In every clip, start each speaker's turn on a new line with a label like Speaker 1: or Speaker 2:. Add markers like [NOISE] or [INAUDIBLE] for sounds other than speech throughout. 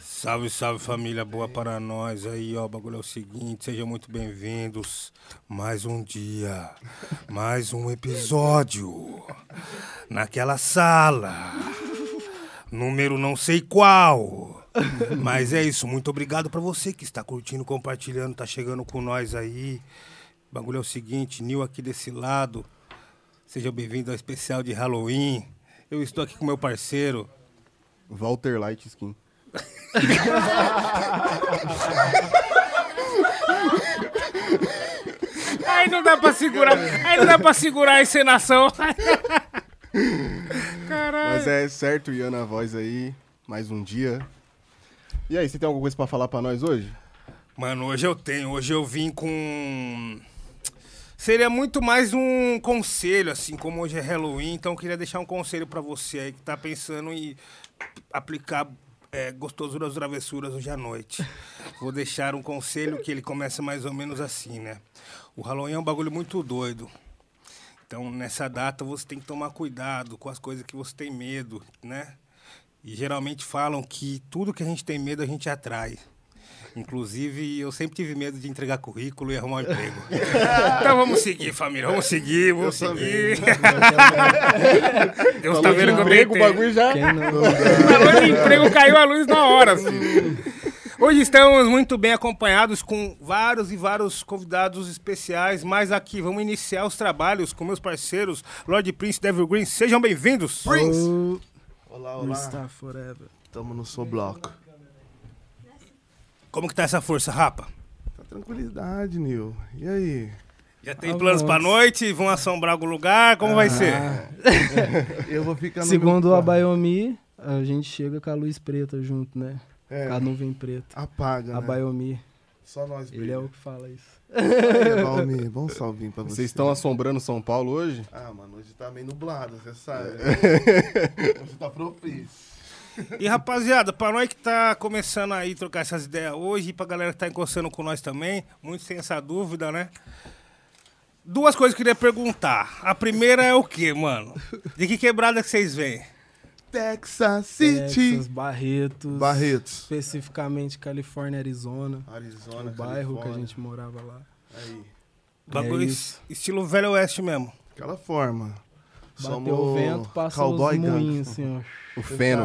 Speaker 1: Salve, salve família boa para nós. Aí, ó, o bagulho é o seguinte, sejam muito bem-vindos. Mais um dia, mais um episódio. Naquela sala. Número não sei qual. Mas é isso, muito obrigado para você que está curtindo, compartilhando, tá chegando com nós aí. O bagulho é o seguinte, Nil aqui desse lado. Seja bem-vindo ao especial de Halloween. Eu estou aqui com meu parceiro,
Speaker 2: Walter Light Skin.
Speaker 1: Aí não dá pra segurar, aí não dá pra segurar a encenação.
Speaker 2: Mas é certo, Ian na voz aí. Mais um dia. E aí, você tem alguma coisa pra falar pra nós hoje?
Speaker 1: Mano, hoje eu tenho, hoje eu vim com Seria muito mais um conselho, assim, como hoje é Halloween, então eu queria deixar um conselho pra você aí que tá pensando em aplicar é, gostosuras travessuras hoje à noite. Vou deixar um conselho que ele começa mais ou menos assim, né? O Halloween é um bagulho muito doido. Então, nessa data, você tem que tomar cuidado com as coisas que você tem medo, né? E geralmente falam que tudo que a gente tem medo, a gente atrai. Inclusive, eu sempre tive medo de entregar currículo e arrumar um
Speaker 2: [LAUGHS]
Speaker 1: emprego. então vamos seguir, família. Vamos seguir, vamos seguir.
Speaker 2: [LAUGHS]
Speaker 1: Deus tá vendo que eu
Speaker 2: Emprego, o
Speaker 1: tentei.
Speaker 2: bagulho já. [LAUGHS]
Speaker 1: Falou de emprego, caiu a luz na hora, filho. Hoje estamos muito bem acompanhados com vários e vários convidados especiais, mas aqui vamos iniciar os trabalhos com meus parceiros Lord Prince Devil Green. Sejam bem-vindos.
Speaker 3: Olá, olá.
Speaker 4: forever.
Speaker 3: Tamo no seu bloco.
Speaker 1: Como que tá essa força, rapa?
Speaker 3: Tá tranquilidade, Nil. E aí?
Speaker 1: Já tem planos pra noite? Vão assombrar algum lugar? Como vai ser?
Speaker 3: Eu vou ficar no
Speaker 4: Segundo
Speaker 3: meu
Speaker 4: a
Speaker 3: quarto.
Speaker 4: Biomi, a gente chega com a luz preta junto, né?
Speaker 3: É.
Speaker 4: Com a nuvem preta.
Speaker 3: Apaga,
Speaker 4: A
Speaker 3: né?
Speaker 4: Biomi,
Speaker 3: Só nós
Speaker 4: ele é
Speaker 3: brilha.
Speaker 4: o que fala isso.
Speaker 3: Aí, Valmir, bom salvinho pra vocês.
Speaker 2: Vocês estão assombrando São Paulo hoje?
Speaker 3: Ah, mano, hoje tá meio nublado, você sabe. né?
Speaker 4: É.
Speaker 3: [LAUGHS] Hoje tá propício.
Speaker 1: E rapaziada, pra nós que tá começando aí a trocar essas ideias hoje, e pra galera que tá encostando com nós também, muito sem essa dúvida, né? Duas coisas que eu queria perguntar. A primeira é o quê, mano? De que quebrada que vocês vêm?
Speaker 3: Texas City.
Speaker 4: Texas, Barretos.
Speaker 3: Barretos.
Speaker 4: Especificamente Califórnia, Arizona.
Speaker 3: Arizona,
Speaker 4: o bairro que a
Speaker 3: Califórnia.
Speaker 4: gente morava lá.
Speaker 3: Aí.
Speaker 1: Bagulho
Speaker 4: É
Speaker 1: es- estilo Velho Oeste mesmo.
Speaker 3: Aquela forma.
Speaker 4: Bateu o vento, passa os
Speaker 3: cowboy
Speaker 4: moinhos,
Speaker 3: gangue.
Speaker 4: assim, ó.
Speaker 2: O feno.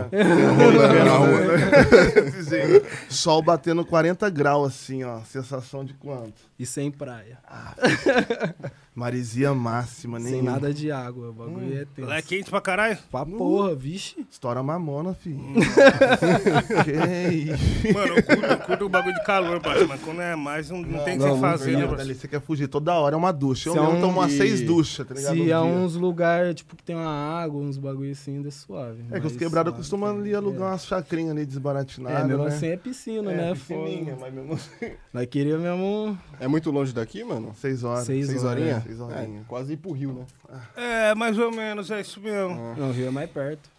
Speaker 3: Rolando
Speaker 2: na
Speaker 3: na
Speaker 2: rua.
Speaker 3: rua. Desse jeito. Sol batendo 40 graus, assim, ó. Sensação de quanto?
Speaker 4: E sem praia.
Speaker 3: Maresia máxima, nem
Speaker 4: Sem nada de água. O bagulho
Speaker 3: Hum.
Speaker 4: é tenso.
Speaker 1: Lá é quente pra caralho.
Speaker 4: Pra porra, vixe.
Speaker 3: Estoura mamona,
Speaker 4: [LAUGHS]
Speaker 3: filho. que isso?
Speaker 1: Mano, eu curto, eu curto o bagulho de calor, parceiro, mas quando é mais, não, não tem o que você
Speaker 4: não,
Speaker 1: fazer, né,
Speaker 3: Não,
Speaker 1: parceiro?
Speaker 3: dali, Você quer fugir toda hora, é uma ducha. Eu
Speaker 4: Se é
Speaker 3: mesmo
Speaker 4: um-
Speaker 3: tomo umas
Speaker 2: e-
Speaker 3: seis duchas, tá ligado? No
Speaker 4: Se é
Speaker 3: dia.
Speaker 4: há uns lugares, tipo, que tem uma água, uns bagulho assim, ainda é suave.
Speaker 3: É que os
Speaker 4: mas
Speaker 3: quebrados
Speaker 4: lá
Speaker 3: costumam
Speaker 4: não tem-
Speaker 3: ali alugar
Speaker 4: é.
Speaker 3: umas chacrinhas ali desbaratinadas,
Speaker 4: É, mesmo
Speaker 3: né?
Speaker 4: assim é piscina, né?
Speaker 3: piscininha,
Speaker 4: Foda.
Speaker 3: mas mesmo assim.
Speaker 4: Nós queríamos mesmo
Speaker 2: É muito longe daqui, mano?
Speaker 3: Seis horas.
Speaker 4: Seis
Speaker 2: Seis
Speaker 4: horas.
Speaker 2: horinhas?
Speaker 3: Seis horinhas.
Speaker 2: É, quase ir pro Rio, né?
Speaker 1: É, mais ou menos, é isso mesmo.
Speaker 4: Não, o Rio é mais perto.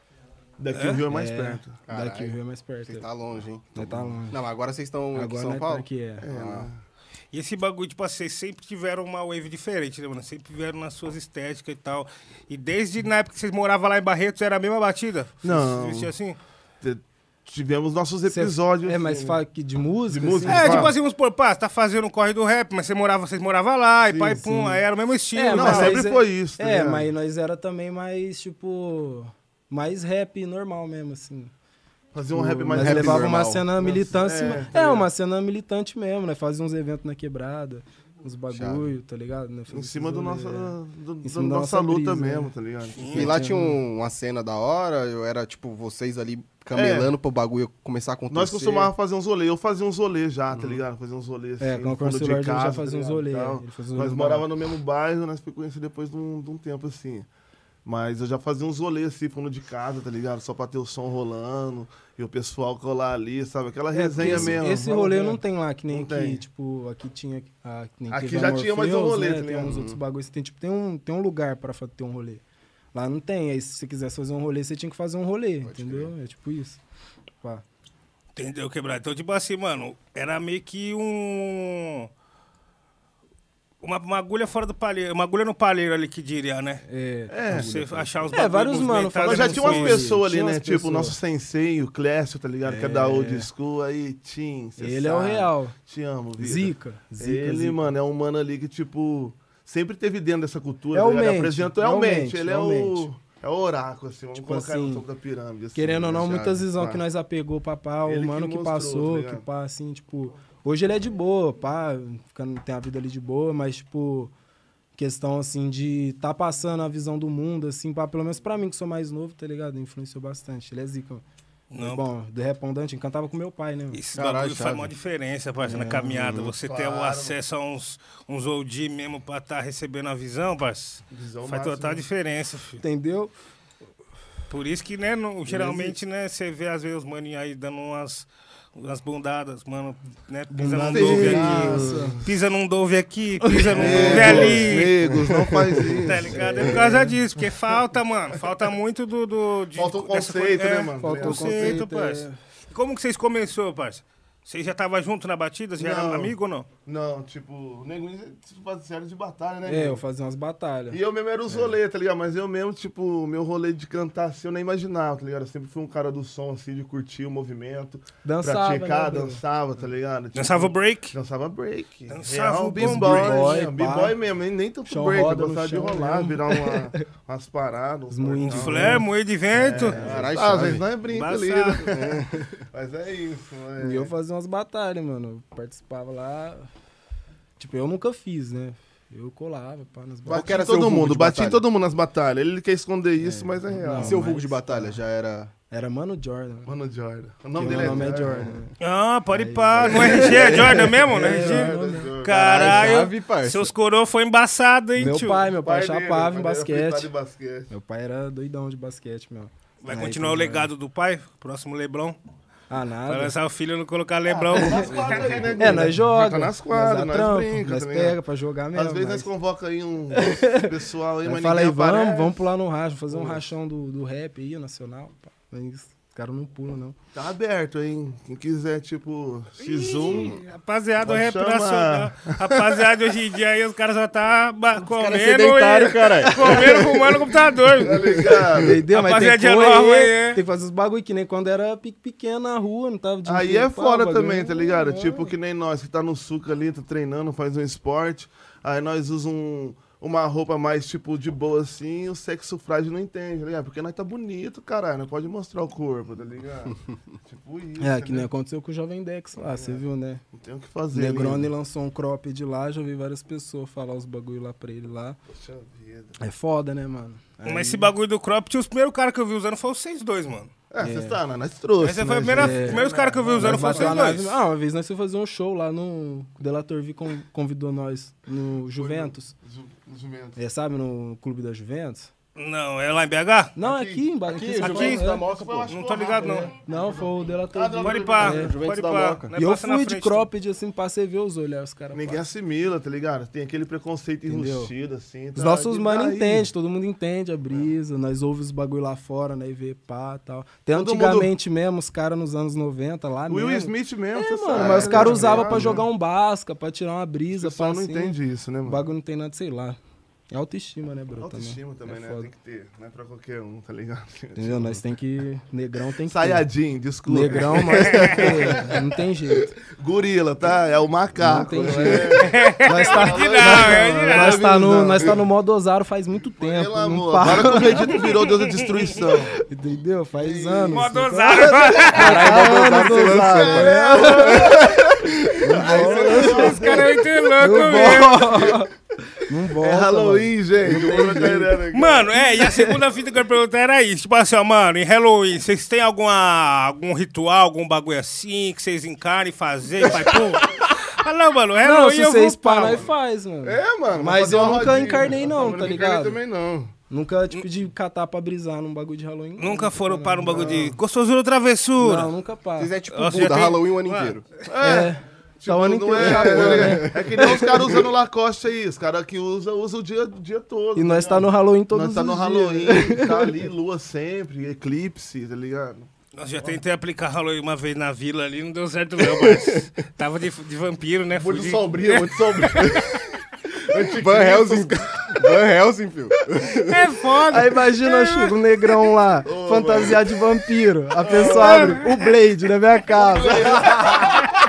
Speaker 3: Daqui o Rio é mais
Speaker 4: É.
Speaker 3: perto.
Speaker 2: Caralho.
Speaker 4: Daqui o Rio é mais perto.
Speaker 2: Vocês tá longe, hein?
Speaker 4: Nós tá longe.
Speaker 2: Não, mas agora vocês estão aqui em
Speaker 4: Agora
Speaker 2: São
Speaker 4: nós tá
Speaker 2: Paulo?
Speaker 4: aqui, é.
Speaker 2: Ah,
Speaker 1: E esse bagulho, tipo assim, sempre tiveram uma wave diferente, né, mano? Sempre vieram nas suas estéticas e tal. E desde na época que vocês moravam lá em Barretos, era a mesma batida? Vocês
Speaker 3: Não.
Speaker 1: vestiam assim?
Speaker 3: T- Tivemos nossos
Speaker 4: Cê-
Speaker 3: episódios.
Speaker 4: É, mas
Speaker 3: assim,
Speaker 4: fala que de música?
Speaker 3: De música?
Speaker 4: assim?
Speaker 1: É,
Speaker 3: Claro.
Speaker 1: tipo assim, vamos supor, pá, você tá fazendo o corre do rap, mas você morava, vocês moravam lá, e
Speaker 3: Sim,
Speaker 1: pá, e pum, aí era o mesmo estilo.
Speaker 4: É,
Speaker 1: e
Speaker 3: Não,
Speaker 1: tal.
Speaker 4: mas
Speaker 3: sempre
Speaker 4: é-
Speaker 3: foi isso. tá
Speaker 4: É,
Speaker 3: ligado?
Speaker 4: mas nós era também mais, tipo... Mais rap normal mesmo, assim.
Speaker 3: Fazia um rap mais
Speaker 4: nós
Speaker 3: rap
Speaker 4: levava
Speaker 3: normal.
Speaker 4: uma cena militante.
Speaker 3: é,
Speaker 4: É,
Speaker 3: tá ligado?
Speaker 4: uma cena militante mesmo, né? Fazia uns eventos na quebrada, uns bagulho, tá ligado? Né?
Speaker 3: Em cima do nosso,
Speaker 4: É.
Speaker 3: do,
Speaker 4: Em
Speaker 3: do-
Speaker 4: cima
Speaker 3: da
Speaker 4: da
Speaker 3: nossa
Speaker 4: nossa
Speaker 3: luta
Speaker 4: brisa, né?
Speaker 3: mesmo, tá ligado?
Speaker 2: E lá tinha um- uma cena da hora, eu era tipo vocês ali camelando pro bagulho começar a acontecer.
Speaker 3: Nós costumávamos fazer uns rolês. Eu fazia uns rolês já, tá ligado? Fazia uns rolês
Speaker 4: Uhum. É,
Speaker 3: assim,
Speaker 4: com
Speaker 3: no
Speaker 4: o Corso
Speaker 3: fundo
Speaker 4: Lorde
Speaker 3: casa,
Speaker 4: já
Speaker 3: tá
Speaker 4: fazia uns
Speaker 3: ligado?
Speaker 4: rolês.
Speaker 3: Tal.
Speaker 4: Ele fazia uns
Speaker 3: Nós
Speaker 4: rolês
Speaker 3: morávamos no mesmo bairro, nós ficamos conhecidos depois de um, de um tempo assim. Mas eu já fazia uns rolês assim, fundo de casa, tá ligado? Só pra ter o som rolando e o pessoal colar ali, sabe? Aquela
Speaker 4: É, porque
Speaker 3: resenha
Speaker 4: esse,
Speaker 3: mesmo.
Speaker 4: Esse rolê não tem lá, que nem
Speaker 3: Não
Speaker 4: aqui,
Speaker 3: tem.
Speaker 4: tipo, aqui tinha. ah, que nem
Speaker 3: Aqui
Speaker 4: teve a
Speaker 3: já tinha mais um
Speaker 4: Morpheus,
Speaker 3: rolê, tá
Speaker 4: né? Tem
Speaker 3: ligado?
Speaker 4: uns outros bagulhos. Tem, tipo, tem um, tem um lugar pra fa- ter um rolê. Lá não tem. Aí se você quisesse fazer um rolê, você tinha que fazer um rolê, entendeu? É tipo isso. Pá.
Speaker 1: Entendeu, quebrado? Então, tipo assim, mano, era meio que um. Uma, uma agulha fora do palheiro, uma agulha no palheiro ali que diria, né?
Speaker 4: É.
Speaker 3: É.
Speaker 1: Você achar uns
Speaker 4: É,
Speaker 1: bagulho
Speaker 4: vários mano
Speaker 1: movimentado,
Speaker 4: falam
Speaker 3: Mas já
Speaker 1: né?
Speaker 3: tinha umas
Speaker 4: Sim,
Speaker 3: pessoas ali,
Speaker 4: tinha
Speaker 3: né?
Speaker 4: umas
Speaker 3: Tipo, o
Speaker 4: pessoas.
Speaker 3: nosso sensei, o Clécio, tá ligado? Que é da old school. Aí, Tim, cê
Speaker 4: Ele é o
Speaker 3: sabe.
Speaker 4: real.
Speaker 3: Te amo, vida.
Speaker 4: Zica. Zica,
Speaker 3: ele,
Speaker 4: zica.
Speaker 3: mano, é um mano ali que, tipo, sempre teve dentro dessa cultura.
Speaker 4: É
Speaker 3: tá
Speaker 4: o
Speaker 3: ligado?
Speaker 4: mente,
Speaker 3: Apresentou,
Speaker 4: é o
Speaker 3: realmente.
Speaker 4: mente,
Speaker 3: ele
Speaker 4: é
Speaker 3: é
Speaker 4: o
Speaker 3: o...
Speaker 4: mente.
Speaker 3: É o oráculo, assim. Vamos
Speaker 4: Tipo
Speaker 3: colocar no
Speaker 4: assim,
Speaker 3: topo da pirâde, assim.
Speaker 4: Querendo ou
Speaker 3: né,
Speaker 4: não,
Speaker 3: chave,
Speaker 4: muitas visão
Speaker 3: pá.
Speaker 4: que nós apegou pra pá, o
Speaker 3: Ele que
Speaker 4: mano que,
Speaker 3: mostrou, tá
Speaker 4: passou, que
Speaker 3: ligado?
Speaker 4: pá, assim, tipo. Hoje ele é de boa, pá, ficando, tem a vida ali de boa, mas, tipo, questão, assim, de tá passando a visão do mundo, assim, pá, pelo menos pra mim, que sou mais novo, tá ligado? Influenciou bastante. Ele é zica, mano.
Speaker 1: Não,
Speaker 4: Bom, do Repondante, cantava com meu pai, né? mano?
Speaker 1: Esse
Speaker 2: Caralho,
Speaker 1: bagulho faz
Speaker 2: chave.
Speaker 1: uma diferença, parceiro, na caminhada. Você ter o
Speaker 3: É, claro.
Speaker 1: acesso a uns, uns OG mesmo pra estar recebendo a visão, parceiro,
Speaker 3: Visão
Speaker 1: faz
Speaker 3: máxima.
Speaker 1: total diferença, filho.
Speaker 4: Entendeu?
Speaker 1: Por isso que, né, no- geralmente, né, você vê às vezes os maninhos aí dando umas, umas bundadas, mano, né, pisa num dove aqui,
Speaker 4: Nossa.
Speaker 1: pisa num dove aqui, pisa num
Speaker 3: É,
Speaker 1: dove
Speaker 4: [LAUGHS]
Speaker 1: ali,
Speaker 3: Negros, não faz isso.
Speaker 1: tá ligado? É por causa disso, porque falta, mano, falta muito do... do de-
Speaker 3: Falta o
Speaker 1: dessa
Speaker 3: conceito,
Speaker 1: coisa-
Speaker 3: né,
Speaker 1: é,
Speaker 3: mano?
Speaker 4: falta o
Speaker 1: Conceito,
Speaker 3: é.
Speaker 4: conceito,
Speaker 1: parceiro. E Como que vocês começou, parceiro? Vocês já estavam junto na batida? Vocês já eram
Speaker 3: Não.
Speaker 1: amigo ou não?
Speaker 3: Não, tipo, o Negrinho tipo, fazia de batalha, né?
Speaker 4: É,
Speaker 3: nego?
Speaker 4: eu fazia umas batalhas.
Speaker 3: E eu mesmo era os rolê, tá ligado? Mas eu mesmo, tipo, meu rolê de cantar assim, eu nem imaginava, tá ligado? Eu sempre fui um cara do som, assim, de curtir o movimento.
Speaker 4: Dançava,
Speaker 3: Praticar,
Speaker 4: né, Bruno?
Speaker 3: dançava, tá ligado? Tipo,
Speaker 1: Dançava o break?
Speaker 3: Dançava break.
Speaker 1: Dançava
Speaker 3: Real
Speaker 1: o
Speaker 4: bomboy,
Speaker 3: né?
Speaker 4: pá.
Speaker 3: B-boy mesmo, nem, nem tanto
Speaker 4: Chão
Speaker 3: break, eu
Speaker 4: roda no
Speaker 3: gostava de
Speaker 4: chão né?
Speaker 3: rolar,
Speaker 4: mesmo.
Speaker 3: virar uma- umas paradas. tá uns
Speaker 4: moinhos de
Speaker 3: bagulho.
Speaker 1: Flare, moer de vento.
Speaker 2: Caralho,
Speaker 3: Ah, às
Speaker 2: chave.
Speaker 3: vezes não é brinco ali, né?
Speaker 1: Embaçado.
Speaker 3: Mas é isso,
Speaker 4: E
Speaker 3: né?
Speaker 4: eu fazia umas batalhas, mano. Eu participava lá. Tipo, eu nunca fiz, né? Eu colava, pá,
Speaker 2: Qual
Speaker 4: nas batalhas.
Speaker 2: que
Speaker 3: Bati
Speaker 2: era
Speaker 3: em
Speaker 2: seu
Speaker 3: todo
Speaker 2: vulgo
Speaker 3: mundo,
Speaker 2: de
Speaker 3: bati em
Speaker 2: batalha?
Speaker 3: todo mundo nas batalhas. Ele quer esconder isso, mas é real.
Speaker 4: Não,
Speaker 2: Seu
Speaker 4: mas-
Speaker 2: vulgo de batalha já era.
Speaker 4: Era Mano Jordan. Mano,
Speaker 3: Mano Jordan. O
Speaker 4: meu
Speaker 3: nome dele
Speaker 4: nome é Jordan. né?
Speaker 1: Ah, pode pá. No RG é Jordan mesmo, né? RG?
Speaker 3: É, Jordan, Jordan.
Speaker 1: Caralho,
Speaker 2: Chave, parça.
Speaker 1: seus coroa foi embaçado, hein,
Speaker 4: Meu
Speaker 1: tio?
Speaker 4: pai, meu pai, é
Speaker 3: Pai dele,
Speaker 4: chapava Tá em
Speaker 3: pai dele era fritado
Speaker 4: basquete.
Speaker 3: em Tá basquete.
Speaker 4: Meu pai era doidão de basquete, meu.
Speaker 1: Vai
Speaker 4: Aí,
Speaker 1: continuar o
Speaker 4: tudo bem.
Speaker 1: legado assim. do pai? Próximo Leblon?
Speaker 4: Ah,
Speaker 1: Vai
Speaker 4: nada.
Speaker 1: lançar o filho e não colocar Leblon.
Speaker 3: Ah. né,
Speaker 4: É, nós joga.
Speaker 3: Tá nas quadras, nós,
Speaker 4: dá trampo,
Speaker 3: brinca.
Speaker 4: Nós
Speaker 3: tá ligado?
Speaker 4: pega pra jogar mesmo.
Speaker 3: Às vezes
Speaker 4: mas-
Speaker 3: nós convoca
Speaker 4: [LAUGHS]
Speaker 3: aí um pessoal aí,
Speaker 4: Aí
Speaker 3: mas
Speaker 4: fala aí,
Speaker 3: ninguém
Speaker 4: vamos,
Speaker 3: aparece.
Speaker 4: vamos pular no racho, fazer um
Speaker 3: Pula.
Speaker 4: rachão do, do rap aí, o nacional. Pá. Mas os caras não pulam, não.
Speaker 3: Tá aberto, hein? Quem quiser, tipo, X1.
Speaker 1: Rapaziada, o
Speaker 3: Pode
Speaker 1: rap
Speaker 3: chamar.
Speaker 1: nacional. Rapaziada, hoje em dia aí os caras já tá ba-
Speaker 2: Cara
Speaker 4: é
Speaker 1: comendo
Speaker 2: sedentário,
Speaker 1: e...
Speaker 2: caralho.
Speaker 1: Comendo, fumando no computador.
Speaker 3: Tá ligado?
Speaker 4: Entendeu? Mas tem que,
Speaker 1: Rapaziada, é nova aí, é.
Speaker 4: correr, tem que fazer os bagulho que nem quando era pique pequeno na rua, não tava de
Speaker 3: Aí
Speaker 4: dinheiro,
Speaker 3: é
Speaker 4: pá,
Speaker 3: fora
Speaker 4: bagulho. É.
Speaker 3: também, tá ligado? Tipo, que nem nós, que tá no suco ali, tá treinando, faz um esporte. Aí nós usamos um- uma roupa mais, tipo, de boa assim, e o sexo frágil não entende, tá ligado? Porque nós tá bonito, caralho. Não pode mostrar o corpo,
Speaker 4: [LAUGHS]
Speaker 3: tá ligado? tipo isso.
Speaker 4: É, que nem
Speaker 3: entendeu?
Speaker 4: aconteceu com o Jovem Dex lá,
Speaker 3: É.
Speaker 4: você viu, né?
Speaker 3: Não tem o que fazer.
Speaker 4: Negroni
Speaker 3: lindo.
Speaker 4: lançou um cropped lá, já vi várias pessoas falar os bagulho lá pra ele lá.
Speaker 3: Poxa vida.
Speaker 4: É foda, né, mano? Aí-
Speaker 1: Mas esse bagulho do cropped, os primeiros caras que eu vi usando foi vocês dois, mano.
Speaker 3: É, você tá, né? Nós trouxe.
Speaker 1: Esse foi o
Speaker 3: né,
Speaker 1: primeiro-
Speaker 4: é.
Speaker 1: os primeiros caras que eu vi usando
Speaker 4: Nós
Speaker 1: foi
Speaker 4: bateu
Speaker 1: vocês
Speaker 4: a nave-
Speaker 1: dois.
Speaker 4: Ah, uma vez nós fomos fazer um show lá no... O Delator V con- convidou nós no Juventus.
Speaker 3: Ju- jumento.
Speaker 4: É, sabe, no Clube da Juventus?
Speaker 1: Não, é lá em BH?
Speaker 4: Não, é aqui, embaixo.
Speaker 2: Aqui,
Speaker 4: em São
Speaker 3: né?
Speaker 4: Paulo,
Speaker 2: Juventus
Speaker 4: é.
Speaker 2: da Moca, pô.
Speaker 1: Não tô ligado, não.
Speaker 4: Não, foi o Delator V.
Speaker 1: Pode pá,
Speaker 4: É.
Speaker 1: pode
Speaker 2: Juventus da
Speaker 1: pá.
Speaker 2: Moca.
Speaker 1: Não é
Speaker 4: E eu
Speaker 1: passa na
Speaker 4: fui de
Speaker 1: frente,
Speaker 4: cropped, assim, pra você ver os olhares, os caras.
Speaker 3: Ninguém
Speaker 4: pá.
Speaker 3: assimila, tá ligado? Tem aquele preconceito
Speaker 4: Entendeu?
Speaker 3: enrustido, assim.
Speaker 4: Os nossos mano
Speaker 3: entendem.
Speaker 4: entendem, todo mundo entende a brisa, nós ouve os bagulho lá fora, né, e vê pá e tal. Até
Speaker 3: É. Todo
Speaker 4: antigamente mesmo, os caras nos anos 90 lá
Speaker 3: Will
Speaker 4: mesmo.
Speaker 3: Smith mesmo,
Speaker 4: É,
Speaker 3: você
Speaker 4: mano,
Speaker 3: sabe,
Speaker 4: mas os
Speaker 3: né?
Speaker 4: caras usavam
Speaker 3: Tá
Speaker 4: pra
Speaker 3: ligado?
Speaker 4: jogar um basca, pra tirar uma
Speaker 3: O
Speaker 4: brisa, pra
Speaker 3: pessoal não
Speaker 4: assim.
Speaker 3: entende isso, né,
Speaker 4: O
Speaker 3: mano?
Speaker 4: bagulho não tem nada, sei lá. É autoestima, né, bro?
Speaker 3: Autoestima também,
Speaker 4: É
Speaker 3: né?
Speaker 4: foda.
Speaker 3: Tem que ter. Não é pra qualquer um, tá ligado?
Speaker 4: [LAUGHS] Entendeu? Nós tem que... Negrão tem que ter.
Speaker 3: Sayajin, desculpa.
Speaker 4: Negrão, mas tem que ter. Não tem jeito.
Speaker 3: Gorila, [LAUGHS] tá? É o
Speaker 4: Não
Speaker 3: macaco.
Speaker 4: tem
Speaker 3: né?
Speaker 4: jeito. Nós tá,
Speaker 1: Não, é de nada.
Speaker 4: nós tá no,
Speaker 3: Não.
Speaker 4: nós tá no modo osaro faz muito tempo.
Speaker 3: Pelo
Speaker 4: Não
Speaker 3: amor,
Speaker 4: para,
Speaker 3: agora que o Vegeta virou Deus
Speaker 2: [LAUGHS]
Speaker 3: da destruição.
Speaker 4: [LAUGHS] entendeu? Faz anos.
Speaker 1: Mó dosado. [LAUGHS]
Speaker 4: Caralho,
Speaker 3: Deus
Speaker 4: osaro.
Speaker 3: né?
Speaker 1: Os caras é muito louco mesmo.
Speaker 4: Não volta.
Speaker 3: É Halloween, gente. O mundo tá virando aqui.
Speaker 1: Mano, é, e a segunda fita que eu ia perguntar era isso. Tipo assim, ó, mano, em Halloween, vocês têm alguma, algum ritual, algum bagulho assim que vocês encarem fazer, pai, pô?
Speaker 4: [LAUGHS]
Speaker 1: Ah, não, mano, Halloween
Speaker 4: Não, se
Speaker 1: eu
Speaker 4: você
Speaker 1: vou
Speaker 4: spar,
Speaker 1: pá,
Speaker 4: nós
Speaker 1: mano.
Speaker 4: faz, mano.
Speaker 3: É, mano.
Speaker 4: Mas
Speaker 3: fazer
Speaker 4: eu
Speaker 3: uma
Speaker 4: nunca
Speaker 3: rodinha.
Speaker 4: encarnei não,
Speaker 3: Eu
Speaker 4: tá
Speaker 3: nunca
Speaker 4: ligado?
Speaker 3: encarnei também não.
Speaker 4: Nunca, tipo, de catar pra brisar num bagulho de Halloween. não.
Speaker 1: Nunca foram para um bagulho de gostosura ou travessura?
Speaker 4: Não, nunca pá.
Speaker 2: Vocês é tipo
Speaker 1: Nossa, já
Speaker 2: Buda,
Speaker 1: tem-
Speaker 2: Halloween o ano inteiro.
Speaker 4: É. tá o ano
Speaker 3: Não
Speaker 4: inteiro
Speaker 3: é,
Speaker 4: chapando, né?
Speaker 3: é, é que nem os caras usando Lacoste aí. Os caras que usam, usam o dia, o dia todo.
Speaker 4: E nós
Speaker 3: tá
Speaker 4: tá no Halloween todos
Speaker 3: Nós tá
Speaker 4: os
Speaker 3: no
Speaker 4: dias.
Speaker 3: Halloween, tá ali, lua sempre, eclipse, tá ligado?
Speaker 1: Nossa, já tentei aplicar Halloween uma vez na vila ali, não deu
Speaker 4: [LAUGHS]
Speaker 1: certo não, mas tava de, de vampiro, né?
Speaker 3: Muito
Speaker 1: Fugi.
Speaker 3: [LAUGHS] sombrio, muito sombrio.
Speaker 2: Van Helsing. Van Helsing, filho.
Speaker 1: É foda.
Speaker 4: Aí imagina, chega um negrão lá, fantasiado de vampiro. A pessoa abre o Blade na minha casa. [LAUGHS]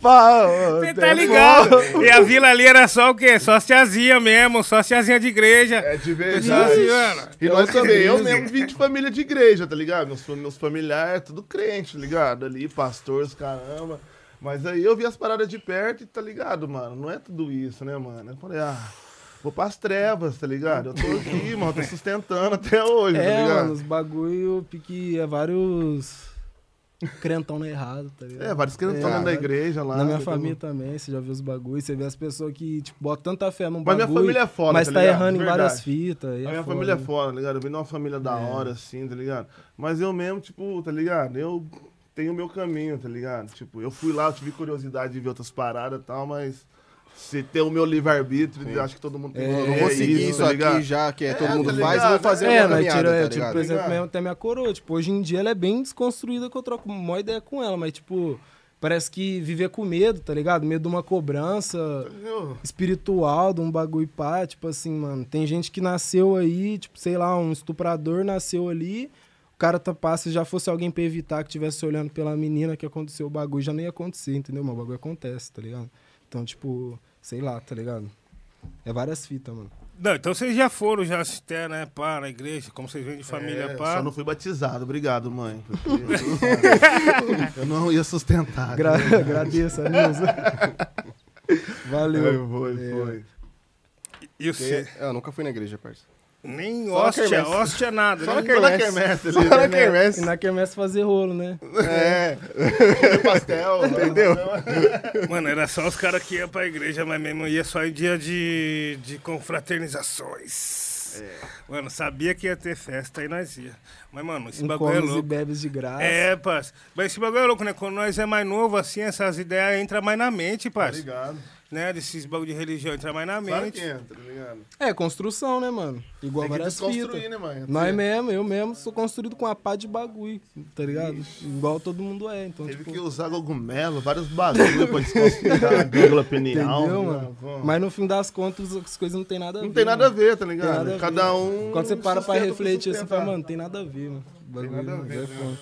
Speaker 4: Pá, ô,
Speaker 1: Você
Speaker 4: [LAUGHS]
Speaker 1: tá
Speaker 4: tem-
Speaker 1: ligado? E a vila ali era só o quê? Só as tiazinha mesmo, só as tiazinha de igreja.
Speaker 3: É de
Speaker 1: Pessoal
Speaker 3: verdade.
Speaker 1: assim, mano.
Speaker 3: E nós também, eu mesmo vim de família de igreja, tá ligado? Meus, meus familiares, tudo crente, tá ligado? Ali, pastores, caramba. Mas aí eu vi as paradas de perto e tá ligado, mano? Não é tudo isso, né, mano? Eu falei, ah, vou pras trevas, tá ligado? Eu tô aqui, mano, tô sustentando até hoje, tá
Speaker 4: É,
Speaker 3: ligado?
Speaker 4: mano, os bagulho pique é vários crentão no errado, tá ligado?
Speaker 3: É, vários crentão
Speaker 4: É,
Speaker 3: da igreja lá.
Speaker 4: Na minha
Speaker 3: tá
Speaker 4: família
Speaker 3: tudo.
Speaker 4: também, você já viu os bagulhos, você vê as pessoas que, tipo, botam tanta fé num
Speaker 3: Mas minha
Speaker 4: bagulho.
Speaker 3: família é foda,
Speaker 4: Mas
Speaker 3: tá
Speaker 4: tá,
Speaker 3: ligado?
Speaker 4: errando em
Speaker 3: Verdade.
Speaker 4: várias fitas. e
Speaker 3: A minha
Speaker 4: foda,
Speaker 3: família é
Speaker 4: né? É.
Speaker 3: foda, tá ligado? Eu vim de uma família da hora, assim, tá ligado? Mas eu mesmo, tipo, tá ligado? Eu tenho o meu caminho, tá ligado? Tipo, eu fui lá, eu tive curiosidade de ver outras paradas e tal, mas se ter o meu livre-arbítrio, eu acho que todo mundo tem
Speaker 2: É, Eu
Speaker 3: que
Speaker 2: não
Speaker 3: ver
Speaker 2: vou seguir isso,
Speaker 3: É, tá
Speaker 2: aqui
Speaker 3: ligado?
Speaker 2: já, que é, todo
Speaker 3: É,
Speaker 2: mundo
Speaker 3: tá
Speaker 2: faz,
Speaker 3: ligado?
Speaker 2: eu vou fazer
Speaker 3: É,
Speaker 2: a
Speaker 4: É,
Speaker 2: minha
Speaker 4: nós
Speaker 2: caminhada,
Speaker 4: tirou,
Speaker 2: tá
Speaker 4: é, tipo,
Speaker 2: ligado?
Speaker 4: por exemplo,
Speaker 3: Ligado?
Speaker 4: mesmo até minha coroa. Tipo, hoje em dia ela é bem desconstruída que eu troco uma ideia com ela, mas, tipo, parece que viver com medo, tá ligado? Medo de uma
Speaker 3: Tá
Speaker 4: cobrança
Speaker 3: Eu-
Speaker 4: espiritual, de um bagulho e pá, tipo assim, mano, tem gente que nasceu aí, tipo, sei lá, um estuprador nasceu ali, o cara tá pá, se já fosse alguém pra evitar que tivesse olhando pela menina que aconteceu o bagulho, já não ia acontecer, entendeu? Mas o bagulho acontece, tá ligado? Então, tipo, sei lá, tá ligado? É várias fitas, mano.
Speaker 1: Não, então vocês já foram, já até, né, pá, na igreja, como vocês vêm de família,
Speaker 3: É,
Speaker 1: pá.
Speaker 3: só não fui batizado, obrigado, mãe. porque eu não ia sustentar.
Speaker 1: né?
Speaker 4: Gra [LAUGHS]
Speaker 1: [LAUGHS]
Speaker 4: agradeço, amigos. Valeu.
Speaker 3: Foi, foi, foi.
Speaker 1: E você?
Speaker 2: Porque- Eu nunca fui na igreja, parça.
Speaker 1: Nem
Speaker 2: Só na
Speaker 1: hóstia,
Speaker 2: quermesse.
Speaker 1: hóstia nada.
Speaker 3: Só
Speaker 1: né?
Speaker 3: na quermesse ali,
Speaker 2: Só na
Speaker 3: né?
Speaker 4: E
Speaker 2: quermesse.
Speaker 4: na quermesse fazer rolo, né?
Speaker 2: É,
Speaker 3: pastel,
Speaker 2: entendeu?
Speaker 1: Mano, era só os caras que iam pra igreja, mas mesmo ia só em dia de, de confraternizações.
Speaker 3: É.
Speaker 1: Mano, sabia que ia ter festa, aí nós ia. Mas, mano, esse
Speaker 4: Um
Speaker 1: bagulho é
Speaker 4: comes e
Speaker 1: louco.
Speaker 4: bebes de graça.
Speaker 1: É, parça. Mas esse bagulho é louco, né? Quando nós é mais novo, assim, essas ideias entram mais na mente, parça.
Speaker 3: Obrigado.
Speaker 1: né? Desses bagulho de religião, entram mais na
Speaker 3: Tá Claro
Speaker 1: mente.
Speaker 3: que entra, tá ligado?
Speaker 4: É, construção, né, mano? Igual
Speaker 3: Tem que
Speaker 4: várias
Speaker 3: desconstruir,
Speaker 4: fitas.
Speaker 3: né, mãe?
Speaker 4: Nós mesmo, eu mesmo sou construído com a pá de bagulho, tá ligado? Igual todo mundo é, então,
Speaker 3: Teve
Speaker 4: tipo,
Speaker 3: que usar cogumelo, vários bagulho pra desconstruir a glândula pineal.
Speaker 4: entendeu,
Speaker 3: né?
Speaker 4: mano?
Speaker 3: Pô,
Speaker 4: Mas no fim das contas, as coisas não tem nada a ver.
Speaker 3: Não tem nada a ver, tá ligado?
Speaker 4: nada a
Speaker 3: Cada um.
Speaker 4: Quando você para pra
Speaker 3: sustenta o que
Speaker 4: refletir, assim,
Speaker 3: sustenta.
Speaker 4: fala, mano, tem nada a ver, mano. Bagulho,
Speaker 3: nada a
Speaker 4: mano,
Speaker 3: ver,
Speaker 4: vai
Speaker 3: né?
Speaker 4: fundo.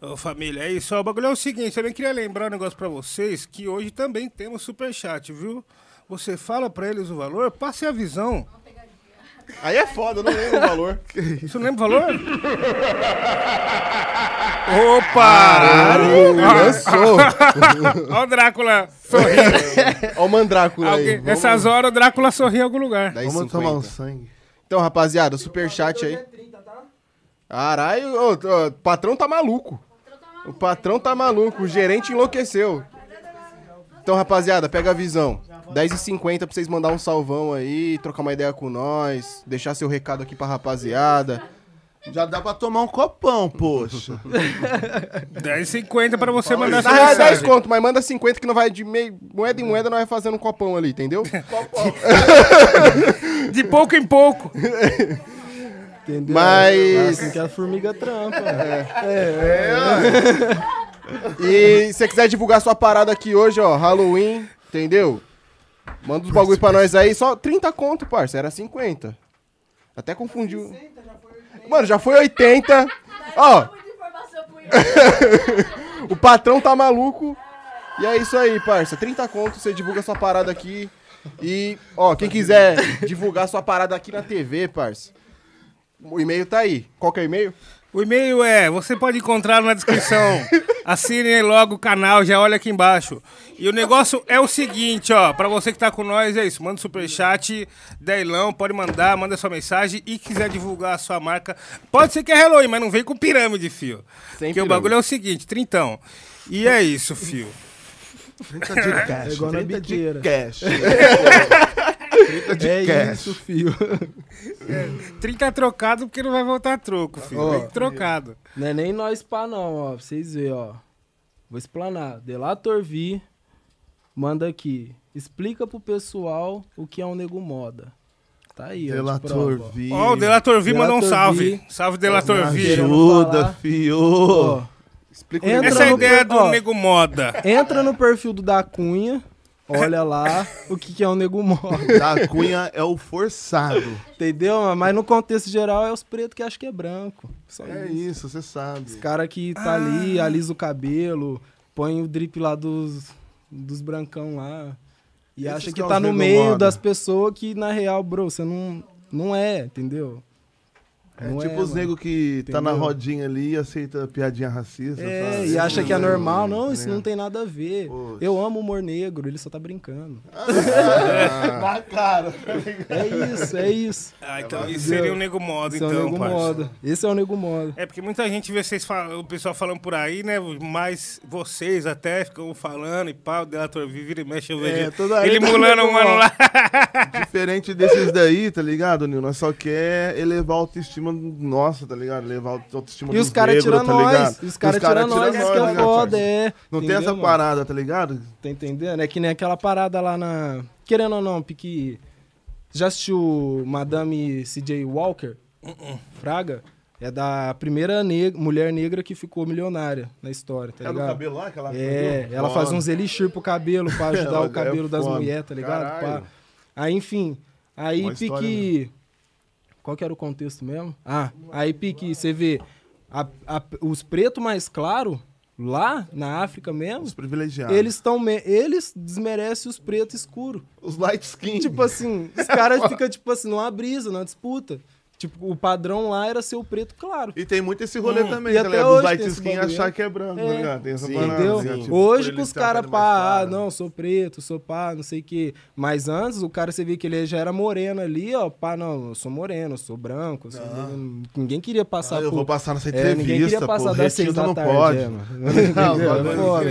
Speaker 1: Ô, família, é isso. ó. O bagulho é o seguinte, eu nem queria lembrar um negócio pra vocês, que hoje também temos superchat, viu? Você fala pra eles o valor, passe a visão.
Speaker 2: Aí é foda, eu não lembro o [LAUGHS] valor.
Speaker 1: Isso não lembra o valor? Opa!
Speaker 2: [LAUGHS] Lançou.
Speaker 1: Olha o Drácula.
Speaker 2: Ó o Mandrácula aí.
Speaker 1: Alguém- Essas horas o Drácula sorri em algum lugar.
Speaker 2: 10,50.
Speaker 3: Vamos tomar um sangue.
Speaker 2: Então, rapaziada, o superchat aí. Caralho, ô, ô, o patrão tá maluco. O patrão tá maluco, o gerente enlouqueceu. Então, rapaziada, pega a visão. 10h50 pra vocês mandar um salvão aí, trocar uma ideia com nós, deixar seu recado aqui pra rapaziada.
Speaker 3: Já dá pra tomar um
Speaker 4: [LAUGHS]
Speaker 3: copão, poxa.
Speaker 1: 10,50 pra você mandar essa
Speaker 2: Na real, é 10
Speaker 1: mensagem.
Speaker 2: conto, mas manda 50 que não vai de meio, moeda em moeda, nós vai fazendo um copão ali, entendeu?
Speaker 1: De pouco em pouco.
Speaker 4: Entendeu?
Speaker 2: Mas-
Speaker 4: Assim que a formiga trampa. É
Speaker 2: E se você quiser divulgar sua parada aqui hoje, ó, Halloween, entendeu? Manda os bagulho pra nós aí, só 30 conto, parça, era 50. Até confundiu. Mano, já foi 80. Ó,
Speaker 5: Tá Muita informação por isso.
Speaker 2: [LAUGHS] o patrão tá maluco. E é isso aí, parça, 30 conto, você divulga sua parada aqui. E, ó, quem quiser divulgar sua parada aqui na TV, parça, o e-mail tá aí. Qual que é o e-mail?
Speaker 1: O e-mail é, você pode encontrar na
Speaker 4: [LAUGHS]
Speaker 1: descrição. Assinem logo o canal, já olha aqui embaixo. E o negócio é o seguinte, ó, pra você que tá com nós, é isso, manda superchat, Deilão, pode mandar, manda sua mensagem e quiser divulgar a sua marca. Pode ser que é Halloween, mas não vem com pirâmide, fio.
Speaker 2: Sem
Speaker 1: Porque o
Speaker 2: pirâmide.
Speaker 1: bagulho é o seguinte, trintão. E é isso, fio.
Speaker 3: 30 de cash.
Speaker 4: É igual na
Speaker 3: 30 de
Speaker 4: biqueira.
Speaker 3: cash.
Speaker 4: É
Speaker 3: cash.
Speaker 4: isso, fio.
Speaker 1: 30 é trocado porque não vai voltar troco, filho.
Speaker 4: Ó.
Speaker 1: Vem trocado.
Speaker 4: Não é nem nós pá, não, ó. Pra vocês verem, ó. Vou explanar. Delator Vi manda aqui. Explica pro pessoal o que é um nego moda. Tá aí, ó.
Speaker 3: Delator Vi.
Speaker 1: Ó, o Delator V mandou um
Speaker 4: Delator
Speaker 1: salve.
Speaker 4: V.
Speaker 1: Salve, Delator V.
Speaker 4: Querendo
Speaker 3: Ajuda,
Speaker 4: falar.
Speaker 3: fio.
Speaker 2: Explica o
Speaker 4: Entra
Speaker 2: e-mail.
Speaker 1: Essa é a
Speaker 4: no-
Speaker 1: ideia do
Speaker 4: ó.
Speaker 1: Nego Moda.
Speaker 4: Entra no perfil do Da Cunha, Olha lá o que, que é um nego mole.
Speaker 3: Da Cunha é o forçado.
Speaker 4: [LAUGHS] Entendeu? Mas no contexto geral é os pretos que acham que é branco. Só
Speaker 3: É
Speaker 4: isso.
Speaker 3: isso, você sabe.
Speaker 4: Os cara que tá
Speaker 3: Ah.
Speaker 4: ali, alisa o cabelo, põe o drip lá dos, dos brancão lá. E
Speaker 3: Esses
Speaker 4: acha
Speaker 3: que
Speaker 4: que
Speaker 3: é
Speaker 4: tá
Speaker 3: os
Speaker 4: no
Speaker 3: nego
Speaker 4: meio
Speaker 3: moda.
Speaker 4: das pessoas que, na real, bro, você não, não é, entendeu?
Speaker 3: É
Speaker 4: Não
Speaker 3: tipo os
Speaker 4: mano.
Speaker 3: nego que tá na
Speaker 4: Entendeu?
Speaker 3: rodinha ali e aceita piadinha racista.
Speaker 4: É,
Speaker 3: sabe?
Speaker 4: e acha que é normal. Não,
Speaker 3: tá
Speaker 4: isso não
Speaker 3: ligado?
Speaker 4: tem nada a ver.
Speaker 3: Poxa.
Speaker 4: Eu amo o humor negro, ele só tá brincando. [LAUGHS]
Speaker 3: Na cara.
Speaker 4: É isso, é isso.
Speaker 1: Ah, então isso seria um nego moda,
Speaker 4: Esse é
Speaker 1: então,
Speaker 4: o nego
Speaker 1: parça.
Speaker 4: moda. Esse é o nego moda.
Speaker 1: É porque muita gente vê vocês fal- o pessoal falando por aí, né? Mas vocês até ficam falando e pau, o Delator vira e mexe, eu vejo.
Speaker 3: toda
Speaker 1: ele
Speaker 3: hora tá
Speaker 1: mulando
Speaker 3: nego
Speaker 1: um mano
Speaker 3: moda.
Speaker 1: lá.
Speaker 3: Diferente desses daí, tá ligado, Nil? Nós só quer elevar a autoestima nossa, tá ligado? Elevar a autoestima
Speaker 4: E
Speaker 3: dos
Speaker 4: os caras
Speaker 3: negros,
Speaker 4: tiram
Speaker 3: tá
Speaker 4: nós.
Speaker 3: ligado?
Speaker 4: E os caras
Speaker 3: cara
Speaker 4: tiram nós, isso que é
Speaker 3: né,
Speaker 4: foda,
Speaker 3: parça?
Speaker 4: é.
Speaker 3: Não tem
Speaker 4: Entendeu,
Speaker 3: essa
Speaker 4: mano?
Speaker 3: parada, tá ligado?
Speaker 4: Tá entendendo? É que nem aquela parada lá na. Querendo ou não, Pique. Já assistiu Madame C.J. Walker?
Speaker 3: Uh-uh.
Speaker 4: Fraga? É da primeira neg- mulher negra que ficou milionária na história, tá
Speaker 3: é do
Speaker 4: ligado?
Speaker 3: cabelo lá, aquela
Speaker 4: É, ela faz uns elixir pro cabelo pra ajudar
Speaker 3: [LAUGHS] Ela
Speaker 4: o cabelo
Speaker 3: é
Speaker 4: das
Speaker 3: foda.
Speaker 4: mulheres, tá ligado?
Speaker 3: Caralho.
Speaker 4: Pá. Aí, enfim. Aí,
Speaker 3: Uma
Speaker 4: pique.
Speaker 3: história, né?
Speaker 4: Qual que era o contexto mesmo? Ah, aí, pique, você vê a- a- os pretos mais claros, lá na África mesmo,
Speaker 3: Os privilegiados.
Speaker 4: eles estão. Eles desmerecem os pretos escuros.
Speaker 3: Os light skin.
Speaker 4: Tipo assim, os
Speaker 3: [LAUGHS]
Speaker 4: caras ficam, tipo assim, numa brisa, numa disputa. Tipo, o padrão lá era ser o preto claro.
Speaker 3: E tem muito esse rolê também,
Speaker 4: hum, E
Speaker 3: tá
Speaker 4: até
Speaker 3: ligado? Os
Speaker 4: hoje
Speaker 3: light
Speaker 4: tem esse
Speaker 3: skin
Speaker 4: bagulho.
Speaker 3: achar que é branco, tá
Speaker 4: É.
Speaker 3: ligado? Tem essa
Speaker 2: Sim.
Speaker 3: parada.
Speaker 4: Entendeu?
Speaker 3: tá ligado? Tipo,
Speaker 4: Hoje
Speaker 3: por
Speaker 4: que
Speaker 3: eles
Speaker 4: os
Speaker 3: serem
Speaker 4: caras,
Speaker 3: mais
Speaker 4: pá, ah,
Speaker 3: claros.
Speaker 4: não, sou preto, sou pá, não sei o quê. Mas antes o cara, você vê que ele já era moreno ali, ó, pá, não, eu sou moreno, eu sou branco. eu sou- Ninguém queria
Speaker 3: Ah,
Speaker 4: passar
Speaker 3: eu
Speaker 4: por...
Speaker 3: vou passar nessa
Speaker 4: É,
Speaker 3: entrevista,
Speaker 4: ninguém queria
Speaker 3: pô.
Speaker 4: passar das seis
Speaker 3: Retiro
Speaker 4: da
Speaker 3: [LAUGHS] não
Speaker 4: tarde.
Speaker 3: pode.
Speaker 4: é, mano. Entendeu? [LAUGHS] É
Speaker 3: bagulho-
Speaker 4: foda.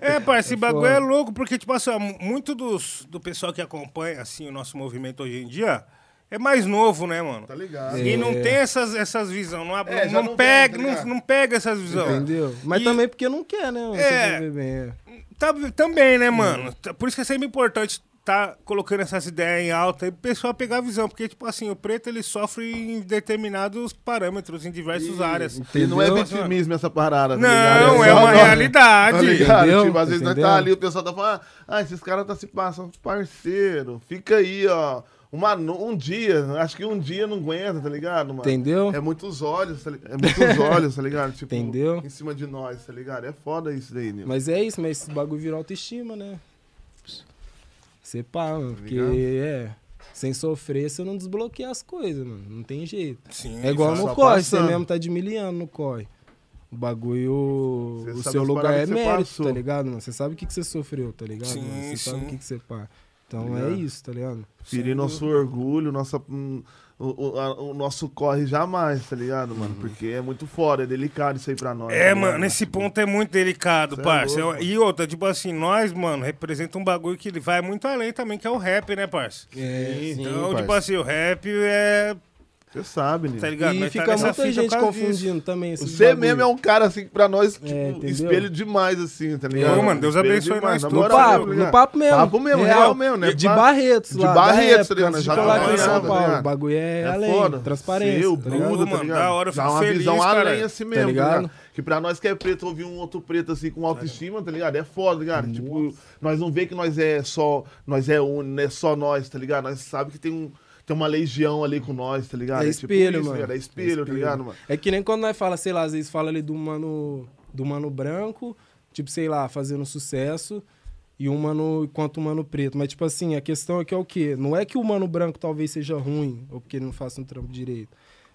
Speaker 1: [LAUGHS] É, é, parça, esse bagulho
Speaker 4: foda.
Speaker 1: é louco, porque, tipo assim, ó, mu- muito dos, do pessoal que acompanha, assim, o nosso movimento hoje em dia, é mais novo, né, mano?
Speaker 3: Tá ligado?
Speaker 1: E não
Speaker 4: É.
Speaker 1: tem essas, essas visão, não, ab-
Speaker 3: É, já
Speaker 1: não,
Speaker 3: não tem,
Speaker 1: pega,
Speaker 3: tá
Speaker 1: não,
Speaker 3: ligado?
Speaker 1: não pega essas visão.
Speaker 4: Entendeu? Mas
Speaker 1: E-
Speaker 4: também porque não quer, né? mano? Você
Speaker 1: É.
Speaker 4: vai ver bem, é.
Speaker 1: Tá- também,
Speaker 3: Uhum.
Speaker 1: né, mano? Tá- Por isso que é sempre importante tá colocando essas ideias em alta e o pessoal pegar a visão, porque, tipo assim, o preto ele sofre em determinados parâmetros, em diversas áreas.
Speaker 3: E não é
Speaker 4: Entendeu?
Speaker 3: vitimismo essa parada, tá ligado?
Speaker 1: Não, é
Speaker 3: só
Speaker 1: uma
Speaker 3: nós, Tá
Speaker 1: realidade.
Speaker 3: ligado?
Speaker 4: Entendeu?
Speaker 3: Tipo, às vezes nós
Speaker 4: Entendeu?
Speaker 3: tá ali, o pessoal tá falando, ah, esses caras tá se passando, parceiro, fica aí, ó. Uma, no- um dia, acho que um dia não aguenta, tá ligado, mano?
Speaker 4: Entendeu?
Speaker 3: É muitos olhos, tá ligado? É muitos olhos, tá ligado? Tipo,
Speaker 4: Entendeu?
Speaker 3: em cima de nós, tá ligado? É foda isso daí, Nil.
Speaker 4: Mas é isso, mas esse bagulho virou autoestima, né? Você pá, mano, porque
Speaker 3: Tá ligado?
Speaker 4: é. Sem sofrer, você não desbloqueia as coisas, mano. Não tem jeito.
Speaker 1: Sim,
Speaker 4: É igual
Speaker 1: fala.
Speaker 4: no
Speaker 3: só
Speaker 4: corre,
Speaker 3: passando.
Speaker 4: você mesmo tá de miliano no corre. O bagulho.
Speaker 3: Você
Speaker 4: o
Speaker 3: sabe
Speaker 4: seu
Speaker 3: as
Speaker 4: lugar
Speaker 3: paradas
Speaker 4: é
Speaker 3: que você
Speaker 4: mérito,
Speaker 3: passou.
Speaker 4: tá ligado, mano? Você sabe o que, que você sofreu, tá ligado?
Speaker 1: Sim,
Speaker 4: mano? Você sabe
Speaker 1: sim.
Speaker 4: o que, que você pá. Então
Speaker 3: Tá
Speaker 4: é
Speaker 3: ligado?
Speaker 4: isso, tá ligado?
Speaker 3: Ferir nosso orgulho, nossa, hum, o, o- a- o nosso corre jamais, tá ligado, mano?
Speaker 4: Uhum.
Speaker 3: Porque é muito foda, é delicado isso aí pra nós. tá
Speaker 1: É,
Speaker 3: ligado?
Speaker 1: mano, esse ponto é muito delicado,
Speaker 3: Cê é
Speaker 1: parça.
Speaker 3: louco.
Speaker 1: e outra, tipo assim, nós, mano, representa um bagulho que ele vai muito além também, que é o rap, né, parça?
Speaker 4: É,
Speaker 3: Tá
Speaker 4: sim.
Speaker 1: Então, tipo
Speaker 3: parça.
Speaker 1: assim, o rap é.
Speaker 3: Você sabe, né? Nil.
Speaker 1: Tá ligado?
Speaker 4: E
Speaker 1: Nós tá
Speaker 4: fica
Speaker 1: nessa
Speaker 4: muita
Speaker 1: fita por
Speaker 4: gente
Speaker 1: causa disso.
Speaker 4: confundindo também. esses
Speaker 3: Você
Speaker 4: bagulho. É,
Speaker 3: mesmo é um cara, assim, que pra nós, tipo,
Speaker 4: entendeu?
Speaker 3: espelho demais, assim, tá ligado?
Speaker 1: Ô, mano, Deus
Speaker 3: Espelho
Speaker 1: abençoe
Speaker 3: demais,
Speaker 1: nós
Speaker 3: na
Speaker 4: No
Speaker 1: todos.
Speaker 3: moral,
Speaker 1: Bora,
Speaker 4: papo,
Speaker 3: tá
Speaker 1: meu,
Speaker 4: no papo mesmo. É.
Speaker 3: ligado? Papo mesmo, real mesmo, né?
Speaker 4: De
Speaker 3: Papo-
Speaker 4: Barretos,
Speaker 3: de
Speaker 4: lá.
Speaker 3: Barretos,
Speaker 4: da época,
Speaker 3: tá né? ligado?
Speaker 4: antes de
Speaker 3: Já
Speaker 4: colar aqui em
Speaker 1: tá
Speaker 4: é, São
Speaker 1: ligado?
Speaker 4: Paulo. O bagulho é, além, transparência.
Speaker 3: Seu,
Speaker 4: tá ligado?
Speaker 3: tudo,
Speaker 1: Mano,
Speaker 3: tá ligado?
Speaker 1: da hora, eu
Speaker 3: Dá
Speaker 1: fico
Speaker 3: uma
Speaker 1: feliz,
Speaker 3: visão
Speaker 1: cara.
Speaker 3: além assim mesmo, tá
Speaker 4: ligado?
Speaker 3: ligado? Que pra nós que é preto, ouvir um outro preto assim com autoestima, tá ligado? É foda, tá ligado? Tipo, nós não vê que nós é só, nós é um, não é só nós, tá ligado? Nós sabe que tem um tem uma legião ali com nós, tá ligado?
Speaker 4: É
Speaker 3: tipo
Speaker 4: espelho,
Speaker 3: isso, tá
Speaker 4: mano.
Speaker 3: ligado? É espelho, tá ligado, mano?
Speaker 4: É que nem quando nós fala, sei lá, às vezes fala ali do mano, do mano branco, tipo, sei lá, fazendo sucesso, e um mano quanto um mano preto. Mas, tipo assim, a questão é que é o quê? Não é que o mano branco talvez seja ruim, ou porque ele não faça um trampo direito.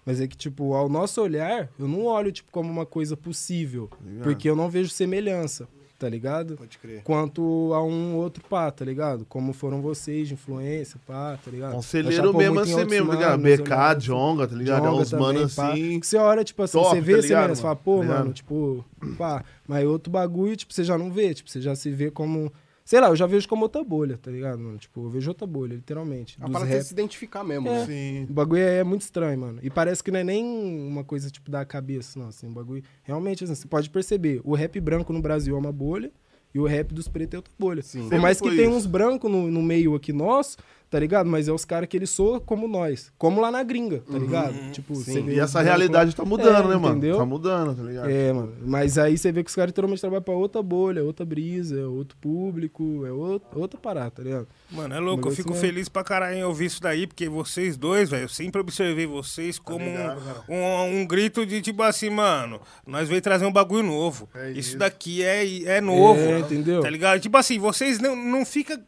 Speaker 4: Mas é que, tipo, ao nosso olhar, eu não olho, tipo, como uma coisa possível.
Speaker 3: Tá
Speaker 4: Porque eu não vejo semelhança, tá ligado?
Speaker 2: Pode crer.
Speaker 4: Quanto a um outro pá, tá ligado? Como foram vocês de influência, pá, tá ligado? Nós já
Speaker 3: Conselheiro
Speaker 4: pôr
Speaker 3: mesmo
Speaker 4: muito em
Speaker 3: assim
Speaker 4: outros
Speaker 3: mesmo, tá ligado?
Speaker 4: manos, olhar-
Speaker 3: BK, Jonga, tá ligado? É
Speaker 4: Jonga
Speaker 3: uns manos
Speaker 4: pá.
Speaker 3: assim.
Speaker 4: Que você olha, tipo assim,
Speaker 3: top,
Speaker 4: você vê
Speaker 3: tá
Speaker 4: esse mano,
Speaker 3: ligado,
Speaker 4: você fala,
Speaker 3: mano?
Speaker 4: pô,
Speaker 3: Tá ligado?
Speaker 4: mano, tipo, pá, mas outro bagulho, tipo, você já não vê, tipo, você já se vê como. Sei lá, eu já vejo como outra bolha, tá ligado, mano? Tipo, eu vejo outra bolha, literalmente.
Speaker 2: A
Speaker 4: dos
Speaker 2: parada é
Speaker 4: rap.
Speaker 2: se identificar mesmo,
Speaker 4: É.
Speaker 2: né?
Speaker 3: Sim.
Speaker 4: O bagulho é muito estranho, mano. E parece que não é nem uma coisa, tipo, da cabeça, não, assim. O bagulho. Realmente, assim, você pode perceber, o rap branco no Brasil é uma bolha e o rap dos pretos é outra bolha. Por mais que
Speaker 3: Sempre foi
Speaker 4: tenha
Speaker 3: isso.
Speaker 4: uns brancos no, no meio aqui nosso, tá ligado? Mas é os caras que eles soam como nós. Como lá na gringa, tá ligado? Tipo, você vê
Speaker 3: Uhum. E essa
Speaker 4: os brancos
Speaker 3: realidade
Speaker 4: lá-
Speaker 3: tá mudando,
Speaker 4: É,
Speaker 3: né, mano?
Speaker 4: Entendeu?
Speaker 3: Tá mudando, tá ligado?
Speaker 4: É, mano. Mas aí você vê que os caras literalmente trabalham pra outra bolha, outra brisa, é outro público, é out- outra parada, tá ligado?
Speaker 1: Mano, é louco, eu
Speaker 4: Negócio
Speaker 1: fico
Speaker 4: mesmo.
Speaker 1: feliz pra caralho em ouvir isso daí, porque vocês dois, velho, eu sempre observei vocês como um-
Speaker 3: Tá ligado, cara.
Speaker 1: um, um grito de tipo assim, mano, nós veio trazer um bagulho novo. isso. daqui é, é novo.
Speaker 4: É, entendeu?
Speaker 1: Tá ligado? Tipo assim, vocês não, não fica.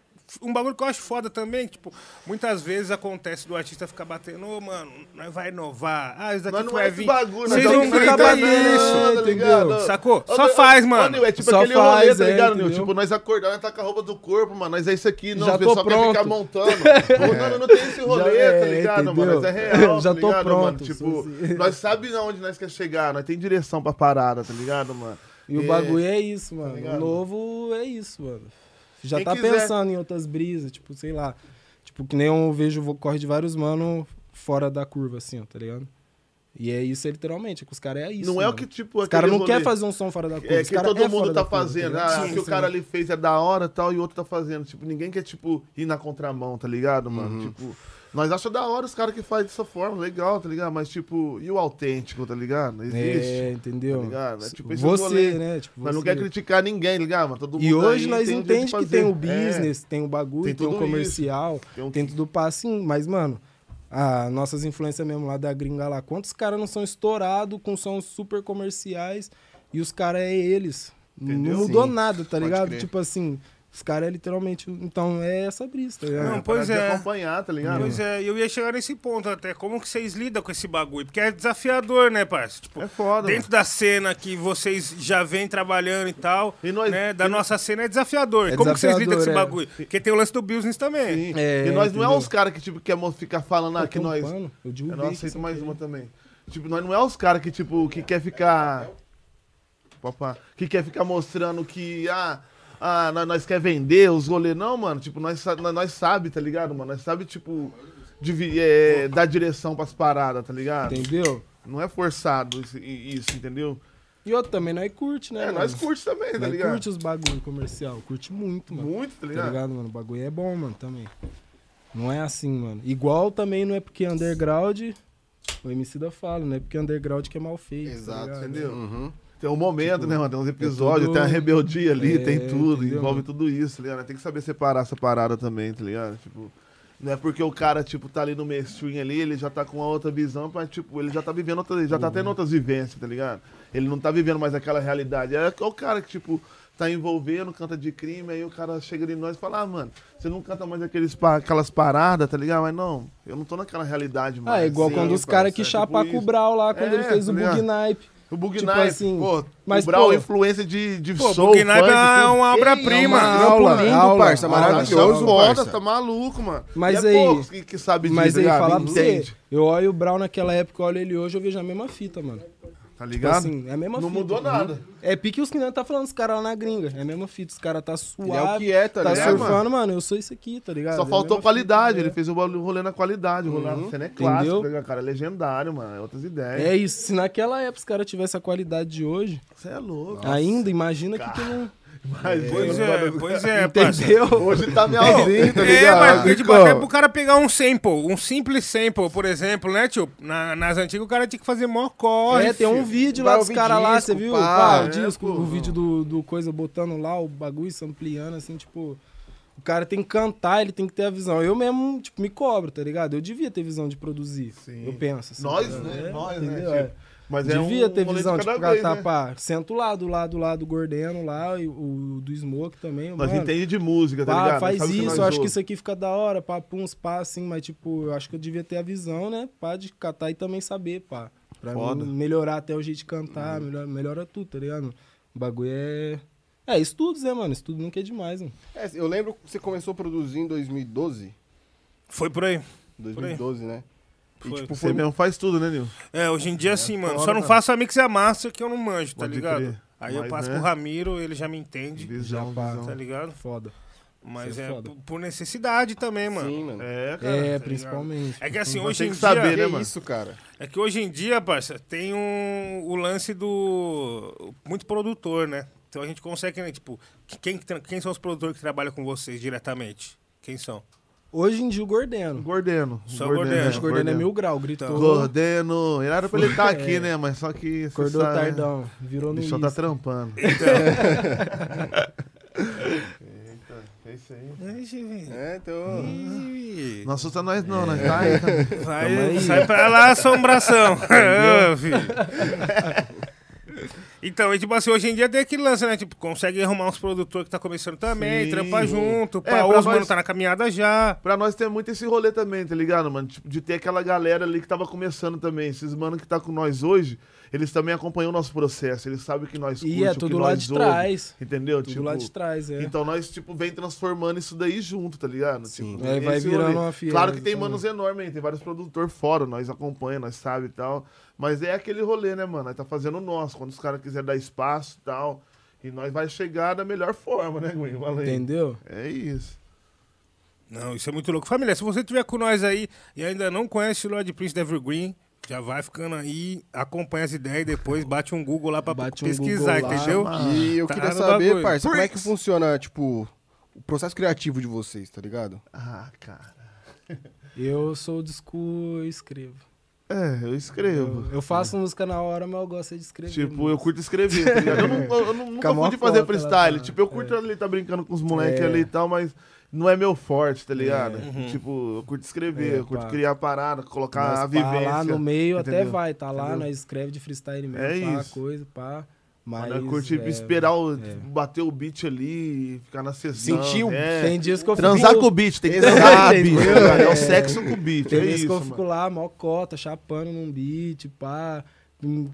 Speaker 1: Um bagulho que eu acho foda também, tipo, muitas vezes acontece do artista ficar batendo, ô, mano, nós vai inovar. Ah, isso daqui
Speaker 3: Mas não
Speaker 1: vai
Speaker 3: é esse
Speaker 1: vir.
Speaker 3: bagulho, Então,
Speaker 1: Vocês
Speaker 4: nós
Speaker 1: não
Speaker 4: temos que
Speaker 1: gritam
Speaker 4: acabar
Speaker 1: isso.
Speaker 4: nisso. entendeu?
Speaker 1: Sacou? Só faz, mano.
Speaker 3: É tipo
Speaker 4: Só
Speaker 3: aquele rolê,
Speaker 4: faz,
Speaker 3: tá
Speaker 4: é,
Speaker 3: ligado, Nil?
Speaker 4: entendeu?
Speaker 3: Tipo, nós acordar, nós tá com a roupa do corpo, mano. Nós é isso aqui, não.
Speaker 4: Já tô
Speaker 3: o pessoal quer
Speaker 4: pronto.
Speaker 3: ficar montando. Pô, Não, não tem esse rolê,
Speaker 4: Já é,
Speaker 3: tá ligado, mano? Mas é
Speaker 4: entendeu?
Speaker 3: real,
Speaker 4: Já
Speaker 3: tá
Speaker 4: tô
Speaker 3: ligado, mano?
Speaker 4: pronto,
Speaker 3: Tipo,
Speaker 4: sou assim.
Speaker 3: nós sabemos aonde nós quer chegar. Nós tem direção pra parada, tá ligado, mano?
Speaker 4: E o bagulho é isso, mano.
Speaker 3: tá ligado?
Speaker 4: o novo é isso, mano. Já
Speaker 3: Quem
Speaker 4: tá
Speaker 3: quiser.
Speaker 4: pensando em outras brisas, tipo, sei lá. Tipo, que nem eu vejo o corre de vários mano fora da curva, assim, ó, tá ligado? E é isso, é literalmente. é que os caras é isso.
Speaker 3: Não é o
Speaker 4: mano.
Speaker 3: que, tipo,
Speaker 4: Os caras
Speaker 3: aquele
Speaker 4: não querem
Speaker 3: rolê.
Speaker 4: fazer um som fora da curva.
Speaker 3: É,
Speaker 4: os
Speaker 3: que
Speaker 4: cara
Speaker 3: todo
Speaker 4: é
Speaker 3: mundo
Speaker 4: fora
Speaker 3: tá
Speaker 4: da curva,
Speaker 3: fazendo.
Speaker 4: ligado?
Speaker 3: Ah, o
Speaker 4: Sim,
Speaker 3: que o
Speaker 4: sim.
Speaker 3: cara ali fez é da hora e tal, e o outro tá fazendo. Tipo, ninguém quer, tipo, ir na contramão, tá ligado, mano?
Speaker 4: Uhum.
Speaker 3: Tipo, nós achamos da hora os caras que fazem dessa forma, legal, tá ligado? Mas, tipo, e o autêntico, tá ligado? Existe.
Speaker 4: É, entendeu?
Speaker 3: tá ligado? É tipo esse rolê.
Speaker 4: você, né? Tipo,
Speaker 3: Mas não
Speaker 4: você.
Speaker 3: quer criticar ninguém, tá ligado? mano? Todo mundo
Speaker 4: E hoje
Speaker 3: aí
Speaker 4: nós
Speaker 3: tem um jeito
Speaker 4: entendemos
Speaker 3: de
Speaker 4: que
Speaker 3: fazer. É,
Speaker 4: tem o business, tem o bagulho,
Speaker 3: Tem
Speaker 4: tem,
Speaker 3: tudo
Speaker 4: o comercial,
Speaker 3: Tem
Speaker 4: tem,
Speaker 3: um-
Speaker 4: tudo pá, assim, mas, mano, a nossas influências mesmo lá da gringa lá, quantos caras não são estourados com sons super comerciais e os caras é eles.
Speaker 3: Entendeu?
Speaker 4: Não mudou
Speaker 3: Sim,
Speaker 4: nada, tá
Speaker 3: pode
Speaker 4: ligado?
Speaker 3: crer.
Speaker 4: Tipo assim, os caras é literalmente. Então é essa brisa, tá ligado?
Speaker 3: É,
Speaker 1: Não,
Speaker 3: é,
Speaker 1: pois
Speaker 3: pois é.
Speaker 1: é.
Speaker 3: acompanhar, tá ligado?
Speaker 1: Pois é, eu ia chegar nesse ponto até. Como que vocês lidam com esse bagulho? Porque é desafiador, né, parça? Tipo,
Speaker 3: É foda,
Speaker 1: Dentro da cena que vocês já vêm trabalhando e tal,
Speaker 3: E nós-
Speaker 1: né, da
Speaker 3: e-
Speaker 1: nossa cena é desafiador.
Speaker 4: É
Speaker 1: Como que vocês lidam com esse
Speaker 4: desafiador,
Speaker 1: bagulho? Porque tem o lance do business também.
Speaker 3: Sim.
Speaker 4: É,
Speaker 3: e nós não é
Speaker 4: entendeu?
Speaker 3: os caras que, tipo, quer mo- ficar falando ah, que
Speaker 4: tem um
Speaker 3: nós.
Speaker 4: pano, eu
Speaker 3: Eu
Speaker 4: derrubei
Speaker 3: não
Speaker 4: aqui
Speaker 3: aceito
Speaker 4: sem
Speaker 3: mais uma também. Tipo, nós não é os caras que, tipo, que quer ficar. Papá. Que quer ficar mostrando que. Ah, ah, nó- nós quer vender os rolê. Não, mano. Tipo, nós, sa- nó- nós sabe, tá ligado, mano? Nós sabe, tipo. divi- é, dar direção pras paradas, tá ligado?
Speaker 4: Entendeu?
Speaker 3: Não é forçado isso, i- isso, entendeu?
Speaker 4: E outro também nós curte, né?
Speaker 3: É,
Speaker 4: mano?
Speaker 3: nós curte também, tá
Speaker 4: Nós
Speaker 3: ligado?
Speaker 4: curte os bagulho comercial, curte muito, mano.
Speaker 3: Muito, tá
Speaker 4: Tá
Speaker 3: ligado?
Speaker 4: ligado, mano? O bagulho é bom, mano, também. Não é assim, mano. Igual também não é porque underground. O MC da fala, não é porque underground que é mal feito. tá
Speaker 2: Exato,
Speaker 4: ligado? Tipo,
Speaker 3: Entendeu? Tem um momento, né, mano? Tem uns episódios,
Speaker 4: tudo-
Speaker 3: tem a rebeldia ali,
Speaker 4: É,
Speaker 3: tem tudo,
Speaker 4: entendeu, mano?
Speaker 3: envolve tudo isso, tá ligado? Tem que saber separar essa parada também, tá ligado? Tipo, não é porque o cara, tipo, tá ali no mainstream ali, ele já tá com uma outra visão, mas, tipo, ele já tá vivendo outra, ele já
Speaker 4: Uhum.
Speaker 3: tá tendo outras vivências, tá ligado? Ele não tá vivendo mais aquela realidade. É o cara que, tipo, tá envolvendo, canta de crime, aí o cara chega de nós e fala, ah, mano, você não canta mais aqueles, pa- aquelas paradas, tá ligado? Mas não, eu não tô naquela realidade mais.
Speaker 4: Ah, é igual
Speaker 3: Sim,
Speaker 4: quando os
Speaker 3: parça,
Speaker 4: caras que
Speaker 3: é tipo
Speaker 4: chapa com
Speaker 3: isso.
Speaker 4: o Brau lá, quando
Speaker 3: É,
Speaker 4: ele fez
Speaker 3: tá
Speaker 4: o Bug
Speaker 3: ligado?
Speaker 4: Knife.
Speaker 3: O Bug
Speaker 4: Tipo
Speaker 3: Knife,
Speaker 4: assim,
Speaker 3: pô,
Speaker 4: mas,
Speaker 3: o Brau
Speaker 4: pô,
Speaker 3: é influência de, de
Speaker 1: Pô,
Speaker 3: soul,
Speaker 1: Bug Night
Speaker 3: funk,
Speaker 1: é
Speaker 3: tudo.
Speaker 1: uma
Speaker 3: Que
Speaker 1: obra-prima.
Speaker 2: uma
Speaker 1: Não,
Speaker 4: Trampo
Speaker 2: aula,
Speaker 4: lindo,
Speaker 2: aula,
Speaker 4: parça,
Speaker 2: aula,
Speaker 3: Maravilhoso,
Speaker 2: chama,
Speaker 3: foda,
Speaker 2: parça.
Speaker 3: tá maluco, mano.
Speaker 4: Mas
Speaker 3: E é
Speaker 4: aí-
Speaker 3: poucos que, que sabe
Speaker 4: Mas
Speaker 3: disso,
Speaker 4: aí,
Speaker 3: ligado?
Speaker 4: falar pra você,
Speaker 3: Entende,
Speaker 4: eu olho o Brau naquela época, eu olho ele hoje, eu vejo a mesma fita, mano.
Speaker 3: tá
Speaker 4: Tipo
Speaker 3: ligado?
Speaker 4: assim, é a mesma
Speaker 3: Não
Speaker 4: fita.
Speaker 3: mudou nada.
Speaker 4: É pique os que não tá falando os caras lá na gringa. É a mesma fita, os caras tá suave.
Speaker 2: Ele é o que é, tá
Speaker 4: tá
Speaker 2: ligado?
Speaker 4: surfando, mano? eu sou isso aqui, tá ligado? É
Speaker 3: Só
Speaker 4: a
Speaker 3: faltou
Speaker 4: mesma
Speaker 3: qualidade,
Speaker 4: fita,
Speaker 3: ele
Speaker 4: é.
Speaker 3: fez o bagulho rolê na qualidade, rolê na cena é clássico,
Speaker 4: Entendeu?
Speaker 3: tá ligado, cara, é legendário, mano, é outras ideias.
Speaker 4: É isso, se naquela época os caras tivessem a qualidade de hoje,
Speaker 3: Você é louco.
Speaker 4: ainda, imagina que, que não.
Speaker 3: Imagina,
Speaker 1: Pois é, pois é, parça.
Speaker 3: [LAUGHS]
Speaker 4: Entendeu?
Speaker 3: Hoje tá mealzinho,
Speaker 1: É,
Speaker 3: tá ligado?
Speaker 1: mas tipo,
Speaker 3: Ficou.
Speaker 1: até pro cara pegar um sample, um simples sample, por exemplo, né, tio? Na- nas antigas o cara tinha que fazer mó corre.
Speaker 4: É, tem um
Speaker 1: filho.
Speaker 4: vídeo
Speaker 2: Vai
Speaker 4: lá dos
Speaker 2: ouvir
Speaker 4: caras lá,
Speaker 2: disco,
Speaker 4: você viu?
Speaker 2: pá,
Speaker 4: Pá,
Speaker 3: é,
Speaker 4: o disco,
Speaker 3: pô.
Speaker 4: o vídeo do, do coisa botando lá, o bagulho se ampliando, assim, tipo. O cara tem que cantar, ele tem que ter a visão. Eu mesmo, tipo, me cobro, tá ligado? Eu devia ter visão de produzir.
Speaker 3: Sim.
Speaker 4: Eu penso. assim,
Speaker 3: Nós,
Speaker 4: tá ligado?
Speaker 3: né?
Speaker 4: É,
Speaker 3: Nós,
Speaker 4: entendeu?
Speaker 3: né?
Speaker 4: É.
Speaker 3: tipo, Mas é
Speaker 4: Devia
Speaker 3: um
Speaker 4: ter
Speaker 3: rolê de
Speaker 4: visão, tipo,
Speaker 3: cada
Speaker 4: o cara
Speaker 3: vez,
Speaker 4: tá,
Speaker 3: né?
Speaker 4: pá, senta lá, do lado, do lado, do Gordeno lá, e o do Smoke também.
Speaker 3: Nós
Speaker 4: mano.
Speaker 3: entende de música, tá
Speaker 4: Pá,
Speaker 3: ligado?
Speaker 4: faz
Speaker 3: Sabe o
Speaker 4: isso,
Speaker 3: nós
Speaker 4: eu acho que
Speaker 3: ouve.
Speaker 4: isso aqui fica da hora, pá, pum, uns pá, assim, mas tipo, eu acho que eu devia ter a visão, né, pá, de catar e também saber, pá. Pra
Speaker 3: Foda. Uhum.
Speaker 4: mim melhorar até o jeito de cantar, melhora, melhora tudo, tá ligado? O bagulho é... É, estudos, né, mano? Estudo nunca é demais, mano.
Speaker 2: É, eu lembro que você começou a produzir em 2012.
Speaker 1: Foi por aí.
Speaker 2: 2012, né? E,
Speaker 1: Foi.
Speaker 2: tipo,
Speaker 3: Você
Speaker 2: foi
Speaker 3: mesmo faz tudo, né, Nil?
Speaker 1: É, hoje em dia sim, mano. Só
Speaker 3: foda,
Speaker 1: não
Speaker 3: mano.
Speaker 1: faço a mix e a master que eu não manjo, tá
Speaker 3: Pode
Speaker 1: ligado?
Speaker 3: crer.
Speaker 1: Aí
Speaker 3: Mas,
Speaker 1: eu passo
Speaker 3: né?
Speaker 1: pro Ramiro, ele já me entende,
Speaker 3: Visão,
Speaker 4: pá.
Speaker 1: tá
Speaker 3: visão.
Speaker 1: ligado?
Speaker 4: Foda.
Speaker 1: Mas
Speaker 4: Isso é
Speaker 1: é
Speaker 4: foda.
Speaker 1: por- por necessidade também, mano.
Speaker 2: Sim, assim, mano.
Speaker 3: É, cara.
Speaker 4: É,
Speaker 1: tá
Speaker 4: principalmente.
Speaker 1: É que assim, hoje
Speaker 3: tem
Speaker 1: em
Speaker 3: que
Speaker 1: dia.
Speaker 3: saber, né,
Speaker 2: Que
Speaker 3: mano?
Speaker 2: isso, cara?
Speaker 1: É que hoje em dia, parça, tem um, o lance do. Muito produtor, né? Então a
Speaker 3: [LAUGHS]
Speaker 1: gente consegue, né? Tipo, que- quem, que tra- quem são os produtores que trabalham com vocês diretamente? Quem são?
Speaker 4: Hoje em dia o Gordeno.
Speaker 3: Gordeno.
Speaker 1: Só
Speaker 4: Acho que o Gordeno é mil grau, gritou.
Speaker 3: Gordeno. Ele era pra ele estar aqui,
Speaker 4: É.
Speaker 3: né? Mas só que. cê
Speaker 4: Acordou
Speaker 3: sabe, né?
Speaker 4: tardão, virou
Speaker 3: O
Speaker 4: no
Speaker 3: bichão tá
Speaker 4: Insta.
Speaker 3: trampando. [LAUGHS] É isso aí.
Speaker 2: É, então.
Speaker 3: Hum, Não assusta nós, não, nós tá aí. tá-
Speaker 1: Vai, sai pra lá,
Speaker 3: [LAUGHS]
Speaker 1: assombração. [LAUGHS] Ô, filho. então, e tipo assim, hoje em dia tem aquele lance, né? Tipo, consegue arrumar uns produtores que tá começando também,
Speaker 3: Sim.
Speaker 1: trampa junto.
Speaker 3: É,
Speaker 1: pá,
Speaker 3: pra
Speaker 1: os mano
Speaker 3: nós-
Speaker 1: tá na caminhada já.
Speaker 3: Pra nós tem muito esse rolê também, tá ligado, mano? Tipo, de ter aquela galera ali que tava começando também. Esses mano que tá com nós hoje, eles também acompanham o nosso processo. Eles sabem o que nós curte,
Speaker 4: E é
Speaker 3: o que
Speaker 4: tudo
Speaker 3: nós
Speaker 4: lá de
Speaker 3: ouve,
Speaker 4: trás.
Speaker 3: Entendeu?
Speaker 4: Tudo lá de trás, é.
Speaker 3: Então nós, tipo, vem transformando isso daí junto, tá ligado?
Speaker 2: Sim.
Speaker 3: Tipo,
Speaker 4: Aí vai
Speaker 3: esse
Speaker 4: virando
Speaker 3: rolê.
Speaker 4: uma fiel,
Speaker 3: Claro que tem
Speaker 4: exatamente.
Speaker 3: manos enormes, aí, tem vários produtores fora, nós acompanha, nós sabe e tal. Mas é aquele rolê, né, mano? Nós tá fazendo o nosso, quando os caras quiserem dar espaço e tal. E nós vai chegar da melhor forma, né, Gwen? Fala aí.
Speaker 4: Entendeu?
Speaker 3: É isso.
Speaker 1: Não, isso é muito louco. Família, se você estiver com nós aí e ainda não conhece o Lord Prince da Evergreen, já vai ficando aí, acompanha as ideias e depois bate um Google lá pra
Speaker 4: Bate um
Speaker 1: pesquisar,
Speaker 4: Google lá,
Speaker 1: entendeu?
Speaker 3: mano.
Speaker 2: E eu
Speaker 1: Tá
Speaker 2: queria
Speaker 1: no
Speaker 2: saber,
Speaker 1: bagulho.
Speaker 2: parça, como é que
Speaker 1: Freaks.
Speaker 2: funciona, tipo, o processo criativo de vocês, tá ligado?
Speaker 3: Ah, cara.
Speaker 4: Eu sou disco e escrevo.
Speaker 3: É, eu escrevo.
Speaker 4: Eu, eu faço música na hora, mas eu gosto é de escrever.
Speaker 3: Tipo,
Speaker 4: mano.
Speaker 3: eu curto escrever, tá ligado? Eu, não, eu, eu não-
Speaker 4: Fica
Speaker 3: nunca
Speaker 4: mó
Speaker 3: fui de fazer
Speaker 4: foda lá,
Speaker 3: freestyle.
Speaker 4: tá?
Speaker 3: Tipo, eu curto ali, tá brincando com os moleques
Speaker 4: É.
Speaker 3: ali e tal, mas não é meu forte, tá ligado?
Speaker 2: Uhum.
Speaker 3: Tipo, eu curto escrever,
Speaker 4: É,
Speaker 3: eu curto
Speaker 4: pá.
Speaker 3: criar parada, colocar
Speaker 4: Mas
Speaker 3: a
Speaker 4: pá,
Speaker 3: vivência.
Speaker 4: lá no meio até
Speaker 3: entendeu?
Speaker 4: vai, tá lá,
Speaker 3: Entendeu?
Speaker 4: nós escreve de freestyle mesmo,
Speaker 3: É
Speaker 4: pá,
Speaker 3: isso.
Speaker 4: coisa, pá. Mas.
Speaker 3: Mas eu curto tipo,
Speaker 4: é,
Speaker 3: esperar o,
Speaker 4: é.
Speaker 3: tipo, bater o beat ali, ficar na sessão.
Speaker 2: Sentir o-
Speaker 3: é.
Speaker 4: Tem dias que eu
Speaker 3: Transar
Speaker 4: fico.
Speaker 3: com o beat, tem que
Speaker 2: Exato,
Speaker 3: transar, bicho.
Speaker 4: entendeu?
Speaker 3: tá ligado? É
Speaker 4: É.
Speaker 3: o sexo com o beat,
Speaker 4: Tem
Speaker 3: é
Speaker 4: vezes que eu
Speaker 3: isso,
Speaker 4: fico
Speaker 3: mano.
Speaker 4: lá, mó cota, chapando num beat, pá. Hum,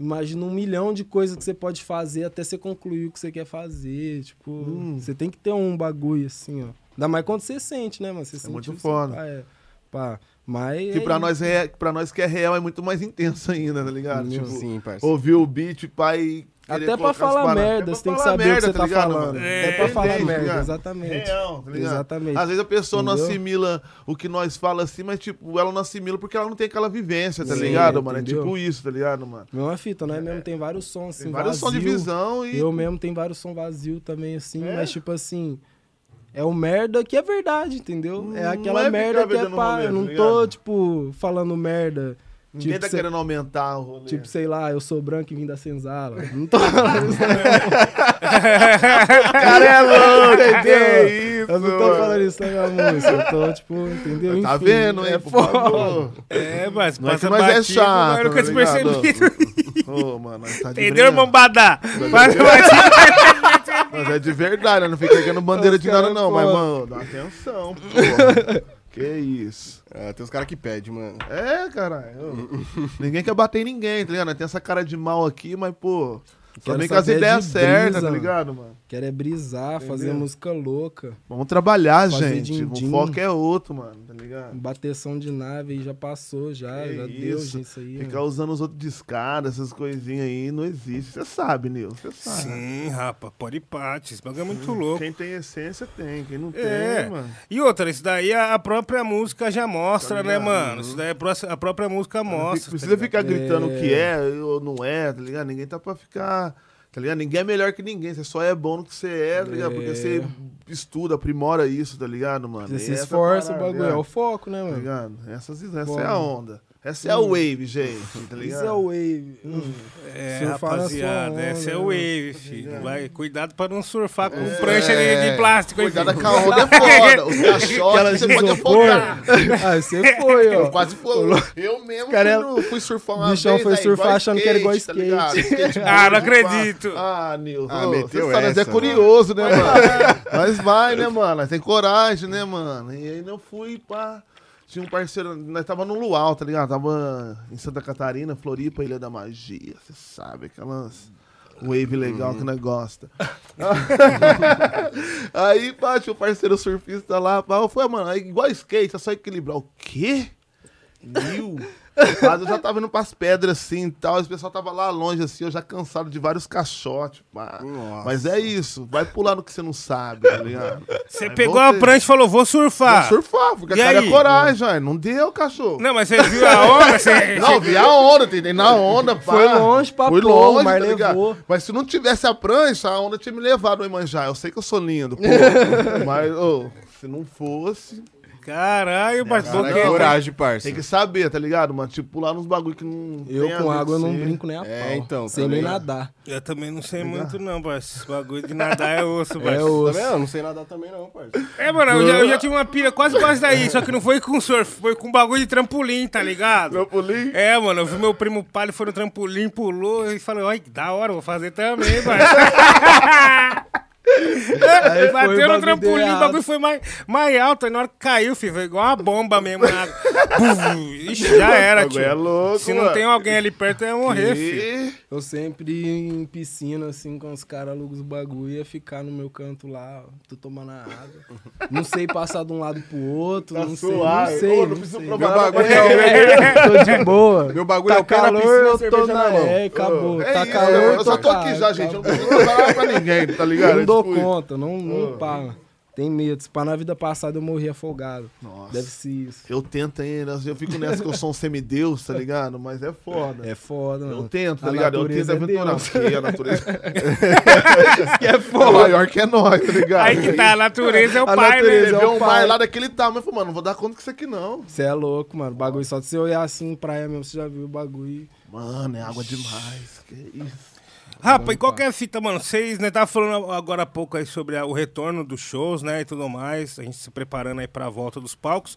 Speaker 4: Imagina um milhão de coisas que você pode fazer até você concluir o que você quer fazer. Tipo,
Speaker 3: Hum.
Speaker 4: você tem que ter um bagulho assim, ó. Ainda mais quando você sente, né, mano? Você sente
Speaker 3: muito
Speaker 4: isso,
Speaker 3: foda.
Speaker 4: Pá, é. pá. Mas.
Speaker 3: Que
Speaker 4: é
Speaker 3: pra
Speaker 4: isso.
Speaker 3: nós, é, pra nós que é real é muito mais intenso ainda, tá ligado?
Speaker 4: Meu,
Speaker 3: Tipo,
Speaker 2: Sim, parça.
Speaker 3: ouvir o beat, pai.
Speaker 4: Até pra falar merda, você tem que saber o que você tá, falando.
Speaker 1: É,
Speaker 4: Até pra falar
Speaker 3: entende,
Speaker 4: merda,
Speaker 3: cara?
Speaker 4: exatamente.
Speaker 3: Real, tá ligado?
Speaker 4: Exatamente.
Speaker 3: Às vezes a pessoa não
Speaker 4: Entendeu?
Speaker 3: assimila o que nós fala assim, mas tipo, ela não assimila porque ela não tem aquela vivência, tá
Speaker 4: Sim,
Speaker 3: ligado, mano?
Speaker 4: entendeu?
Speaker 3: É tipo isso, tá ligado, mano?
Speaker 4: Mesma fita, nós mesmo tem vários sons, assim,
Speaker 3: É, Tem vários sons de
Speaker 4: vazio.
Speaker 3: visão e.
Speaker 4: Eu mesmo tenho vários som vazio também, assim,
Speaker 3: É?
Speaker 4: mas tipo assim. É o merda que é verdade, entendeu? é
Speaker 3: Não
Speaker 4: aquela
Speaker 3: é ficar
Speaker 4: merda que é
Speaker 3: vendendo
Speaker 4: pá.
Speaker 3: rolê,
Speaker 4: Eu não
Speaker 3: tá
Speaker 4: tô,
Speaker 3: ligado?
Speaker 4: tipo, falando merda.
Speaker 3: Ninguém
Speaker 4: Tipo,
Speaker 3: tá
Speaker 4: sei,
Speaker 3: querendo aumentar o rolê.
Speaker 4: tipo, sei lá, eu sou branco e vim da
Speaker 3: [LAUGHS]
Speaker 4: senzala. Não tô.
Speaker 3: cara é louco,
Speaker 4: entendeu?
Speaker 3: que
Speaker 4: [LAUGHS]
Speaker 3: isso,
Speaker 4: eu não tô
Speaker 3: mano?
Speaker 4: falando isso na minha música. Eu tô, tipo, entendeu?
Speaker 3: Tá
Speaker 4: Enfim,
Speaker 3: vendo, hein?
Speaker 4: É
Speaker 3: por
Speaker 4: foda.
Speaker 3: favor.
Speaker 1: [LAUGHS] É, mas
Speaker 3: Não é que
Speaker 1: passa
Speaker 3: nós é
Speaker 1: batido, mas
Speaker 3: chato,
Speaker 1: nunca
Speaker 3: tá
Speaker 1: se
Speaker 3: ligado?
Speaker 1: percebi.
Speaker 3: Ô, mano, nós tá de
Speaker 1: Entendeu,
Speaker 3: brincadeira.
Speaker 1: bombada? Passa batido.
Speaker 3: Mas é de verdade, eu não fica pegando bandeira
Speaker 4: Os
Speaker 3: de nada,
Speaker 4: cara,
Speaker 3: não.
Speaker 4: pô.
Speaker 3: Mas, mano, dá atenção, pô. que isso.
Speaker 2: Ah, tem os caras que pedem, mano.
Speaker 3: É, caralho. ninguém quer bater em ninguém, tá ligado? Nós Tem essa cara de mal aqui, mas, pô.
Speaker 4: Quero
Speaker 3: Também com as
Speaker 4: saber de
Speaker 3: ideias certas,
Speaker 4: brisa,
Speaker 3: tá
Speaker 4: mano.
Speaker 3: ligado, mano?
Speaker 4: Quero é brisar, fazer
Speaker 3: Entendeu?
Speaker 4: música louca.
Speaker 3: Vamos trabalhar,
Speaker 4: Fazer
Speaker 3: gente.
Speaker 4: din-din.
Speaker 3: O foco é outro, mano, tá ligado?
Speaker 4: Bateção de nave já passou, já.
Speaker 3: Que
Speaker 4: já
Speaker 3: isso.
Speaker 4: deu, gente, isso aí.
Speaker 3: Ficar
Speaker 4: mano.
Speaker 3: usando os outros de escada, essas coisinhas aí, não existe. Você sabe, Nil, você sabe.
Speaker 1: Sim, rapa, pode pate. Esse bagulho é muito louco.
Speaker 3: Hum, Quem tem essência tem, quem não tem,
Speaker 1: É.
Speaker 3: mano. Tá
Speaker 1: E outra, isso daí a a própria música já mostra, né,
Speaker 3: ligado?
Speaker 1: mano? Isso daí a pró- a própria música
Speaker 3: Fica-
Speaker 1: mostra.
Speaker 3: precisa
Speaker 1: tá ligado?
Speaker 3: ficar gritando
Speaker 4: É.
Speaker 3: o que é ou não é, tá ligado? Ninguém tá pra ficar. Tá ligado? Ninguém é melhor que ninguém. Você só é bom no que você é, tá ligado?
Speaker 4: É.
Speaker 3: Porque você estuda, aprimora isso, tá ligado, mano?
Speaker 4: Você
Speaker 3: E
Speaker 4: se
Speaker 3: essa
Speaker 4: esforça, o
Speaker 3: parada,
Speaker 4: bagulho. É o foco, né,
Speaker 3: Tá
Speaker 4: mano?
Speaker 3: ligado? Essas, essa
Speaker 4: Bom.
Speaker 3: é a onda. Essa é a wave, gente,
Speaker 4: Isso
Speaker 3: tá ligado?
Speaker 4: é o wave.
Speaker 1: É,
Speaker 4: Surfar na sua
Speaker 1: rapaziada,
Speaker 4: onda,
Speaker 1: essa é
Speaker 4: né?
Speaker 1: o wave, filho. Vai, cuidado pra não surfar com prancha de, de plástico. hein,
Speaker 3: É, Cuidado
Speaker 1: filho?
Speaker 3: com a onda é
Speaker 4: [LAUGHS]
Speaker 3: foda. Os cachorros, você pode
Speaker 4: Isopor.
Speaker 3: afogar.
Speaker 4: [LAUGHS] Ah, você foi, ó.
Speaker 3: Eu quase fui. Eu mesmo
Speaker 4: cara é-
Speaker 3: fui, no- fui surfar uma
Speaker 4: Bichão
Speaker 3: vez.
Speaker 4: foi
Speaker 3: aí,
Speaker 4: surfar
Speaker 3: igual tá
Speaker 4: achando que era igual skate.
Speaker 3: ligado?
Speaker 4: [LAUGHS]
Speaker 3: Skateboard,
Speaker 1: Ah, não
Speaker 3: pá.
Speaker 1: acredito.
Speaker 3: né? Ah, Nil.
Speaker 2: Ah,
Speaker 3: ô,
Speaker 2: meteu
Speaker 3: você sabe, nós
Speaker 2: essa,
Speaker 3: é curioso, né, mano? Mas vai, né, mano? Nós tem coragem, né, mano? E aí eu fui, pá. Tinha um parceiro, nós tava no Luau, tá ligado? Tava em Santa Catarina, Floripa, Ilha da Magia, você sabe, aquelas wave legal
Speaker 4: Uhum.
Speaker 3: que nós gosta. aí, pá, tinha um parceiro surfista lá, pá, eu falei, ah, mano, é igual skate, é só equilibrar. O quê? Mil? Mas eu já tava indo pras pedras assim e tal. Esse pessoal tava lá longe, assim, eu já cansado de vários caixotes. pá.
Speaker 2: Nossa.
Speaker 3: Mas é isso, vai pular no que você não sabe, tá ligado?
Speaker 1: Você
Speaker 3: Aí
Speaker 1: pegou a
Speaker 3: voltei.
Speaker 1: prancha e falou, vou
Speaker 3: Vou
Speaker 1: surfar.
Speaker 3: surfar, porque a
Speaker 1: E
Speaker 3: cara
Speaker 1: aí?
Speaker 3: é coragem, ué. não deu, cachorro.
Speaker 1: Não, mas você viu a
Speaker 3: [LAUGHS]
Speaker 1: onda? Você...
Speaker 3: Não, vi a onda, entendeu? Na onda, pá.
Speaker 4: Foi longe, pá,
Speaker 3: Fui
Speaker 4: pô,
Speaker 3: longe,
Speaker 4: mas
Speaker 3: tá ligado?
Speaker 4: levou.
Speaker 3: Mas se não tivesse a prancha, a onda
Speaker 4: [LAUGHS]
Speaker 3: tinha me levado a Imanjá. Eu sei que eu sou lindo, pô. mas, ô, se não fosse... É,
Speaker 1: Caralho, parceiro.
Speaker 2: Cara,
Speaker 1: que-
Speaker 2: coragem, parça.
Speaker 3: Tem que saber, tá ligado, mano? Tipo, pular nos bagulho que não.
Speaker 4: Eu
Speaker 3: tem a
Speaker 4: com
Speaker 3: ver
Speaker 4: água eu não
Speaker 3: você.
Speaker 4: brinco nem a pau.
Speaker 2: É, então,
Speaker 4: Sem
Speaker 2: tá
Speaker 4: nem
Speaker 2: ligado?
Speaker 4: nadar.
Speaker 1: Eu também não sei muito, não, parceiro. Esse bagulho de nadar é
Speaker 3: [LAUGHS]
Speaker 1: osso,
Speaker 4: É
Speaker 1: parceiro.
Speaker 2: Tá
Speaker 4: osso.
Speaker 2: vendo? Eu Não sei nadar também, não, parça.
Speaker 1: É, mano, eu já, eu já tive uma pilha quase quase daí, só que não foi com surf, foi com bagulho de trampolim, tá ligado?
Speaker 3: Trampolim?
Speaker 1: É, mano, eu vi meu primo palho, foi no trampolim, pulou e falou, ai, que da hora, vou fazer também,
Speaker 3: [LAUGHS]
Speaker 1: mano.
Speaker 4: foi, o
Speaker 1: Bateu
Speaker 4: bagulho
Speaker 1: no trampolim,
Speaker 4: deu
Speaker 1: o bagulho
Speaker 4: errado.
Speaker 1: foi mais, mais alto, aí na hora que caiu, filho, foi igual uma bomba mesmo na água. Bum, Ixi, já era,
Speaker 3: bagulho
Speaker 1: tio.
Speaker 3: é louco,
Speaker 1: Se não
Speaker 3: mano.
Speaker 1: tem alguém ali perto, eu ia morrer, filho.
Speaker 3: E...
Speaker 4: Eu sempre ia em piscina, assim, com os caras alugam os bagulho, ia ficar no meu canto lá, ó, tô tomando a água. Não sei passar de um lado pro outro,
Speaker 3: Tá
Speaker 4: não sei,
Speaker 3: suave.
Speaker 4: não sei,
Speaker 3: Ô, não
Speaker 4: não
Speaker 3: preciso
Speaker 4: sei.
Speaker 3: provar.
Speaker 2: Meu
Speaker 3: Vai,
Speaker 2: bagulho
Speaker 3: vai,
Speaker 2: é.
Speaker 4: [LAUGHS] É, [LAUGHS] tô de boa.
Speaker 2: Meu bagulho
Speaker 4: tá
Speaker 2: é o cara na
Speaker 4: calor,
Speaker 2: piscina,
Speaker 4: eu tô
Speaker 2: cerveja
Speaker 4: na...
Speaker 2: na mão.
Speaker 4: É, acabou.
Speaker 3: É
Speaker 4: tá
Speaker 3: isso,
Speaker 4: calor,
Speaker 3: eu só tô
Speaker 4: tá-
Speaker 3: aqui já,
Speaker 4: tá-
Speaker 3: gente. Eu não preciso provar
Speaker 2: é
Speaker 3: nada pra ninguém, tá ligado?
Speaker 4: Não dou
Speaker 2: Tipo,
Speaker 3: Descuide.
Speaker 4: conta, não, não pá. Tem medo. Se pá, na vida passada eu morri afogado.
Speaker 3: Nossa.
Speaker 4: Deve ser isso.
Speaker 3: Eu tento ainda, eu fico nessa que eu sou um semideus, tá ligado? Mas é foda.
Speaker 4: É foda, mano.
Speaker 3: Eu tento, tá
Speaker 4: A
Speaker 3: ligado? Eu tento
Speaker 4: natureza é
Speaker 3: aventurar.
Speaker 4: Deus.
Speaker 3: Porque
Speaker 4: [LAUGHS]
Speaker 3: a natureza. [LAUGHS] que é foda. maior que é nós, tá ligado?
Speaker 1: Aí que tá, a natureza é o pai,
Speaker 3: a
Speaker 1: né?
Speaker 3: natureza
Speaker 4: é
Speaker 3: vê
Speaker 4: o
Speaker 3: um
Speaker 4: pai.
Speaker 3: pai lá daquele tamanho. Eu falo, mano, não vou dar conta com isso aqui, não.
Speaker 4: Você é louco, mano. Bagulho só de você olhar assim em praia mesmo, você já viu o bagulho.
Speaker 3: Mano, é água demais. Que isso.
Speaker 1: Rapa, e qual que é a fita, mano? Vocês, né, tava falando agora há pouco aí sobre a- o retorno dos shows, né, e tudo mais, a gente se preparando aí pra volta dos palcos.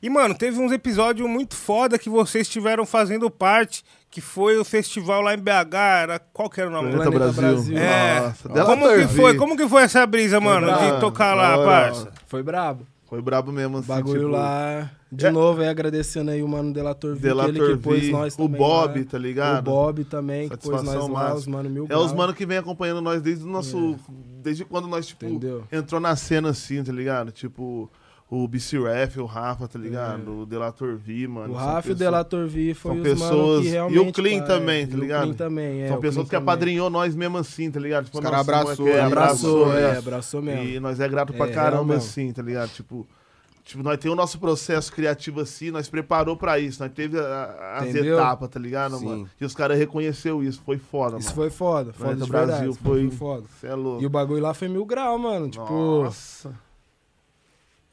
Speaker 1: E, mano, teve uns episódios muito foda que vocês tiveram fazendo parte, que foi o festival lá em BH, era, qual que era o nome?
Speaker 4: Planeta Brasil. Brasil.
Speaker 1: É,
Speaker 3: Nossa,
Speaker 1: como que
Speaker 3: Delatorvi.
Speaker 1: foi? Como que foi essa brisa, mano, de
Speaker 3: brabo,
Speaker 1: tocar
Speaker 3: da
Speaker 1: lá,
Speaker 3: hora.
Speaker 1: parça?
Speaker 4: Foi brabo.
Speaker 3: Foi brabo mesmo,
Speaker 4: O
Speaker 3: assim.
Speaker 4: bagulho
Speaker 3: tipo,
Speaker 4: lá. De novo, aí agradecendo aí o mano Delator V,
Speaker 3: Delatorvi,
Speaker 4: que ele que pôs nós
Speaker 3: o
Speaker 4: também.
Speaker 3: Bob,
Speaker 4: lá.
Speaker 3: tá ligado?
Speaker 4: O Bob também, que pôs
Speaker 3: Satisfação
Speaker 4: nós lá,
Speaker 3: máxima.
Speaker 4: os mano mil
Speaker 3: É os
Speaker 4: grau. É.
Speaker 3: mano que vem acompanhando nós desde o nosso. Desde quando nós, tipo,
Speaker 4: Entendeu?
Speaker 3: entrou na cena assim, tá ligado? Tipo, o BC Ref, o Rafa, tá ligado? O Delator V, mano.
Speaker 4: É. O
Speaker 3: são
Speaker 4: Rafa e o
Speaker 3: pessoas-
Speaker 4: Delator V foi
Speaker 3: são
Speaker 4: os mano
Speaker 3: pessoas-
Speaker 4: que
Speaker 3: e o
Speaker 4: realmente...
Speaker 3: Clean
Speaker 4: pá,
Speaker 3: também,
Speaker 4: é,
Speaker 3: tá
Speaker 4: e o
Speaker 3: ligado?
Speaker 4: Clean também, é.
Speaker 3: São
Speaker 4: o
Speaker 3: pessoas
Speaker 4: Clean
Speaker 3: que
Speaker 4: também.
Speaker 3: apadrinhou nós mesmo assim, tá ligado? Tipo,
Speaker 2: Os cara
Speaker 3: nossa, esse
Speaker 2: abraçou,
Speaker 3: moleque é-
Speaker 4: Abraçou, é,
Speaker 3: abraçou.
Speaker 4: abraçou mesmo.
Speaker 3: E nós é grato pra
Speaker 4: É, real
Speaker 3: caramba,
Speaker 4: mesmo.
Speaker 3: assim, tá ligado? Tipo, tipo, nós tem o nosso processo criativo assim, nós preparou pra isso, nós teve a- a- as
Speaker 4: Entendeu?
Speaker 3: etapas, tá ligado,
Speaker 2: Sim.
Speaker 3: mano? E os caras reconheceu isso, foi foda,
Speaker 4: Isso
Speaker 3: mano.
Speaker 4: foi foda, foda
Speaker 3: Planeta
Speaker 4: de verdade.
Speaker 3: Brasil
Speaker 4: isso foi...
Speaker 3: foi-
Speaker 4: foda.
Speaker 3: Cê é louco.
Speaker 4: E o bagulho lá foi mil grau, mano. Tipo,
Speaker 3: Nossa.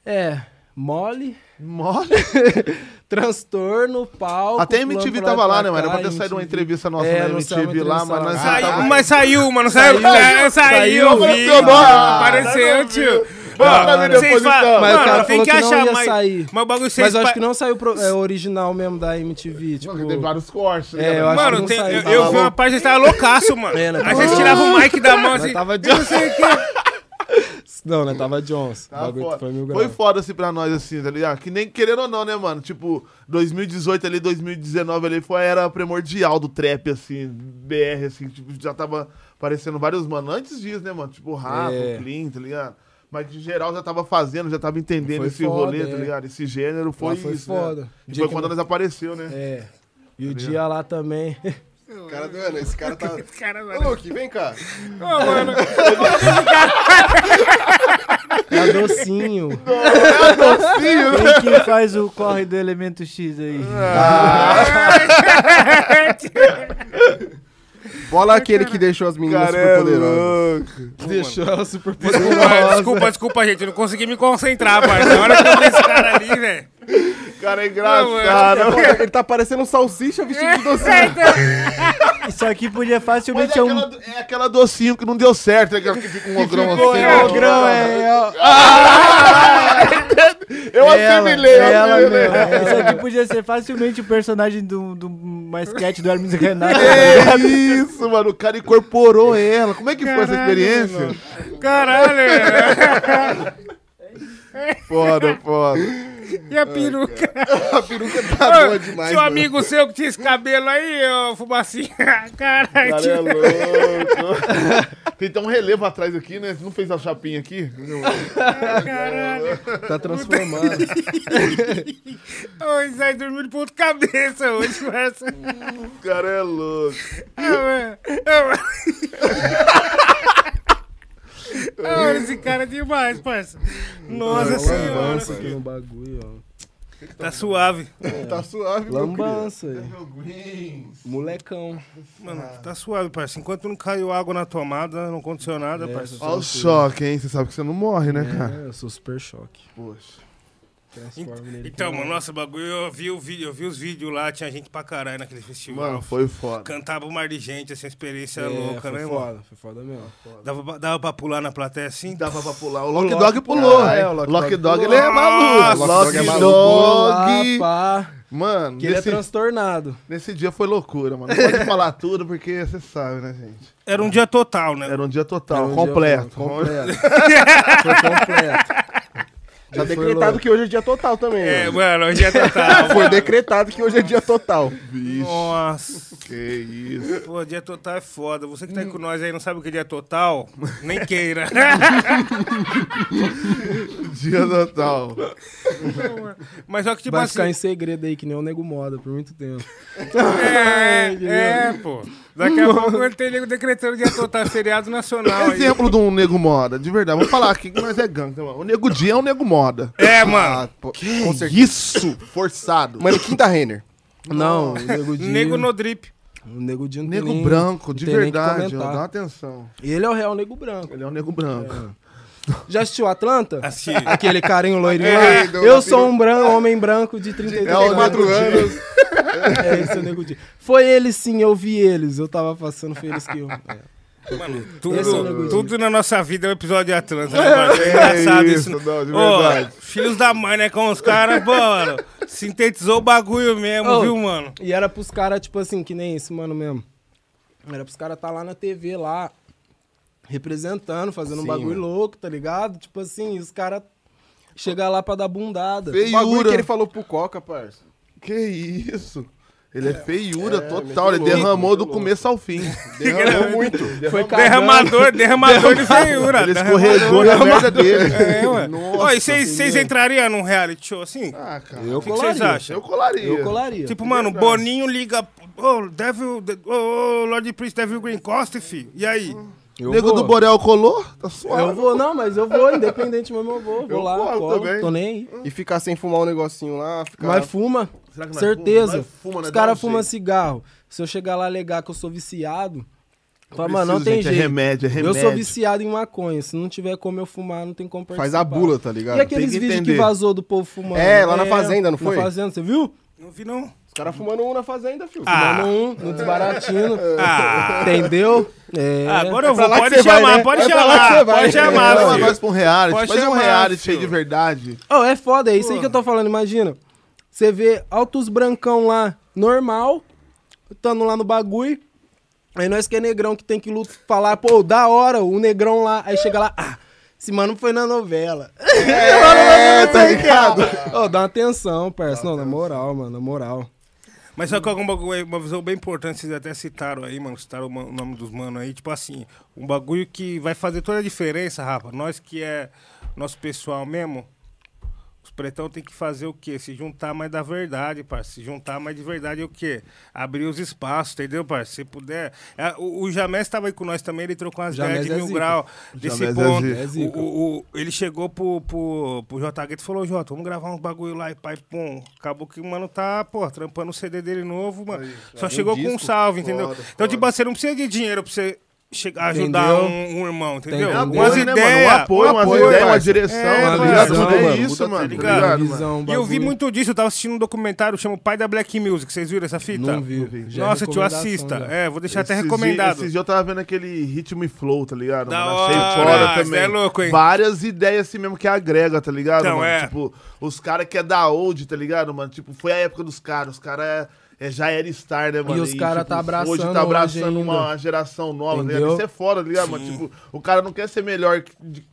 Speaker 4: é, mole,
Speaker 3: Mole.
Speaker 4: [LAUGHS] transtorno, palco...
Speaker 3: Até a MTV
Speaker 4: plano pra
Speaker 3: tava lá, né,
Speaker 4: pra
Speaker 3: mano? Era
Speaker 4: cá,
Speaker 3: pra ter saído uma
Speaker 4: MTV.
Speaker 3: entrevista nossa
Speaker 4: É,
Speaker 3: na
Speaker 4: não saiu uma
Speaker 3: MTV lá,
Speaker 4: entrevista
Speaker 3: mas nós
Speaker 4: lá.
Speaker 1: Saiu,
Speaker 3: Ah, tava-
Speaker 1: mas saiu, mano, saiu, é,
Speaker 4: Saiu,
Speaker 1: saiu, saiu,
Speaker 4: saiu,
Speaker 1: eu vi.
Speaker 3: apareceu, mano.
Speaker 1: Apareceu, tio.
Speaker 3: Bora,
Speaker 1: Mano,
Speaker 3: Brasil,
Speaker 1: vocês
Speaker 3: depois
Speaker 1: falam,
Speaker 3: então.
Speaker 4: Mas o cara
Speaker 1: mano, tem
Speaker 4: falou
Speaker 1: que
Speaker 4: que não
Speaker 1: achar,
Speaker 4: ia
Speaker 1: mas...
Speaker 4: sair.
Speaker 1: Mas o bagulho vocês...
Speaker 4: Mas eu acho
Speaker 1: pa-
Speaker 4: que não saiu pro, é, original mesmo da MTV, tipo...
Speaker 3: Tem vários cortes,
Speaker 4: É,
Speaker 3: né?
Speaker 4: eu acho- que
Speaker 1: Mano,
Speaker 4: não
Speaker 1: tem-
Speaker 4: saiu,
Speaker 1: eu,
Speaker 2: tá
Speaker 4: tava
Speaker 1: eu vi uma
Speaker 4: louco.
Speaker 1: parte que vocês tava loucaço, mano.
Speaker 4: É, né,
Speaker 1: Aí
Speaker 4: tava
Speaker 1: vocês
Speaker 4: louco.
Speaker 1: tiravam o mic
Speaker 2: tá
Speaker 1: da mão
Speaker 4: Nós
Speaker 1: assim.
Speaker 4: tava de... [LAUGHS] Não, né? Tava Jones.
Speaker 3: Tá
Speaker 4: o bagulho
Speaker 3: foda.
Speaker 4: foi é mil grau.
Speaker 3: Foi foda assim pra nós, assim, tá ligado? Que nem querendo ou não, né, mano? Tipo, 2018 ali, 2019 ali, foi a era primordial do trap, assim, BR, assim, tipo, já tava aparecendo vários, mano, antes disso, né, mano? Tipo, Rafa,
Speaker 4: É.
Speaker 3: Clean, tá ligado? Mas de geral já tava fazendo, já tava entendendo
Speaker 4: Foi
Speaker 3: esse
Speaker 4: foda,
Speaker 3: rolê,
Speaker 4: é.
Speaker 3: tá ligado? Esse gênero foi,
Speaker 4: foi
Speaker 3: isso,
Speaker 4: foda.
Speaker 3: né? E
Speaker 4: Dia
Speaker 3: foi
Speaker 4: que
Speaker 3: quando
Speaker 4: nós-
Speaker 3: nós apareceu, né?
Speaker 4: É. E o dia lá
Speaker 3: [LAUGHS]
Speaker 4: também. [LAUGHS]
Speaker 2: O cara doendo, esse cara tá.
Speaker 1: Cara,
Speaker 2: Ô, Luke, vem cá. Tá
Speaker 4: É docinho.
Speaker 3: é
Speaker 5: Quem que faz o corre do elemento X aí?
Speaker 2: Bola aquele que deixou as meninas
Speaker 3: Cara,
Speaker 2: super
Speaker 3: é
Speaker 2: poderosas.
Speaker 4: Deixou ela super [LAUGHS]
Speaker 1: desculpa, desculpa, desculpa, gente. Eu não consegui me concentrar, parceiro. Na hora que eu vi esse cara ali, velho.
Speaker 3: Cara, é
Speaker 1: engraçado.
Speaker 3: engraçado.
Speaker 2: Ele tá parecendo um salsicha vestido de docinho.
Speaker 5: [LAUGHS] Isso aqui podia
Speaker 3: Mas
Speaker 5: facilmente
Speaker 3: é
Speaker 5: é um. [LAUGHS]
Speaker 3: aquela, do- é aquela docinho que não deu certo, é aquela que fica um ogrão assim.
Speaker 5: É o grão, é. é o-
Speaker 3: Eu
Speaker 5: é ela,
Speaker 3: assimilei,
Speaker 5: é
Speaker 3: eu
Speaker 5: ela
Speaker 3: assimilei.
Speaker 5: mesmo, é. Isso aqui podia ser facilmente o personagem de um- de uma sketch do Hermes e Renato.
Speaker 3: [LAUGHS] É isso, mano. O cara incorporou ela. Como é que foi essa experiência?
Speaker 1: Caralho, é. velho.
Speaker 3: Foda, foda.
Speaker 1: E a peruca?
Speaker 2: [LAUGHS] A peruca tá boa demais.
Speaker 1: Seu
Speaker 2: mano.
Speaker 1: amigo seu que tinha esse cabelo aí, ô fumacinha. [LAUGHS] Caralho,
Speaker 3: Cara, é
Speaker 1: tio.
Speaker 3: louco. Tem até um relevo atrás aqui, né? Você não fez a chapinha aqui?
Speaker 1: Caralho.
Speaker 4: Tá transformando.
Speaker 1: Ô, Isaí dormiu de ponta cabeça hoje, parceiro.
Speaker 3: O cara é louco.
Speaker 1: Ah, mano. [LAUGHS] Ah, mano. Ah, mano, esse cara é demais, parça. Nossa senhora.
Speaker 4: né? Lambança aqui no bagulho, ó.
Speaker 1: Tá suave.
Speaker 2: Tá suave, meu querido.
Speaker 4: Lambança. aí. Molecão.
Speaker 1: Mano, tá suave, parça. Enquanto não caiu água na tomada, não aconteceu nada, parça.
Speaker 3: É. Olha o choque, hein? Você sabe que você não morre, né, cara?
Speaker 4: É, eu sou super choque.
Speaker 3: Poxa.
Speaker 4: Transforma ele.
Speaker 1: Então, mano, nossa, o bagulho, eu vi o vídeo, eu vi os vídeos lá, tinha gente pra caralho naquele festival.
Speaker 3: Mano, foi foda.
Speaker 1: Cantava um mar de gente, assim, experiência
Speaker 4: É,
Speaker 1: louca,
Speaker 4: foi
Speaker 1: né,
Speaker 4: foda,
Speaker 1: mano?
Speaker 4: foi foda mesmo.
Speaker 1: Dava, pra- dava pra pular na plateia assim?
Speaker 3: Dava pra pular. O Lock
Speaker 4: Lock-
Speaker 3: Dog pulou.
Speaker 4: Ah, é,
Speaker 3: o
Speaker 4: o
Speaker 3: Lock,
Speaker 4: Lock
Speaker 3: Dog,
Speaker 4: Dog
Speaker 3: ele é maluco.
Speaker 1: Nossa,
Speaker 3: Lock
Speaker 2: Lock Dog é
Speaker 3: Dog.
Speaker 2: maluco.
Speaker 4: Lá, pá,
Speaker 3: Mano,
Speaker 4: que ele é
Speaker 3: nesse,
Speaker 4: transtornado.
Speaker 3: nesse dia foi loucura, mano. Não pode falar tudo porque você sabe, né, gente?
Speaker 1: Era um dia total, né?
Speaker 3: Era um dia total,
Speaker 4: Era um dia
Speaker 3: completo.
Speaker 4: Completo. foi completo.
Speaker 2: Tá
Speaker 4: Ele foi
Speaker 2: decretado
Speaker 4: louco.
Speaker 2: que hoje é dia total também.
Speaker 1: É,
Speaker 2: mano.
Speaker 1: mano, um dia total.
Speaker 2: Foi decretado que hoje é dia total.
Speaker 3: Bicho,
Speaker 1: Nossa,
Speaker 3: que isso.
Speaker 1: pô, dia total é foda. Você que tá aí com nós aí não sabe o que é dia total, nem queira.
Speaker 3: [LAUGHS] Dia total.
Speaker 1: Mas só que tipo
Speaker 4: Vai
Speaker 1: assim.
Speaker 4: ficar em segredo aí, que nem o nego moda, por muito tempo.
Speaker 1: É, é, pô. Daqui a pouco ele tem nego decretando dia total, feriado nacional aí.
Speaker 3: Exemplo de um nego moda, de verdade. Vamos falar aqui que nós é gangue. mano. O nego dia é um nego moda.
Speaker 1: É,
Speaker 3: Ah,
Speaker 1: mano.
Speaker 2: Ah, pô, com certeza.
Speaker 3: Isso! Forçado.
Speaker 2: Mano, quinta Renner.
Speaker 4: Não,
Speaker 1: [LAUGHS]
Speaker 4: o nego Di-
Speaker 1: Nego no drip.
Speaker 4: O nego Di não tem
Speaker 3: Nego
Speaker 4: nem-
Speaker 3: branco, de
Speaker 4: não tem nem que
Speaker 3: verdade. Ó,
Speaker 4: comentar.
Speaker 3: dá atenção.
Speaker 4: Ele é o real nego branco.
Speaker 3: Ele é um nego branco.
Speaker 4: Já assistiu Atlanta?
Speaker 1: Assim.
Speaker 4: Aquele carinho loirinho
Speaker 2: É,
Speaker 4: lá.
Speaker 2: do-
Speaker 4: Eu sou um branco, homem branco de 33
Speaker 2: É, o quatro
Speaker 4: anos.
Speaker 2: anos.
Speaker 4: É esse é o nego Di. Foi ele sim, eu vi eles. Eu tava passando, foi eles que eu. É.
Speaker 3: um
Speaker 1: Mano,
Speaker 4: Esse é o Nego
Speaker 1: tudo,
Speaker 4: Di.
Speaker 1: tudo na nossa vida é um episódio de Atlanta. Né, mano? É engraçado isso.
Speaker 3: isso, não, de
Speaker 1: Ô,
Speaker 3: verdade.
Speaker 1: filhos da mãe, né? Com os caras, mano. Sintetizou o bagulho mesmo,
Speaker 4: Ô.
Speaker 1: viu, mano?
Speaker 4: E era pros caras, tipo assim, que nem esse mano mesmo. Era pros caras tá lá na TV, lá, representando, fazendo um
Speaker 2: Sim,
Speaker 4: bagulho
Speaker 2: mano.
Speaker 4: louco, tá ligado? Tipo assim, os caras chegam lá pra dar bundada.
Speaker 2: O bagulho
Speaker 3: Feiura.
Speaker 2: que ele falou pro Coca, parça.
Speaker 3: Que isso? Ele é, feiura total.
Speaker 2: meteu
Speaker 3: Ele
Speaker 2: louco,
Speaker 3: derramou
Speaker 2: meteu
Speaker 3: do
Speaker 2: louco.
Speaker 3: começo ao fim.
Speaker 2: Derramou muito.
Speaker 4: Foi cagando.
Speaker 1: Derramador, derramador de feiura.
Speaker 3: Ele
Speaker 1: derramador.
Speaker 3: escorregou na merda dele.
Speaker 1: É, ué. Ô, e vocês entrariam num reality show assim?
Speaker 3: Ah, cara.
Speaker 4: Eu
Speaker 1: O que que vocês
Speaker 4: colaria.
Speaker 1: acham?
Speaker 3: Eu colaria.
Speaker 4: Eu colaria.
Speaker 1: Tipo, mano, Boninho liga. Ô, Devil. de- Ô, ô, Lord Prince, Devil Green Costa, filho. E aí?
Speaker 4: eu
Speaker 3: Nego
Speaker 4: vou.
Speaker 3: do Borel colou? Tá suave.
Speaker 4: Eu vou, não, mas eu vou, independente mesmo, eu vou. Vou
Speaker 3: Eu
Speaker 4: lá,
Speaker 3: vou
Speaker 4: colo,
Speaker 3: também.
Speaker 4: tô nem aí.
Speaker 2: E ficar sem fumar um negocinho lá, ficar...
Speaker 4: Mas fuma,
Speaker 3: Será que nós
Speaker 4: certeza.
Speaker 3: fuma? Nós fuma, né?
Speaker 4: Os
Speaker 3: Dá um
Speaker 4: caras fumam
Speaker 3: jeito.
Speaker 4: cigarro. Se eu chegar lá alegar que eu sou viciado, fala, mano, não
Speaker 3: Preciso,
Speaker 4: tem
Speaker 3: gente,
Speaker 4: jeito.
Speaker 3: É remédio, é remédio.
Speaker 4: Eu sou viciado em maconha. Se não tiver como eu fumar, não tem como participar.
Speaker 2: Faz a bula, tá ligado?
Speaker 4: E aqueles
Speaker 3: Tem que
Speaker 4: vídeos que
Speaker 3: entender.
Speaker 4: vazou do povo fumando?
Speaker 2: É, lá na fazenda, não foi?
Speaker 4: Na fazenda, você viu?
Speaker 1: Não vi,
Speaker 2: [LAUGHS]
Speaker 1: não.
Speaker 2: Os caras fumando um na fazenda, filho.
Speaker 1: Ah.
Speaker 4: Mano, um, no desbaratino.
Speaker 1: Ah.
Speaker 4: Entendeu? É.
Speaker 1: Agora eu
Speaker 2: É. pra
Speaker 1: vou.
Speaker 2: lá que
Speaker 1: Pode
Speaker 2: você vai,
Speaker 1: chamar,
Speaker 2: né?
Speaker 1: pode
Speaker 2: É pra lá que
Speaker 1: chamar.
Speaker 2: você vai.
Speaker 1: Pode chamar,
Speaker 3: Chama
Speaker 1: filho.
Speaker 3: nós pra um reality.
Speaker 1: Pode
Speaker 3: Faz um
Speaker 1: chamar,
Speaker 3: reality aí
Speaker 1: filho.
Speaker 3: de verdade.
Speaker 4: Oh, é foda, é isso aí que eu tô falando, imagina. Você vê altos brancão lá, normal, estando lá no bagulho. Aí nós que é negrão que tem que lutar, falar, pô, da hora, o negrão lá. Aí chega lá, ah, esse mano foi na novela. [LAUGHS]
Speaker 2: É, tá ligado?
Speaker 4: Ô, dá uma atenção, parça. Não, na moral, mano, na moral.
Speaker 1: Mas só que algum bagulho aí, uma visão bem importante, vocês até citaram aí, mano, citaram o man- o nome dos manos aí, tipo assim, um bagulho que vai fazer toda a diferença, rapa. Nós que é nosso pessoal mesmo, os pretão tem que fazer o quê? Se juntar mais da verdade, parceiro. Se juntar mais de verdade é o quê? Abrir os espaços, entendeu, parceiro? Se puder. É, O, o Jamés estava aí com nós também, ele trocou umas
Speaker 4: Jamés
Speaker 1: ideias de
Speaker 4: é
Speaker 1: mil
Speaker 4: zica.
Speaker 1: grau desse
Speaker 3: Jamés é
Speaker 1: ponto.
Speaker 3: zica.
Speaker 4: É zica.
Speaker 1: O- o- o- ele chegou pro, pro, pro J Gueto e falou, Jota, vamos gravar uns bagulho lá e pai, pum. Acabou que o mano tá, pô, trampando o CD dele novo, mano. Só chegou com um
Speaker 2: disco,
Speaker 1: salve, entendeu?
Speaker 2: foda,
Speaker 1: Então, tipo, você não precisa de dinheiro pra você chegar, ajudar
Speaker 4: Entendeu?
Speaker 1: um, um irmão, entendeu?
Speaker 4: Tem
Speaker 1: Umas
Speaker 4: apoio,
Speaker 3: né,
Speaker 1: ideias.
Speaker 3: mano? Um apoio,
Speaker 2: um
Speaker 3: umas
Speaker 2: apoio,
Speaker 3: ideias, uma
Speaker 2: parça.
Speaker 3: direção.
Speaker 1: É,
Speaker 3: tá
Speaker 4: uma
Speaker 3: ligado?
Speaker 4: visão,
Speaker 3: Tudo é
Speaker 2: mano.
Speaker 3: isso,
Speaker 2: Tá
Speaker 3: mano.
Speaker 1: ligado?
Speaker 3: Tá ligado,
Speaker 1: mano.
Speaker 3: mano?
Speaker 4: Visão,
Speaker 1: E eu vi
Speaker 4: um bagulho.
Speaker 1: muito disso, eu tava assistindo um documentário, chama O Pai da Black Music. Vocês viram essa fita?
Speaker 4: Não vi, vi. Já é
Speaker 1: Nossa, tio,
Speaker 4: recomendação,
Speaker 1: assista.
Speaker 4: já.
Speaker 1: É, vou deixar até
Speaker 3: Esses
Speaker 1: recomendado.
Speaker 3: dias- Esses dias eu tava vendo aquele ritmo e flow, tá ligado?
Speaker 1: Da
Speaker 3: mano? Achei
Speaker 1: hora,
Speaker 3: fora
Speaker 1: cê
Speaker 3: também.
Speaker 1: é louco, hein?
Speaker 3: Várias ideias assim mesmo que agrega, tá ligado?
Speaker 1: Então,
Speaker 3: mano?
Speaker 1: é.
Speaker 3: Tipo, os caras que é da old, tá ligado, mano? Tipo, foi a época dos caras. Os caras é- é, já era star, né, mano?
Speaker 4: os cara tá abraçando
Speaker 3: Hoje
Speaker 4: hoje
Speaker 3: tá
Speaker 4: ainda.
Speaker 3: abraçando uma geração nova, tá ligado?
Speaker 4: Entendeu?
Speaker 3: Isso é foda, tá ligado, mano? Tipo, o cara não quer ser melhor que- de,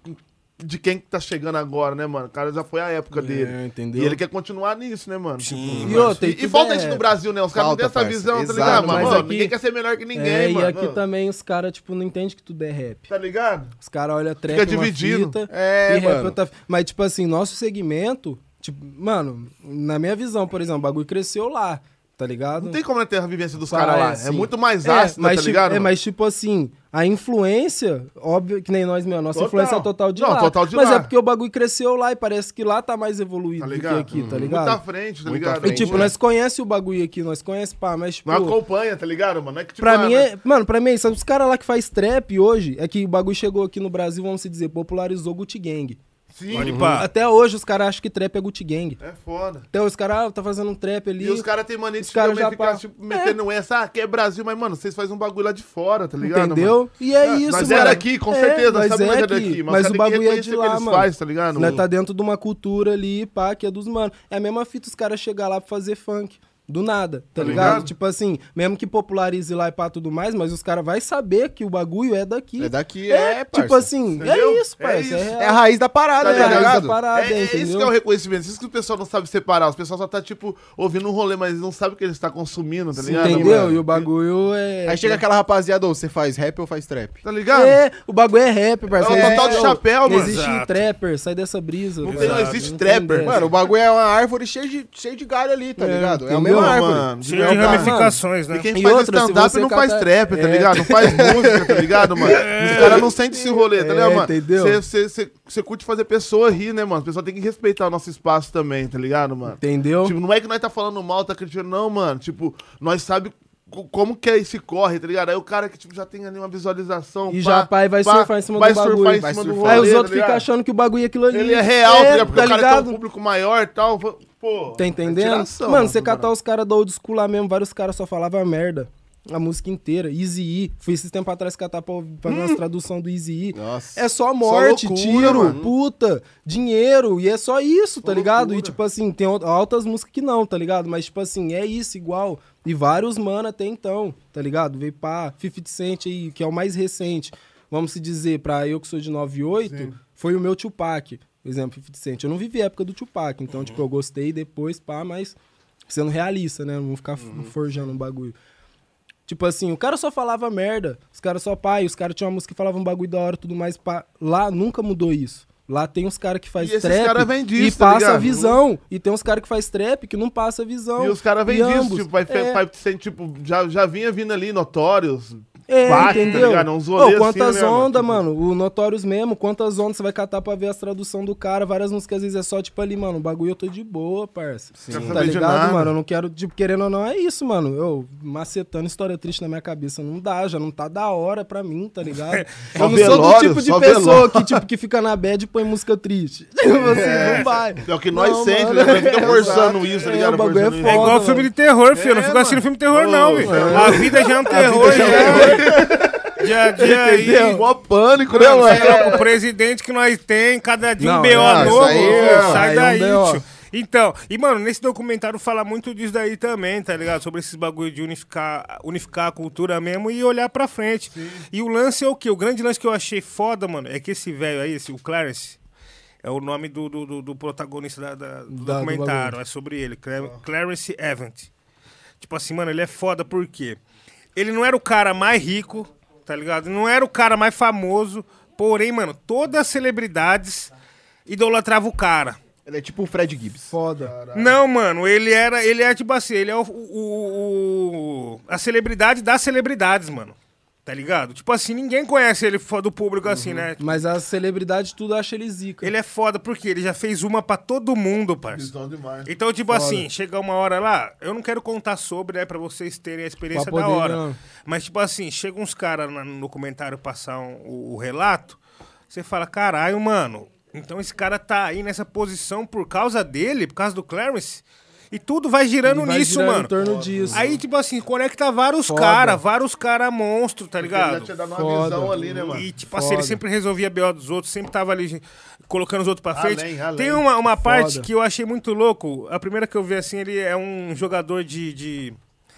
Speaker 3: de quem que tá chegando agora, né, mano? O cara já foi a época dele.
Speaker 4: É, entendeu?
Speaker 3: E ele quer continuar nisso, né, mano? Sim.
Speaker 4: E outra,
Speaker 3: E,
Speaker 4: tudo
Speaker 3: falta
Speaker 4: é-
Speaker 3: isso no Brasil, né? Os caras não
Speaker 2: Falta,
Speaker 3: têm essa
Speaker 2: parça.
Speaker 3: visão,
Speaker 2: Exato,
Speaker 3: tá ligado? Mano,
Speaker 4: mas é
Speaker 3: mano,
Speaker 4: aqui-
Speaker 3: ninguém quer ser melhor que ninguém,
Speaker 4: É,
Speaker 3: mano.
Speaker 4: e aqui também os caras, tipo, não entende que tudo é rap.
Speaker 3: Tá ligado?
Speaker 4: Os caras olham trap
Speaker 3: Fica
Speaker 4: uma
Speaker 3: dividido.
Speaker 4: fita,
Speaker 2: É,
Speaker 4: e rap
Speaker 2: mano.
Speaker 4: outra- Mas, tipo assim, nosso segmento... Tipo, mano, na minha visão, por exemplo, o bagulho cresceu lá, tá ligado?
Speaker 3: Não tem como né, ter a vivência dos
Speaker 4: Parece,
Speaker 3: caras lá. É
Speaker 4: sim.
Speaker 3: muito mais
Speaker 4: É,
Speaker 3: ácida,
Speaker 4: mas
Speaker 3: tá
Speaker 4: tipo-
Speaker 3: ligado?
Speaker 4: É,
Speaker 3: mano?
Speaker 4: mas tipo assim, a influência, óbvio que nem nós mesmo, a nossa
Speaker 3: Total.
Speaker 4: influência é total de
Speaker 3: Não,
Speaker 4: lá.
Speaker 3: total de
Speaker 4: mas
Speaker 3: lá.
Speaker 4: é porque o bagulho cresceu lá e parece que lá tá mais evoluído
Speaker 3: Tá
Speaker 4: do que
Speaker 3: ligado?
Speaker 4: aqui, tá
Speaker 3: Muito à
Speaker 4: ligado?
Speaker 3: frente, tá
Speaker 2: Muito à
Speaker 3: ligado?
Speaker 2: frente,
Speaker 4: E tipo,
Speaker 2: né?
Speaker 4: nós conhece o bagulho aqui, nós conhece, pá, mas tipo...
Speaker 3: Não acompanha, tá ligado, mano? Não é que, tipo,
Speaker 4: Pra
Speaker 3: ah,
Speaker 4: mim
Speaker 3: né?
Speaker 4: é. Mano, pra mim é isso. Os caras lá que faz trap hoje é que o bagulho chegou aqui no Brasil, vamos se dizer, popularizou Gucci Gang.
Speaker 3: Sim.
Speaker 1: Pode pá.
Speaker 4: Até hoje os caras acham que trap é Gucci Gang.
Speaker 3: É foda.
Speaker 4: Então os caras, ah, tá fazendo um trap ali.
Speaker 3: E os caras têm mania de
Speaker 4: os caras
Speaker 3: também
Speaker 4: já
Speaker 3: ficar
Speaker 4: pa-
Speaker 3: tipo, metendo essa, ah, que é Brasil, mas, mano, vocês fazem um bagulho lá de fora, tá ligado?
Speaker 4: Entendeu?
Speaker 3: mano?
Speaker 4: E é isso,
Speaker 3: nós
Speaker 4: mano.
Speaker 3: era aqui, com
Speaker 4: É,
Speaker 3: certeza,
Speaker 4: nós
Speaker 3: sabe
Speaker 4: é
Speaker 3: nós era
Speaker 4: aqui,
Speaker 3: daqui.
Speaker 4: mas
Speaker 3: cara
Speaker 4: o
Speaker 3: tem que
Speaker 4: bagulho é de
Speaker 3: reconhecer o
Speaker 4: lá,
Speaker 3: que eles
Speaker 4: mano.
Speaker 3: fazem, tá ligado?
Speaker 4: Né,
Speaker 3: mano?
Speaker 4: tá dentro de uma cultura ali, pá, que é dos mano. É a mesma fita os caras chegar lá pra fazer funk. Do nada, tá,
Speaker 3: Tá
Speaker 4: ligado?
Speaker 3: ligado?
Speaker 4: Tipo assim, mesmo que popularize lá e pá tudo mais, mas os caras vão saber que o bagulho é daqui.
Speaker 2: É daqui, é,
Speaker 4: Tipo
Speaker 2: parça.
Speaker 4: assim,
Speaker 3: Entendeu?
Speaker 4: é isso,
Speaker 3: É
Speaker 4: parça.
Speaker 3: isso.
Speaker 4: real.
Speaker 2: É a raiz da parada,
Speaker 3: Tá
Speaker 2: tá
Speaker 3: ligado?
Speaker 2: ligado?
Speaker 4: parada,
Speaker 3: É, é isso
Speaker 4: entendimento.
Speaker 3: que é o reconhecimento, isso que o pessoal não sabe separar. Os pessoal só tá, tipo, ouvindo um rolê, mas não sabe o que ele está consumindo, tá ligado?
Speaker 4: Entendeu?
Speaker 3: mano?
Speaker 4: E o bagulho é.
Speaker 2: Aí chega aquela rapaziada, ou você faz rap ou faz trap?
Speaker 3: Tá ligado?
Speaker 4: É, o bagulho é rap, parceiro.
Speaker 3: É o total de chapéu,
Speaker 4: não
Speaker 3: mano.
Speaker 4: existe
Speaker 1: Exato.
Speaker 4: trapper, sai dessa brisa.
Speaker 3: Não
Speaker 1: tem- não
Speaker 4: sabe?
Speaker 3: existe
Speaker 4: tem
Speaker 3: trapper.
Speaker 4: dessa.
Speaker 2: Mano, o bagulho é uma árvore cheia de, cheia de galho ali, tá
Speaker 4: É,
Speaker 2: ligado? É a
Speaker 4: entendeu,
Speaker 2: mesma árvore.
Speaker 3: mano.
Speaker 1: Cheio de
Speaker 3: Não, cara.
Speaker 1: ramificações, né?
Speaker 3: E quem
Speaker 4: E
Speaker 3: faz
Speaker 4: outra, se
Speaker 3: stand-up
Speaker 4: você
Speaker 3: não faz
Speaker 4: catar-
Speaker 3: trap, tá
Speaker 4: É.
Speaker 3: ligado? Não faz música, tá
Speaker 4: [LAUGHS]
Speaker 3: ligado, mano? Os caras não sentem esse rolê, tá
Speaker 4: É,
Speaker 3: ligado, mano?
Speaker 4: entendeu?
Speaker 3: Você- Você você- você curte fazer pessoa rir, né, mano? As pessoas têm que respeitar o nosso espaço também, tá ligado, mano?
Speaker 4: Entendeu?
Speaker 3: Tipo, não é que nós tá falando mal, tá criticando, não, mano. Tipo, nós sabe co- como que é esse corre, tá ligado? Aí o cara que tipo, já tem ali uma visualização.
Speaker 4: E já, pá, e vai surfar em cima do
Speaker 3: vai
Speaker 4: bagulho.
Speaker 3: surfar em
Speaker 2: Vai
Speaker 3: cima do
Speaker 2: surfar.
Speaker 3: rolê,
Speaker 4: Aí os
Speaker 3: tá
Speaker 4: outros ficam
Speaker 3: ligado?
Speaker 4: achando que o bagulho é aquilo ali.
Speaker 3: Ele é real, tá ligado? Porque
Speaker 4: tá
Speaker 3: o cara tem um
Speaker 4: ligado?
Speaker 3: público maior e tal. Pô.
Speaker 4: Tá entendendo?
Speaker 3: tiração,
Speaker 4: mano,
Speaker 3: mano,
Speaker 4: você
Speaker 3: tá
Speaker 4: catar
Speaker 3: ligado?
Speaker 4: os caras da old school lá mesmo, vários caras só falavam merda. A música inteira, Easy E. Fui esses tempos atrás catar pra, pra ver
Speaker 3: Hum.
Speaker 4: umas tradução do Easy E.
Speaker 2: Nossa.
Speaker 4: É só morte,
Speaker 3: loucura,
Speaker 4: tiro,
Speaker 3: mano.
Speaker 4: puta, dinheiro, e é só isso, tá ligado? E tipo assim, tem al- altas músicas que não, tá ligado? Mas tipo assim, é isso igual. E vários mano até então, tá ligado? Veio pá, 50 Cent aí, que é o mais recente. Vamos se dizer, pra eu que sou de 98, foi o meu Tupac, por exemplo, 50 Cent. Eu não vivi a época do Tupac, então tipo, eu gostei depois, pá, mas sendo realista, né? Não vou ficar f- forjando um bagulho. Tipo assim, o cara só falava merda, os caras só pai, os caras tinham uma música que falava um bagulho da hora e tudo mais. Pá. Lá nunca mudou isso. Lá tem uns caras que faz
Speaker 3: E esses
Speaker 4: trap
Speaker 3: cara vem disso,
Speaker 4: e
Speaker 3: tá
Speaker 4: passa
Speaker 3: ligado?
Speaker 4: a visão. E tem uns caras que faz trap que não passa a visão.
Speaker 3: E os caras vêm
Speaker 4: E
Speaker 3: disso,
Speaker 4: ambos.
Speaker 3: tipo, vai,
Speaker 4: é,
Speaker 3: vai sendo, tipo, já, já vinha vindo ali, notórios.
Speaker 4: é,
Speaker 3: bate, tá
Speaker 4: entendeu?
Speaker 3: ligado? Uns
Speaker 4: Ô,
Speaker 3: rolês assim,
Speaker 4: quantas
Speaker 3: né, mano?
Speaker 4: ondas,
Speaker 3: Tipo-
Speaker 4: mano? O Notórios mesmo, quantas ondas você vai catar pra ver as tradução do cara? Várias músicas às vezes é só, tipo, ali, mano, o bagulho eu tô de boa, parça.
Speaker 3: Quero
Speaker 4: Tá
Speaker 3: saber de nada.
Speaker 4: ligado, mano? Eu não quero, tipo, querendo ou não, é isso, mano. Eu macetando história triste na minha cabeça. Não dá, já não tá da hora pra mim, tá ligado?
Speaker 3: [LAUGHS] Só
Speaker 4: Eu não sou do
Speaker 3: velório,
Speaker 4: tipo de
Speaker 3: só
Speaker 4: pessoa
Speaker 3: velório.
Speaker 4: que, tipo, que fica na bad e põe música triste. [LAUGHS] Tipo assim, não vai.
Speaker 3: É o que nós
Speaker 4: Não,
Speaker 3: sente,
Speaker 4: mano.
Speaker 3: né? Fica forçando isso, tá
Speaker 4: É,
Speaker 3: ligado?
Speaker 4: o bagulho é
Speaker 3: Forçando isso.
Speaker 1: É
Speaker 4: foda.
Speaker 1: igual
Speaker 4: mano.
Speaker 1: filme de terror, filho. Eu não fico assistindo filme de terror,
Speaker 3: Ô,
Speaker 1: não, velho.
Speaker 3: é.
Speaker 1: A vida já é um terror, já. Dia a dia aí.
Speaker 3: Entendeu? Mó pânico, né,
Speaker 1: Mano,
Speaker 3: mano?
Speaker 4: é
Speaker 1: sei lá, com o presidente que nós tem, cada dia um
Speaker 4: Não,
Speaker 1: BO
Speaker 4: não,
Speaker 1: novo,
Speaker 2: isso aí é-
Speaker 1: pô,
Speaker 4: isso
Speaker 1: sai
Speaker 4: aí é um
Speaker 1: daí,
Speaker 4: BO.
Speaker 1: tio. Então, e mano, nesse documentário fala muito disso daí também, tá ligado? Sobre esses bagulho de unificar, unificar a cultura mesmo e olhar pra frente. E o lance é o quê? O grande lance que eu achei foda, mano, é que esse velho aí, esse, o Clarence, é o nome do, do, do- do protagonista da- da- do
Speaker 4: Da- do
Speaker 1: documentário,
Speaker 4: bagulho.
Speaker 1: é sobre ele, Cla- Clarence Evans. Tipo assim, mano, ele é foda por quê? Ele não era o cara mais rico, tá ligado? Não era o cara mais famoso. Porém, mano, todas as celebridades idolatravam o cara.
Speaker 2: Ele é tipo o Fred Gibbs.
Speaker 4: Foda.
Speaker 1: Não, mano, ele era. Ele é tipo assim, ele é o, o- o- a celebridade das celebridades, mano. Tá ligado? Tipo assim, ninguém conhece ele fora do público assim, né?
Speaker 4: Mas as celebridades tudo acha ele zica.
Speaker 1: Ele é foda porque ele já fez uma pra todo mundo, parça.
Speaker 3: Visão demais.
Speaker 1: Então, tipo assim, chega uma hora lá, eu não quero contar sobre, né, pra vocês terem a experiência
Speaker 4: Pra
Speaker 1: da
Speaker 4: poder,
Speaker 1: hora.
Speaker 4: não.
Speaker 1: Mas, tipo assim, chega uns caras na- no comentário passar um- o, o relato, você fala, caralho, mano, então esse cara tá aí nessa posição por causa dele, por causa do Clarence, e tudo vai girando
Speaker 4: Ele vai
Speaker 1: nisso,
Speaker 4: girar
Speaker 1: é mano.
Speaker 4: em torno disso.
Speaker 1: Aí, tipo assim, conecta vários
Speaker 4: Foda.
Speaker 1: caras, vários caras monstro, tá
Speaker 3: Ele já
Speaker 1: ligado?
Speaker 3: tinha dado uma
Speaker 4: Foda.
Speaker 3: visão ali, né, mano?
Speaker 1: E, tipo assim, ele
Speaker 4: Foda.
Speaker 1: sempre resolvia BO dos outros, sempre tava ali colocando os outros pra
Speaker 3: Além,
Speaker 1: frente.
Speaker 3: além.
Speaker 1: Tem uma, uma parte
Speaker 4: Foda.
Speaker 1: que eu achei muito louco. A primeira que eu vi, assim, ele é um jogador de, de,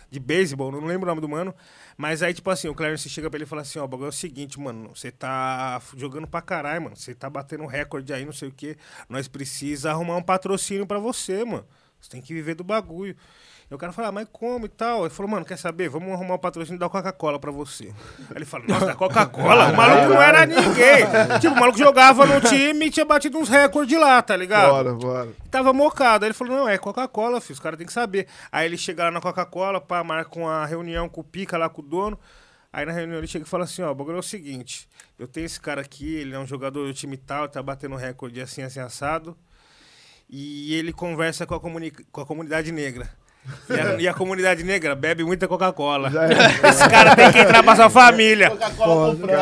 Speaker 1: de beisebol, não lembro o nome do mano. Mas aí, tipo assim, o Clarence chega pra ele e fala assim, ó, o bagulho é o seguinte, mano, você tá jogando pra caralho, mano. Você tá batendo recorde aí, não sei o quê. Nós precisa arrumar um patrocínio pra você, mano. Você tem que viver do bagulho. E o cara fala, ah, mas como e tal? Ele falou, mano, quer saber? Vamos arrumar um patrocínio da Coca-Cola pra você. Aí ele fala, nossa, da Coca-Cola? O maluco não era ninguém. Tipo, o maluco jogava no time e tinha batido uns recordes lá, tá ligado?
Speaker 3: Bora, bora.
Speaker 1: Tava mocado. Aí ele falou, não, é Coca-Cola, filho, os caras têm que saber. Aí ele chega lá na Coca-Cola, pá, marca uma reunião com o Pica lá com o dono. Aí na reunião ele chega e fala assim, ó, o bagulho é o seguinte, eu tenho esse cara aqui, ele é um jogador do time tal, tá batendo recorde assim, assim, assado. E ele conversa com a, comuni- com a comunidade negra. E a, e a comunidade negra bebe muita Coca-Cola.
Speaker 3: Já é.
Speaker 1: Esse cara tem que entrar pra sua família.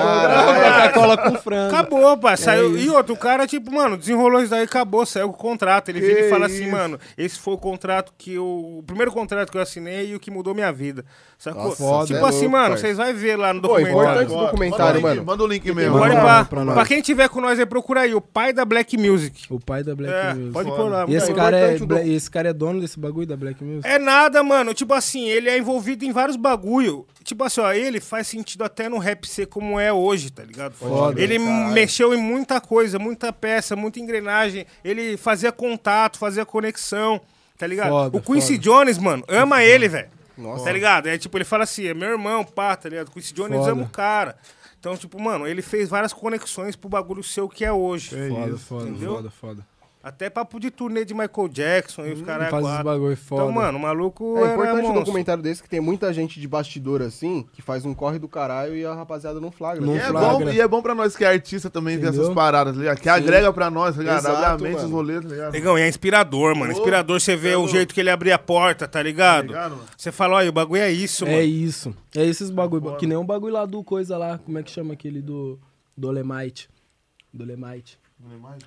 Speaker 4: Coca-Cola com frango.
Speaker 1: Acabou,
Speaker 2: É
Speaker 1: pá. Saiu. E outro o cara, tipo, mano, desenrolou isso daí, acabou, saiu com o contrato. Ele vira
Speaker 3: Que
Speaker 1: e fala assim,
Speaker 3: isso.
Speaker 1: mano, esse foi o contrato que eu. O primeiro contrato que eu assinei e o que mudou minha vida. Sacou?
Speaker 2: Nossa, foda,
Speaker 1: tipo
Speaker 2: é
Speaker 1: assim,
Speaker 2: louco,
Speaker 1: mano,
Speaker 2: pai.
Speaker 1: vocês vão ver lá no
Speaker 2: Pô, importante
Speaker 1: documentário.
Speaker 2: esse documentário,
Speaker 3: manda o link,
Speaker 2: mano.
Speaker 3: Manda o link mesmo.
Speaker 1: Pode
Speaker 4: Manda
Speaker 1: pá.
Speaker 4: lá pra
Speaker 1: Pra,
Speaker 4: nós.
Speaker 1: quem tiver com nós aí, procura aí, o pai da Black Music.
Speaker 4: O pai da Black
Speaker 1: É,
Speaker 4: Music.
Speaker 1: pode pôr lá.
Speaker 4: E
Speaker 1: mano.
Speaker 4: esse cara, é,
Speaker 2: Importante o
Speaker 4: bla-
Speaker 2: do-
Speaker 4: e esse cara é dono desse bagulho da Black Music?
Speaker 1: É nada, mano. Tipo assim, ele é envolvido em vários bagulho. Tipo assim, ó, ele faz sentido até no rap ser como é hoje, tá ligado?
Speaker 4: Foda.
Speaker 1: ele mexeu em muita coisa, muita peça, muita engrenagem. Ele fazia contato, fazia conexão, tá ligado?
Speaker 4: Foda,
Speaker 1: o Quincy
Speaker 4: foda. Uhum.
Speaker 1: Jones, mano, ama ele, velho.
Speaker 2: Nossa.
Speaker 1: Tá ligado? É tipo, ele fala assim, é meu irmão, pá, tá ligado? Quincy Jones
Speaker 4: Foda.
Speaker 1: ama o cara. Então, tipo, mano, ele fez várias conexões pro bagulho seu que é hoje.
Speaker 4: Foda, foda,
Speaker 1: entendeu?
Speaker 4: foda, foda.
Speaker 1: Até papo de turnê de Michael Jackson e os caras
Speaker 4: Hum, faz esses
Speaker 1: quatro.
Speaker 4: bagulho foda.
Speaker 1: Então, mano, o maluco
Speaker 2: É
Speaker 1: era
Speaker 4: né,
Speaker 2: importante um
Speaker 1: monstro.
Speaker 2: documentário desse que tem muita gente de bastidor assim, que faz um corre do caralho e a rapaziada não flagra.
Speaker 4: Não
Speaker 2: né?
Speaker 3: E é,
Speaker 4: flagra.
Speaker 3: bom, e é bom pra nós que é artista também ver
Speaker 4: Entendeu?
Speaker 3: essas paradas, tá ligado? Que agrega pra nós, tá ligado?
Speaker 2: Exato,
Speaker 3: Abre a mente,
Speaker 2: mano.
Speaker 3: os rolês, tá ligado?
Speaker 1: Negão, e é inspirador, mano. Inspirador você vê o jeito que ele abria a porta, tá ligado?
Speaker 3: ligado, mano?
Speaker 1: Você fala, olha, o bagulho é isso,
Speaker 4: É
Speaker 1: mano.
Speaker 4: isso. É esses bagulho. Que nem o bagulho lá do coisa lá. Como é que chama aquele do. Dolemite. Dolemite.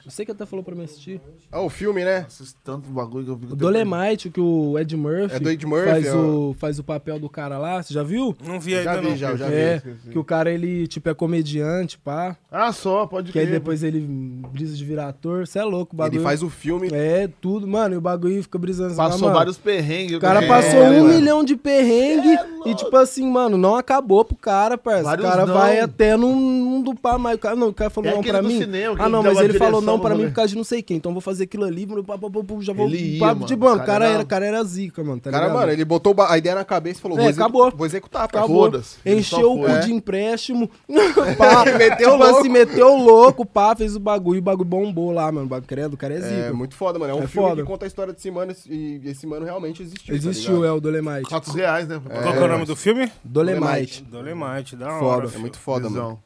Speaker 4: Eu sei que até falou pra me assistir.
Speaker 2: Ah, o filme, né?
Speaker 3: Esses tanto bagulho que eu
Speaker 4: O é
Speaker 3: fico...
Speaker 4: Dolemite, que o Ed Murphy.
Speaker 2: É do Ed Murphy,
Speaker 4: faz,
Speaker 2: é
Speaker 4: o, faz o papel do cara lá. Você já viu?
Speaker 1: Não vi ainda,
Speaker 2: Já vi,
Speaker 1: não.
Speaker 2: já, já
Speaker 4: é,
Speaker 2: vi.
Speaker 4: que o cara, ele, tipo, é comediante, pá.
Speaker 3: Ah, só, pode
Speaker 4: Que aí
Speaker 3: crer.
Speaker 4: depois ele brisa de virar ator. Você é louco, o bagulho.
Speaker 2: Ele faz o filme.
Speaker 4: É, tudo, mano. E o bagulho fica brisando. você fala,
Speaker 3: Passou
Speaker 4: mano,
Speaker 3: vários perrengues.
Speaker 4: O cara
Speaker 3: né?
Speaker 4: passou
Speaker 3: É,
Speaker 4: um
Speaker 3: mano. É,
Speaker 4: milhão de perrengue e, tipo assim, mano, não acabou pro cara, parceiro. O
Speaker 3: Vários
Speaker 4: cara
Speaker 3: não.
Speaker 4: vai até não, não dupar mais. O cara, não, o cara falou
Speaker 3: É
Speaker 4: não
Speaker 3: aquele
Speaker 4: pra
Speaker 3: do
Speaker 4: mim.
Speaker 3: cinema, que
Speaker 4: ah, não,
Speaker 3: deu
Speaker 4: mas
Speaker 3: a
Speaker 4: ele falou
Speaker 3: direção
Speaker 4: não
Speaker 3: do
Speaker 4: pra mim
Speaker 3: rolê.
Speaker 4: por causa de não sei quem. Então eu vou fazer aquilo ali, mano, pá, pá, pá, pá, já vou.
Speaker 3: Ele ia,
Speaker 4: pá,
Speaker 3: mano.
Speaker 4: de mano, o
Speaker 3: O
Speaker 4: cara
Speaker 3: cara
Speaker 4: era,
Speaker 3: não.
Speaker 4: cara era zica, mano. Tá
Speaker 2: Cara,
Speaker 4: ligado?
Speaker 2: mano, ele botou ba- a ideia na cabeça e falou:
Speaker 4: É,
Speaker 2: vou, execu-
Speaker 4: acabou.
Speaker 2: vou executar, tá cara.
Speaker 4: Acabou.
Speaker 3: Foda-se, ele só
Speaker 4: Encheu o cu
Speaker 3: foi.
Speaker 4: de
Speaker 3: [LAUGHS]
Speaker 4: empréstimo. [LAUGHS] pá,
Speaker 2: Meteu
Speaker 4: tipo
Speaker 2: louco.
Speaker 4: assim, meteu louco, pá, fez o bagulho. O bagulho bombou lá, mano. O bagulho, credo, o cara é zica.
Speaker 2: É muito foda, mano. É um
Speaker 4: É
Speaker 2: filme
Speaker 4: foda.
Speaker 2: que conta a história desse mano e esse mano realmente existiu.
Speaker 4: Existiu,
Speaker 2: tá
Speaker 4: é, o Dolemite.
Speaker 3: 400 reais, né?
Speaker 1: Qual que é o nome do filme?
Speaker 4: Dolemite.
Speaker 1: Dolemite, da
Speaker 4: Foda.
Speaker 1: hora.
Speaker 2: é. É
Speaker 1: filho.
Speaker 2: muito foda, mano.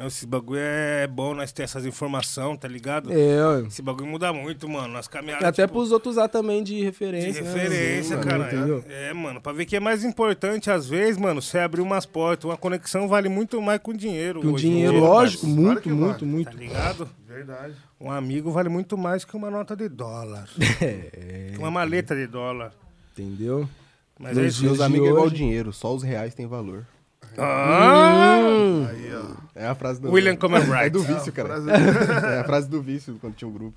Speaker 1: Esse bagulho é bom nós ter essas informações, tá ligado?
Speaker 4: É, ué.
Speaker 1: Esse bagulho muda muito, mano. Nós caminhadas.
Speaker 4: Até
Speaker 1: tipo,
Speaker 4: pros outros usar também de
Speaker 1: de
Speaker 4: referência. né?
Speaker 1: referência,
Speaker 4: Mano,
Speaker 1: cara.
Speaker 4: Entendeu?
Speaker 1: É, é, mano, pra ver que é mais importante, às vezes, mano, você abrir umas portas. Uma conexão vale muito mais que o dinheiro.
Speaker 4: Com
Speaker 1: hoje em
Speaker 4: dinheiro,
Speaker 1: dia,
Speaker 4: lógico,
Speaker 1: parceiro.
Speaker 4: muito,
Speaker 3: que
Speaker 4: muito,
Speaker 1: [LAUGHS]
Speaker 3: vale.
Speaker 4: muito.
Speaker 1: Tá ligado?
Speaker 3: Verdade.
Speaker 1: Um amigo vale muito mais que uma nota de dólar.
Speaker 4: É,
Speaker 1: Uma maleta de dólar.
Speaker 4: entendeu?
Speaker 1: Mas é
Speaker 4: Nos
Speaker 1: isso.
Speaker 4: dias
Speaker 2: Meus amigos é igual
Speaker 4: hoje-
Speaker 2: dinheiro, só os reais têm valor.
Speaker 1: Ah!
Speaker 2: É a frase do.
Speaker 1: William Comer
Speaker 2: É do
Speaker 1: Wright.
Speaker 2: vício, cara. [LAUGHS] É a frase do vício quando tinha um grupo.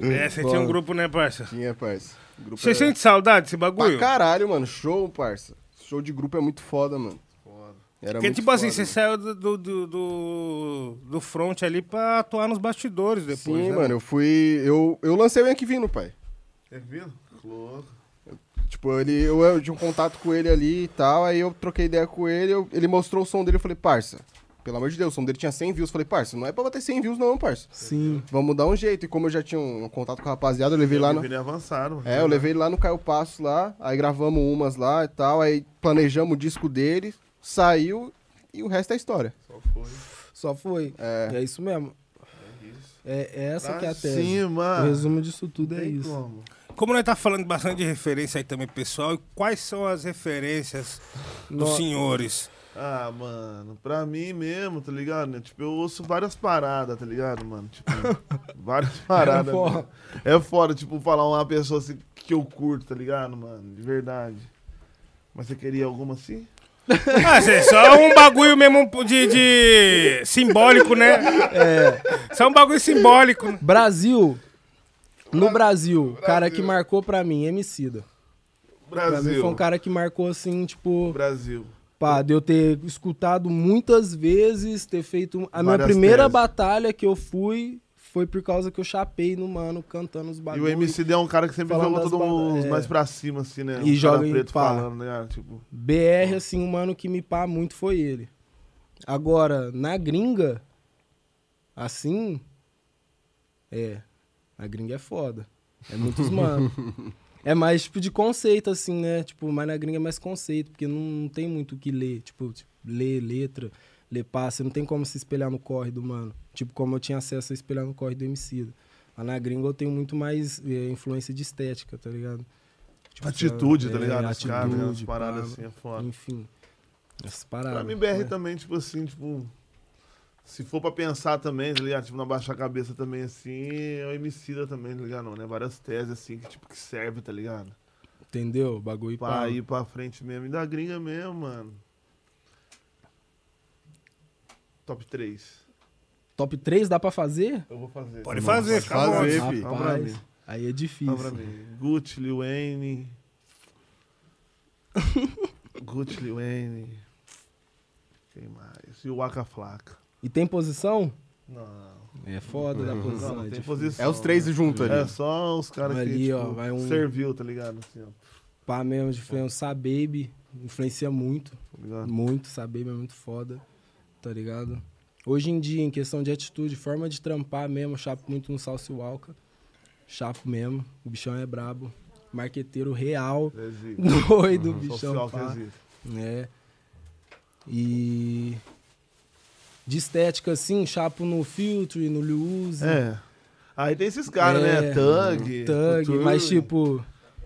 Speaker 1: É, você tinha um grupo, né, parça?
Speaker 2: Tinha, parça. O grupo
Speaker 1: Você
Speaker 2: era-
Speaker 1: sente saudade desse
Speaker 2: Pra
Speaker 1: bagulho?
Speaker 2: caralho, mano. Show, parça. Show de grupo é muito foda, mano. Era
Speaker 1: Porque,
Speaker 2: é muito
Speaker 1: tipo assim,
Speaker 2: foda,
Speaker 1: você saiu do, do, do- do, do front ali pra atuar nos bastidores
Speaker 2: mano.
Speaker 1: depois,
Speaker 2: Sim,
Speaker 1: né?
Speaker 2: mano, eu fui. Eu, eu lancei o Yankee Vino, pai.
Speaker 3: É vindo? Louco.
Speaker 2: Tipo, ele, eu, eu tinha um contato com ele ali e tal, aí eu troquei ideia com ele, eu- ele mostrou o som dele, eu falei, parça, pelo amor de Deus, o som dele tinha 100 views. Eu falei, parça, não é pra bater 100 views não, parça.
Speaker 4: Sim.
Speaker 2: Vamos dar um jeito. E como eu já tinha um, um contato com a rapaziada, eu levei lá no...
Speaker 3: Ele avançaram.
Speaker 2: É, eu levei ele lá no Caio Passo lá, aí gravamos umas lá e tal, aí planejamos o disco dele, saiu e o resto é história.
Speaker 4: Só foi.
Speaker 2: É.
Speaker 4: É, isso mesmo. É essa que é a tese.
Speaker 3: Sim,
Speaker 4: O
Speaker 3: mano.
Speaker 4: resumo disso tudo é isso.
Speaker 1: Como nós tá falando bastante de referência aí também, pessoal, e quais são as referências dos
Speaker 4: No-
Speaker 1: senhores? [LAUGHS]
Speaker 3: Ah, mano, pra mim mesmo, tá ligado? né? Tipo, eu ouço várias paradas, tá ligado, mano?
Speaker 4: [LAUGHS]
Speaker 3: Tipo, várias paradas.
Speaker 4: foda.
Speaker 3: mano. É foda, tipo, falar uma pessoa assim que eu curto, tá ligado, mano? De verdade. Mas você queria alguma assim?
Speaker 1: Ah, cê, só um bagulho mesmo de, de simbólico, né? É. Só um bagulho simbólico. né?
Speaker 4: Brasil. No Brasil, o cara que marcou pra mim, Emicida. Pra mim
Speaker 3: Brasil.
Speaker 4: foi um cara que marcou assim, tipo,
Speaker 3: Brasil.
Speaker 4: Pá, de eu ter escutado muitas vezes, ter feito. um- A minha
Speaker 3: Várias
Speaker 4: primeira
Speaker 3: teses.
Speaker 4: batalha que eu fui foi por causa que eu chapei no mano cantando os
Speaker 3: E
Speaker 4: bagulhos.
Speaker 3: o MC é um cara que sempre
Speaker 4: Falando
Speaker 3: joga
Speaker 4: das
Speaker 3: todo mundo
Speaker 4: baladas, é.
Speaker 3: mais pra cima, assim, né?
Speaker 4: E
Speaker 3: um
Speaker 4: joga
Speaker 3: cara
Speaker 4: em
Speaker 3: preto
Speaker 4: pá.
Speaker 3: falando, né? cara? Tipo,
Speaker 4: BR, assim, o mano que me pá muito foi ele. Agora, na gringa, assim. É. A gringa é foda. É
Speaker 3: [LAUGHS]
Speaker 4: muitos mano. É mais tipo de conceito, assim, né? Tipo, mas na gringa é mais conceito, porque não, não tem muito o que ler. Tipo, tipo, ler letra, ler passe, não tem como se espelhar no corre do mano. Tipo, como eu tinha acesso a espelhar no corre do MC. Lá na gringa eu tenho muito mais é, influência de estética, tá ligado? Tipo,
Speaker 3: Atitude,
Speaker 4: sabe?
Speaker 3: tá
Speaker 4: É,
Speaker 3: ligado? Os caras, né? As
Speaker 4: atitude,
Speaker 3: paradas
Speaker 4: pá,
Speaker 3: assim, é foda.
Speaker 4: Enfim. Essas paradas.
Speaker 3: Pra mim, BR
Speaker 4: né?
Speaker 3: também, tipo assim, tipo. Se for pra pensar também, tá ligado? Tipo, não abaixar a cabeça também, assim, é o Emicida também, tá ligado? Não, né? Várias teses, assim, que, tipo, que serve, tá ligado?
Speaker 4: Entendeu? O bagulho
Speaker 3: Pra
Speaker 4: pá.
Speaker 3: ir pra frente mesmo. E da gringa mesmo, mano. Top 3.
Speaker 4: Top 3 dá pra fazer?
Speaker 3: Eu vou fazer.
Speaker 1: Pode fazer, fica à vontade.
Speaker 3: fazer. fi. Vamos pra
Speaker 4: Rapaz,
Speaker 3: mim.
Speaker 4: aí é
Speaker 3: Fala
Speaker 4: difícil.
Speaker 3: pra mim. Gucci, Lil Wayne. Gucci, Lil Wayne. Quem mais? E o Waka Flaca.
Speaker 4: E tem posição?
Speaker 3: Não.
Speaker 4: É foda da
Speaker 3: Não,
Speaker 4: posição.
Speaker 3: Uhum. não
Speaker 4: é
Speaker 3: tem
Speaker 4: difícil.
Speaker 3: posição.
Speaker 2: É os três
Speaker 3: né?
Speaker 2: juntos ali.
Speaker 3: É só os caras que
Speaker 4: Ali, ó,
Speaker 3: tipo,
Speaker 4: vai um-
Speaker 3: serviu, tá ligado? Assim, ó,
Speaker 4: Pá mesmo, influenciar Baby influencia muito,
Speaker 3: tá ligado?
Speaker 4: muito, saber Baby é muito foda, tá ligado? Hoje em dia, em questão de atitude, forma de trampar mesmo, eu chapo muito no Salsi Walker, chapo mesmo, o bichão é brabo, marqueteiro real,
Speaker 3: Existe.
Speaker 4: doido, o bichão
Speaker 3: Social que
Speaker 4: pá,
Speaker 3: Uhum. existe.
Speaker 4: né? E... De estética, assim, chapo no Filtre, no Lil Uzi,
Speaker 3: É. Aí tem esses caras, né?
Speaker 4: É,
Speaker 3: Thug.
Speaker 4: Thug,
Speaker 3: Future.
Speaker 4: mas tipo,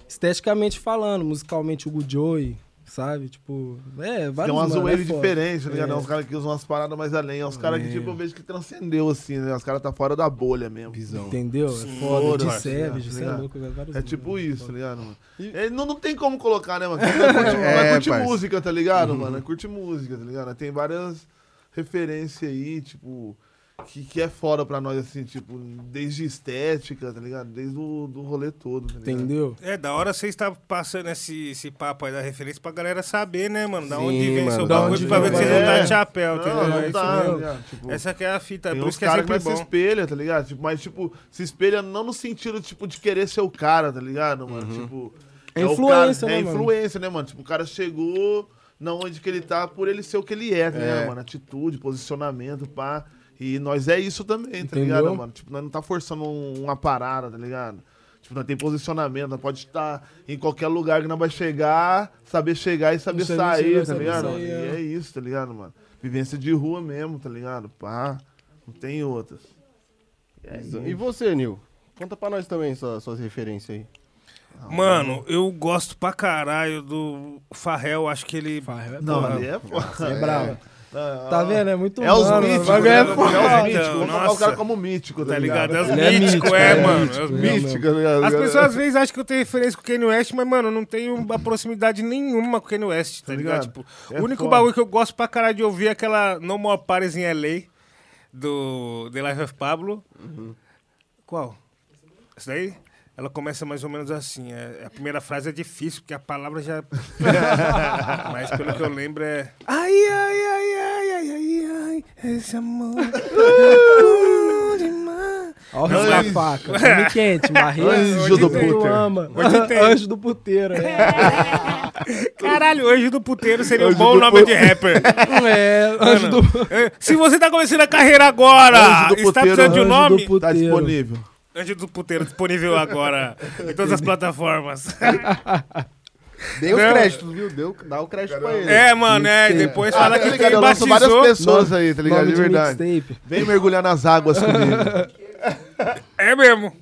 Speaker 4: esteticamente falando, musicalmente o Good Joy, sabe? Tipo, é,
Speaker 3: Tem
Speaker 4: vários
Speaker 3: umas
Speaker 4: mano, é
Speaker 3: waves
Speaker 4: foda.
Speaker 3: diferentes, um tá ligado?
Speaker 4: É.
Speaker 3: É. Os caras que usam umas paradas mais além. É uns caras que,
Speaker 4: É.
Speaker 3: tipo, eu vejo que transcendeu, assim, né? Os caras tá fora da bolha mesmo.
Speaker 2: Visão.
Speaker 4: Entendeu?
Speaker 1: Sim,
Speaker 4: é foda,
Speaker 3: parça,
Speaker 4: de Savage,
Speaker 3: tá
Speaker 4: você é
Speaker 3: ligado?
Speaker 4: louco, vários
Speaker 3: É tipo
Speaker 4: mano,
Speaker 3: isso, tá
Speaker 4: foda.
Speaker 3: ligado, mano? É, não, não tem como colocar, né, mano? Mas
Speaker 4: [LAUGHS]
Speaker 3: curte,
Speaker 2: É,
Speaker 3: mas curte
Speaker 2: parça.
Speaker 3: música, tá ligado,
Speaker 4: Uhum.
Speaker 3: mano? Curte música, tá ligado? Tem várias referências aí, tipo, que, que é foda pra nós, assim, tipo, desde estética, tá ligado? Desde o do rolê todo, tá ligado?
Speaker 4: Entendeu?
Speaker 1: É, da hora você estar passando esse, esse papo aí da referência pra galera saber, né, mano? Da
Speaker 2: Sim,
Speaker 1: onde vem
Speaker 2: mano,
Speaker 1: seu
Speaker 2: da
Speaker 1: bagulho
Speaker 4: onde
Speaker 1: pra ver que
Speaker 4: vem.
Speaker 1: você não tá
Speaker 3: É.
Speaker 1: de chapéu,
Speaker 3: Não,
Speaker 1: entendeu?
Speaker 3: não
Speaker 1: É isso
Speaker 3: tá,
Speaker 1: mesmo.
Speaker 3: tá ligado? Tipo,
Speaker 1: Essa que é a fita,
Speaker 3: Tem
Speaker 1: por
Speaker 3: uns
Speaker 1: isso que é
Speaker 3: caras que
Speaker 1: sempre
Speaker 3: mais se
Speaker 1: bom.
Speaker 3: espelha, tá ligado? Tipo, mas, tipo, se espelha não no sentido, tipo, de querer ser o cara, tá ligado, mano?
Speaker 1: Uhum.
Speaker 3: Tipo...
Speaker 4: É
Speaker 3: o
Speaker 4: influência,
Speaker 3: cara,
Speaker 4: né,
Speaker 3: É
Speaker 4: mano?
Speaker 3: influência, né, mano? Tipo, o cara chegou na onde que ele tá por ele ser o que ele é, tá ligado,
Speaker 2: É.
Speaker 3: mano? Atitude, posicionamento, pá. E nós é isso também, tá
Speaker 4: Entendeu?
Speaker 3: ligado, mano? Tipo, nós não tá forçando um- uma parada, tá ligado? Tipo, nós tem posicionamento, nós pode estar em qualquer lugar que nós vai chegar, saber chegar e saber
Speaker 4: Saber
Speaker 3: sair,
Speaker 4: chegar e
Speaker 3: tá
Speaker 4: saber
Speaker 3: ligado?
Speaker 4: sair,
Speaker 3: E
Speaker 4: é.
Speaker 3: é isso, tá ligado, mano? Vivência de rua mesmo, tá ligado? Pá, não tem outras.
Speaker 2: Visão. E você, Nil? Conta pra nós também sua- suas referências aí.
Speaker 1: Mano, eu gosto pra caralho do Farrell, acho que ele...
Speaker 4: Farrell é
Speaker 3: Não,
Speaker 4: foda.
Speaker 3: ali é foda.
Speaker 4: É brabo.
Speaker 3: Não,
Speaker 4: Tá vendo? É muito
Speaker 3: É os
Speaker 4: mano,
Speaker 3: míticos,
Speaker 4: o bagulho
Speaker 3: né,
Speaker 4: é
Speaker 3: mano?
Speaker 4: foda.
Speaker 3: É os
Speaker 1: foda.
Speaker 3: míticos. Vamos colocar o
Speaker 1: Nossa.
Speaker 3: cara como mítico, tá,
Speaker 1: Tá ligado? É os
Speaker 4: Ele é
Speaker 1: míticos,
Speaker 4: mítico,
Speaker 1: é,
Speaker 4: ele é
Speaker 1: mano.
Speaker 4: mítico,
Speaker 1: é os
Speaker 4: ele é
Speaker 1: míticos.
Speaker 3: Mítico, tá ligado?
Speaker 1: As pessoas às vezes acham que eu tenho referência com o Kanye West, mas, mano, eu não tenho uma proximidade nenhuma com o Kanye West, tá
Speaker 3: Tá
Speaker 1: ligado?
Speaker 3: ligado?
Speaker 1: Tipo,
Speaker 3: É
Speaker 1: o único
Speaker 3: foda.
Speaker 1: bagulho que eu gosto pra caralho de ouvir é aquela No More Paris em LA, do The Life of Pablo.
Speaker 3: Uhum.
Speaker 1: Qual? Essa daí? Ela começa mais ou menos assim. é- a primeira frase é difícil, porque a palavra
Speaker 3: [LAUGHS]
Speaker 1: já. Mas pelo que eu lembro é. Ai, ai, ai, ai, ai, ai, ai, esse amor.
Speaker 3: [LAUGHS]
Speaker 1: tá bom demais.
Speaker 4: Ó o risco da
Speaker 1: Anjo.
Speaker 4: faca. Come
Speaker 1: [LAUGHS]
Speaker 4: quente, barreira.
Speaker 3: Anjo do puteiro.
Speaker 4: um ama.
Speaker 1: Onde tem.
Speaker 4: [LAUGHS] Anjo do puteiro. É,
Speaker 1: Caralho, Anjo do Puteiro seria um
Speaker 3: Anjo
Speaker 1: bom
Speaker 3: do
Speaker 1: nome de
Speaker 3: [LAUGHS]
Speaker 1: rapper.
Speaker 4: é anjo do
Speaker 1: É, Se você tá começando a carreira agora,
Speaker 3: Anjo do
Speaker 1: está
Speaker 3: Puteiro.
Speaker 1: precisando de um
Speaker 4: Anjo
Speaker 1: nome,
Speaker 4: do puteiro.
Speaker 3: Tá disponível.
Speaker 1: Anjo do Puteiro disponível agora em todas as plataformas. [LAUGHS]
Speaker 2: Deu os
Speaker 1: Não.
Speaker 2: créditos, viu? Deu, dá o crédito pra ele.
Speaker 1: É, mano, é. Depois fala
Speaker 3: tá
Speaker 1: que
Speaker 3: ligado?
Speaker 1: quem
Speaker 3: Eu lanço várias
Speaker 1: batizou.
Speaker 3: pessoas aí, tá ligado?
Speaker 4: nome
Speaker 3: De verdade.
Speaker 4: mixtape.
Speaker 3: Vem mergulhar nas águas comigo.
Speaker 1: É mesmo.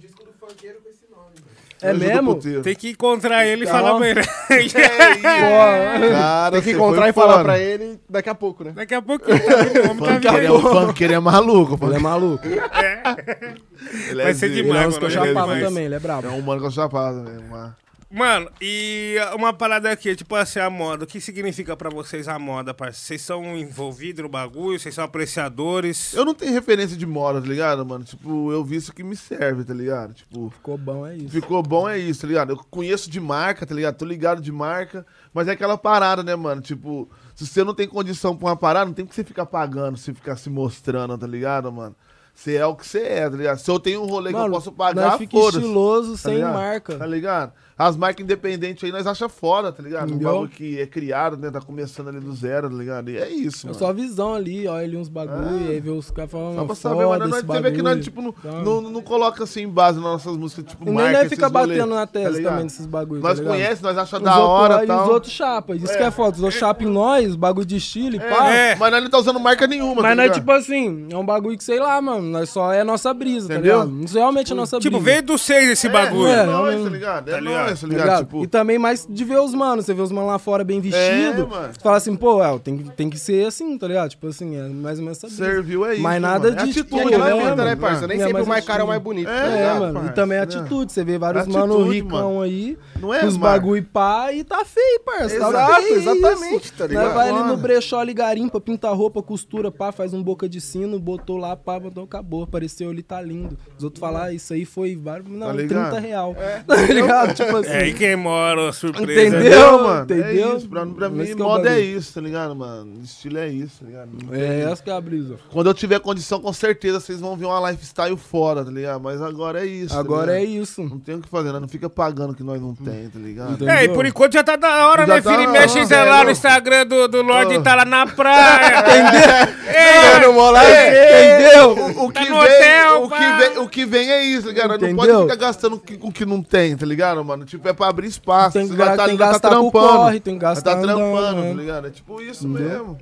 Speaker 4: É
Speaker 3: Anjo do
Speaker 4: mesmo?
Speaker 3: puteiro.
Speaker 1: Tem que encontrar ele e
Speaker 4: Tá.
Speaker 1: falar pra ele. [LAUGHS]
Speaker 4: Pô,
Speaker 3: Cara,
Speaker 2: Tem que
Speaker 3: você
Speaker 2: encontrar
Speaker 3: foi
Speaker 2: e falar
Speaker 3: foda.
Speaker 2: pra ele daqui a pouco, né?
Speaker 1: Daqui a pouco ele tá vindo, o homem tá
Speaker 3: Funkeiro é, o
Speaker 1: vindo.
Speaker 3: funkeiro é maluco, pô.
Speaker 4: Ele é maluco.
Speaker 3: Ele
Speaker 1: Vai ser
Speaker 3: zica.
Speaker 4: Ele é
Speaker 1: demais,
Speaker 4: uns que eu
Speaker 1: mano, ele é
Speaker 4: chapava
Speaker 1: demais.
Speaker 4: também, ele é brabo.
Speaker 3: É um mano com chapada mesmo. mas-
Speaker 1: Mano, e uma parada aqui, tipo assim, a moda. O que significa pra vocês a moda, parceiro? Vocês são envolvidos no bagulho? Vocês são apreciadores?
Speaker 3: Eu não tenho referência de moda, tá ligado, mano? Tipo, eu vi isso que me serve, tá ligado? Tipo,
Speaker 4: Ficou bom, é isso.
Speaker 3: Ficou bom, é isso, tá ligado? Eu conheço de marca, tá ligado? Tô ligado de marca, mas é aquela parada, né, mano? Tipo, se você não tem condição pra uma parada, não tem que você ficar pagando, você ficar se mostrando, tá ligado, mano? Você é o que você é, tá ligado? Se eu tenho um rolê que eu posso pagar,
Speaker 4: nós fica
Speaker 3: foda-se.
Speaker 4: estiloso,
Speaker 3: tá
Speaker 4: sem
Speaker 3: ligado?
Speaker 4: marca.
Speaker 3: Tá ligado? As marcas independentes aí nós acha foda, tá ligado? Um
Speaker 4: Entendeu?
Speaker 3: bagulho que é criado, né? Tá começando ali do zero, tá ligado? E é isso,
Speaker 4: É
Speaker 3: mano.
Speaker 4: só a visão ali, olha ali uns bagulho, aí vê os caras falando.
Speaker 3: É. Só pra
Speaker 4: Só
Speaker 3: saber, mas
Speaker 4: foda,
Speaker 3: nós,
Speaker 4: esse
Speaker 3: você vê que nós,
Speaker 4: bagulho",
Speaker 3: tipo, não,
Speaker 4: tá?
Speaker 3: não, não coloca assim em base nas nossas músicas, tipo,
Speaker 4: E nem
Speaker 3: marca,
Speaker 4: nós fica
Speaker 3: esses rolê, tá
Speaker 4: batendo na testa
Speaker 3: ligado?
Speaker 4: também desses bagulhos.
Speaker 3: Nós
Speaker 4: tá ligado?
Speaker 3: conhece, nós acha
Speaker 4: Os
Speaker 3: da
Speaker 4: outros
Speaker 3: hora
Speaker 4: olha
Speaker 3: e tal.
Speaker 4: os outros chapa. Isso que é foda. Os outros chapa em nós, os bagulho de Chile, pá.
Speaker 1: É.
Speaker 3: Mas nós não tá usando marca nenhuma, tá
Speaker 4: Mas nós,
Speaker 3: ligado?
Speaker 4: tipo assim, é um bagulho que, sei lá, mano, nós só é nossa brisa,
Speaker 3: Entendeu?
Speaker 4: tá ligado? Isso realmente é nossa
Speaker 1: Tipo,
Speaker 4: brisa.
Speaker 1: veio do seis esse bagulho.
Speaker 3: É,
Speaker 4: É,
Speaker 3: nóis,
Speaker 4: não-
Speaker 3: tá ligado? É
Speaker 1: tá ligado?
Speaker 3: nóis, tá
Speaker 4: Tá
Speaker 3: ligado?
Speaker 4: ligado?
Speaker 3: Tipo,
Speaker 4: E também mais de ver os manos. Você vê os manos lá fora bem vestido.
Speaker 3: mano.
Speaker 4: você fala assim, pô, é, tem, que- tem que ser assim, tá ligado? Tipo assim, é mais ou menos essa brisa.
Speaker 3: serviu é isso,
Speaker 4: Mas nada
Speaker 3: mano. É
Speaker 4: de
Speaker 3: atitude,
Speaker 2: E
Speaker 4: tudo,
Speaker 2: aquela
Speaker 4: né,
Speaker 2: fita, né,
Speaker 4: mano?
Speaker 2: parça? Nem
Speaker 4: É,
Speaker 2: sempre
Speaker 4: mas
Speaker 2: o mais
Speaker 4: é
Speaker 2: caro é o
Speaker 4: tudo.
Speaker 2: mais bonito.
Speaker 3: É,
Speaker 2: tá
Speaker 4: É,
Speaker 2: ligado,
Speaker 4: mano.
Speaker 3: parça,
Speaker 4: E também a
Speaker 3: né?
Speaker 4: atitude. Você vê vários
Speaker 3: Atitude,
Speaker 4: mano ricão
Speaker 3: mano.
Speaker 4: aí.
Speaker 3: Não é,
Speaker 4: com os
Speaker 3: mano?
Speaker 4: bagulho pá e tá feio, parça.
Speaker 2: Exato,
Speaker 4: tá feio,
Speaker 2: exatamente,
Speaker 4: isso.
Speaker 2: tá ligado?
Speaker 4: Nós vai ali
Speaker 3: Mano.
Speaker 4: no brechó, ali garimpa, pinta a roupa, costura, pá, faz um boca de sino, botou lá, pá, botou, acabou. Apareceu ali, tá lindo. Os outros falam, ah, isso aí foi, bar- não,
Speaker 3: Tá ligado?
Speaker 4: 30 real. [LAUGHS] Tá ligado? Tipo assim.
Speaker 1: É aí quem mora, a surpresa.
Speaker 4: Entendeu?
Speaker 3: Entendeu, mano? Entendeu?
Speaker 4: Entendeu?
Speaker 3: É isso, pra, pra
Speaker 4: Mas
Speaker 3: mim,
Speaker 4: que é o
Speaker 3: moda é
Speaker 4: bagulho.
Speaker 3: isso, tá ligado, mano? Estilo é isso, tá ligado?
Speaker 4: É, essa que é a brisa.
Speaker 3: Quando eu tiver condição, com certeza vocês vão ver uma lifestyle fora, tá ligado? Mas agora é isso.
Speaker 4: Agora é isso.
Speaker 3: isso. Não tem o que fazer, né? Não fica pagando o que nós não tem, tá ligado?
Speaker 4: Entendeu?
Speaker 1: É, e por enquanto já tá da hora,
Speaker 3: Já
Speaker 1: né,
Speaker 3: tá
Speaker 1: filho?
Speaker 3: da
Speaker 1: Mexe
Speaker 3: hora,
Speaker 1: sei
Speaker 3: né,
Speaker 1: lá
Speaker 3: não?
Speaker 1: no Instagram do, do Lorde
Speaker 3: Ah.
Speaker 1: tá lá na praia. Entendeu? É,
Speaker 2: Mano, mó lá- É.
Speaker 3: Entendeu? O, o
Speaker 1: Tá
Speaker 3: que
Speaker 1: no
Speaker 3: vem,
Speaker 1: hotel,
Speaker 3: o, que
Speaker 1: pá.
Speaker 3: vem, o que vem é isso, tá ligado? Nós Não pode
Speaker 4: Entendeu?
Speaker 3: ficar gastando o que- o que não tem, tá ligado, mano? Tipo, é pra abrir espaço.
Speaker 4: Tem que
Speaker 3: você vai
Speaker 4: gra-
Speaker 3: tá,
Speaker 4: tem
Speaker 3: ali,
Speaker 4: que
Speaker 3: vai
Speaker 4: gastar
Speaker 3: tá
Speaker 4: com o
Speaker 3: trampando.
Speaker 4: corre, tem que
Speaker 3: Vai
Speaker 4: gastar
Speaker 3: tá
Speaker 4: andando,
Speaker 3: trampando,
Speaker 4: né?
Speaker 3: tá ligado? É tipo isso mesmo.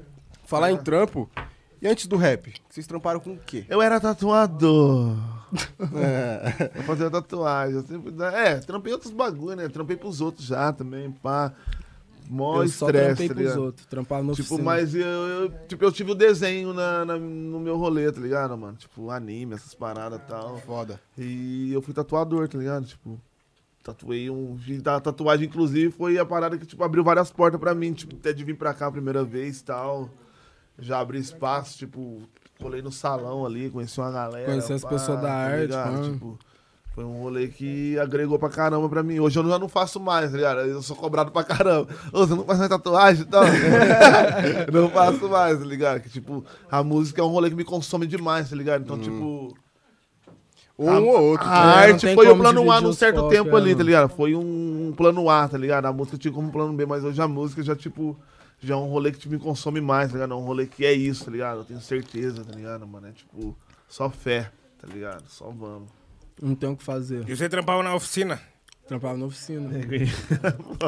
Speaker 2: Falar em trampo. E antes do rap, vocês tramparam com o quê?
Speaker 3: Eu era tatuador.
Speaker 2: É.
Speaker 3: Eu fazia tatuagem. Eu sempre... da- É, trampei outros bagulho, né? Trampei pros outros já também, pá. Mó
Speaker 4: Eu só
Speaker 3: estresse,
Speaker 4: trampei
Speaker 3: tá
Speaker 4: pros
Speaker 3: ligado?
Speaker 4: outros, trampava no
Speaker 3: Tipo,
Speaker 4: oficina.
Speaker 3: mas eu, eu- tipo, eu tive o desenho na, na- no meu rolê, tá ligado, mano? Tipo, anime, essas paradas e tal.
Speaker 2: Foda.
Speaker 3: E eu fui tatuador, tá ligado? Tipo, tatuei um. A tatuagem, inclusive, foi a parada que, tipo, abriu várias portas pra mim, tipo, até de vir pra cá a primeira vez e tal. Já abri espaço, tipo, colei no salão ali, conheci uma galera. tá
Speaker 4: Conheci as pessoas da arte,
Speaker 3: ligado?
Speaker 4: mano.
Speaker 3: Tipo, foi um rolê que agregou pra caramba pra mim. Hoje eu já não faço mais, tá ligado? Eu sou cobrado pra caramba. Ô, você não faz mais
Speaker 4: [LAUGHS]
Speaker 3: tatuagem e tal? não faço mais, tá ligado? Que, tipo, a música é um rolê que me consome demais, tá ligado?
Speaker 4: Hum.
Speaker 3: Então, tipo.
Speaker 2: Ou um ou outro.
Speaker 3: A
Speaker 2: tá ligado?
Speaker 4: Ah, é, não
Speaker 3: arte
Speaker 4: tem
Speaker 3: foi o
Speaker 4: como
Speaker 3: plano A
Speaker 4: dividir
Speaker 3: num
Speaker 4: os
Speaker 3: certo
Speaker 4: focos,
Speaker 3: tempo
Speaker 4: é,
Speaker 3: ali,
Speaker 4: não.
Speaker 3: tá ligado? Foi um plano A, tá ligado? A música tinha como plano B, mas hoje a música já, tipo, já é um rolê que tipo, me consome mais, tá ligado? É um rolê que é isso, tá ligado? Eu tenho certeza, tá ligado, mano? É tipo, só fé, tá ligado? Só vamos.
Speaker 4: Não tem o que fazer.
Speaker 1: E você trampava na oficina?
Speaker 4: Trampava na oficina.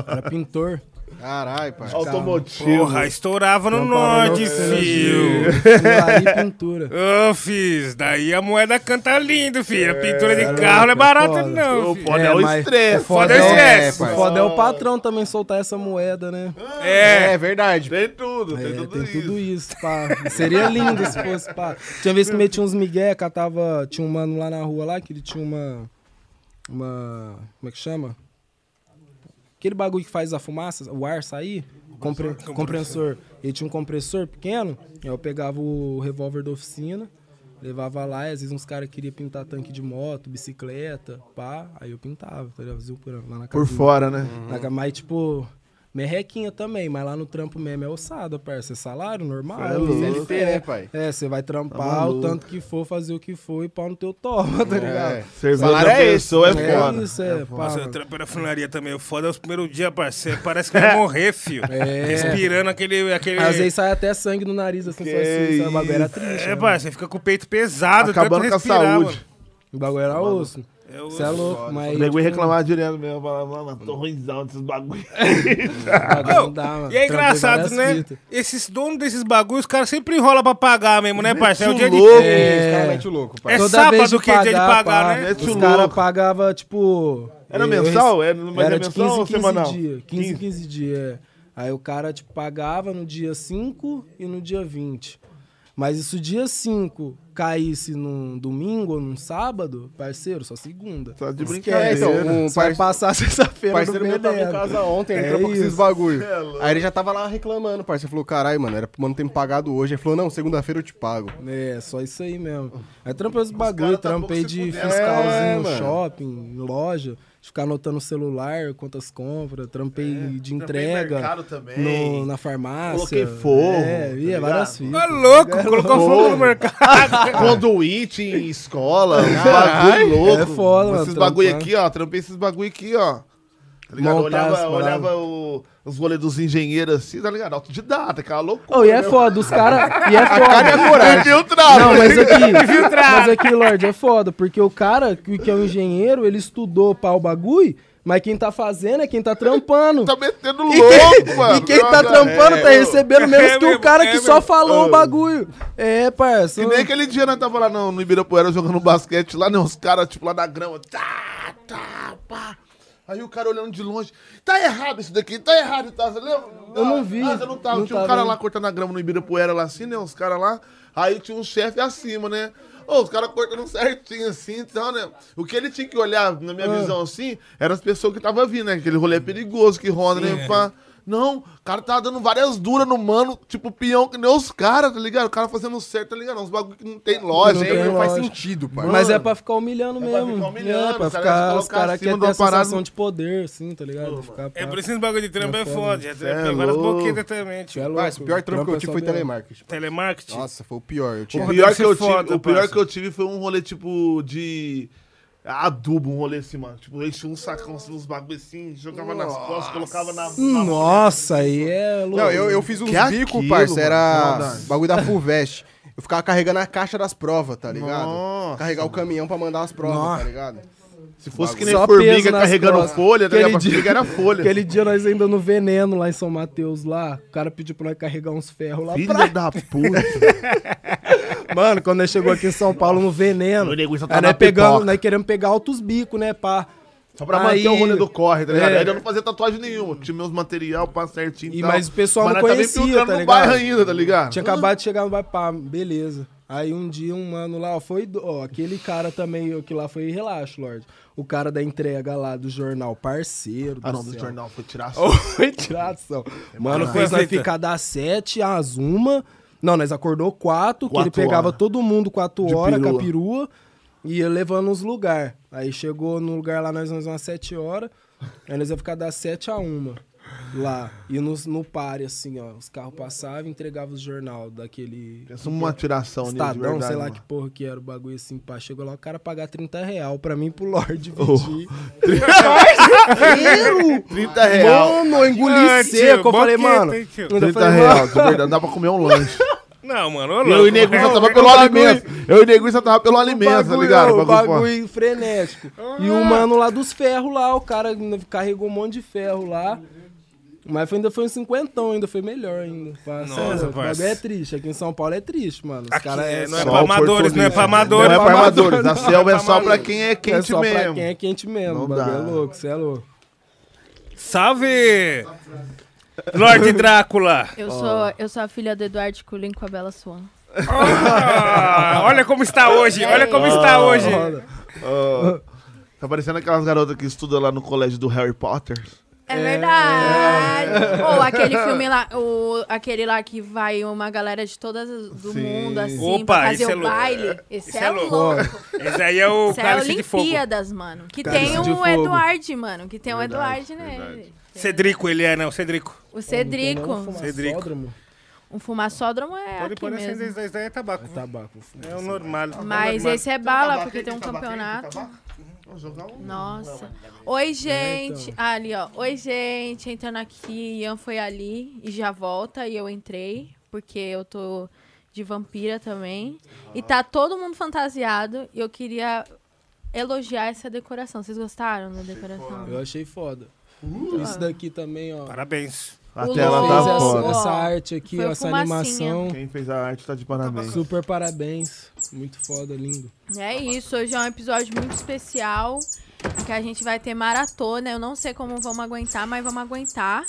Speaker 4: Era pintor.
Speaker 2: Caralho, pai.
Speaker 3: Automotivo.
Speaker 1: Porra, estourava no
Speaker 4: Trampava na
Speaker 1: norte,
Speaker 4: oficina
Speaker 1: fio.
Speaker 4: de Funilaria e pintura.
Speaker 1: Ô, fiz, daí a moeda canta lindo, filho. A pintura de carro não é barata,
Speaker 4: foda.
Speaker 1: não,
Speaker 3: Ô,
Speaker 1: filho.
Speaker 3: Foda é o
Speaker 4: mas
Speaker 3: estresse,
Speaker 4: o foda
Speaker 1: foda é o
Speaker 4: é,
Speaker 1: estresse,
Speaker 4: o
Speaker 2: pai.
Speaker 4: foda é o patrão também soltar essa moeda, né?
Speaker 1: É,
Speaker 2: É, verdade.
Speaker 3: Tem tudo, tem
Speaker 4: É,
Speaker 3: tudo
Speaker 4: tem
Speaker 3: isso.
Speaker 4: tudo isso, pá. Seria lindo se fosse, pá. Tinha vez que metia uns migué, catava... Tinha um mano lá na rua lá, que ele tinha uma... Uma... Como é que chama? Aquele bagulho que faz a fumaça, o ar sair. Compre, compressor. Ele tinha um compressor pequeno. aí Eu pegava o revólver da oficina, levava lá. E às vezes uns caras queriam pintar tanque de moto, bicicleta, pá. Aí eu pintava, tá ligado? Fazia o por- Lá na
Speaker 3: Por
Speaker 4: cabine.
Speaker 3: fora, né?
Speaker 4: Hum. Mas, Mas, tipo, merrequinha também, mas lá no trampo mesmo é ossada, parça. É salário normal.
Speaker 3: É louco.
Speaker 4: CLT,
Speaker 2: CLT, né, pai?
Speaker 4: É, você vai trampar
Speaker 3: maluco.
Speaker 4: o tanto que for, fazer o que for e pau no teu toma, tá ligado?
Speaker 2: É.
Speaker 3: Servir
Speaker 2: Salário
Speaker 3: outra
Speaker 2: é esse,
Speaker 3: pessoa
Speaker 4: É,
Speaker 3: é foda.
Speaker 4: isso, é, pá.
Speaker 1: Nossa, eu trampei na funilaria também. O foda é os primeiros dias, parceiro. Parece que vai morrer, fio.
Speaker 4: É.
Speaker 1: Respirando aquele. aquele...
Speaker 4: Às vezes sai até sangue no nariz, assim, só assim, sabe? O bagulho era triste.
Speaker 1: É,
Speaker 4: né?
Speaker 1: parceiro, fica com o peito pesado, tanto
Speaker 3: Acabando com a
Speaker 1: respirar,
Speaker 3: saúde.
Speaker 4: O bagulho era osso.
Speaker 1: mano. Eu-
Speaker 4: Você é louco, mas.
Speaker 3: O Tá nego ia reclamar direto mesmo, falar, mano, tô ruimzão desses
Speaker 4: [LAUGHS]
Speaker 3: bagulho.
Speaker 4: o bagulho não dá, mano.
Speaker 1: E é
Speaker 4: Trampei
Speaker 1: engraçado,
Speaker 4: várias
Speaker 1: né?
Speaker 4: fitas.
Speaker 1: Esses donos desses bagulhos, os caras sempre enrolam pra pagar mesmo, né, parceiro? É o dia de.
Speaker 4: É.
Speaker 3: louco.
Speaker 2: Os caras metem o louco, pai.
Speaker 1: É
Speaker 4: Toda
Speaker 1: sábado
Speaker 4: vez de
Speaker 1: que é dia de pagar,
Speaker 4: pá,
Speaker 1: né?
Speaker 3: Mete o
Speaker 4: Os caras
Speaker 3: louco.
Speaker 4: pagavam, tipo.
Speaker 3: Era
Speaker 4: eu-
Speaker 3: mensal? Era, mas
Speaker 4: era
Speaker 3: era
Speaker 4: de
Speaker 3: mensal
Speaker 4: 15
Speaker 3: ou
Speaker 4: 15
Speaker 3: semanal?
Speaker 4: dias. 15, 15 dias. é. Aí o cara, tipo, pagava no dia 5 e no dia 20. Mas isso dia 5 caísse num domingo ou num sábado, parceiro, só segunda.
Speaker 3: Só de
Speaker 4: Esquece,
Speaker 3: brincadeira.
Speaker 2: então, um
Speaker 4: só vai
Speaker 2: parce-
Speaker 4: passar sexta-feira
Speaker 2: O parceiro
Speaker 4: no
Speaker 2: meu tava em
Speaker 4: veneno.
Speaker 2: casa ontem, ele
Speaker 4: É
Speaker 2: trampou com esses
Speaker 4: isso.
Speaker 2: bagulho.
Speaker 3: É louco.
Speaker 2: Aí ele já tava lá reclamando, parceiro. Falou, caralho, mano, era pro mano ter me pagado hoje. Ele falou, não, segunda-feira eu te pago.
Speaker 4: É, só isso aí mesmo. Aí trampei os
Speaker 3: cara
Speaker 4: bagulho,
Speaker 3: tá pouco
Speaker 4: trampei
Speaker 3: se
Speaker 4: de
Speaker 3: fudendo.
Speaker 4: fiscalzinho
Speaker 2: É,
Speaker 4: no
Speaker 2: mano.
Speaker 4: shopping, em loja, de ficar anotando o celular, quantas compras, trampei de entrega
Speaker 3: É, mercado também.
Speaker 4: no- na farmácia.
Speaker 3: Coloquei forro,
Speaker 4: É,
Speaker 3: tá
Speaker 4: ia várias
Speaker 1: Ô,
Speaker 4: fitas.
Speaker 1: louco, colocou fogo no mercado.
Speaker 3: [LAUGHS] Conduíte em escola, uns
Speaker 2: Caralho.
Speaker 3: bagulho louco.
Speaker 4: É foda, mano,
Speaker 5: tá
Speaker 3: Esses bagulho
Speaker 5: né?
Speaker 4: trampar.
Speaker 3: aqui, ó. Trampei esses bagulho aqui, ó. Tá ligado?
Speaker 4: Montar as
Speaker 3: olhava
Speaker 4: paradas.
Speaker 3: olhava o- os rolês dos engenheiros assim, tá ligado? Autodidata, aquela loucura.
Speaker 5: Ô, e é foda, os caras. E é foda.
Speaker 3: Infiltrado.
Speaker 5: Não, mas
Speaker 3: [LAUGHS]
Speaker 5: aqui, mas aqui, Lorde, é foda, porque o cara que que é um engenheiro, ele estudou pra o bagulho, mas quem tá fazendo é quem tá trampando.
Speaker 3: Tá metendo
Speaker 5: E
Speaker 3: louco,
Speaker 4: [LAUGHS]
Speaker 5: quem,
Speaker 3: mano.
Speaker 5: e quem tá
Speaker 3: Droga.
Speaker 5: trampando tá
Speaker 3: É,
Speaker 5: recebendo menos
Speaker 1: É
Speaker 5: que o
Speaker 1: mesmo,
Speaker 5: cara
Speaker 1: é
Speaker 5: que
Speaker 1: mesmo.
Speaker 5: só falou o bagulho. É, parça.
Speaker 3: Que nem aquele dia nós tava lá no, no Ibirapuera jogando basquete lá, né? Os caras, tipo, lá na grama. Tá, tá, pá. Aí o cara olhando de longe. Tá errado isso daqui, tá errado e tal. Você lembra?
Speaker 5: Eu não vi.
Speaker 3: Ah, você não tava.
Speaker 5: Não
Speaker 3: tinha um
Speaker 5: tava.
Speaker 3: cara lá cortando a grama no Ibirapuera lá assim, né? Os caras lá. Aí tinha um chefe acima, né? Ô, os caras cortando certinho assim, então, né? O que ele tinha que olhar, na minha
Speaker 1: Ah.
Speaker 3: visão assim, eram as pessoas que tava vindo, né? Aquele rolê perigoso que roda,
Speaker 1: é.
Speaker 3: né? Pá. Não, o cara tava dando várias duras no mano, tipo peão que nem os caras, tá ligado? O cara fazendo certo, tá ligado? Uns bagulho que não tem lógica.
Speaker 4: tem
Speaker 3: né?
Speaker 2: Não faz
Speaker 4: lógico.
Speaker 2: sentido, pai.
Speaker 4: Mas é pra ficar humilhando
Speaker 3: pra
Speaker 4: mesmo.
Speaker 3: ficar
Speaker 4: é,
Speaker 3: humilhando,
Speaker 4: pra
Speaker 3: os caras
Speaker 4: ficar, os
Speaker 3: te
Speaker 4: caras
Speaker 3: colocar acima
Speaker 4: querem
Speaker 3: de
Speaker 4: ter
Speaker 3: uma
Speaker 4: a sensação
Speaker 3: parada-
Speaker 4: de poder, assim, tá ligado? Ficar,
Speaker 1: É
Speaker 4: pá.
Speaker 1: por isso que esse bagulho de trampo é foda. Já
Speaker 3: é
Speaker 1: tem várias
Speaker 3: louco.
Speaker 1: boquetas também,
Speaker 4: Tu é
Speaker 1: tipo.
Speaker 4: louco,
Speaker 2: Mas o pior trampo que eu tive foi
Speaker 4: saber.
Speaker 2: telemarketing.
Speaker 1: Telemarketing.
Speaker 2: Nossa, foi o pior. Eu
Speaker 3: O
Speaker 2: tive...
Speaker 1: Porra,
Speaker 3: pior,
Speaker 1: deve
Speaker 3: que
Speaker 1: ser
Speaker 3: eu,
Speaker 1: foda,
Speaker 3: tive, o pior
Speaker 1: parça.
Speaker 3: que eu tive foi um rolê tipo de adubo, um rolê assim, mano. Tipo, eu enchi um sacão assim, uns bagulho assim, jogava nas costas, colocava na. na-
Speaker 4: Nossa, aí é louco.
Speaker 2: Não, eu, eu fiz uns
Speaker 3: Que é
Speaker 2: bicos,
Speaker 3: aquilo,
Speaker 2: parça.
Speaker 3: mano?
Speaker 2: Era
Speaker 3: Maldade.
Speaker 2: bagulho da Fulvest. Eu ficava carregando a caixa das provas, tá ligado?
Speaker 3: Nossa.
Speaker 2: Carregar o caminhão pra mandar as provas,
Speaker 4: Nossa.
Speaker 2: tá ligado?
Speaker 3: Se fosse que nem
Speaker 4: Só
Speaker 3: formiga
Speaker 4: peso nas
Speaker 3: carregando
Speaker 4: costas.
Speaker 3: folha, né?
Speaker 4: Aquele
Speaker 3: Pra
Speaker 4: dia-
Speaker 3: formiga era folha.
Speaker 4: Aquele dia nós ainda no veneno lá em São Mateus, lá, o cara pediu pra nós carregar uns ferros lá
Speaker 3: Filha
Speaker 4: pra.
Speaker 3: da puta.
Speaker 4: Mano, quando nós chegou aqui em São Paulo no veneno,
Speaker 3: O nego só tá
Speaker 4: aí
Speaker 3: na
Speaker 4: nós, pegamos,
Speaker 3: pipoca.
Speaker 4: nós queremos pegar altos bicos, né, pá.
Speaker 3: Só [LAUGHS] pra
Speaker 4: Aí-
Speaker 3: manter o rolê do corre, tá ligado?
Speaker 4: É.
Speaker 3: Aí eu não fazia tatuagem nenhuma. Eu Tinha meus material, pá, certinho
Speaker 4: E
Speaker 3: tal.
Speaker 4: mas o pessoal não
Speaker 3: nós tava
Speaker 4: conhecia,
Speaker 3: infiltrando
Speaker 4: tá
Speaker 3: no bairro
Speaker 4: ligado?
Speaker 3: ainda, tá ligado?
Speaker 4: Tinha acabado de chegar no bairro, pá, beleza. Aí um dia um mano lá, ó, foi. do- Ó, aquele cara também, ó, que lá foi relaxo, Lorde. O cara da entrega lá do jornal, parceiro.
Speaker 3: Ah, não,
Speaker 4: céu.
Speaker 3: do jornal, foi tirar
Speaker 4: Ô,
Speaker 3: só.
Speaker 4: [LAUGHS] retiração.
Speaker 3: É
Speaker 4: Mano,
Speaker 1: mano,
Speaker 4: fez
Speaker 1: foi
Speaker 4: nós
Speaker 1: feita.
Speaker 4: ficar das 7 às 1. Não, nós acordou 4, que ele
Speaker 3: Quatro
Speaker 4: pegava
Speaker 3: horas.
Speaker 4: todo mundo 4
Speaker 3: De
Speaker 4: horas com a
Speaker 3: perua.
Speaker 4: perua e ia levando uns lugar. Aí chegou no lugar lá, nós vamos umas 7 horas. Aí nós ia ficar das 7 a 1 lá. E no, no pare, assim, ó. Os carros passavam e entregavam os jornal daquele.
Speaker 3: Pensa uma atiração nele, de
Speaker 4: Estadão,
Speaker 3: verdade,
Speaker 4: sei lá
Speaker 3: mano.
Speaker 4: que porra que era o bagulho assim, pá. Chegou lá o cara pagar 30 real pra mim e pro Lorde
Speaker 3: [LAUGHS] Oh.
Speaker 4: dividir.
Speaker 3: [LAUGHS]
Speaker 4: Eu?
Speaker 3: 30 real.
Speaker 4: Mano, eu engoli
Speaker 1: Ah, tio,
Speaker 4: seco. Eu falei,
Speaker 1: boqueta,
Speaker 4: mano.
Speaker 1: hein, tio?
Speaker 4: eu
Speaker 3: 30
Speaker 4: falei,
Speaker 3: real,
Speaker 4: mano,
Speaker 3: de verdade, dá pra comer
Speaker 4: [LAUGHS]
Speaker 3: um lanche.
Speaker 1: Não, mano, ô
Speaker 3: Eu e o
Speaker 1: louco. é um
Speaker 3: nego só tava
Speaker 1: Não,
Speaker 3: pelo
Speaker 1: não,
Speaker 3: alimento. Eu e o nego só tava pelo alimento, tá
Speaker 4: bagulho, O
Speaker 3: ligado? Bagulho Ah. fora.
Speaker 4: bagulho frenético. E o mano lá dos ferros lá, o cara carregou um monte de ferro lá. Mas foi- ainda foi um cinquentão, ainda foi melhor ainda. Pá,
Speaker 1: Nossa,
Speaker 4: sério, o bagulho
Speaker 1: parça.
Speaker 4: é triste. Aqui em São Paulo é triste, mano. Os
Speaker 1: Aqui
Speaker 4: caras
Speaker 1: é-
Speaker 4: é,
Speaker 1: não é
Speaker 3: Só
Speaker 1: pra amadores, não é pra
Speaker 3: Não
Speaker 4: tá
Speaker 1: amadores.
Speaker 3: é pra amadores. A
Speaker 4: amadores,
Speaker 3: selva é só
Speaker 1: amadores.
Speaker 3: pra quem é
Speaker 4: é
Speaker 3: quente
Speaker 4: só pra quem
Speaker 3: mesmo.
Speaker 4: é quente mesmo.
Speaker 3: Não
Speaker 4: O bagulho
Speaker 3: dá.
Speaker 4: é louco, você é louco.
Speaker 1: Salve! Lorde Drácula!
Speaker 6: Eu, sou, eu sou a filha do Eduardo Cullen com a Bela Swan.
Speaker 1: Ah, olha como está hoje, olha como está hoje.
Speaker 4: Foda.
Speaker 3: Ah, Tá parecendo aquelas garotas que estudam lá no colégio do Harry Potter.
Speaker 6: É verdade! Ou aquele filme lá, o, aquele lá que vai uma galera de todas as- do
Speaker 3: Sim.
Speaker 6: mundo, assim,
Speaker 1: Opa,
Speaker 6: pra fazer
Speaker 1: esse é
Speaker 6: o
Speaker 1: louco.
Speaker 6: baile. Esse,
Speaker 1: Esse
Speaker 6: é,
Speaker 1: é
Speaker 6: louco.
Speaker 1: louco. Esse aí é o
Speaker 6: Esse é
Speaker 1: cálice de fogo.
Speaker 6: Olimpíadas, mano. Que
Speaker 4: Cálice
Speaker 6: tem
Speaker 4: de
Speaker 6: o
Speaker 4: Fogo.
Speaker 6: Eduardo, mano. Que tem o Eduardo, né?
Speaker 3: verdade.
Speaker 1: Cedrico, ele é, não, Cedrico.
Speaker 6: O
Speaker 4: Não,
Speaker 6: Cedrico.
Speaker 4: fumaçódromo.
Speaker 1: Cedrico.
Speaker 6: Um fumaçódromo é
Speaker 1: Pode
Speaker 6: aqui
Speaker 1: pôr acender
Speaker 6: mesmo.
Speaker 1: isso daí, isso daí é tabaco.
Speaker 4: Tabaco. fumaça.
Speaker 1: É o normal.
Speaker 6: Mas
Speaker 1: normal.
Speaker 6: esse é bala, porque tem um campeonato.
Speaker 3: Vamos jogar um.
Speaker 6: Nossa. Oi, gente. Ah, ali, ó. Oi, gente. Entrando aqui. Ian foi ali e já volta. E eu entrei, porque eu tô de vampira também. E tá todo mundo fantasiado. E eu queria elogiar essa decoração. Vocês gostaram da
Speaker 4: Eu
Speaker 6: decoração?
Speaker 4: achei foda.
Speaker 6: Uh.
Speaker 4: Isso daqui também, ó.
Speaker 1: Parabéns.
Speaker 3: A
Speaker 6: O
Speaker 3: tela
Speaker 6: Lolo.
Speaker 4: fez
Speaker 3: tá
Speaker 6: Ó.
Speaker 4: essa,
Speaker 3: fora.
Speaker 4: essa arte aqui,
Speaker 6: Foi
Speaker 4: ó, essa
Speaker 6: fumacinha.
Speaker 4: animação.
Speaker 3: Quem fez a arte tá de parabéns.
Speaker 4: Super parabéns. Muito foda, lindo.
Speaker 6: É isso. Hoje é um episódio muito especial. Que a gente vai ter maratona. Eu não sei como vamos aguentar, mas vamos aguentar.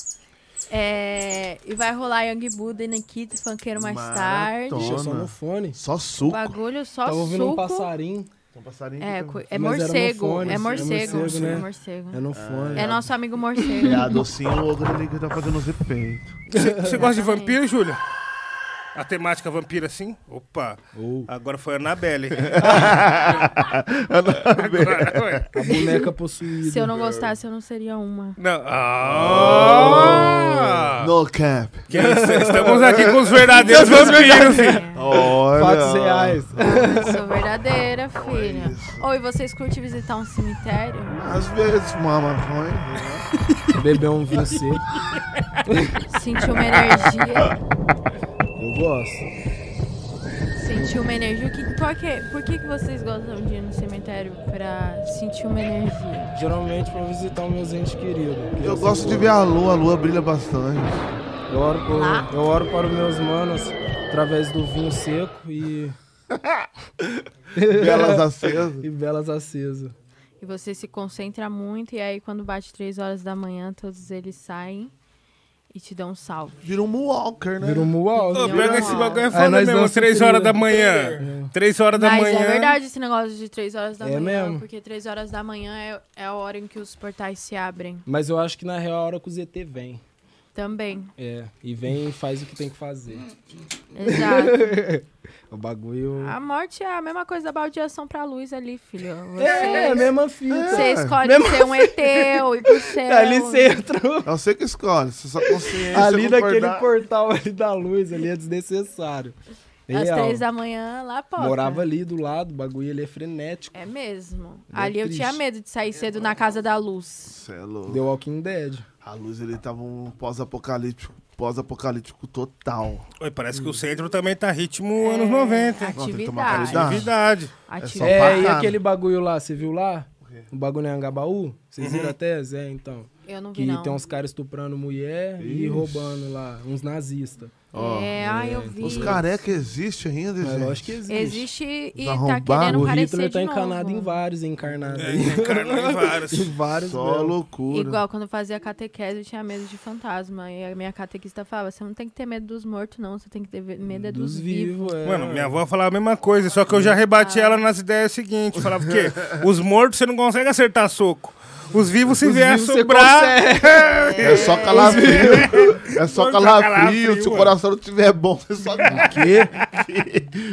Speaker 6: É, E vai rolar Young Buddha e Nikita, funkeiro mais tarde.
Speaker 3: Maratona.
Speaker 4: Deixa eu só no fone.
Speaker 3: Só suco.
Speaker 6: Bagulho só
Speaker 4: Tava ouvindo
Speaker 6: suco.
Speaker 4: um passarinho.
Speaker 3: Tem um passarinho
Speaker 6: É,
Speaker 3: aqui
Speaker 6: co-
Speaker 3: também.
Speaker 6: é
Speaker 4: Mas era no
Speaker 6: morcego,
Speaker 4: fone,
Speaker 6: é
Speaker 4: sim.
Speaker 6: morcego,
Speaker 4: É morcego, né?
Speaker 6: é morcego.
Speaker 4: É no fone.
Speaker 6: É nosso amigo morcego.
Speaker 3: assim, [LAUGHS] É a docinha o ogro ali que tá fazendo os efeitos.
Speaker 1: Você gosta de vampiro, Júlia? A temática vampira, sim? Opa.
Speaker 4: Ou
Speaker 1: Agora foi a [LAUGHS] Annabelle.
Speaker 3: Annabelle.
Speaker 1: Agora foi.
Speaker 4: a boneca possuída.
Speaker 6: Se eu não gostasse, eu não seria uma.
Speaker 1: Não. Ah!
Speaker 3: No cap.
Speaker 1: Que isso, Estamos aqui com os verdadeiros vampiros. sim.
Speaker 3: Olha.
Speaker 4: Fatos reais.
Speaker 6: Eu sou verdadeira, filha. Oi, vocês curtem visitar um cemitério?
Speaker 3: Às vezes, mama, mãe.
Speaker 4: Beber um vinho seco.
Speaker 6: Sentir uma energia.
Speaker 4: Eu gosto.
Speaker 6: Sentir uma energia. O que- Por que, por que, que vocês gostam de ir no cemitério pra sentir uma energia?
Speaker 4: Geralmente pra visitar os meus entes queridos. porque
Speaker 3: Eu
Speaker 4: assim,
Speaker 3: gosto de ver a lua, a lua brilha bastante.
Speaker 4: Eu oro, por-
Speaker 6: Lá.
Speaker 4: eu oro para os meus manos através do vinho seco e,
Speaker 3: Velas acesas.
Speaker 4: e velas acesas.
Speaker 6: E você se concentra muito, e aí quando bate três horas da manhã, todos eles saem e te dão um salve.
Speaker 3: Vira um walker, né?
Speaker 4: Vira um mual.
Speaker 1: Ô, Pega esse bagulho é
Speaker 4: Aí
Speaker 1: foda
Speaker 4: nós
Speaker 1: mesmo.
Speaker 4: dança
Speaker 1: Três
Speaker 4: trilha.
Speaker 1: horas da manhã. Três horas da
Speaker 6: Mas
Speaker 1: manhã.
Speaker 6: é verdade esse negócio de três horas da
Speaker 4: É
Speaker 6: manhã,
Speaker 4: mesmo.
Speaker 6: porque três horas da manhã é, é a hora em que os portais se abrem
Speaker 4: Mas eu acho que na real é a hora que o ZT vem. [LAUGHS]
Speaker 6: também.
Speaker 4: É, e vem e faz o que tem que fazer.
Speaker 6: Exato.
Speaker 4: O bagulho.
Speaker 6: a morte é a mesma coisa da baldeação pra luz ali, filho. Você,
Speaker 4: É, mesma fita. É,
Speaker 6: você escolhe ser um ET ou ir pro
Speaker 4: [LAUGHS]
Speaker 6: céu.
Speaker 4: Ali você entrou.
Speaker 3: É você que escolhe, se sua consciência
Speaker 4: Ali naquele
Speaker 3: concordar.
Speaker 4: portal ali da luz, ali é desnecessário.
Speaker 6: Às
Speaker 4: Real.
Speaker 6: três da né? manhã, lá pode.
Speaker 4: Morava ali do lado, o bagulho ali é frenético.
Speaker 6: É mesmo.
Speaker 4: Ele é
Speaker 6: ali eu
Speaker 4: triste.
Speaker 6: tinha medo de
Speaker 4: É
Speaker 6: sair cedo na casa da luz.
Speaker 3: Cê é louco.
Speaker 4: The Walking Dead.
Speaker 3: A luz, ele tava um pós-apocalíptico, pós-apocalíptico total.
Speaker 1: Oi, parece que o centro também tá ritmo anos 90. hein?
Speaker 3: tem que tomar
Speaker 6: Atividade.
Speaker 1: Ah.
Speaker 3: caridade.
Speaker 1: [LAUGHS] Atividade.
Speaker 3: Só um
Speaker 6: Atividade.
Speaker 4: É, e
Speaker 3: parado.
Speaker 4: aquele bagulho lá, você viu lá? O bagulho em Angabaú? Vocês viram até? Zé, então.
Speaker 6: Eu não vi,
Speaker 4: Que
Speaker 6: não.
Speaker 4: tem uns caras estuprando mulher e roubando lá, uns nazistas.
Speaker 6: É, ai, eu vi.
Speaker 3: Os careca existem ainda,
Speaker 4: Mas
Speaker 3: gente?
Speaker 4: É lógico que existe.
Speaker 6: Existe e
Speaker 3: Os
Speaker 6: tá
Speaker 3: arrombados.
Speaker 6: querendo
Speaker 4: O
Speaker 6: parecer
Speaker 4: Hitler tá
Speaker 6: de novo.
Speaker 4: encanado em vários, encarnado.
Speaker 1: É,
Speaker 4: aí.
Speaker 1: encarnam em vários.
Speaker 4: Em vários
Speaker 3: Só
Speaker 4: mesmo.
Speaker 3: loucura.
Speaker 6: Igual quando eu fazia catequese, eu tinha medo de fantasma. E a minha catequista falava: você não tem que ter medo dos mortos, não. Você tem que ter medo é
Speaker 4: [LAUGHS]
Speaker 6: dos, vivos.
Speaker 4: é.
Speaker 1: Mano, minha avó falava a mesma coisa, só que eu já rebati ela nas ideias seguintes. Falava o quê? Os mortos você não consegue acertar soco. Os vivos, se
Speaker 4: Os
Speaker 1: vier
Speaker 4: vivos você
Speaker 1: sobrar.
Speaker 3: É só
Speaker 6: [LAUGHS]
Speaker 3: calafrio. É
Speaker 1: Só
Speaker 3: só calafrio.
Speaker 1: calafrio,
Speaker 3: Se o
Speaker 1: mano.
Speaker 3: coração não tiver bom, você só
Speaker 4: Quê?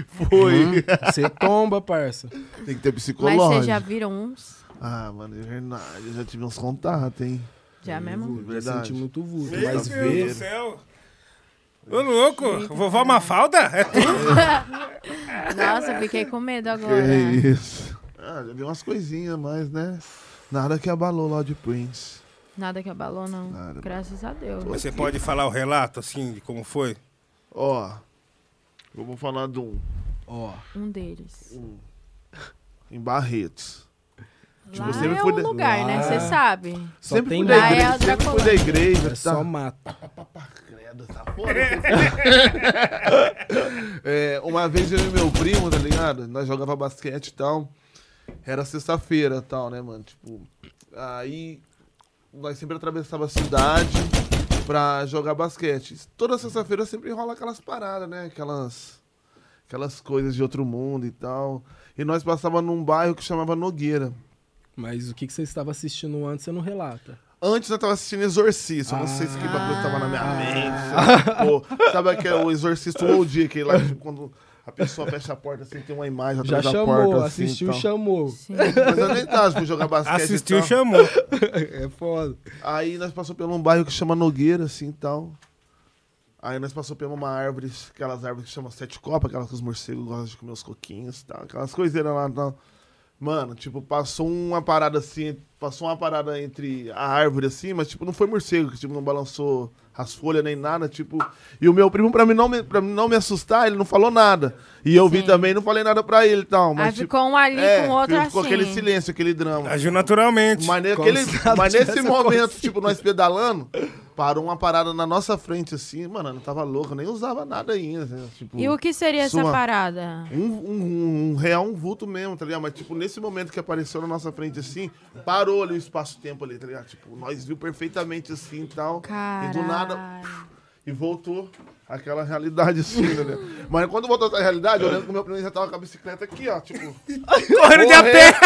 Speaker 3: foi.
Speaker 4: Uhum. Você tomba, parça.
Speaker 3: Tem que ter
Speaker 6: Mas
Speaker 3: psicológico.
Speaker 6: vocês já viram uns?
Speaker 3: Ah, mano, é verdade. Eu já tive uns contatos, hein?
Speaker 6: Já mesmo?
Speaker 4: Eu
Speaker 3: Verdade.
Speaker 4: senti muito vulto.
Speaker 1: Meu
Speaker 4: Mas
Speaker 1: Deus
Speaker 4: ver.
Speaker 1: do céu. Ô louco, vovó Mafalda? É tu?
Speaker 6: Nossa, eu fiquei com medo agora.
Speaker 3: Que é isso. Ah, já vi umas coisinhas, mas, né? Nada que abalou lá de Prince.
Speaker 6: Nada que abalou, não.
Speaker 3: Nada.
Speaker 6: Graças a Deus.
Speaker 1: Você pode falar o relato, assim, de como foi?
Speaker 3: Ó, eu vou falar de um
Speaker 6: Um deles.
Speaker 3: em Barretos.
Speaker 6: Lá
Speaker 3: você me
Speaker 6: é
Speaker 3: foi
Speaker 6: um
Speaker 3: de-
Speaker 6: lugar, né? Você sabe.
Speaker 4: Só
Speaker 3: sempre
Speaker 4: tem
Speaker 3: fui Ah.
Speaker 6: lá
Speaker 3: da
Speaker 6: é
Speaker 4: nada.
Speaker 6: a
Speaker 3: igreja, sempre fui
Speaker 6: Dracolândia.
Speaker 3: da igreja. tá?
Speaker 4: É só mata.
Speaker 3: Credo, tá foda. [LAUGHS] É, uma vez eu e meu primo, tá ligado? Nós jogava basquete e tal. Era sexta-feira e tal, né, mano? Tipo, aí nós sempre atravessava a cidade pra jogar basquete. Toda sexta-feira sempre rola aquelas paradas, né? Aquelas, aquelas coisas de outro mundo e tal. E nós passava num bairro que chamava Nogueira.
Speaker 4: Mas o que, que você estava assistindo antes, você não relata.
Speaker 3: Antes eu tava assistindo Exorcista, eu não sei se que bagulho tava na minha
Speaker 4: Ah. [LAUGHS]
Speaker 3: mente. sei lá, pô. sabe aquele o Exorcista Old Dia, aquele lá, tipo, quando a pessoa fecha a porta assim, tem uma imagem
Speaker 4: Já
Speaker 3: atrás da
Speaker 4: chamou,
Speaker 3: porta. assim,
Speaker 4: assistiu,
Speaker 3: tal.
Speaker 4: chamou.
Speaker 3: [LAUGHS]
Speaker 6: Sim.
Speaker 3: Mas eu nem tava, tipo, jogar basquete. e
Speaker 1: Assistiu,
Speaker 4: então.
Speaker 3: tal.
Speaker 1: chamou.
Speaker 4: É foda.
Speaker 3: Aí nós passou por um bairro que chama Nogueira, assim e tal. Aí nós passou por uma árvore, aquelas árvores que chamam sete copas, aquelas que os morcegos gostam de comer os coquinhos e tal, aquelas coiseiras lá e tal. Mano, tipo, passou uma parada assim, passou uma parada entre a árvore assim, mas tipo, não foi morcego, que tipo, não balançou as folhas nem nada, tipo. E o meu primo, pra mim não me, pra mim não me assustar, ele não falou nada. E eu vi
Speaker 6: Sim.
Speaker 3: também, não falei nada pra ele e tal. Mas,
Speaker 6: Aí
Speaker 3: tipo,
Speaker 6: ficou um ali
Speaker 3: é,
Speaker 6: com o outro
Speaker 3: ficou
Speaker 6: assim.
Speaker 3: aquele silêncio, aquele drama.
Speaker 1: Agiu naturalmente.
Speaker 3: Mas, ne-
Speaker 4: Como
Speaker 3: aquele-
Speaker 4: se ela
Speaker 3: é mas nesse
Speaker 4: tivesse
Speaker 3: momento, tipo, nós pedalando, parou uma parada na nossa frente, assim, mano, eu não tava louco, nem usava nada ainda. assim, tipo,
Speaker 6: E o que seria essa
Speaker 3: Sua.
Speaker 6: parada?
Speaker 3: um, um- um real, um vulto mesmo, tá ligado? Mas, tipo, nesse momento que apareceu na nossa frente, assim, parou ali o espaço-tempo ali, tá ligado? Tipo, nós viu perfeitamente assim e tal. E do nada,
Speaker 6: Caralho.
Speaker 3: e voltou aquela realidade assim, tá ligado? Mas quando voltou essa
Speaker 4: é.
Speaker 3: realidade, eu lembro que o meu primo já tava com a bicicleta aqui, ó, tipo.
Speaker 1: Corre de a pé!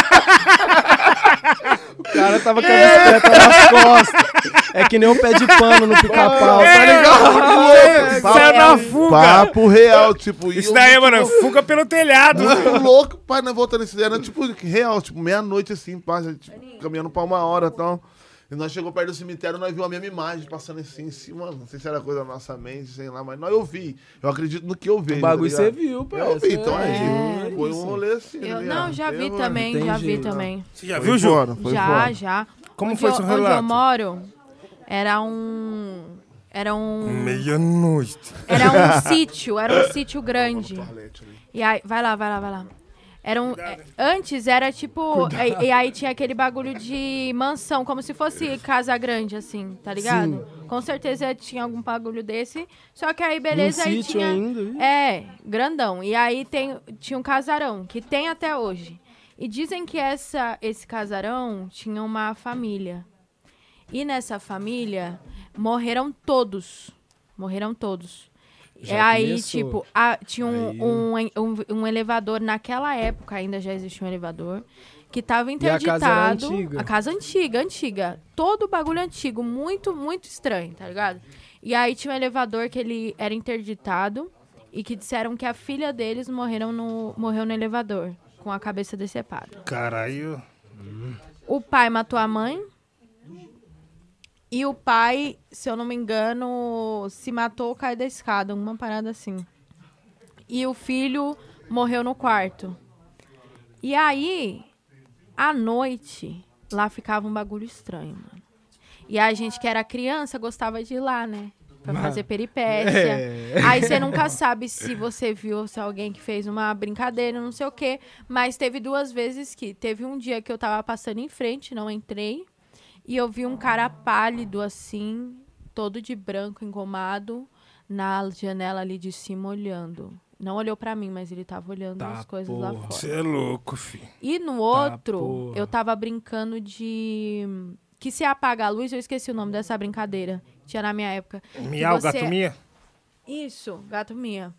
Speaker 4: O cara tava com a bicicleta
Speaker 3: [LAUGHS]
Speaker 4: nas costas. É que nem um pé de pano no pica-pau, tá ligado?
Speaker 1: É, Saiu na fuga.
Speaker 3: Papo real, tipo. e
Speaker 1: Isso
Speaker 3: eu
Speaker 1: daí, é
Speaker 3: muito
Speaker 1: mano,
Speaker 3: louco.
Speaker 1: fuga pelo telhado.
Speaker 3: Muito louco, pai, né, voltando esse Era tipo real, tipo, meia-noite assim, pá, já, tipo, caminhando pra uma hora e tal. E nós chegou perto do cemitério, nós vimos a mesma imagem passando assim em cima. Mano, não sei se era coisa da nossa mente, sei lá, mas nós eu vi. Eu acredito no que eu vejo.
Speaker 4: O bagulho
Speaker 3: tá
Speaker 4: você
Speaker 3: ligado?
Speaker 4: viu, pô.
Speaker 3: Eu vi, então aí.
Speaker 4: É,
Speaker 3: foi
Speaker 4: isso.
Speaker 3: um rolê assim.
Speaker 6: Eu,
Speaker 3: né,
Speaker 6: não, já vi
Speaker 3: Teve,
Speaker 6: também,
Speaker 4: Tem
Speaker 6: já vi
Speaker 4: jeito.
Speaker 6: também.
Speaker 1: Você já
Speaker 3: Foi
Speaker 1: viu, Ju?
Speaker 3: fora, foi
Speaker 6: já,
Speaker 3: fora.
Speaker 6: já.
Speaker 1: Como
Speaker 6: Onde
Speaker 1: foi
Speaker 6: eu-
Speaker 1: seu
Speaker 6: Onde eu
Speaker 1: relato?
Speaker 6: moro, era um... Era um...
Speaker 1: Meia-noite.
Speaker 6: Era
Speaker 4: [LAUGHS]
Speaker 6: um sítio, era um sítio grande. E aí, vai lá, vai lá, vai lá. Era um, é, antes era tipo. E, e aí tinha aquele bagulho de mansão, como se fosse casa grande, assim, tá ligado? Com certeza tinha algum bagulho desse. Só que aí, beleza, aí
Speaker 4: um sítio
Speaker 6: tinha.
Speaker 4: ainda, ih.
Speaker 6: É, grandão. E aí tem, tinha um casarão, que tem até hoje. E dizem que essa, esse casarão tinha uma família. E nessa família morreram todos. Morreram todos.
Speaker 4: Já
Speaker 6: é aí,
Speaker 4: começou.
Speaker 6: tipo, a- tinha um,
Speaker 4: Aí.
Speaker 6: um, en- um- um elevador, naquela época ainda já existia um elevador, que
Speaker 4: casa
Speaker 6: tava
Speaker 4: era
Speaker 6: interditado.
Speaker 4: antiga?
Speaker 6: A casa antiga, antiga. Todo o bagulho antigo, muito, muito estranho, tá ligado? E aí tinha um elevador que ele era interditado e que disseram que a filha deles morreram no, morreu no elevador, com a cabeça decepada.
Speaker 1: Caralho.
Speaker 6: O pai matou a mãe. E o pai, se eu não me engano, se matou ou caiu da escada, uma parada assim. E o filho morreu no quarto. E aí, à noite, lá ficava um bagulho estranho, mano. E a gente que era criança gostava de ir lá, né? Pra fazer peripécia.
Speaker 4: É.
Speaker 6: Aí você
Speaker 4: [LAUGHS]
Speaker 6: nunca sabe se você viu se alguém que fez uma brincadeira, não sei o quê. Mas teve duas vezes que. Teve um dia que eu tava passando em frente, não entrei. E eu vi um cara pálido assim, todo de branco, engomado, na janela ali de cima olhando. Não olhou pra mim, mas ele tava olhando
Speaker 4: Tá,
Speaker 6: as coisas lá
Speaker 4: porra.
Speaker 6: fora.
Speaker 1: Você é louco, filho.
Speaker 6: E
Speaker 1: Tá,
Speaker 6: no outro,
Speaker 4: porra.
Speaker 6: eu tava brincando de. Que se apaga a luz, eu esqueci o nome dessa brincadeira. Tinha na minha época.
Speaker 1: Miau,
Speaker 6: você-
Speaker 1: gato minha?
Speaker 6: Isso,
Speaker 1: [LAUGHS]
Speaker 6: gato minha.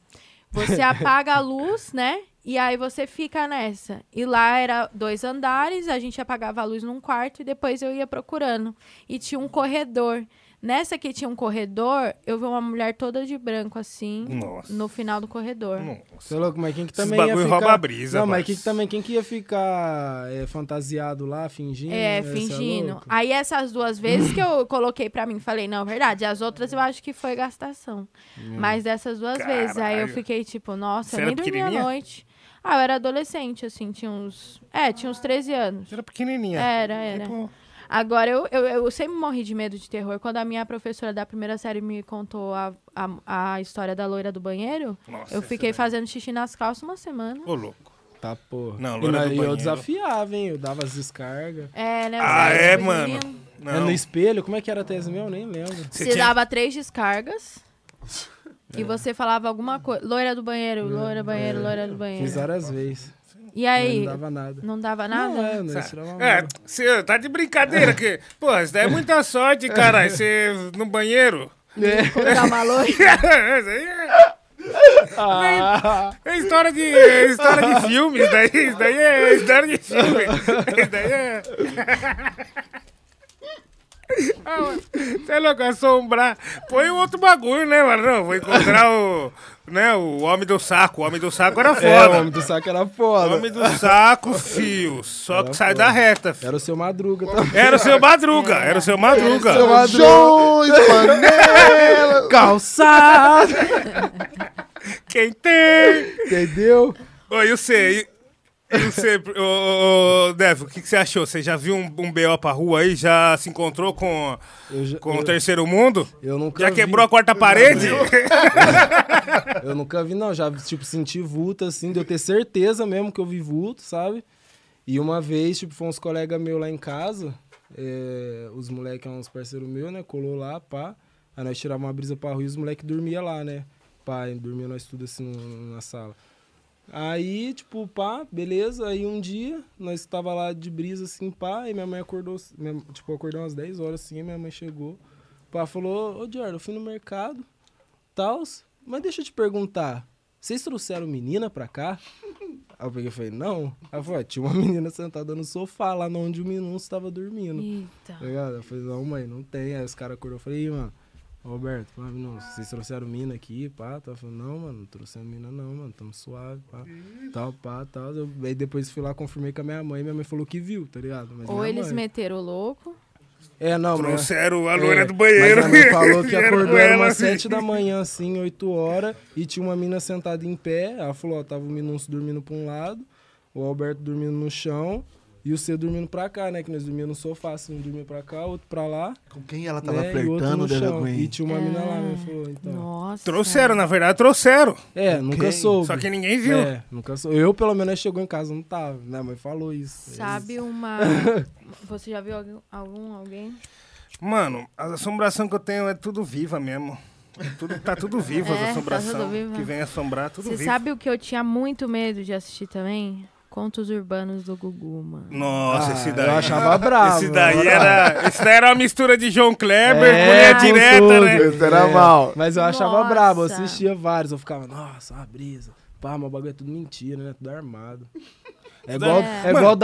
Speaker 6: Você apaga a luz, né? E aí você fica nessa. E lá era dois andares, a gente apagava a luz num quarto e depois eu ia procurando. E tinha um corredor. Nessa que tinha um corredor, eu vi uma mulher toda de branco assim,
Speaker 1: Nossa.
Speaker 6: no final do corredor.
Speaker 4: Você é louco, mas quem que
Speaker 1: Esses
Speaker 4: também ia
Speaker 1: bagulho
Speaker 4: ficar...
Speaker 1: rouba a brisa,
Speaker 4: Não, mas
Speaker 1: parça.
Speaker 4: quem que também, quem que ia ficar é, fantasiado lá, fingindo?
Speaker 6: É,
Speaker 4: né? Cê
Speaker 6: fingindo.
Speaker 4: louco?
Speaker 6: Aí essas duas vezes que eu coloquei pra mim, falei, não, é verdade. As outras eu acho que foi gastação. Mas dessas duas vezes, aí eu
Speaker 1: Hum. Caralho.
Speaker 6: fiquei tipo, nossa,
Speaker 1: Você
Speaker 6: eu
Speaker 1: era
Speaker 6: nem dormi à
Speaker 1: pequenininha?
Speaker 6: noite. Ah, eu era adolescente, assim, tinha uns. É, tinha uns 13 anos.
Speaker 1: Você era pequenininha.
Speaker 6: Era, era.
Speaker 1: Tipo,
Speaker 6: Agora, eu, eu, eu sempre morri de medo de terror. Quando a minha professora da primeira série me contou a, a, a história da loira do banheiro,
Speaker 1: Nossa,
Speaker 6: eu
Speaker 1: essa
Speaker 6: fiquei
Speaker 1: daí.
Speaker 6: fazendo xixi nas calças uma semana.
Speaker 1: ô louco.
Speaker 4: Tá, porra.
Speaker 1: Não,
Speaker 4: E
Speaker 1: loira
Speaker 4: na-
Speaker 1: do
Speaker 4: e eu
Speaker 1: banheiro.
Speaker 4: desafiava, hein? Eu dava as descargas.
Speaker 6: É, né?
Speaker 1: Ah,
Speaker 6: Zé,
Speaker 1: é,
Speaker 6: menino.
Speaker 1: mano.
Speaker 4: É
Speaker 1: Não.
Speaker 4: no espelho? Como é que era a tese meu? Eu nem lembro.
Speaker 1: Você
Speaker 6: Você
Speaker 1: tinha-
Speaker 6: dava três descargas.
Speaker 4: É.
Speaker 6: E você falava alguma coisa. Loira do banheiro, loira do banheiro, loira do
Speaker 4: Fiz
Speaker 6: banheiro.
Speaker 4: várias vezes.
Speaker 6: E
Speaker 4: mas é,
Speaker 6: aí,
Speaker 4: Não dava nada.
Speaker 6: não dava
Speaker 4: É Não, é,
Speaker 6: nada?
Speaker 4: não, isso era uma
Speaker 1: É,
Speaker 4: merda.
Speaker 1: você tá de brincadeira que. Pô, isso daí é muita sorte, caralho. Você no banheiro.
Speaker 6: Colocar É. tá uma loira.
Speaker 1: [LAUGHS] Isso aí é- É história de. É história de filme. Isso daí, isso daí é história de filme. Isso daí é. Ah, mano, Você é louco, assombrar. Põe um outro bagulho, né, mano? Não, vou encontrar o. Né, o homem do saco. O homem do saco era foda.
Speaker 4: É, o homem do saco era
Speaker 1: O
Speaker 4: foda.
Speaker 1: Homem do saco, fio. Só que sai da reta, fio.
Speaker 4: Era o seu madruga também.
Speaker 1: Era o seu Madruga, era o seu Madruga.
Speaker 3: Jones, [LAUGHS] panela.
Speaker 4: Calçado!
Speaker 1: Quem tem?
Speaker 4: [LAUGHS] Entendeu?
Speaker 1: Oi, eu sei. E e você, ô, ô, ô, Dev, o que, que você achou? Você já viu um, um BO pra rua aí? Já se encontrou com,
Speaker 4: Eu, já-
Speaker 1: com o
Speaker 4: eu-
Speaker 1: terceiro mundo?
Speaker 4: eu nunca
Speaker 1: Já
Speaker 4: vi.
Speaker 1: quebrou a quarta parede?
Speaker 4: Eu nunca vi, não. Já, tipo, senti vulto, assim, de eu ter certeza mesmo que eu vi vulto, sabe? E uma vez, tipo, foi uns colegas meus lá em casa, é, os moleques, uns parceiros meus, né? Colou lá, pá. Aí nós tirava uma brisa pra rua e os moleques dormia lá, né? Pai, dormia nós tudo assim no- na sala. Aí, tipo, pá, beleza. Aí um dia, nós tava lá de brisa, assim, pá, e minha mãe acordou, minha- tipo, acordou umas 10 horas, assim, e minha mãe chegou. Pá, falou, ô, Jordan, eu fui no mercado, tals, mas deixa eu te perguntar, vocês trouxeram menina pra cá? Aí eu peguei e falei, não. Aí eu falei, "Ué, tinha uma [LAUGHS] menina sentada no sofá, lá onde o Minus tava dormindo.
Speaker 6: Eita.
Speaker 4: Tá ligado? Eu falei, não, mãe, não tem. Aí os caras acordou eu falei, "Ih, mano, ô, Roberto, pá, não, vocês trouxeram mina aqui, pá, tá? falando, não, mano, não trouxeram mina não, mano, tamo suave, pá, tal, pá, tal. Eu, aí depois fui lá, confirmei com a minha mãe, minha mãe falou que viu, tá ligado? Mas
Speaker 6: Ou
Speaker 4: minha
Speaker 6: eles
Speaker 4: mãe-
Speaker 6: meteram o louco.
Speaker 4: É, não, mas...
Speaker 1: Trouxeram a
Speaker 4: É,
Speaker 1: loira do banheiro.
Speaker 4: Mas a mãe falou
Speaker 1: [LAUGHS]
Speaker 4: que
Speaker 1: Vieram
Speaker 4: acordou
Speaker 1: com
Speaker 4: era
Speaker 1: ela,
Speaker 4: umas
Speaker 1: assim.
Speaker 4: 7 da manhã, assim, 8 horas, e tinha uma mina sentada em pé. Ela falou, ó, tava o Minuncio dormindo pra um lado, o Alberto dormindo no chão e o C dormindo pra cá, né? Que nós dormíamos no sofá, assim, um dormia pra cá, outro pra lá.
Speaker 2: Com quem ela tava
Speaker 4: né, e o outro
Speaker 2: flertando,
Speaker 4: no
Speaker 2: Deva
Speaker 4: chão. E
Speaker 2: Gwen?
Speaker 4: tinha uma mina lá,
Speaker 6: É.
Speaker 4: me falou, então.
Speaker 6: Nossa.
Speaker 1: Trouxeram, na verdade, trouxeram.
Speaker 4: É, nunca soube.
Speaker 1: Só que ninguém viu.
Speaker 4: É, nunca soube. Eu, pelo menos, chegou em casa, não tava. Minha mãe falou isso. [LAUGHS]
Speaker 6: Sabe uma. Você já viu algum, algum alguém?
Speaker 1: Mano, as assombrações que eu tenho é tudo viva mesmo. Tudo, tá tudo vivo
Speaker 6: [LAUGHS] É,
Speaker 1: as
Speaker 6: tá
Speaker 1: assombrações.
Speaker 6: tudo viva.
Speaker 1: Que vem assombrar, tudo
Speaker 6: Você
Speaker 1: vivo.
Speaker 6: sabe o que eu tinha muito medo de assistir também? Contos Urbanos do Gugu, mano.
Speaker 1: Nossa, esse daí.
Speaker 4: Ah, Eu achava bravo.
Speaker 1: esse daí era. Esse daí era uma mistura de João Kleber,
Speaker 4: É,
Speaker 1: mulher
Speaker 4: com
Speaker 1: direta,
Speaker 4: tudo.
Speaker 1: né?
Speaker 3: Esse era mal.
Speaker 4: Mas eu achava
Speaker 6: Nossa.
Speaker 4: brabo, eu assistia vários. Eu ficava, nossa, uma brisa. Pá, mas o bagulho é tudo mentira, né? Tudo armado. É igual, é.
Speaker 6: Mano.
Speaker 4: igual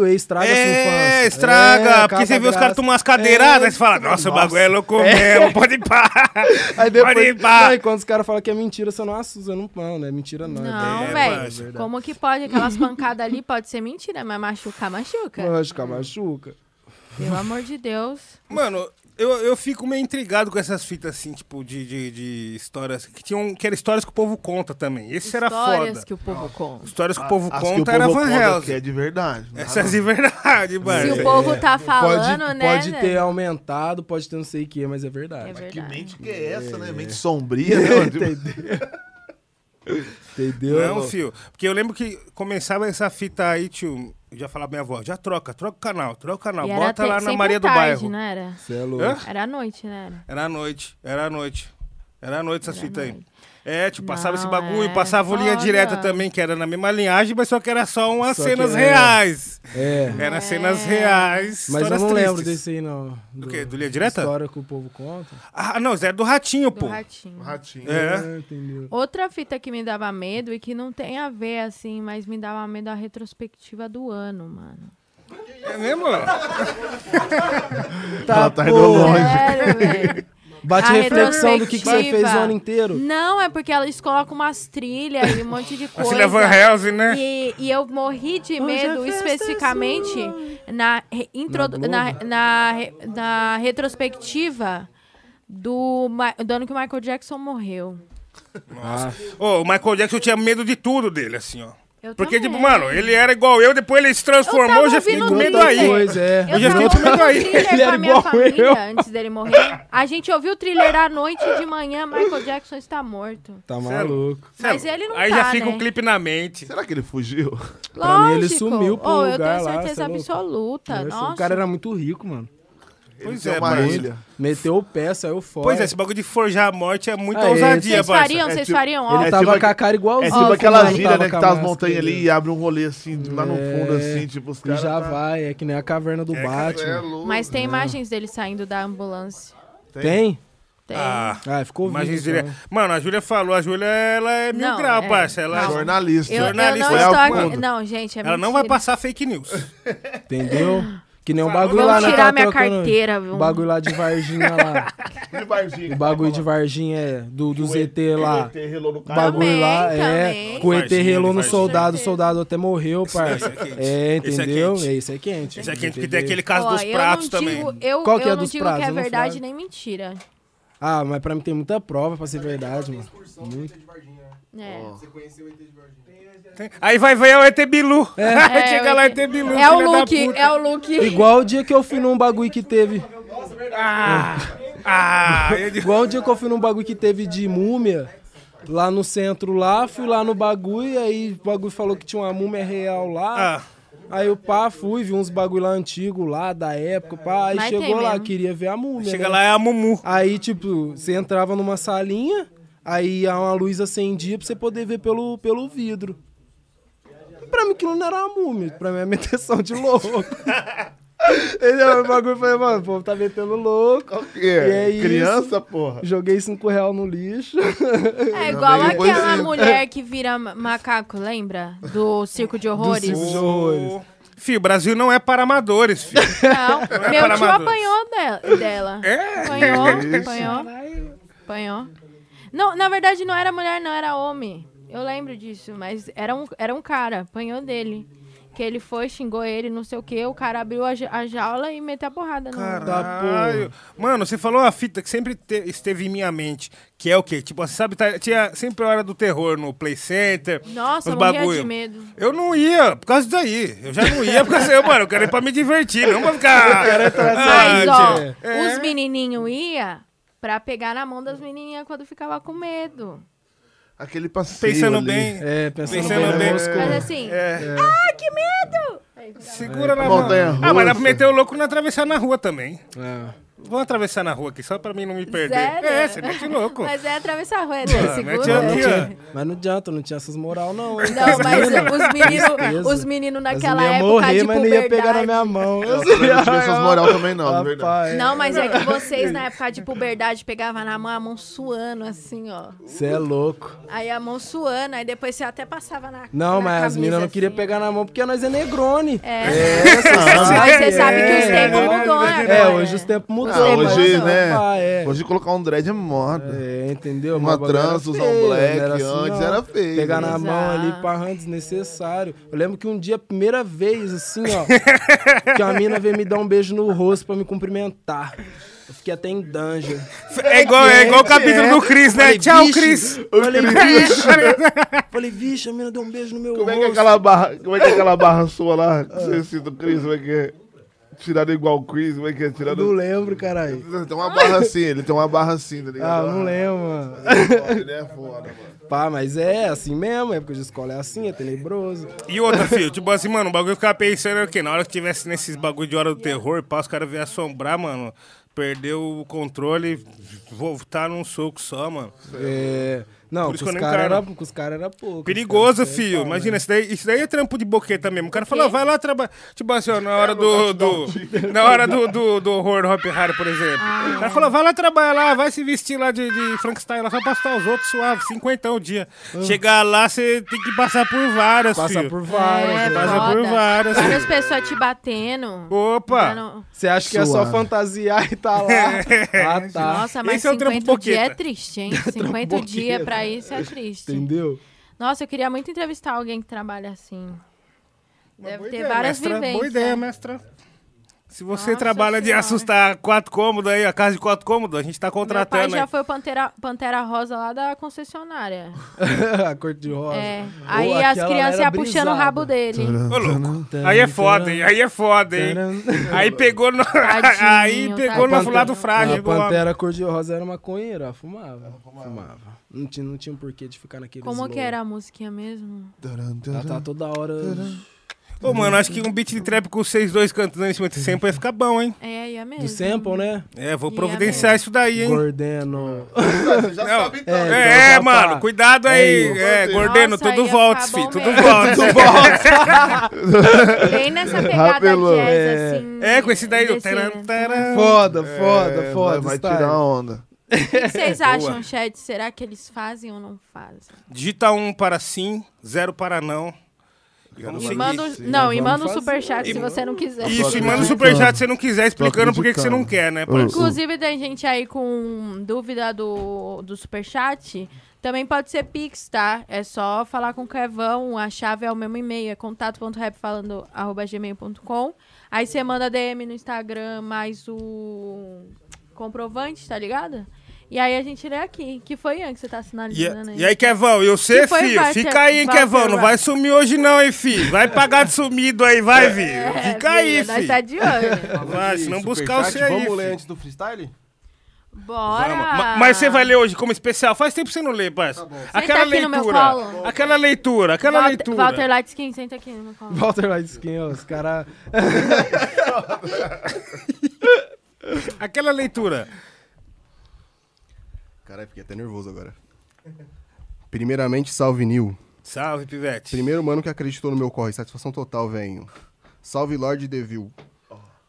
Speaker 4: WWE, estraga sua infância.
Speaker 1: É, estraga.
Speaker 4: É,
Speaker 1: porque você
Speaker 4: acaba
Speaker 1: vê os caras
Speaker 4: a graça.
Speaker 1: tomando umas cadeiradas,
Speaker 4: É.
Speaker 1: aí você fala, nossa, o bagulho é louco mesmo, pode parar.
Speaker 4: [LAUGHS] Aí depois,
Speaker 1: Pode ir pá.
Speaker 4: não, e quando os caras falam que é mentira, você não assusta, não, não, não é mentira não. é
Speaker 6: Não,
Speaker 1: é,
Speaker 6: velho.
Speaker 1: parça.
Speaker 6: Como que pode? Aquelas pancadas ali pode ser mentira, mas machucar, machuca. Hum.
Speaker 4: verdade. Machuca, machuca.
Speaker 6: Pelo amor de Deus.
Speaker 1: Mano, eu, eu fico meio intrigado com essas fitas, assim, tipo, de, de, de histórias. Que, tinham, que eram histórias que o povo conta também. Esse era
Speaker 6: Histórias
Speaker 1: foda.
Speaker 6: que o povo conta.
Speaker 1: Histórias que o povo
Speaker 3: As que
Speaker 1: conta
Speaker 3: o
Speaker 1: era
Speaker 3: povo
Speaker 1: Van
Speaker 3: conta
Speaker 1: Helsing.
Speaker 3: que é de verdade.
Speaker 1: [LAUGHS] Essas de verdade,
Speaker 6: Se
Speaker 1: mano.
Speaker 6: o povo tá falando,
Speaker 4: É. pode,
Speaker 6: né?
Speaker 4: pode
Speaker 6: né?
Speaker 4: ter aumentado, pode ter não sei o que, mas é verdade.
Speaker 6: É
Speaker 2: Que
Speaker 6: verdade.
Speaker 2: mente que é essa, né? Mente
Speaker 3: sombria, né?
Speaker 4: Entendeu?
Speaker 3: é um
Speaker 1: Não, é um fio. Porque eu lembro que começava essa fita aí, tio. Eu já falava minha avó, já troca, troca o canal, troca o canal.
Speaker 6: E era
Speaker 1: bota
Speaker 6: até-
Speaker 1: lá na
Speaker 6: sempre
Speaker 1: Maria do
Speaker 6: tarde,
Speaker 1: Bairro.
Speaker 6: né? Não era?
Speaker 4: Você é louco.
Speaker 1: Hã?
Speaker 6: era à noite, né? Era?
Speaker 1: Era à noite, era à noite. Era à noite essas
Speaker 6: Era à
Speaker 1: fitas aí.
Speaker 6: noite.
Speaker 1: É, tipo, passava esse
Speaker 6: Não,
Speaker 1: bagulho,
Speaker 6: é
Speaker 1: passava o linha
Speaker 6: foda.
Speaker 1: direta também, que era na mesma linhagem, mas só que era só umas
Speaker 4: Só que
Speaker 1: cenas
Speaker 4: é-
Speaker 1: reais.
Speaker 4: É.
Speaker 1: Era cenas reais.
Speaker 4: Mas eu
Speaker 1: histórias
Speaker 4: não lembro
Speaker 1: tristes.
Speaker 4: desse aí, não. Do,
Speaker 1: quê? Do Linha Direta?
Speaker 4: História que o povo
Speaker 3: [LAUGHS]
Speaker 4: conta.
Speaker 1: Ah, não, isso era do ratinho,
Speaker 6: Do
Speaker 1: pô.
Speaker 6: ratinho.
Speaker 3: Ratinho.
Speaker 1: É.
Speaker 4: Ah, entendeu?
Speaker 6: Outra fita que me dava medo e que não tem a ver, assim, mas me dava medo a retrospectiva do ano, mano.
Speaker 1: É mesmo?
Speaker 4: Tá,
Speaker 3: tá
Speaker 4: tá
Speaker 3: indo longe.
Speaker 4: [LAUGHS]
Speaker 6: Sério, velho.
Speaker 4: Bate
Speaker 6: A
Speaker 4: reflexão do que, que você fez o
Speaker 6: retrospectiva.
Speaker 4: ano inteiro.
Speaker 6: Não, é porque elas colocam umas trilhas e um monte de
Speaker 1: A
Speaker 6: coisa.
Speaker 1: Cília Assim, Van Helsing, né?
Speaker 6: E, e eu morri de
Speaker 4: Hoje a
Speaker 6: medo
Speaker 4: festa é
Speaker 6: especificamente na, re- introdu-
Speaker 4: Globo?
Speaker 6: na, na re- na retrospectiva do, Ma- do ano que o Michael Jackson morreu.
Speaker 1: Ô, o Michael Jackson eu tinha medo de tudo dele, assim, ó.
Speaker 6: Eu
Speaker 1: Porque,
Speaker 6: também.
Speaker 1: tipo, mano, ele era igual eu, depois ele se
Speaker 6: Eu
Speaker 1: transformou,
Speaker 6: tava
Speaker 1: eu já fiquei
Speaker 6: ouvindo
Speaker 1: com medo
Speaker 6: thriller.
Speaker 1: aí.
Speaker 4: Pois é.
Speaker 6: Eu
Speaker 1: já
Speaker 6: tava
Speaker 1: fiquei com medo
Speaker 6: ouvindo
Speaker 1: aí.
Speaker 4: [LAUGHS]
Speaker 6: thriller
Speaker 4: Ele
Speaker 6: com
Speaker 4: era
Speaker 6: a minha
Speaker 4: igual
Speaker 6: família
Speaker 4: eu.
Speaker 6: antes dele morrer. A gente ouviu o thriller à noite e de manhã Michael Jackson está morto.
Speaker 3: é
Speaker 4: Tá maluco.
Speaker 6: Mas ele não
Speaker 1: Aí
Speaker 6: tá,
Speaker 1: já fica
Speaker 6: né?
Speaker 1: um clipe na mente.
Speaker 3: Será que ele fugiu?
Speaker 4: Pra mim, ele
Speaker 6: Lógico.
Speaker 4: sumiu pro
Speaker 6: Oh,
Speaker 4: lugar
Speaker 6: Eu
Speaker 4: lá,
Speaker 6: tenho
Speaker 4: cê é
Speaker 6: certeza
Speaker 4: louco.
Speaker 6: absoluta. Nossa.
Speaker 4: O cara era muito rico, mano.
Speaker 1: Pois
Speaker 3: tem
Speaker 1: é,
Speaker 3: uma
Speaker 1: mas-
Speaker 3: ilha.
Speaker 4: Meteu o pé, saiu fora.
Speaker 1: Pois é, esse bagulho de forjar a morte é muita
Speaker 4: Ah, é,
Speaker 1: ousadia,
Speaker 6: Vocês
Speaker 1: parça.
Speaker 6: fariam,
Speaker 3: É
Speaker 6: vocês
Speaker 3: tipo-
Speaker 6: fariam, ó.
Speaker 4: Ele
Speaker 3: É
Speaker 4: tava
Speaker 3: tipo
Speaker 4: com a cara
Speaker 3: É
Speaker 4: igualzinho.
Speaker 3: tipo
Speaker 4: ó,
Speaker 3: aquela
Speaker 4: fulano
Speaker 3: gíria,
Speaker 4: tava
Speaker 3: né? Que
Speaker 4: com a
Speaker 3: tá as
Speaker 4: máscara,
Speaker 3: montanhas ali
Speaker 4: entendeu?
Speaker 3: e abre um rolê assim, lá no
Speaker 4: É.
Speaker 3: fundo, assim, tipo, os
Speaker 4: E
Speaker 3: caras.
Speaker 4: já
Speaker 3: tá-
Speaker 4: vai, é que nem a caverna do
Speaker 3: É
Speaker 4: Batman.
Speaker 3: louco.
Speaker 6: Mas tem imagens dele saindo da ambulância.
Speaker 4: Tem?
Speaker 6: Tem.
Speaker 1: Ah,
Speaker 4: Ah, ficou vivo.
Speaker 1: imagina
Speaker 4: então.
Speaker 1: direto. Mano, a Júlia falou, a Júlia ela é mil
Speaker 6: Não,
Speaker 1: grau,
Speaker 6: é.
Speaker 1: parça. Ela,
Speaker 6: Não.
Speaker 3: Jornalista.
Speaker 6: eu, eu não
Speaker 1: jornalista,
Speaker 6: estou
Speaker 3: é ao
Speaker 6: aqui.
Speaker 3: fundo.
Speaker 6: Não, gente, é
Speaker 1: ela não vai
Speaker 6: mentira.
Speaker 1: passar fake news. [LAUGHS]
Speaker 4: Entendeu? Que nem o
Speaker 1: Falou,
Speaker 4: bagulho
Speaker 1: vamos
Speaker 4: lá,
Speaker 6: Vão
Speaker 4: né?
Speaker 6: tirar
Speaker 4: Tava
Speaker 6: minha
Speaker 4: trocando-
Speaker 6: carteira, viu?
Speaker 4: O bagulho lá de Varginha lá.
Speaker 1: [LAUGHS]
Speaker 3: De Varginha.
Speaker 4: O bagulho de Varginha é do, do ZT lá.
Speaker 3: ET relou no
Speaker 4: O
Speaker 3: carro.
Speaker 4: bagulho
Speaker 6: Também,
Speaker 4: lá
Speaker 6: também.
Speaker 4: é. Com o ET
Speaker 1: Varginha,
Speaker 4: relou no
Speaker 1: Varginha.
Speaker 4: soldado, o soldado até morreu, parça.
Speaker 1: é quente.
Speaker 4: É,
Speaker 1: Esse é
Speaker 4: entendeu?
Speaker 1: quente.
Speaker 4: É, Isso é quente.
Speaker 1: Isso aqui que tem
Speaker 4: entendeu?
Speaker 1: aquele caso
Speaker 6: Ó,
Speaker 1: dos pratos
Speaker 6: eu não
Speaker 1: também.
Speaker 6: Digo, eu
Speaker 4: Qual que
Speaker 6: eu
Speaker 4: é
Speaker 6: não
Speaker 4: dos
Speaker 6: digo
Speaker 4: pratos?
Speaker 6: que é
Speaker 4: Eu não
Speaker 6: verdade
Speaker 4: falo.
Speaker 6: nem mentira.
Speaker 4: Ah, mas pra mim tem muita prova pra ser verdade, mano. Muito.
Speaker 6: É.
Speaker 1: Tem- Aí vai ver é o ET Bilu. [LAUGHS]
Speaker 6: É,
Speaker 1: Chega
Speaker 6: eu
Speaker 1: lá, ET
Speaker 6: entendi.
Speaker 1: Bilu.
Speaker 6: É o
Speaker 1: filha da
Speaker 6: look,
Speaker 1: puta.
Speaker 6: é o look.
Speaker 4: Igual o dia que eu fui num bagulho que teve.
Speaker 1: Ah, ah, eu digo,
Speaker 4: Igual o dia que eu fui num bagulho que teve de múmia. Lá no centro lá, fui lá no bagulho, aí o bagulho falou que tinha uma múmia real lá.
Speaker 1: ah,
Speaker 4: Aí o pá, fui, vi uns bagulho lá antigo lá, da época, pá. Aí
Speaker 6: Mas tem
Speaker 4: chegou lá,
Speaker 6: mesmo.
Speaker 4: queria ver a múmia.
Speaker 1: chega
Speaker 4: né?
Speaker 1: lá, é a Mumu.
Speaker 4: Aí, tipo, você entrava numa salinha, aí a- uma luz acendia pra você poder ver pelo,
Speaker 1: [LAUGHS]
Speaker 4: pelo [LAUGHS] vidro. Pra mim aquilo não era uma múmia, pra mim é meteção de louco. Entendeu? O bagulho foi, mano, o povo tá metendo louco.
Speaker 3: Qual que é?
Speaker 4: E é isso.
Speaker 3: Criança, porra.
Speaker 4: Joguei 5 real no lixo.
Speaker 6: É igual
Speaker 3: mas depois
Speaker 6: aquela
Speaker 3: eu-
Speaker 6: mulher que vira ma- macaco, lembra? Do circo de horrores.
Speaker 4: circo de horrores.
Speaker 1: Fih, Brasil não é para amadores,
Speaker 4: [LAUGHS]
Speaker 1: filho.
Speaker 6: Não,
Speaker 1: é
Speaker 6: meu
Speaker 1: para
Speaker 6: tio
Speaker 1: amadores.
Speaker 6: apanhou dela. dela.
Speaker 1: É?
Speaker 6: Apanhou,
Speaker 3: Isso.
Speaker 6: apanhou. Apanhou. Não, na verdade não era mulher, não, era homem. Eu lembro disso, mas era um, era um cara, apanhou dele. Que ele foi, xingou ele, não sei o quê, o cara abriu a, ja- a jaula e meteu a porrada no.
Speaker 4: Tá,
Speaker 1: Caralho. Mano, você falou uma fita que sempre te- esteve em minha mente, que é o quê? Tipo, você sabe, tá- tinha sempre a hora do terror no Play Center.
Speaker 6: Nossa,
Speaker 1: os
Speaker 6: eu morria
Speaker 1: bagulho.
Speaker 6: de medo.
Speaker 1: Eu não ia, por causa daí. Eu já não ia, por causa daí. Eu, Mano, eu quero ir pra me divertir, não pra ficar...
Speaker 6: Mas,
Speaker 1: Ah,
Speaker 6: ó,
Speaker 1: tchê.
Speaker 6: os menininhos iam pra pegar na mão das menininhas quando ficava com medo.
Speaker 3: Aquele passeio
Speaker 1: Pensando
Speaker 3: ali.
Speaker 1: bem...
Speaker 4: [LAUGHS] É, pensando,
Speaker 1: Pensando
Speaker 4: bem,
Speaker 1: bem.
Speaker 4: bem. Moscou.
Speaker 6: Mas assim,
Speaker 1: É,
Speaker 6: ah, que medo! Aí ficava-
Speaker 1: segura na mão.
Speaker 3: Montanha russa.
Speaker 1: Ah, mas dá pra meter o louco não atravessar na rua também.
Speaker 4: É.
Speaker 1: Vou atravessar na rua aqui, só pra mim não me perder.
Speaker 6: Sério?
Speaker 1: É, você mete louco.
Speaker 6: Mas é atravessar a rua, é
Speaker 1: Mano,
Speaker 6: segura.
Speaker 1: mete aqui, ó.
Speaker 4: Mas não adianta, não tinha essas moral, não. hein?
Speaker 6: Não, mas os meninos
Speaker 4: Tristeza.
Speaker 6: os menino
Speaker 4: Mas
Speaker 6: naquela
Speaker 4: eu ia
Speaker 6: época
Speaker 4: morrer,
Speaker 6: de
Speaker 4: mas não
Speaker 6: puberdade.
Speaker 4: ia pegar na minha mão.
Speaker 3: Nossa, eu não tive essas
Speaker 4: [LAUGHS]
Speaker 3: moral também, não, na É, verdade.
Speaker 4: Rapaz,
Speaker 6: Não, mas é que vocês na época de puberdade pegavam na mão, a mão suando assim, ó.
Speaker 4: você é louco.
Speaker 6: Aí a mão suando, aí depois você até passava na
Speaker 4: Não,
Speaker 6: na
Speaker 4: mas as
Speaker 6: camisa,
Speaker 4: meninas não
Speaker 6: assim.
Speaker 4: queriam pegar na mão porque nós é negrone.
Speaker 6: [LAUGHS] É,
Speaker 3: Ah,
Speaker 6: mas você sabe que os
Speaker 4: é,
Speaker 6: tempos
Speaker 4: é,
Speaker 6: mudou né?
Speaker 1: é,
Speaker 6: agora.
Speaker 4: É, hoje os tempos mudou.
Speaker 3: ah,
Speaker 4: mas-
Speaker 3: hoje,
Speaker 6: não,
Speaker 3: né?
Speaker 4: Ah, é.
Speaker 3: Hoje colocar um dread é moda.
Speaker 4: É, entendeu?
Speaker 3: Uma
Speaker 4: Mas o bagulho era
Speaker 3: trança, usar um
Speaker 4: feio, não
Speaker 3: black,
Speaker 4: era assim,
Speaker 3: antes
Speaker 4: não.
Speaker 3: era feio. né?
Speaker 4: Pegar na
Speaker 6: Exato.
Speaker 4: mão ali, parrã, desnecessário. Eu lembro que um dia, primeira vez, assim, ó,
Speaker 3: [LAUGHS]
Speaker 4: que a mina veio me dar um beijo no rosto pra me cumprimentar. Eu fiquei até em danger.
Speaker 1: É igual, é igual o capítulo do Cris, né?
Speaker 4: Falei,
Speaker 1: Tchau,
Speaker 4: "Vixe".
Speaker 1: Cris.
Speaker 4: Falei,
Speaker 3: [LAUGHS]
Speaker 4: vixe. Falei, vixe, a mina deu um beijo no meu
Speaker 3: Como é
Speaker 4: rosto.
Speaker 3: que é aquela barra, como é que é aquela barra sua
Speaker 4: É.
Speaker 3: lá? que Você cita o Chris, como é que é? Tirado igual o Chris, como é que é?
Speaker 4: Não
Speaker 3: Tirado...
Speaker 4: lembro, caralho.
Speaker 3: Tem uma barra assim, ele tem uma barra assim, tá
Speaker 4: Ah,
Speaker 3: ligado?
Speaker 4: não lembro, mano.
Speaker 3: Ele é foda, mano.
Speaker 4: Pá, mas é assim mesmo, época de escola é assim, é tenebroso.
Speaker 1: E outra, filho, tipo assim, mano, o bagulho eu ficava pensando era o quê? Na hora que tivesse nesses bagulho de hora do terror, pá, os caras vêm assombrar, mano. Perdeu o controle, voltar num soco só, mano.
Speaker 4: É... Não,
Speaker 1: Por isso
Speaker 4: com os
Speaker 1: que eu nem
Speaker 4: caras era,
Speaker 1: encaro.
Speaker 4: com os cara era pouco.
Speaker 1: Perigoso, filho. Imagina, isso daí, isso daí é trampo de boqueta mesmo. O cara
Speaker 6: É.
Speaker 1: fala, vai lá trabalhar. Tipo assim, ó, na hora do. do- na hora do, do, do horror Hop Harry, por exemplo.
Speaker 6: Ah.
Speaker 1: O cara falou, vai lá trabalhar lá, vai se vestir lá de, de Frankenstein, lá vai passar os outros suave, 50 o dia. Chegar lá, você tem que passar por várias,
Speaker 4: Passa
Speaker 1: filho.
Speaker 4: por
Speaker 6: É,
Speaker 4: várias. né?
Speaker 1: Passa por
Speaker 6: foda.
Speaker 1: várias,
Speaker 6: Várias
Speaker 1: filho.
Speaker 6: pessoas te batendo.
Speaker 1: Opa!
Speaker 6: dando-
Speaker 4: Você acha que é só
Speaker 3: Suave.
Speaker 4: fantasiar e tá lá? Ah, tá.
Speaker 6: Nossa, mas
Speaker 1: Esse é o trampo
Speaker 6: 50 dias é
Speaker 1: boqueta.
Speaker 4: [LAUGHS]
Speaker 6: triste, hein? 50 dias pra isso é triste.
Speaker 4: Entendeu? [LAUGHS]
Speaker 6: Nossa, eu queria muito entrevistar alguém que trabalha assim.
Speaker 1: Uma
Speaker 6: Deve
Speaker 1: boa
Speaker 6: ter
Speaker 1: ideia,
Speaker 6: várias
Speaker 1: mestra. Boa
Speaker 6: vivências.
Speaker 1: ideia, mestra. Se você
Speaker 6: Nossa
Speaker 1: trabalha de
Speaker 6: Senhora.
Speaker 1: assustar quatro cômodos aí, a casa de quatro cômodos, a gente tá
Speaker 6: Meu pai
Speaker 1: contratando.
Speaker 6: já
Speaker 1: aí.
Speaker 6: foi o Pantera, Pantera Rosa lá da concessionária.
Speaker 4: a cor de rosa.
Speaker 6: É.
Speaker 4: Ou
Speaker 6: Aí as
Speaker 4: aquela
Speaker 6: crianças
Speaker 4: era
Speaker 6: iam puxando o
Speaker 4: brisada.
Speaker 6: rabo dele.
Speaker 1: Ô, louco. Aí é foda, hein? Aí é foda, hein? Aí pegou no.
Speaker 6: Tadinho,
Speaker 1: aí pegou no
Speaker 6: tadinho.
Speaker 1: lado frágil.
Speaker 4: a
Speaker 1: do homem.
Speaker 4: pantera cor-de-rosa era maconheira, ela fumava. Fumava. Não, tinha, não tinha um porquê de ficar naquele
Speaker 6: Como
Speaker 4: slow.
Speaker 6: que era a musiquinha mesmo?
Speaker 4: Ela tá toda hora.
Speaker 1: Ô, mano, acho que um beat de trap com vocês dois cantando em cima de sempre ia ficar bom, hein?
Speaker 6: É, ia mesmo.
Speaker 4: Do sample, né?
Speaker 1: É, vou
Speaker 6: Ia né?
Speaker 1: providenciar isso daí, hein?
Speaker 4: Gordeno.
Speaker 3: Já
Speaker 1: Não.
Speaker 3: sabe então.
Speaker 4: É, então
Speaker 1: É,
Speaker 4: já
Speaker 1: mano,
Speaker 4: tá.
Speaker 1: cuidado
Speaker 4: É
Speaker 1: aí.
Speaker 4: isso.
Speaker 1: É, Gordeno,
Speaker 6: Nossa,
Speaker 1: tudo
Speaker 6: ia
Speaker 1: volta,
Speaker 6: ficar
Speaker 1: filho.
Speaker 6: bom
Speaker 1: Tudo
Speaker 6: mesmo.
Speaker 1: volta. Tudo volta.
Speaker 6: Bem nessa pegada
Speaker 3: Rapelou.
Speaker 6: jazz,
Speaker 4: É.
Speaker 6: assim.
Speaker 1: [LAUGHS] É, com esse daí. o
Speaker 6: desse-
Speaker 1: taran, taran.
Speaker 4: [LAUGHS] Foda,
Speaker 3: É,
Speaker 4: foda, foda.
Speaker 3: Vai, vai
Speaker 4: style.
Speaker 3: tirar onda.
Speaker 6: O que que vocês acham,
Speaker 1: [LAUGHS] Boa.
Speaker 6: chat? Será que eles fazem ou não fazem?
Speaker 1: Digita um para sim, zero para não. E né? vamos
Speaker 6: E
Speaker 1: seguir.
Speaker 6: manda um, não,
Speaker 4: vamos
Speaker 6: e manda um
Speaker 4: fazer.
Speaker 6: superchat se você não quiser.
Speaker 1: Isso, e
Speaker 3: acreditando.
Speaker 1: manda um superchat se você não quiser, explicando por que que você não
Speaker 3: acreditando.
Speaker 1: quer, né, parceiro?
Speaker 6: Inclusive, tem gente aí com dúvida do, do superchat. Também pode ser Pix, tá? É só falar com o Kevão. A chave é o mesmo e-mail, é contato.rapfalando.gmail.com. Aí você manda DM no Instagram mais o comprovante, tá ligado? E aí a gente lê aqui, que foi Ian que você tá
Speaker 1: E, é-
Speaker 6: sinalizando aí.
Speaker 1: e aí, Kevão, eu sei,
Speaker 6: Que foi
Speaker 1: filho.
Speaker 6: Walter-
Speaker 1: Fica aí, hein,
Speaker 6: Walter
Speaker 1: Kevão. Não
Speaker 6: Ra-
Speaker 1: vai sumir hoje, não, hein, filho. Vai pagar de sumido aí, vai, filho.
Speaker 6: É,
Speaker 1: Fica aí,
Speaker 6: filho, Nós
Speaker 1: filho.
Speaker 6: tá de
Speaker 1: [LAUGHS]
Speaker 6: olho.
Speaker 1: Vai, se não buscar o
Speaker 2: tipo,
Speaker 1: seu aí.
Speaker 7: Vamos ler
Speaker 1: filho.
Speaker 7: antes do freestyle?
Speaker 6: Bora!
Speaker 1: Vamos. Ma- Mas você vai ler hoje como especial. Faz tempo que você não lê, parça. aquela
Speaker 6: aqui no meu
Speaker 1: leitura.
Speaker 6: colo.
Speaker 1: Aquela leitura, aquela
Speaker 6: Walter,
Speaker 1: leitura.
Speaker 6: Walter Lightskin, senta aqui no meu colo.
Speaker 4: Walter Lightskin, ó, os caras.
Speaker 1: Aquela leitura.
Speaker 2: Caralho, fiquei até nervoso agora. Primeiramente, salve Nil.
Speaker 1: Salve, pivete.
Speaker 2: Primeiro mano que acreditou no meu corre. Satisfação total, venho. Salve Lorde Devil.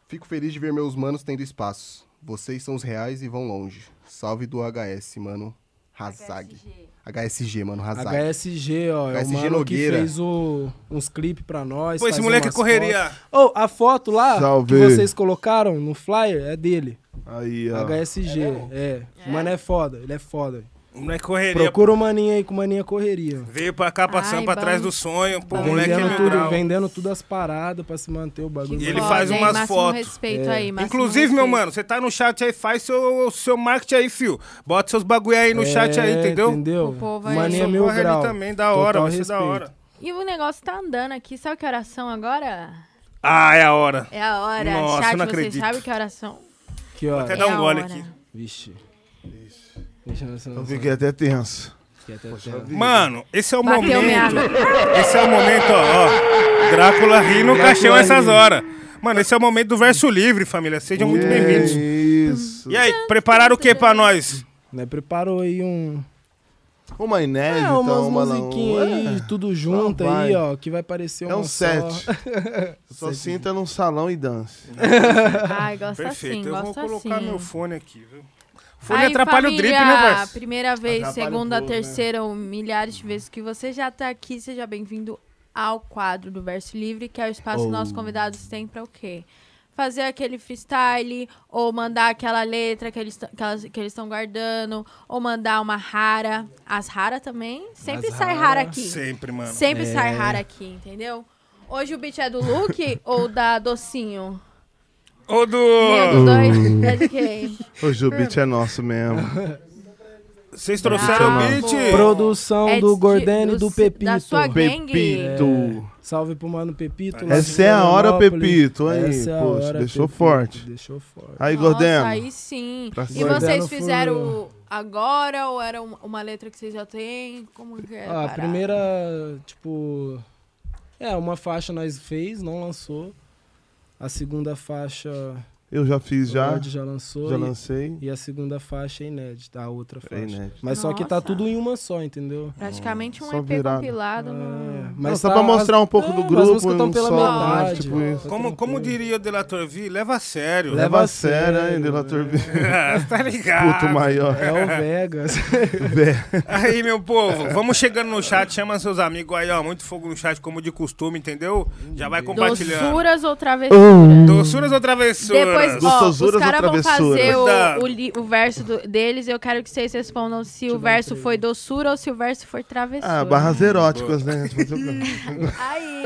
Speaker 2: Fico feliz de ver meus manos tendo espaço. Vocês são os reais e vão longe. Salve do HS, mano. Hazag.
Speaker 6: PSG.
Speaker 2: HSG, mano. Hazag.
Speaker 4: HSG, ó. é o
Speaker 2: HSG
Speaker 4: mano
Speaker 2: Nogueira.
Speaker 4: que fez o- uns clipes pra nós.
Speaker 1: Pô, esse
Speaker 4: faz
Speaker 1: moleque é
Speaker 4: umas
Speaker 1: correria.
Speaker 4: fotos. Ô, Oh, a foto lá
Speaker 3: Salve.
Speaker 4: que vocês colocaram no flyer é dele.
Speaker 3: Aí, ó.
Speaker 4: HSG, é. O Mano é foda, ele é foda.
Speaker 1: O moleque é correria.
Speaker 4: Procura o maninho aí com maninha correria.
Speaker 1: Veio pra cá passando
Speaker 6: Ai,
Speaker 1: pra
Speaker 6: bom.
Speaker 1: trás do sonho. Pô, o moleque é
Speaker 4: Vendendo
Speaker 1: meu
Speaker 4: Tá tudo,
Speaker 1: grau.
Speaker 4: vendendo tudo as paradas pra se manter o bagulho.
Speaker 1: E ele
Speaker 6: Foda,
Speaker 1: faz
Speaker 6: hein?
Speaker 1: umas
Speaker 6: Máximo
Speaker 1: fotos.
Speaker 6: respeito aí, máximo
Speaker 1: Inclusive, meu
Speaker 6: respeito.
Speaker 1: mano, você tá no chat aí, faz seu, seu marketing aí, fio. Bota seus bagulho aí no chat aí,
Speaker 4: É,
Speaker 1: entendeu?
Speaker 4: Entendeu?
Speaker 6: O povo aí-
Speaker 4: Maninha é
Speaker 1: Socorre
Speaker 4: mil
Speaker 1: ali
Speaker 4: grau.
Speaker 1: também, da hora,
Speaker 4: Total
Speaker 1: vai ser da
Speaker 4: respeito.
Speaker 1: hora.
Speaker 6: E o negócio tá andando aqui. Sabe que oração agora?
Speaker 1: Ah, é a hora.
Speaker 6: É a hora.
Speaker 1: Nossa, eu
Speaker 6: Chat,
Speaker 1: não
Speaker 6: vocês
Speaker 1: acredito.
Speaker 6: sabem que oração?
Speaker 4: Aqui, ó.
Speaker 1: Até
Speaker 6: É
Speaker 1: dar um
Speaker 6: a
Speaker 1: gole
Speaker 6: hora.
Speaker 1: aqui.
Speaker 4: Vixe. Vixe. nossa,
Speaker 3: Eu
Speaker 4: nossa,
Speaker 3: fiquei até tenso.
Speaker 4: fiquei até tenso.
Speaker 1: Mano, esse é o
Speaker 6: Bateu minha
Speaker 1: momento.
Speaker 6: água.
Speaker 1: Esse é o momento, ó. ó. Drácula ri no caixão essas
Speaker 4: ri.
Speaker 1: horas. Mano, esse é o momento do verso livre, família. Sejam
Speaker 4: É
Speaker 1: muito bem-vindos.
Speaker 3: É Isso.
Speaker 1: E aí, prepararam o que pra nós?
Speaker 4: Né, preparou aí um.
Speaker 3: Uma
Speaker 4: É,
Speaker 3: inédita,
Speaker 4: umas
Speaker 3: uma lá-
Speaker 4: musiquinhas aí, tudo junto
Speaker 3: Só É. Tá, vai.
Speaker 4: aí, ó. Que vai parecer
Speaker 3: É
Speaker 4: uma
Speaker 3: um
Speaker 4: só.
Speaker 3: [LAUGHS] set. Só sinta num salão e dance.
Speaker 6: Ai, gosta assim,
Speaker 1: Perfeito. Eu vou
Speaker 6: gosta assim.
Speaker 1: colocar meu fone aqui, viu? O fone
Speaker 6: Aí,
Speaker 1: atrapalha o drip, né,
Speaker 6: família,
Speaker 1: parceiro?
Speaker 6: Primeira vez,
Speaker 3: Atrapalha um
Speaker 6: segunda,
Speaker 3: pouco, né?
Speaker 6: terceira, ou milhares de vezes que você já tá aqui, seja bem-vindo ao quadro do Verso Livre, que é o espaço
Speaker 3: Oh.
Speaker 6: que nossos convidados têm pra o quê? Fazer aquele freestyle, ou mandar aquela letra que eles t- que elas- que eles estão guardando, ou mandar uma rara. As rara também. Sempre
Speaker 4: As
Speaker 6: sai
Speaker 4: rara.
Speaker 6: rara aqui.
Speaker 1: Sempre, mano.
Speaker 6: Sempre
Speaker 4: É.
Speaker 6: sai rara aqui, entendeu? Hoje o beat é do
Speaker 4: [LAUGHS]
Speaker 6: Luke ou da Docinho?
Speaker 1: Ô, do...
Speaker 6: Nenhum dos
Speaker 4: [LAUGHS]
Speaker 6: dois é de quem?
Speaker 3: Hoje o beat é nosso mesmo.
Speaker 1: Vocês trouxeram o
Speaker 6: Ah,
Speaker 1: beat?
Speaker 6: pô.
Speaker 4: Produção
Speaker 6: É
Speaker 4: do
Speaker 6: de-
Speaker 4: Gordani e do
Speaker 6: dos- Da
Speaker 4: Pepito.
Speaker 6: sua gangue.
Speaker 3: Pepito.
Speaker 4: É. Salve pro mano Pepito. lá
Speaker 3: Essa
Speaker 4: de
Speaker 3: é a hora,
Speaker 4: Florianópolis.
Speaker 3: Pepito, aí,
Speaker 4: Essa é a
Speaker 3: poxa,
Speaker 4: hora,
Speaker 3: deixou
Speaker 4: Pepito,
Speaker 3: forte. Ah,
Speaker 4: Deixou forte.
Speaker 3: Aí,
Speaker 6: Nossa,
Speaker 3: Gordena.
Speaker 6: aí sim.
Speaker 3: Pra
Speaker 6: E
Speaker 3: cima.
Speaker 6: vocês
Speaker 4: Gordano
Speaker 6: fizeram agora ou era um- uma letra que vocês já têm? Como que é?
Speaker 4: Ah, a
Speaker 6: parada?
Speaker 4: primeira, tipo. É, uma faixa nós fez, não lançou. A segunda faixa
Speaker 3: Eu já fiz
Speaker 4: o
Speaker 3: já,
Speaker 4: Lorde já lançou.
Speaker 3: já
Speaker 4: e-
Speaker 3: lancei.
Speaker 4: E a segunda faixa é inédita, a outra faixa.
Speaker 3: É inédito.
Speaker 4: Mas só que tá
Speaker 6: Nossa.
Speaker 4: tudo em uma só, entendeu?
Speaker 6: Praticamente um
Speaker 3: Só
Speaker 6: EP
Speaker 3: virada.
Speaker 6: compilado.
Speaker 4: É,
Speaker 6: No...
Speaker 4: mas
Speaker 3: Não, só pra mostrar um pouco do
Speaker 4: mas
Speaker 3: grupo,
Speaker 4: as músicas tão
Speaker 3: um
Speaker 4: pela
Speaker 3: só,
Speaker 4: metade,
Speaker 3: né, tipo
Speaker 4: mano.
Speaker 3: isso.
Speaker 4: Tá
Speaker 1: Como, como
Speaker 4: tranquilo.
Speaker 1: diria o Delator V, leva a sério.
Speaker 4: Leva
Speaker 3: Leva
Speaker 4: a
Speaker 3: tá a sério,
Speaker 4: sério,
Speaker 3: hein, Delator B.
Speaker 1: [LAUGHS] tá ligado?
Speaker 3: Puto maior.
Speaker 4: É o Vegas.
Speaker 1: Aí, meu povo, vamos chegando no chat, chama seus amigos aí, ó. Muito fogo no chat, como de costume, entendeu? Já vai
Speaker 4: É.
Speaker 1: compartilhando.
Speaker 6: Doçuras ou travessuras?
Speaker 1: Doçuras ou travessuras?
Speaker 6: Depois, ó, os
Speaker 3: Gostosuras ou
Speaker 6: caras vão
Speaker 3: travessuras?
Speaker 6: fazer o,
Speaker 1: Cuidado.
Speaker 6: o li- o verso do- deles. Eu quero que vocês respondam se o verso foi doçura ou se o verso foi travessura.
Speaker 3: Ah, barras eróticas, né?
Speaker 6: Aí.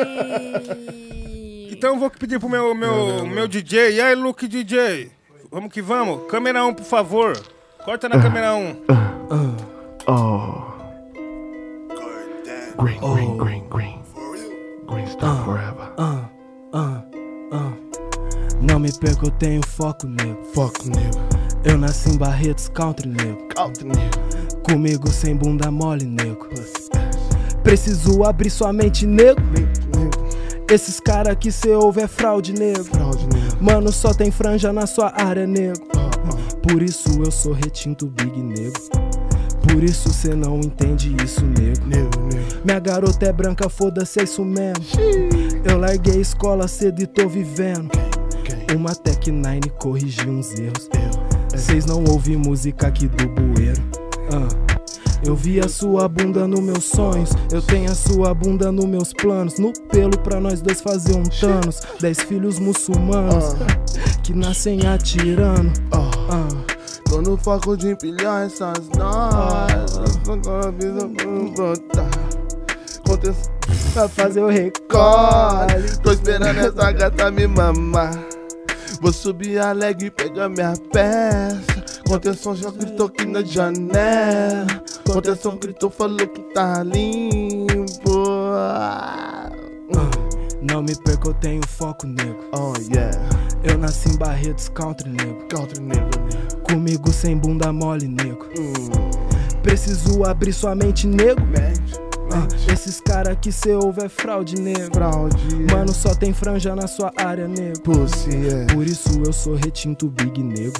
Speaker 1: Então vou pedir pro meu, meu, meu DJ. E aí, Luke DJ? Vamos que vamos. Câmera 1, por favor. Corta na câmera
Speaker 4: [LAUGHS]
Speaker 1: 1.
Speaker 8: Green, green, green, green. Green star forever.
Speaker 4: Ah, ah, ah. Não me perco, eu tenho foco, nego. Foco, nego. Eu nasci em Barretos, country, nego. Comigo sem bunda mole, nego. Preciso abrir sua mente, nego. Esses cara que cê ouve é fraude, nego. Mano, só tem franja na sua área, nego. Por isso eu sou retinto big, nego. Por isso cê não entende isso, nego. Minha garota é branca, foda-se, é isso mesmo. Eu larguei a escola cedo e tô vivendo. Uma Tech Nine corrigiu uns erros. Vocês não ouvem música aqui do bueiro. Ah. Eu vi a sua bunda nos meus sonhos. Eu tenho a sua bunda nos meus planos. No pelo pra nós dois fazer um Thanos. Dez filhos muçulmanos que nascem atirando. Ah.
Speaker 3: Tô no foco de empilhar essas nós. Agora avisa pra brotar. Acontece-
Speaker 4: Pra fazer o recorde.
Speaker 3: corre. Tô esperando essa gata me mamar. Vou subir a leg e pegar minha peça. Contenção já gritou um aqui na janela. Contenção gritou, falou que tá limpo.
Speaker 4: Não me perca, eu tenho foco, nego.
Speaker 3: Oh yeah,
Speaker 4: Eu nasci em Barretos, country, nego.
Speaker 3: country nigga.
Speaker 4: Comigo sem bunda mole, nego.
Speaker 3: Hum,
Speaker 4: Preciso abrir sua mente, nego.
Speaker 3: mente,
Speaker 4: Ah,
Speaker 3: mente,
Speaker 4: esses cara que cê ouve é fraude, nego.
Speaker 3: fraude.
Speaker 4: Mano, só tem franja na sua área, nego.
Speaker 3: pussy, yeah.
Speaker 4: Por isso eu sou retinto big, nego.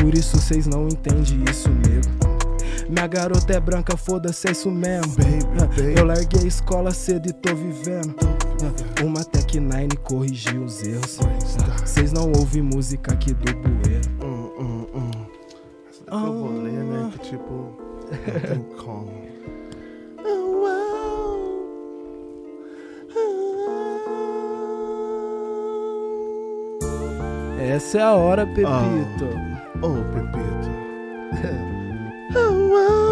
Speaker 4: Por isso cês não entendem isso, nego. Minha garota é branca, foda-se, é isso mesmo.
Speaker 3: Baby,
Speaker 4: Ah,
Speaker 3: baby.
Speaker 4: Eu larguei a escola cedo e tô vivendo. É, Uma Tech Nine corrigiu os erros.
Speaker 3: tá.
Speaker 4: Vocês não ouvem música aqui do bueiro.
Speaker 3: Hum, hum, hum. Essa daqui eu vou ler, né? Que tipo. Não tem como.
Speaker 4: Essa é a
Speaker 3: Ah.
Speaker 4: hora, Pepito.
Speaker 3: Ô, oh, Pepito. Oh, oh.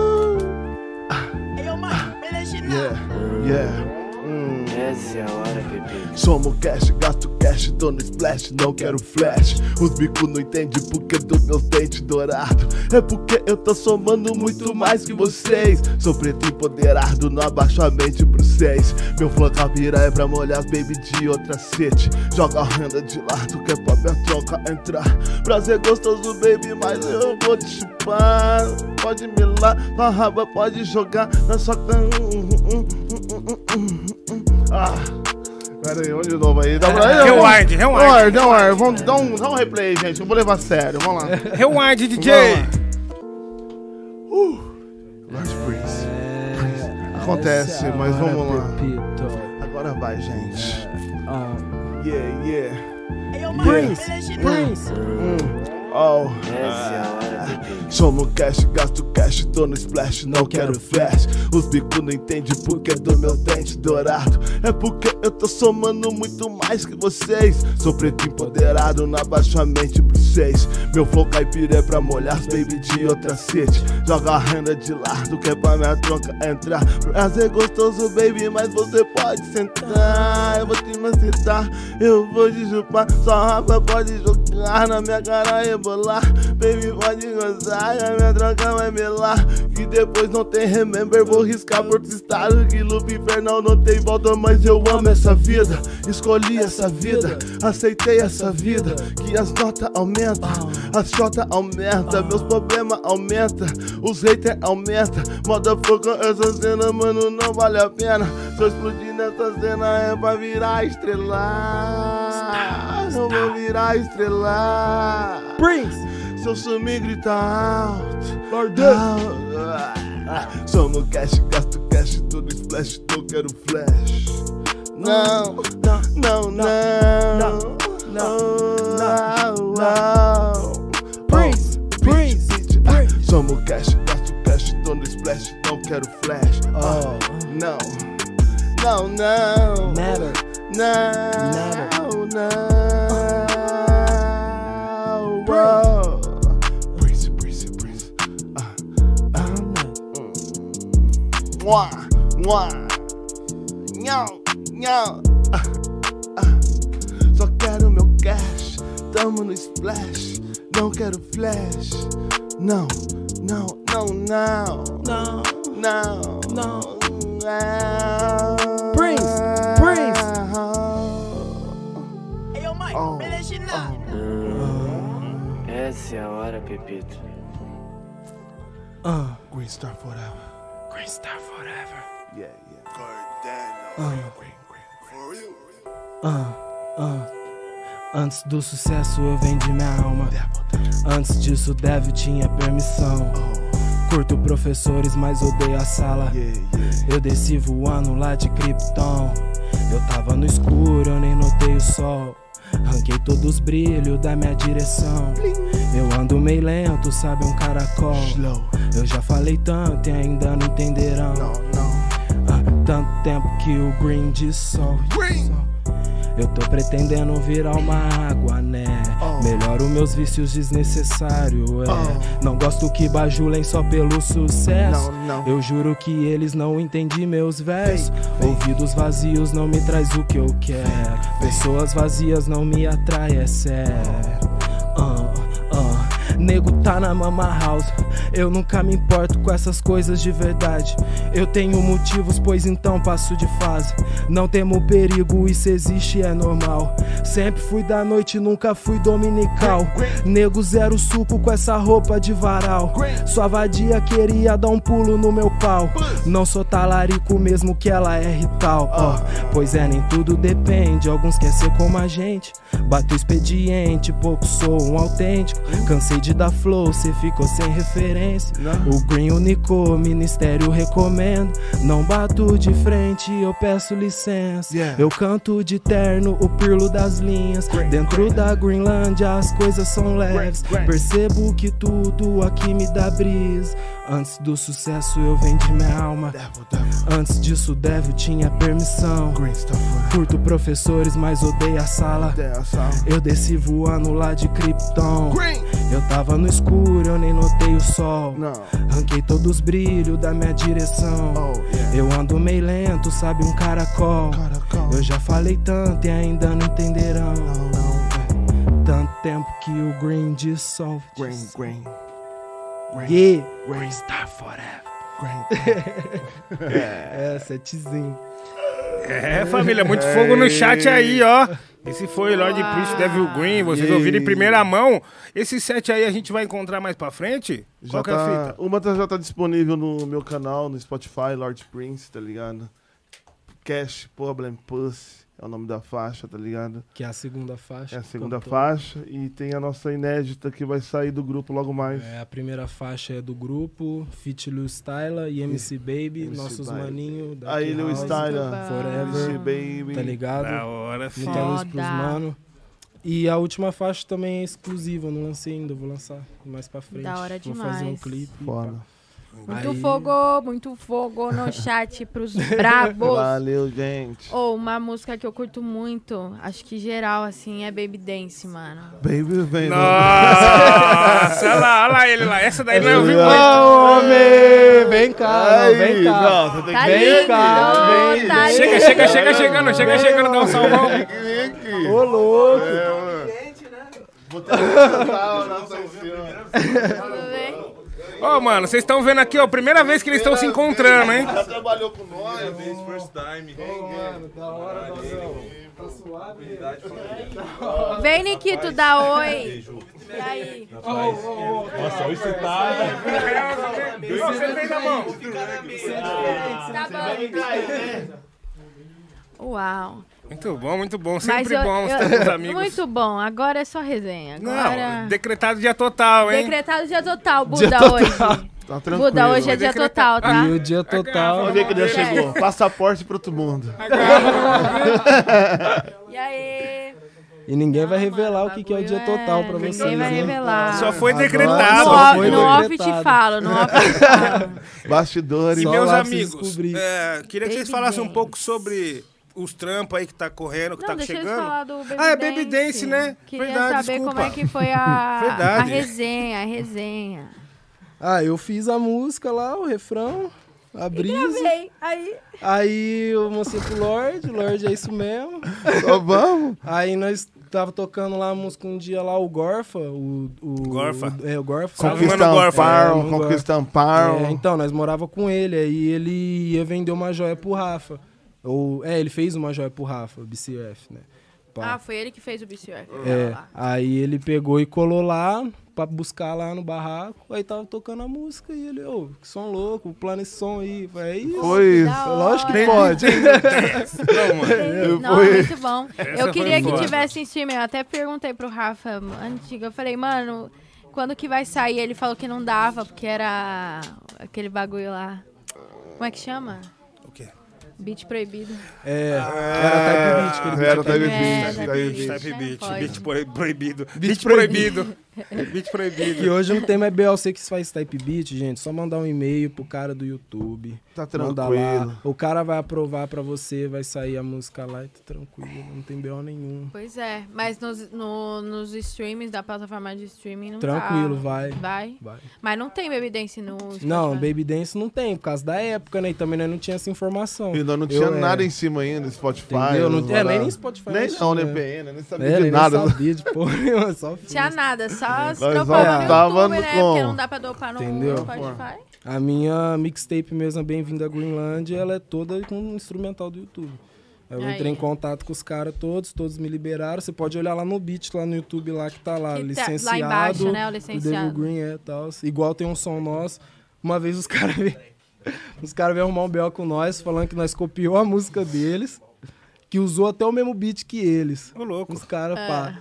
Speaker 3: Yeah, yeah. Hum.
Speaker 9: Essa é a hora, bebê.
Speaker 3: Somo cash, gasto cash, tô no splash, não quero flash. Os bico não entende porque dos meus dentes dourado. É porque eu tô somando muito mais que vocês. Sou preto empoderado, não abaixo a mente pro seis. Meu flow vira é pra molhar as baby de outra city. Joga a renda de lado, que é pra minha troca entrar. Prazer gostoso, baby, mas eu vou te chupar. Pode me lá, na raba, pode jogar na sua. ca- Hum, hum, hum, hum, hum, hum, hum. Ah. Pera aí, onde de novo aí? Dá pra...
Speaker 1: Rewind, rewind.
Speaker 3: Dá um ar, dá um ar. Vamos dar um, dá um replay, gente. Não vou levar a sério. Vamos lá.
Speaker 1: É. Rewind, DJ.
Speaker 3: Lord Breeze.
Speaker 4: É,
Speaker 3: Acontece,
Speaker 4: essa é a
Speaker 3: mas
Speaker 4: hora,
Speaker 3: vamos lá.
Speaker 4: Pepito.
Speaker 3: Agora vai, gente.
Speaker 4: Ah,
Speaker 3: Yeah, yeah.
Speaker 4: Prince, Prince.
Speaker 3: Oh.
Speaker 9: Essa é a hora, bebê.
Speaker 3: Somo cash, gasto cash, tô no splash, não quero flash. Os bico não entende porque é do meu dente dourado. É porque eu tô somando muito mais que vocês. Sou preto empoderado, não abaixo a mente pro seis. Meu flow caipira é pra molhar as baby de outra city. Joga a renda de lado, que é pra minha tronca entrar. Prazer gostoso, baby, mas você pode sentar. Eu vou te macetar, eu vou te chupar. Sua raba pode jogar na minha cara rebolar. Baby, pode gozar, é a minha droga vai melar. E depois não tem remember, vou riscar por outro estado. Que loop infernal não tem volta, mas eu amo essa vida. Escolhi essa vida, aceitei essa vida. Que as notas aumentam, as chotas aumentam, meus problemas aumentam, os haters aumentam. Motherfucker, essa cena, mano, não vale a pena. Se eu explodir nessa cena é pra virar estrela. Eu vou virar estrela.
Speaker 4: Prince.
Speaker 3: Se eu sumir, grita alto.
Speaker 4: Lordão.
Speaker 3: alto. Somo cash, gasto cash, todo splash, não então quero flash. Não, não, não, não, não, não.
Speaker 4: Prince, Prince, Prince.
Speaker 3: Somo Oh, cash, gasto cash, todo splash, não então quero flash.
Speaker 4: Ah.
Speaker 3: Oh, não, não, não.
Speaker 4: Matter.
Speaker 3: Now, now, wow. Breeze, breeze, breeze. Ah, ah, mm. Mwah, mwah. Nhau, nhau. Ah, ah. Só quero meu cash, tamo no splash. Não quero flash. Não, não, não, não. Não, não, não.
Speaker 4: Breeze, breeze.
Speaker 3: Oh,
Speaker 9: Essa é a hora, Pepito.
Speaker 4: Ah,
Speaker 3: Green Star Forever.
Speaker 4: Green Star Forever.
Speaker 3: Yeah, yeah.
Speaker 4: Ah, ah. Antes do sucesso eu vendi minha alma. Antes disso, Dev tinha permissão. Curto professores, mas odeio a sala.
Speaker 3: Yeah, yeah.
Speaker 4: Eu desci voando lá de Krypton. Eu tava no escuro, eu nem notei o sol. Ranquei todos os brilhos da minha direção. Eu ando meio lento, sabe, um caracol.
Speaker 3: Slow.
Speaker 4: Eu já falei tanto e ainda não entenderão.
Speaker 3: Não, não.
Speaker 4: Ah, tanto tempo que o green de sol. Eu tô pretendendo virar uma água, né?
Speaker 3: Oh.
Speaker 4: Melhoro meus vícios desnecessários, é.
Speaker 3: Oh.
Speaker 4: Não gosto que bajulem só pelo sucesso.
Speaker 3: Não, não.
Speaker 4: Eu juro que eles não entendem meus versos. Ouvidos vazios não me traz o que eu quero. Pessoas vazias não me atrai, é sério. Ah, ah. Nego tá na mama house. Eu nunca me importo com essas coisas de verdade. Eu tenho motivos, pois então passo de fase. Não temo perigo, isso existe, é normal. Sempre fui da noite, nunca fui dominical. Nego zero suco com essa roupa de varal. Sua vadia queria dar um pulo no meu pau. Não sou talarico, mesmo que ela erre tal. ó. Pois é, nem tudo depende. Alguns querem ser como a gente. Bato expediente, pouco sou um autêntico. Cansei de dar flow, cê ficou sem referência. referência. O Green unicou, ministério recomendo. Não bato de frente, eu peço licença.
Speaker 3: Yeah.
Speaker 4: Eu canto de terno, o pirlo das linhas. Dentro da Greenlândia as coisas são leves. Percebo que tudo aqui me dá brisa. Antes do sucesso eu vendi minha alma. Antes disso, o Devil tinha permissão. Curto professores, mas odeio a sala.
Speaker 3: [LAUGHS]
Speaker 4: Eu desci voando lá de Krypton. Eu tava no escuro, eu nem notei o sol. Ranquei todos os brilhos da minha direção.
Speaker 3: Oh,
Speaker 4: Eu ando meio lento, sabe, um caracol. Eu já falei tanto e ainda não entenderão. Tanto tempo que o Green dissolve.
Speaker 3: Green, green.
Speaker 4: Yeah.
Speaker 3: Green
Speaker 4: Star Forever.
Speaker 3: Green. [LAUGHS]
Speaker 4: [LAUGHS] É, setezinho.
Speaker 1: É, família, muito fogo no chat aí, ó. Esse foi Lord Priest Devil Green. Vocês ouviram em primeira mão. Esse set aí a gente vai encontrar mais pra frente?
Speaker 3: Já
Speaker 1: Qual que é a
Speaker 3: tá,
Speaker 1: fita?
Speaker 3: uma tá- já tá disponível no meu canal, no Spotify, Lord Prince, tá ligado? Cash Problem Pussy é o nome da faixa, tá ligado?
Speaker 4: Que é a segunda faixa.
Speaker 3: É a segunda
Speaker 4: Cantou.
Speaker 3: faixa e tem a nossa inédita que vai sair do grupo logo mais.
Speaker 4: É, a primeira faixa é do grupo, Fit Lil Styla e MC Baby,
Speaker 3: MC
Speaker 4: nossos
Speaker 3: Baby.
Speaker 4: maninho. da
Speaker 3: Aí
Speaker 4: Key
Speaker 3: Lil
Speaker 4: House,
Speaker 3: Styla,
Speaker 4: Forever,
Speaker 3: MC Baby.
Speaker 4: tá
Speaker 1: Da
Speaker 4: ligado?
Speaker 1: hora, filho.
Speaker 4: Muita luz pros
Speaker 6: Foda.
Speaker 4: mano. E a última faixa também é exclusiva, eu não lancei ainda, vou lançar mais pra frente.
Speaker 6: Da hora
Speaker 4: vou fazer um
Speaker 6: demais.
Speaker 4: clipe.
Speaker 3: Foda.
Speaker 6: Muito
Speaker 4: Aí-
Speaker 6: fogo, muito fogo no chat
Speaker 3: [LAUGHS]
Speaker 6: pros brabos.
Speaker 3: Valeu, gente.
Speaker 6: Ou uma música que eu curto muito, acho que geral, assim, é Baby Dance, mano.
Speaker 3: Baby, vem.
Speaker 1: Nossa, olha lá, olha lá ele lá. Essa daí não é eu vi muito.
Speaker 4: Ah, homem! Vem cá,
Speaker 3: Aí,
Speaker 4: não, vem cá.
Speaker 3: não, você tem
Speaker 6: Tá
Speaker 3: que
Speaker 4: Vem
Speaker 6: lindo,
Speaker 4: cá, vem.
Speaker 6: tá lindo.
Speaker 1: Chega, chega, chega chegando, chega chegando, dá um salvão.
Speaker 4: Ô, louco!
Speaker 3: É,
Speaker 6: né? Tudo bem?
Speaker 1: Ô, mano, vocês estão vendo aqui, ó, primeira vez que eles estão se encontrando, hein?
Speaker 3: Já trabalhou com nós.
Speaker 6: Vem, Nikito, dá oi. E aí? Tá
Speaker 1: Você vem na mão.
Speaker 6: Tá
Speaker 1: né?
Speaker 6: bom. Uau.
Speaker 1: Muito bom, muito bom.
Speaker 6: Mas
Speaker 1: Sempre
Speaker 6: eu-
Speaker 1: bom
Speaker 6: eu-
Speaker 1: estar com os amigos.
Speaker 6: Muito bom. Agora é só resenha. Agora...
Speaker 1: Não, decretado dia total, hein?
Speaker 6: Decretado dia total, Buda hoje.
Speaker 3: Tá
Speaker 6: Buda hoje é
Speaker 1: Foi
Speaker 3: tranquilo.
Speaker 6: dia
Speaker 1: decretado.
Speaker 6: total, tá?
Speaker 4: E o dia total.
Speaker 3: Olha o dia que Deus chegou. Passaporte pra outro
Speaker 6: [LAUGHS]
Speaker 3: mundo.
Speaker 6: E aí?
Speaker 4: E ninguém vai
Speaker 6: Ah,
Speaker 4: revelar
Speaker 6: mano,
Speaker 4: o que, que é o
Speaker 6: bagulho
Speaker 4: dia total pra
Speaker 6: ninguém
Speaker 4: vocês.
Speaker 6: vai
Speaker 4: né?
Speaker 6: revelar.
Speaker 1: Só foi
Speaker 4: Agora
Speaker 1: decretado.
Speaker 6: no,
Speaker 4: só
Speaker 6: off-
Speaker 4: foi
Speaker 6: no off te
Speaker 4: decretado.
Speaker 6: falo, no off te
Speaker 1: [LAUGHS]
Speaker 6: falo.
Speaker 3: Bastidores.
Speaker 1: E
Speaker 4: Só
Speaker 1: meus
Speaker 4: lá pra vocês
Speaker 1: amigos,
Speaker 4: descobrir.
Speaker 1: é, queria que vocês
Speaker 6: Baby
Speaker 1: falassem um
Speaker 6: Dance.
Speaker 1: pouco sobre os trampos aí que tá correndo, que
Speaker 6: Não,
Speaker 1: tá
Speaker 6: deixa
Speaker 1: chegando.
Speaker 6: eu falar do Baby
Speaker 1: Ah, é Baby Dance, né?
Speaker 6: Queria
Speaker 1: Verdade,
Speaker 6: saber
Speaker 1: desculpa.
Speaker 6: como é que foi a, a
Speaker 1: [LAUGHS] Verdade.
Speaker 6: resenha, a resenha.
Speaker 4: Ah, eu fiz a música lá, o refrão, a brisa.
Speaker 6: Gravei, aí...
Speaker 4: Aí eu mostrei pro Lorde, o Lorde é isso mesmo.
Speaker 3: Só vamos.
Speaker 4: Aí nós tava tocando lá a música um dia lá, o Gorfa. O, o,
Speaker 1: Gorfa.
Speaker 4: o- é, o Gorfa.
Speaker 1: Salve,
Speaker 4: sabe?
Speaker 1: mano.
Speaker 3: Conquista
Speaker 1: Gorfa.
Speaker 4: É,
Speaker 3: Amparo.
Speaker 4: mano, Gorfa.
Speaker 3: Conquista Amparo.
Speaker 4: É, então, nós morava com ele, aí ele ia vender uma joia pro Rafa. Ou, é, ele fez uma joia pro Rafa, o BCF, né? Pá.
Speaker 6: Ah, foi ele que fez o BCF.
Speaker 4: É,
Speaker 6: lá.
Speaker 4: aí ele pegou e colou lá pra buscar lá no barraco. Aí tava tocando a música e ele, ô, que som louco, plano esse som aí. Eu falei, É isso.
Speaker 3: Foi
Speaker 6: Da
Speaker 3: isso.
Speaker 6: hora.
Speaker 3: Lógico que pode.
Speaker 1: Não, mano.
Speaker 6: Não,
Speaker 3: fui-
Speaker 6: muito
Speaker 4: [LAUGHS]
Speaker 6: bom.
Speaker 1: foi
Speaker 6: eu queria que
Speaker 1: foda.
Speaker 6: tivesse em streaming. Eu até perguntei pro Rafa antigo. Eu falei, mano, quando que vai sair? Ele falou que não dava, porque era aquele bagulho lá. Como é que chama?
Speaker 1: O quê?
Speaker 6: Beat proibido.
Speaker 4: É, era type beat que ele
Speaker 3: Era Type
Speaker 6: É,
Speaker 3: Beat.
Speaker 6: Type
Speaker 3: Type
Speaker 6: Beat.
Speaker 3: Beat.
Speaker 1: Type
Speaker 6: não
Speaker 1: "Ah, beat,
Speaker 6: pode.
Speaker 1: beat pro- proibido. Beat
Speaker 6: [LAUGHS]
Speaker 1: proibido. Beat
Speaker 4: E
Speaker 1: proibido.
Speaker 4: hoje é não tem mais BLC que faz type beat, gente. Só mandar um e-mail pro cara do YouTube.
Speaker 3: Tá
Speaker 4: Manda
Speaker 3: tranquilo.
Speaker 4: lá. O cara vai aprovar pra você, vai sair a música lá e tá tranquilo. Não tem BO nenhum.
Speaker 6: Pois é, mas nos, no- nos streamings da plataforma de streaming não
Speaker 4: Tranquilo,
Speaker 6: tá.
Speaker 4: vai.
Speaker 6: Vai.
Speaker 4: Vai.
Speaker 6: Mas não tem Baby Dance no Spotify.
Speaker 4: Não, Baby Dance não tem, por causa da época, né? E também nós não tinha essa informação.
Speaker 3: E nós não tinha
Speaker 4: Eu, é,
Speaker 3: nada em cima ainda, Spotify.
Speaker 4: Entendeu? Não-
Speaker 3: essas
Speaker 4: é, nem
Speaker 3: paradas.
Speaker 4: nem Spotify
Speaker 3: Nem
Speaker 4: nós
Speaker 3: não, né,
Speaker 4: tinha.
Speaker 3: PN? Nem
Speaker 4: É,
Speaker 3: sabia de
Speaker 4: nem
Speaker 3: nada.
Speaker 4: sabia de porra nenhuma, só fiz.
Speaker 6: Tinha nada, só as
Speaker 3: Nós
Speaker 6: propagandas no
Speaker 3: tava
Speaker 6: YouTube,
Speaker 3: no
Speaker 6: né?
Speaker 3: como?
Speaker 6: Porque não dá pra dopar no
Speaker 4: Entendeu?
Speaker 6: Spotify.
Speaker 4: A minha mixtape mesmo, Bem-vindo à Greenlândia, ela é toda com um instrumental do YouTube. Eu
Speaker 6: Aí.
Speaker 4: entrei em contato com os caras todos, todos me liberaram. Você pode olhar lá no beat, lá no YouTube, lá que tá lá,
Speaker 6: Que tá lá
Speaker 4: licenciado.
Speaker 6: embaixo, né, o
Speaker 4: do
Speaker 6: licenciado.
Speaker 4: Devil Green, é, tal. Igual tem um som nosso. Uma vez os [LAUGHS] caras vieram os cara vieram arrumar um B.O. com nós, falando que nós copiou a música deles, que usou até o mesmo beat que eles.
Speaker 1: Ô, louco.
Speaker 4: Os caras, pá.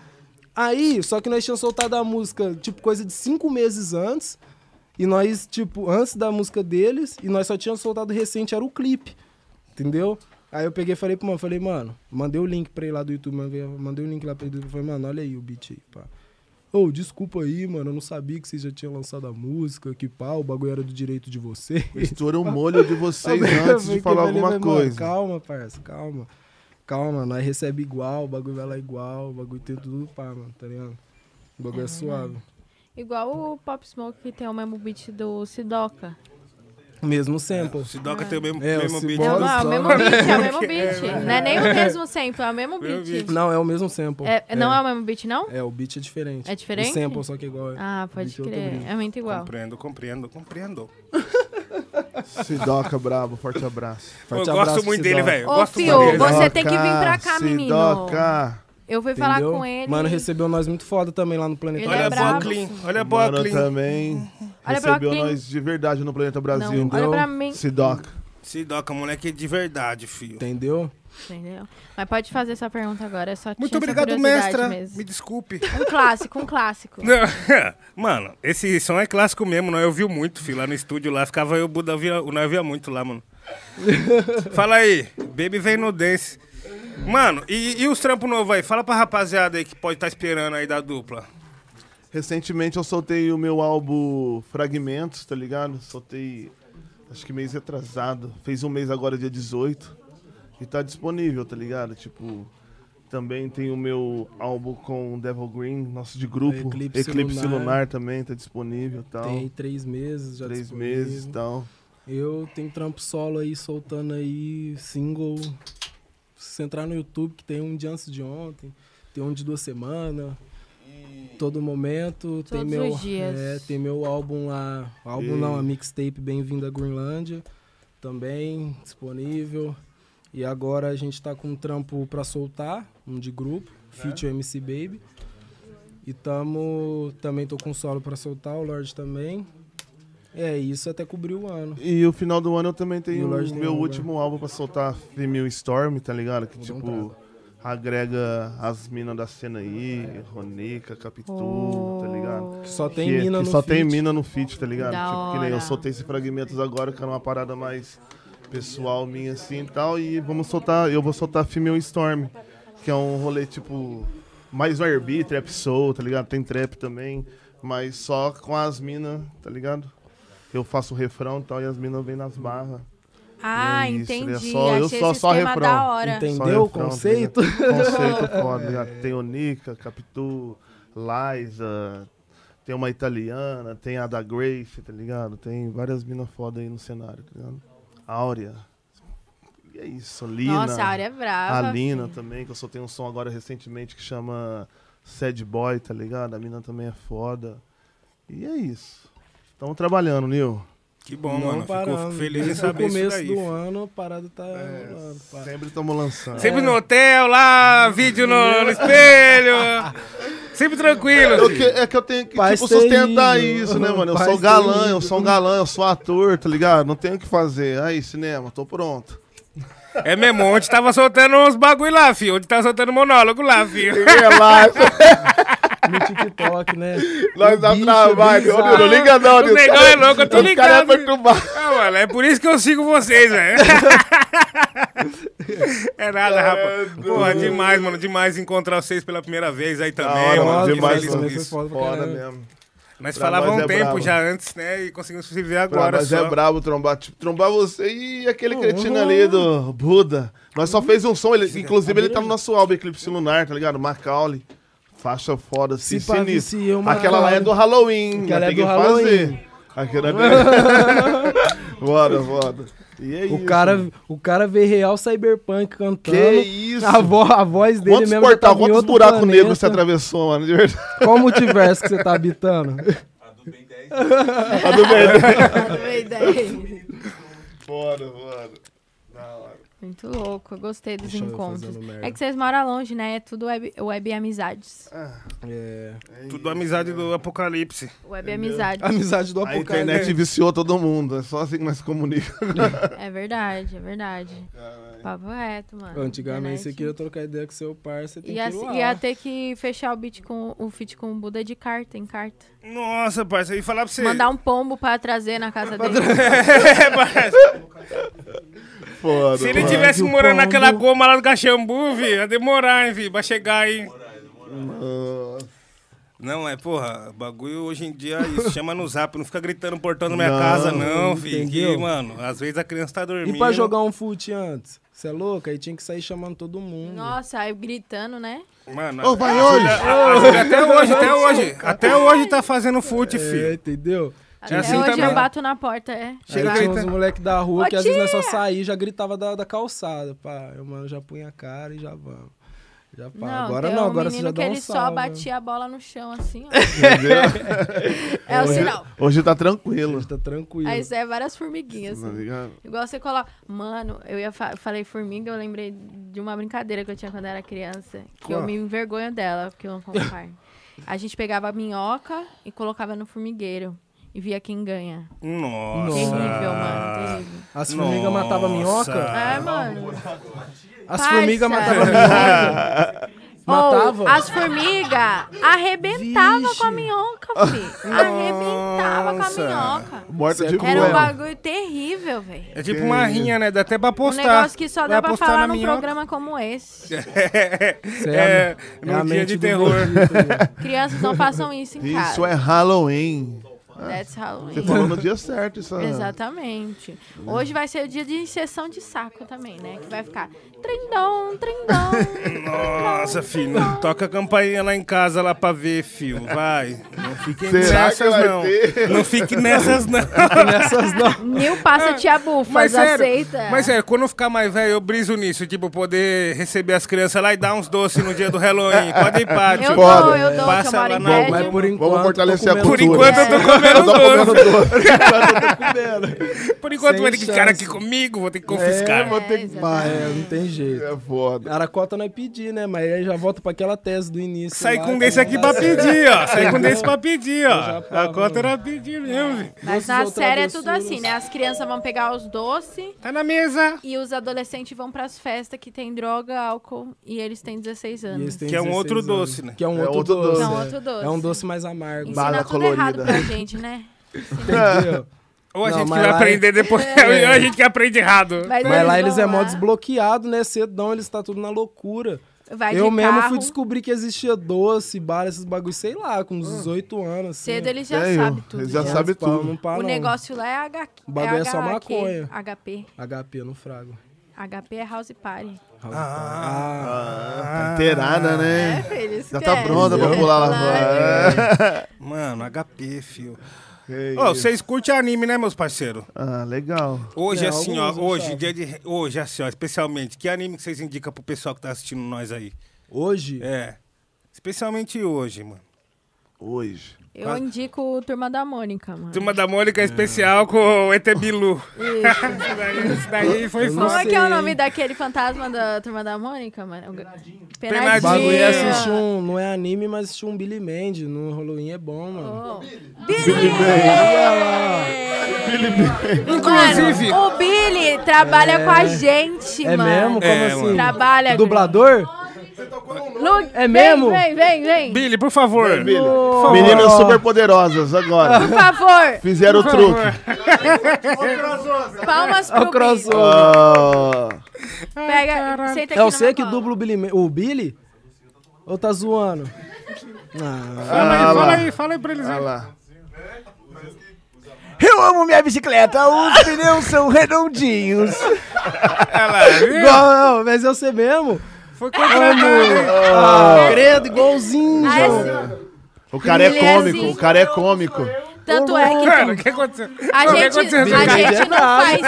Speaker 4: Aí, só que nós tínhamos soltado a música, tipo, coisa de cinco meses antes. E nós, tipo, antes da música deles, e nós só tínhamos soltado recente, era o clipe. Entendeu? Aí eu peguei e falei pro mano, falei, mano, mandei o link pra ele lá do YouTube, mandei, mandei o link lá pra ele do YouTube, falei, mano, olha aí o beat aí, pá. Ô, desculpa aí, mano, eu não sabia que vocês já tinham lançado a música, que pau, o bagulho era do direito de vocês.
Speaker 3: Estoura o molho
Speaker 4: [LAUGHS]
Speaker 3: de vocês
Speaker 4: Eu
Speaker 3: antes
Speaker 4: falei
Speaker 3: de
Speaker 4: que
Speaker 3: falar
Speaker 4: eu falei,
Speaker 3: alguma
Speaker 4: mas, mano,
Speaker 3: coisa.
Speaker 4: calma, parça, calma. Calma, nós recebe igual, o bagulho vai lá igual, o bagulho tem tudo pá, mano, tá ligado? O bagulho é suave.
Speaker 6: Igual o Pop Smoke que tem o mesmo beat do Sidoca.
Speaker 4: Mesmo sample.
Speaker 1: Sidoca tem o mesmo,
Speaker 4: É, o
Speaker 1: mesmo beat.
Speaker 4: Sidoca- Olha
Speaker 6: Não, não, é o
Speaker 4: só,
Speaker 6: mesmo
Speaker 4: né?
Speaker 6: beat, é o mesmo beat. Não é nem o mesmo sempre, é o mesmo
Speaker 1: Mesmo
Speaker 6: beat.
Speaker 4: Não, é o mesmo sample.
Speaker 6: É- não é o mesmo beat, não?
Speaker 4: É, o beat é diferente.
Speaker 6: É diferente?
Speaker 4: O sample, só que é igual. é.
Speaker 6: Ah,
Speaker 4: O
Speaker 6: pode
Speaker 4: beat é outro
Speaker 6: crer.
Speaker 4: beat.
Speaker 6: É muito igual.
Speaker 1: Compreendo, compreendo, compreendo.
Speaker 3: Sidoca brabo, forte abraço.
Speaker 4: Forte
Speaker 1: eu
Speaker 4: abraço,
Speaker 1: gosto muito dele,
Speaker 4: Sidoca.
Speaker 1: velho. eu
Speaker 6: Ô,
Speaker 1: gosto
Speaker 6: Fio,
Speaker 1: muito dele.
Speaker 6: você
Speaker 1: velho.
Speaker 6: tem que vir pra cá, menino.
Speaker 3: Sidoca.
Speaker 6: Eu fui
Speaker 4: Entendeu?
Speaker 6: falar com ele.
Speaker 4: Mano, recebeu nós muito foda também lá no
Speaker 6: Ele
Speaker 4: Planeta.
Speaker 1: Olha
Speaker 6: é
Speaker 1: a boa
Speaker 6: brabo.
Speaker 1: clean, olha a boa
Speaker 3: Mano,
Speaker 4: tá.
Speaker 1: clean.
Speaker 3: também
Speaker 6: Olha pra
Speaker 3: recebeu
Speaker 6: quem-
Speaker 3: nós de verdade no Planeta
Speaker 6: não,
Speaker 3: Brasil.
Speaker 6: olha
Speaker 4: entendeu?
Speaker 6: pra mim.
Speaker 3: Sidoca.
Speaker 1: Sidoca, é um moleque de verdade, filho.
Speaker 4: Entendeu?
Speaker 6: Entendeu? Mas pode fazer essa pergunta agora, é só tinha
Speaker 1: Muito
Speaker 6: essa
Speaker 1: obrigado,
Speaker 6: curiosidade
Speaker 1: mestra.
Speaker 6: mesmo.
Speaker 1: Me desculpe.
Speaker 6: Um clássico, um clássico.
Speaker 1: Não, [LAUGHS] Mano, esse som é clássico mesmo, não? Eu vi muito, filho, lá no estúdio lá. Ficava eu, o Buda, via, o Navia muito lá,
Speaker 4: [LAUGHS]
Speaker 1: mano. Fala aí, Baby vem no dance. Mano, e, e os trampos novos aí? Fala pra rapaziada aí que pode estar esperando aí da dupla.
Speaker 3: Recentemente eu soltei o meu álbum Fragmentos, tá ligado? Soltei, acho que mês atrasado. Fez um mês agora, dia 18. E tá disponível, tá ligado? Tipo, também tem o meu álbum com Devil Green, nosso de grupo.
Speaker 4: Eclipse
Speaker 3: Eclipse,
Speaker 4: Lunar.
Speaker 3: Lunar. também tá disponível e tal.
Speaker 4: Tem três meses já
Speaker 3: Três
Speaker 4: disponível.
Speaker 3: meses e tal.
Speaker 4: Eu tenho trampo solo aí, soltando aí single. Se você entrar no YouTube, que tem um de antes de ontem, tem um de duas semanas. Todo momento. tem
Speaker 6: Todos
Speaker 4: meu,
Speaker 6: os dias.
Speaker 4: É, tem meu álbum lá. Álbum
Speaker 3: E-
Speaker 4: não, a mixtape Bem-vindo à Greenlândia. Também disponível. E agora a gente tá com um trampo pra soltar, um de grupo, feat o MC Baby. E tamo. Também tô com solo pra soltar, o Lorde também. É, isso até cobriu o ano.
Speaker 3: E o final do ano eu também
Speaker 4: E
Speaker 3: tenho
Speaker 4: o Lorde
Speaker 3: o
Speaker 4: tem
Speaker 3: meu
Speaker 4: um, né?
Speaker 3: último álbum pra soltar, Female Storm, tá ligado? Que
Speaker 4: Vou dar um
Speaker 3: tipo, agrega as minas da cena aí, Ronica, Capitu, tá ligado?
Speaker 4: Que só tem
Speaker 3: que,
Speaker 4: mina
Speaker 3: que
Speaker 4: no
Speaker 3: só tem
Speaker 4: feat.
Speaker 3: mina no feat, tá ligado?
Speaker 6: Da
Speaker 3: tipo, que nem eu
Speaker 6: hora.
Speaker 3: soltei esses fragmentos agora, que era uma parada mais pessoal minha assim e tal. E vamos soltar, eu vou soltar Female Storm, que é um rolê tipo mais R&B, trap soul, tá ligado? Tem trap também, mas só com as minas, tá ligado? Eu faço o refrão e tal, e as minas vêm nas barras.
Speaker 6: Ah,
Speaker 3: É isso,
Speaker 6: entendi.
Speaker 3: é só- eu
Speaker 6: Achei
Speaker 3: só-
Speaker 6: esse
Speaker 3: só
Speaker 6: esquema
Speaker 3: refrão.
Speaker 6: da hora.
Speaker 4: Entendeu
Speaker 3: Só refrão,
Speaker 4: o conceito?
Speaker 3: tá ligado?
Speaker 4: [LAUGHS]
Speaker 3: Conceito foda, ligado? Tem Onica, Capitu, Liza, tem uma italiana, tem a da Grace, tá ligado? Tem várias minas foda aí no cenário, tá ligado? Áurea. E é isso, Lina.
Speaker 6: Nossa, a área é brava.
Speaker 3: A Lina
Speaker 6: filho.
Speaker 3: também, que eu soltei um som agora recentemente que chama Sad Boy, tá ligado? A mina também é foda. E é isso. Estamos trabalhando, Nil.
Speaker 1: Que bom,
Speaker 4: Não
Speaker 1: mano. Fico- Fico
Speaker 4: paramos.
Speaker 1: feliz em
Speaker 4: Desde
Speaker 1: saber
Speaker 4: o
Speaker 1: isso
Speaker 4: começo
Speaker 1: daí.
Speaker 4: do
Speaker 1: filho.
Speaker 4: ano, a parada tá
Speaker 3: É.
Speaker 4: rolando,
Speaker 3: [LAUGHS]
Speaker 4: pá.
Speaker 3: Sempre estamos lançando.
Speaker 4: É.
Speaker 1: Sempre no hotel, lá, vídeo no, no espelho. Sempre tranquilo.
Speaker 3: Eu que-
Speaker 1: filho.
Speaker 3: é que eu tenho que
Speaker 4: Paz
Speaker 3: tipo, sustentar
Speaker 4: terrível.
Speaker 3: isso, né, mano? Eu
Speaker 4: Paz
Speaker 3: sou galã,
Speaker 4: terrível.
Speaker 3: eu sou um galã, eu sou ator, tá ligado? Não tenho o que fazer. Aí, cinema, tô pronto.
Speaker 1: É mesmo, onde tava soltando uns bagulho lá, filho. Onde tava soltando monólogo lá, filho.
Speaker 3: [LAUGHS] Relaxa,
Speaker 4: No TikTok, né?
Speaker 3: nós dá
Speaker 4: Bicho,
Speaker 3: trabalho.
Speaker 4: bizarro.
Speaker 3: Ô, Nil, não liga não,
Speaker 1: O
Speaker 3: Nil.
Speaker 1: negão é louco, eu tô
Speaker 3: Os caras é
Speaker 1: ligado.
Speaker 3: perturbado.
Speaker 1: Ah, mano, é por isso que eu sigo vocês,
Speaker 3: [LAUGHS]
Speaker 1: velho. É nada, rapaz. Porra, demais, mano. Demais encontrar vocês pela primeira vez aí também,
Speaker 3: hora,
Speaker 1: mano.
Speaker 4: mano,
Speaker 1: Fiquei
Speaker 3: demais,
Speaker 1: feliz
Speaker 3: É, mano.
Speaker 1: com
Speaker 4: Foi
Speaker 1: isso.
Speaker 4: é foda pra
Speaker 3: Foda
Speaker 4: caralho.
Speaker 3: mesmo.
Speaker 1: Nós
Speaker 3: Pra
Speaker 1: falávamos
Speaker 3: nós
Speaker 1: um
Speaker 3: é
Speaker 1: tempo
Speaker 3: brabo.
Speaker 1: já antes, né? E conseguimos se ver agora
Speaker 3: Agora mas
Speaker 1: só.
Speaker 3: é brabo trombar. Tipo, trombar você e aquele cretino ali do Buda. Nós só fez um som, ele, inclusive ele tá no nosso álbum Eclipse Lunar, tá ligado? Macaulay. Faixa foda, assim,
Speaker 4: Se pá,
Speaker 3: sinistro.
Speaker 4: vicia, uma
Speaker 3: Aquela lá é do Halloween,
Speaker 4: Aquela
Speaker 3: né?
Speaker 4: é
Speaker 3: tem que
Speaker 4: do Halloween.
Speaker 3: fazer. Aquela é
Speaker 4: [LAUGHS]
Speaker 3: do... Bora, bora. E é
Speaker 4: O
Speaker 3: isso.
Speaker 4: cara, o cara vê real cyberpunk cantando.
Speaker 3: Que isso?
Speaker 4: A, vo- a voz dele
Speaker 3: Quantos
Speaker 4: mesmo já tava
Speaker 3: portal,
Speaker 4: em
Speaker 3: quantos
Speaker 4: outro
Speaker 3: buracos
Speaker 4: planeta.
Speaker 3: negros você
Speaker 4: [LAUGHS]
Speaker 3: atravessou, mano? De verdade.
Speaker 4: Qual multiverso que você tá
Speaker 3: [LAUGHS]
Speaker 4: habitando?
Speaker 3: Tá do bem.
Speaker 6: Tá Boa ideia.
Speaker 3: Bora, bora. Da hora.
Speaker 6: Muito louco, eu gostei dos
Speaker 4: Deixa eu
Speaker 3: um
Speaker 6: encontros.
Speaker 4: fazendo merda.
Speaker 6: É que vocês moram longe, né? É tudo web, web amizades.
Speaker 3: [LAUGHS]
Speaker 4: É.
Speaker 1: Tudo amizade do apocalipse.
Speaker 6: Web amizades.
Speaker 4: Amizade do
Speaker 3: A
Speaker 4: apocalipse.
Speaker 3: internet viciou todo mundo, é só assim que nós se comunica.
Speaker 6: É verdade, é verdade. Papo reto, mano.
Speaker 4: Antigamente você
Speaker 6: Internet. assim,
Speaker 4: queria trocar ideia com seu par, você tem
Speaker 6: Ia,
Speaker 4: que ir lá.
Speaker 6: ia ter que fechar o beat com o feat com o Buda de carta em carta.
Speaker 1: Nossa, parceiro, e falar pra você.
Speaker 6: Mandar um pombo pra trazer na
Speaker 4: [LAUGHS]
Speaker 6: casa dele.
Speaker 1: [LAUGHS] É, parceiro.
Speaker 3: Foda,
Speaker 1: Se ele
Speaker 3: mano.
Speaker 1: tivesse morando naquela goma lá do Caxambu, vi, ia demorar, hein, vi, pra chegar, hein. Não, é, porra, bagulho hoje em dia é isso, chama no zap, não fica gritando portão na minha
Speaker 3: Não,
Speaker 1: casa, não, filho. Que,
Speaker 4: entendeu?
Speaker 1: mano, às vezes a criança tá dormindo.
Speaker 4: E pra jogar um fute antes? Você é louca? Aí tinha que sair chamando todo mundo.
Speaker 6: Nossa, aí gritando, né?
Speaker 4: um-
Speaker 1: Mano,
Speaker 3: Ô, vai hoje!
Speaker 1: a- a- a- até hoje, até hoje. Até hoje tá fazendo fute,
Speaker 4: É,
Speaker 1: filho.
Speaker 4: entendeu?
Speaker 6: Até
Speaker 1: assim
Speaker 6: hoje
Speaker 1: também.
Speaker 6: eu bato na porta, é.
Speaker 1: Chega
Speaker 4: aí tinha
Speaker 1: aí,
Speaker 4: uns
Speaker 1: tá?
Speaker 4: moleques da rua
Speaker 6: Ô,
Speaker 4: que às vezes nós só
Speaker 6: tia!
Speaker 4: saía e já gritava da, da calçada. Pá, eu, mano, já punha a cara e já vamos. Já pá. agora
Speaker 6: tem
Speaker 4: não,
Speaker 6: um
Speaker 4: agora você
Speaker 6: menino
Speaker 4: já
Speaker 6: que
Speaker 4: dá um
Speaker 6: ele só
Speaker 4: salve, né?
Speaker 6: batia a bola no chão, assim, ó.
Speaker 3: Entendeu?
Speaker 6: [LAUGHS] É o sinal.
Speaker 3: Hoje tá tranquilo.
Speaker 4: Hoje tá tranquilo.
Speaker 6: Aí isso é várias formiguinhas,
Speaker 3: Tá
Speaker 6: assim.
Speaker 3: ligado?
Speaker 6: Igual você coloca. Mano, eu ia fa- falei formiga, eu lembrei de uma brincadeira que eu tinha quando era criança. Que eu me envergonho dela, porque eu não como carne. A gente pegava a minhoca e colocava no formigueiro. E via quem ganha.
Speaker 1: Nossa.
Speaker 6: Terrível,
Speaker 1: Ah.
Speaker 6: mano. Terrível.
Speaker 4: As formigas matavam a minhoca?
Speaker 6: É, mano.
Speaker 4: As
Speaker 6: Parça.
Speaker 4: formigas matavam
Speaker 6: [LAUGHS]
Speaker 4: a minhoca? Matava?
Speaker 6: Ou as formigas arrebentavam
Speaker 4: Vixe.
Speaker 6: com a minhoca, fi. Arrebentava
Speaker 1: Nossa.
Speaker 6: com a minhoca.
Speaker 3: Morta de
Speaker 6: Era um
Speaker 3: rua.
Speaker 6: bagulho terrível, velho.
Speaker 1: É tipo uma rinha, né? Dá até pra
Speaker 6: Um
Speaker 1: postar.
Speaker 6: negócio que só
Speaker 1: Vai
Speaker 6: dá pra
Speaker 1: postar
Speaker 6: falar
Speaker 1: na
Speaker 6: num
Speaker 1: minhoca.
Speaker 6: programa como esse.
Speaker 1: É,
Speaker 4: é a
Speaker 1: no dia
Speaker 4: mente
Speaker 1: de
Speaker 4: do
Speaker 1: terror.
Speaker 4: bandido, né?
Speaker 6: Crianças não façam isso em casa.
Speaker 3: Isso é Halloween.
Speaker 4: Ah.
Speaker 6: That's Halloween.
Speaker 3: Você
Speaker 4: tá
Speaker 3: falou no dia certo isso.
Speaker 6: Exatamente.
Speaker 4: Né?
Speaker 6: Hoje vai ser o dia de inserção de saco também, né? Que vai ficar trindão, trindão.
Speaker 4: [LAUGHS]
Speaker 1: Nossa, filho, não toca a campainha lá em casa lá pra ver, filho. Vai. Não fique
Speaker 3: Será que
Speaker 1: nessas,
Speaker 3: vai
Speaker 1: não.
Speaker 3: ter?
Speaker 1: Não fique nessas, não.
Speaker 4: Essas não.
Speaker 6: Nil passa
Speaker 4: Ah,
Speaker 6: tia bufas,
Speaker 1: Mas sério,
Speaker 6: aceita.
Speaker 1: mas sério, quando eu ficar mais velho, eu briso nisso. Tipo, poder receber as crianças lá e dar uns doces no dia do Halloween. Pode ir, Pati.
Speaker 6: eu dou,
Speaker 3: Foda.
Speaker 6: eu dou, que eu
Speaker 1: Passa
Speaker 6: moro
Speaker 1: lá
Speaker 6: em
Speaker 1: na-
Speaker 6: prédio.
Speaker 4: Mas é por enquanto. tô
Speaker 3: fortalecer a
Speaker 4: comendo
Speaker 1: Por
Speaker 3: cultura.
Speaker 4: tudo.
Speaker 1: enquanto eu tô comendo
Speaker 3: Eu tô comendo
Speaker 1: doce.
Speaker 3: doce.
Speaker 1: Por enquanto
Speaker 4: Sem
Speaker 1: vai ter que ficar
Speaker 4: chance.
Speaker 1: aqui comigo, vou ter que confiscar.
Speaker 6: É, exatamente.
Speaker 4: Ah, é, não tem jeito.
Speaker 3: É foda.
Speaker 4: Aracota não é pedir, né? Mas aí já volta pra aquela tese do início.
Speaker 1: Sai
Speaker 4: lá, tá
Speaker 1: com
Speaker 4: que
Speaker 1: desse
Speaker 4: não
Speaker 1: aqui
Speaker 4: dá
Speaker 1: pra
Speaker 4: certo.
Speaker 1: pedir, ó. Sai com desse pra pedir, ó.
Speaker 4: Eu já
Speaker 1: A
Speaker 4: falo,
Speaker 1: conta era pedir mesmo, velho.
Speaker 6: Mas
Speaker 4: Doces
Speaker 6: na
Speaker 4: ou
Speaker 6: série é
Speaker 4: travessuras?
Speaker 6: tudo assim, né? As crianças vão pegar os doces
Speaker 1: Tá na mesa.
Speaker 6: e os adolescentes vão pras festas que tem droga, álcool e eles têm 16
Speaker 4: E eles
Speaker 6: anos.
Speaker 4: têm
Speaker 1: Que é um
Speaker 4: 16
Speaker 1: outro
Speaker 4: anos.
Speaker 1: doce, né?
Speaker 4: Que é um
Speaker 3: É
Speaker 4: outro,
Speaker 3: outro
Speaker 4: doce.
Speaker 3: doce.
Speaker 6: É um outro doce.
Speaker 4: É um doce mais amargo.
Speaker 6: Ensina
Speaker 3: Bala
Speaker 6: tudo
Speaker 3: colorida.
Speaker 6: errado pra
Speaker 4: [LAUGHS]
Speaker 6: gente, né?
Speaker 3: [LAUGHS]
Speaker 6: [LAUGHS]
Speaker 4: Entendeu?
Speaker 1: Ou a
Speaker 4: Não,
Speaker 1: gente que
Speaker 4: mas
Speaker 1: vai
Speaker 4: lá- é-
Speaker 1: aprender
Speaker 4: [LAUGHS]
Speaker 1: depois, ou [LAUGHS] a gente que aprende errado.
Speaker 4: Mas lá eles
Speaker 6: vão
Speaker 4: é mó desbloqueado, né? Cedão, eles tá tudo na loucura.
Speaker 6: Vai de
Speaker 4: Eu mesmo
Speaker 6: carro.
Speaker 4: fui descobrir que existia doce, bar, esses bagulhos, sei lá, com uns 18 anos. Assim,
Speaker 6: Hum. Cedo eles já
Speaker 3: É, eu-
Speaker 6: sabem tudo.
Speaker 3: eles já
Speaker 1: Ah,
Speaker 6: já.
Speaker 3: sabem
Speaker 4: Pau,
Speaker 3: tudo.
Speaker 4: não pá,
Speaker 6: O
Speaker 4: não.
Speaker 6: negócio lá é H...
Speaker 4: O bagulho é só
Speaker 6: HQ,
Speaker 4: maconha.
Speaker 6: HP.
Speaker 4: HP, no frago.
Speaker 6: HP é House Party.
Speaker 4: Ah,
Speaker 3: Tá inteirada, né?
Speaker 6: Eles
Speaker 3: Já tá pronta pra pular lá
Speaker 4: né?
Speaker 3: fora.
Speaker 1: Mano, HP, fio.
Speaker 3: É.
Speaker 1: Ô, vocês curtem anime, né, meus parceiros?
Speaker 3: Ah, legal.
Speaker 1: Hoje,
Speaker 4: É,
Speaker 1: assim, ó,
Speaker 4: alguns, eu
Speaker 1: hoje,
Speaker 4: sabe.
Speaker 1: dia de. Hoje, assim, ó, especialmente, que anime que vocês indicam pro pessoal que tá assistindo nós aí?
Speaker 4: Hoje,
Speaker 1: É. Especialmente hoje, mano.
Speaker 3: Hoje.
Speaker 6: Eu indico o Turma da Mônica, mano.
Speaker 1: Turma da Mônica é especial com o ET Bilu. [LAUGHS] Isso daí- isso daí foi
Speaker 4: Eu não
Speaker 6: Como
Speaker 1: foda.
Speaker 6: é que é
Speaker 4: sei.
Speaker 6: o nome daquele fantasma da Turma da Mônica, mano? Penadinho.
Speaker 4: o
Speaker 1: Penadinho.
Speaker 4: bagulho é
Speaker 1: Dia.
Speaker 4: assistir um. Não é anime, mas assistir um Billy Mandy. No Halloween é bom, mano.
Speaker 6: Oh. Billy!
Speaker 1: Inclusive-
Speaker 6: Mano, o Billy trabalha com a gente,
Speaker 4: é
Speaker 6: mano.
Speaker 4: mesmo? Como
Speaker 1: É,
Speaker 4: assim?
Speaker 1: mano.
Speaker 6: Trabalha.
Speaker 4: Dublador?
Speaker 6: Lu-
Speaker 4: É mesmo?
Speaker 6: Vem, vem, vem. vem.
Speaker 1: Billy, por favor.
Speaker 3: Meninas super poderosas agora.
Speaker 6: Por favor,
Speaker 3: Fizeram o truque.
Speaker 6: palmas
Speaker 4: É
Speaker 6: pro
Speaker 4: o
Speaker 6: Billy.
Speaker 4: crossover.
Speaker 3: Ah,
Speaker 6: Pega, senta aqui
Speaker 4: É
Speaker 6: na
Speaker 4: você
Speaker 6: minha
Speaker 4: que
Speaker 6: cola.
Speaker 4: dubla o Billy, Ma- o Billy? Ou tá zoando? Ah,
Speaker 1: Fala aí,
Speaker 3: Ah,
Speaker 1: fala
Speaker 3: lá.
Speaker 1: aí, fala aí pra eles.
Speaker 3: olha
Speaker 1: aí.
Speaker 3: lá.
Speaker 10: Eu amo minha bicicleta, os pneus são redondinhos.
Speaker 1: Olha lá, viu?
Speaker 4: igual, mas eu sei mesmo.
Speaker 1: Foi contratado.
Speaker 4: Ah, credo, igualzinho,
Speaker 6: é Ah, é
Speaker 4: João.
Speaker 6: sim.
Speaker 3: O cara é
Speaker 6: Ele é
Speaker 3: cômico,
Speaker 6: assim.
Speaker 3: o cara é cômico.
Speaker 6: Tanto é que
Speaker 1: Cara, o que aconteceu?
Speaker 6: A
Speaker 1: Não, o que
Speaker 6: gente,
Speaker 1: aconteceu?
Speaker 6: a
Speaker 4: Billy Mandy
Speaker 6: gente
Speaker 4: é
Speaker 6: não
Speaker 4: brabo,
Speaker 6: faz.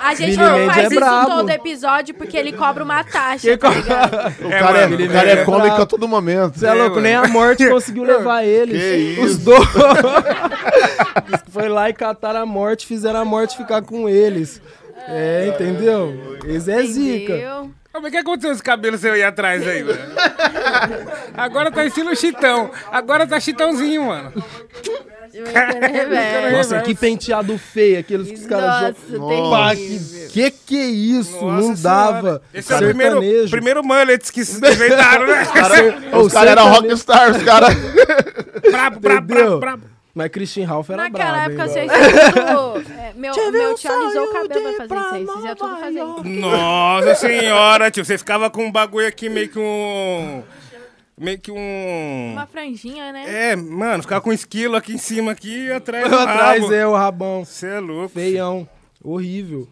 Speaker 6: A gente
Speaker 4: Billy
Speaker 6: não
Speaker 4: Mandy
Speaker 6: faz
Speaker 4: é
Speaker 6: isso
Speaker 4: brabo.
Speaker 6: todo episódio porque ele cobra uma taxa, tá ligado?
Speaker 3: O cara é,
Speaker 1: mano,
Speaker 3: o cara
Speaker 4: ele
Speaker 3: é
Speaker 4: é
Speaker 3: cômico
Speaker 4: brabo.
Speaker 3: a todo momento.
Speaker 4: Você é louco,
Speaker 1: mano.
Speaker 4: nem a [LAUGHS] morte conseguiu levar eles.
Speaker 3: Que
Speaker 4: Os dois. [LAUGHS] Diz que Foi lá e cataram a morte, fizeram a morte ficar com eles. É, entendeu? Esse é zica.
Speaker 6: Entendeu?
Speaker 1: Como é que aconteceu esse cabelo seu aí atrás aí, mano? Agora tá estilo chitão. Agora tá chitãozinho, mano.
Speaker 6: Velho.
Speaker 4: Nossa, que penteado feio, aqueles que os
Speaker 6: Nossa,
Speaker 4: caras
Speaker 6: terrível.
Speaker 4: Pá, que, que que é isso?
Speaker 1: Nossa senhora.
Speaker 4: não dava.
Speaker 1: Esse é o primeiro, primeiro mullets que se
Speaker 10: [LAUGHS]
Speaker 1: inventaram, né?
Speaker 4: Ô,
Speaker 3: Os caras eram
Speaker 4: sertanejo.
Speaker 3: rockstar, os caras.
Speaker 1: brabo, brabo, brabo,
Speaker 4: Entendeu?
Speaker 1: brabo.
Speaker 4: Mas Christian Ralph era
Speaker 6: Naquela
Speaker 4: brabo, hein?
Speaker 6: época, vocês
Speaker 4: [LAUGHS]
Speaker 6: tinham tudo... é, meu,
Speaker 4: um
Speaker 6: meu tio alisou o cabelo pra fazer isso aí. Vocês iam tudo fazer isso.
Speaker 1: Nossa senhora, tio. Você ficava com um bagulho aqui meio que um... Meio que um...
Speaker 6: Uma franjinha, né?
Speaker 1: É, mano, ficava com um esquilo aqui em cima aqui e
Speaker 4: [LAUGHS]
Speaker 1: atrás do
Speaker 4: Eu atrás
Speaker 1: rabo.
Speaker 4: é o rabão.
Speaker 1: Você é louco.
Speaker 4: Feião. Horrível.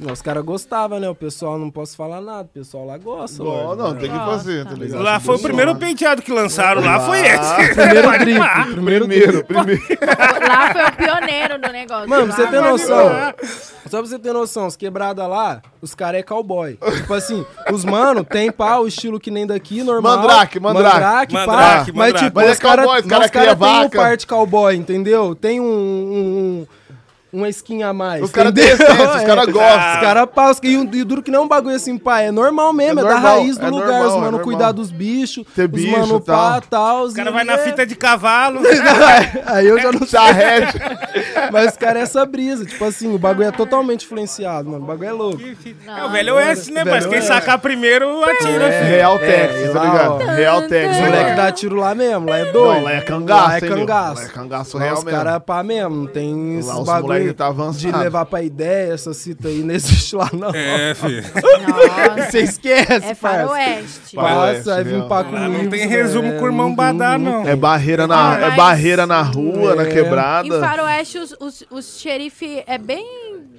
Speaker 4: Não, os caras gostavam, né? O pessoal não posso falar nada. O pessoal lá gosta,
Speaker 3: Não,
Speaker 4: lógico,
Speaker 3: não,
Speaker 4: né?
Speaker 3: tem que fazer, tá ligado?
Speaker 1: Lá foi o
Speaker 4: Ah.
Speaker 1: primeiro penteado que lançaram lá, foi esse.
Speaker 4: Primeiro drip. Primeiro
Speaker 3: Primeiro, primeiro.
Speaker 6: Lá Ah, foi o pioneiro do negócio.
Speaker 4: Mano,
Speaker 6: lá,
Speaker 4: pra você ter
Speaker 6: mano.
Speaker 4: noção. Só pra você ter noção, os quebrada lá, os caras é cowboy. Tipo assim, os mano tem pá, o estilo que nem daqui, normal.
Speaker 3: Mandrake, mandrake.
Speaker 4: Mandrake, pá.
Speaker 1: Mandrake,
Speaker 4: Mas
Speaker 1: mandrake.
Speaker 4: tipo,
Speaker 3: Mas é
Speaker 4: os caras
Speaker 3: cowboy, os cara cria
Speaker 4: tem um
Speaker 3: vaca.
Speaker 4: parte cowboy, entendeu? Tem um... um- um- uma skin a mais.
Speaker 3: Os caras têm
Speaker 4: entendeu?
Speaker 3: essência, os
Speaker 4: [LAUGHS] É.
Speaker 3: caras gostam.
Speaker 1: Ah.
Speaker 4: Os caras passam. E, o- e o duro que não é um bagulho assim, pá. É normal mesmo,
Speaker 3: É
Speaker 4: é,
Speaker 3: normal,
Speaker 4: da raiz do
Speaker 3: é
Speaker 4: lugar.
Speaker 3: normal,
Speaker 4: os
Speaker 3: é
Speaker 4: mano
Speaker 3: normal.
Speaker 4: cuidar dos bichos.
Speaker 3: Ter
Speaker 4: os
Speaker 3: bicho,
Speaker 4: mano pá, tal. é
Speaker 1: O cara vai na
Speaker 4: [LAUGHS]
Speaker 1: fita de cavalo.
Speaker 4: Aí eu já não sei.
Speaker 3: Charrete.
Speaker 4: Mas, cara, é essa brisa. Tipo assim, o bagulho é totalmente influenciado, mano. O bagulho é louco.
Speaker 1: É o velho oeste, né? Mas
Speaker 4: Velho
Speaker 1: quem
Speaker 4: oeste.
Speaker 1: sacar primeiro atira, filho.
Speaker 3: Real
Speaker 4: é,
Speaker 3: Texas, tá
Speaker 4: lá,
Speaker 3: ligado?
Speaker 4: ó.
Speaker 3: Real Texas.
Speaker 4: Os moleque dá tiro lá mesmo, lá é doido.
Speaker 3: Não, lá é cangaço,
Speaker 4: Lá é
Speaker 3: hein, meu?
Speaker 4: cangaço.
Speaker 3: Lá é cangaço
Speaker 4: Lá
Speaker 3: real
Speaker 4: os
Speaker 3: mesmo.
Speaker 4: caras pá mesmo, não tem esses
Speaker 3: Lá os moleque
Speaker 4: bagulho
Speaker 3: tá avançado.
Speaker 4: de levar pra ideia, essa cita aí não existe lá não.
Speaker 1: É, filho.
Speaker 6: Nossa,
Speaker 4: Você esquece,
Speaker 6: é
Speaker 4: parça.
Speaker 6: faroeste.
Speaker 3: Faroeste,
Speaker 4: Passa, aí vim
Speaker 3: real.
Speaker 4: pá
Speaker 1: Lá não
Speaker 4: comigo.
Speaker 1: tem resumo com o irmão Badá, não.
Speaker 3: É barreira na, é
Speaker 6: Mas-
Speaker 3: barreira na rua, na
Speaker 4: É.
Speaker 6: Em
Speaker 3: quebrada.
Speaker 6: faroeste, os, os, os xerife é bem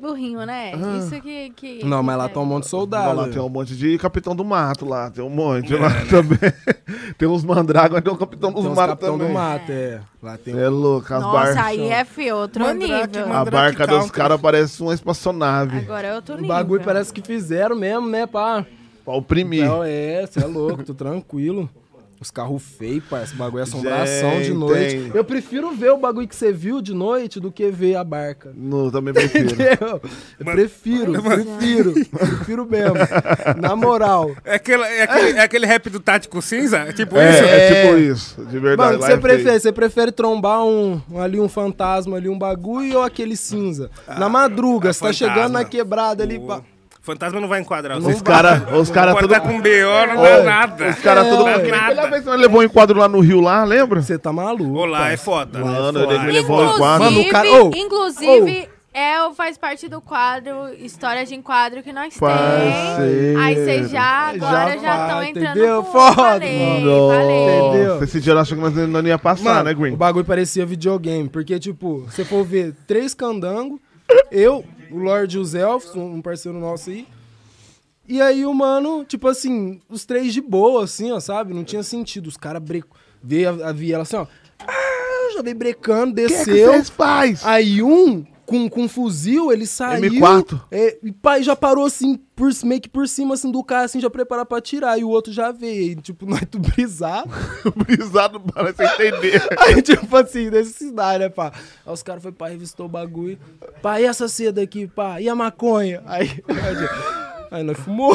Speaker 6: burrinho, né? Isso que... que
Speaker 4: Não, mas lá
Speaker 6: é.
Speaker 4: tá um monte de
Speaker 3: Não, lá
Speaker 4: soldado.
Speaker 3: tem um monte de capitão do mato lá, tem um monte lá também. [LAUGHS] tem uns mandrágos, mas tem um capitão dos
Speaker 4: É, né? Tem uns
Speaker 3: mato
Speaker 4: capitão do
Speaker 3: também.
Speaker 4: mato, é. Lá tem
Speaker 3: É louco, as
Speaker 6: Nossa,
Speaker 3: barcas.
Speaker 6: aí é fi, outro
Speaker 1: Mandrake,
Speaker 6: nível.
Speaker 1: mano.
Speaker 3: A
Speaker 1: Mandrake
Speaker 3: barca dos
Speaker 1: Country.
Speaker 3: caras parece uma espaçonave.
Speaker 6: Agora é outro
Speaker 4: um
Speaker 6: nível.
Speaker 4: bagulho parece que fizeram mesmo, né, pá?
Speaker 3: Pra oprimir.
Speaker 4: Não, é, você é louco, tô tranquilo. Os carros feios, parça, o bagulho é assombração
Speaker 3: Gente.
Speaker 4: de noite. Eu prefiro ver o bagulho que você viu de noite do que ver a barca. [LAUGHS]
Speaker 3: Não, também é prefiro.
Speaker 4: Eu prefiro, prefiro, prefiro mesmo. Na moral.
Speaker 1: É aquele, é aquele, é aquele rap do Tático Cinza? Tipo
Speaker 3: É,
Speaker 1: isso?
Speaker 3: é
Speaker 4: [LAUGHS] É.
Speaker 3: tipo isso, de [LAUGHS] verdade.
Speaker 4: Mano, o que
Speaker 3: lá
Speaker 4: você
Speaker 3: é feio.
Speaker 4: prefere? Você prefere trombar um, um ali um fantasma, ali um bagulho ou aquele cinza?
Speaker 3: Ah,
Speaker 4: Na madruga,
Speaker 3: é
Speaker 4: você tá
Speaker 1: fantasma.
Speaker 4: chegando na quebrada ali. pá.
Speaker 1: Fantasma não vai enquadrar.
Speaker 3: Os caras, os caras
Speaker 1: Pode
Speaker 3: tudo.
Speaker 1: tá com BO, não dá
Speaker 3: Ô,
Speaker 1: nada.
Speaker 3: Os caras tudo.
Speaker 1: Não dá
Speaker 3: Aquela
Speaker 1: nada.
Speaker 3: vez que nós levou um enquadro lá no Rio, lá, lembra?
Speaker 4: Você tá maluco.
Speaker 1: Ô, lá é
Speaker 4: parça.
Speaker 1: foda.
Speaker 3: Mano,
Speaker 1: é foda.
Speaker 3: ele levou um
Speaker 6: Inclusive,
Speaker 3: enquadro.
Speaker 4: Mano, o cara- Ô,
Speaker 6: inclusive é, o- faz parte do quadro História de Enquadro que nós
Speaker 3: Parceiro.
Speaker 6: temos. Aí vocês já agora
Speaker 4: Já
Speaker 6: já estão
Speaker 4: vai,
Speaker 6: entrando
Speaker 4: entendeu?
Speaker 6: com-
Speaker 4: Foda,
Speaker 6: Falei,
Speaker 4: mano.
Speaker 6: falei.
Speaker 4: Entendeu?
Speaker 3: Nossa, esse dia eu acho que nós não ia passar,
Speaker 4: Mano,
Speaker 3: né, Green?
Speaker 4: O bagulho parecia videogame, porque, tipo, você for ver três candango, eu, o Lorde e os Elfos, um parceiro nosso aí. E aí o mano, tipo assim, os três de boa, assim, ó, sabe? Não tinha sentido. Os caras brecou. Veio a, a viela assim, ó. Ah, já veio brecando, desceu.
Speaker 3: vocês faz?
Speaker 4: Aí um com, com um fuzil, ele saiu.
Speaker 3: M4.
Speaker 4: É, e pai já parou assim, por, meio que por cima assim, do cara, assim, já preparar pra atirar. E o outro já veio. E, tipo, [LAUGHS] nós tudo brisado.
Speaker 3: [LAUGHS] O brisado parece entender.
Speaker 4: [LAUGHS] Aí, tipo assim, necessidade, né, pá? Aí os caras foram, pá, revistou o bagulho. Pá, e essa seda aqui, pá? E a maconha? Aí, [LAUGHS] aí, aí nós fumou.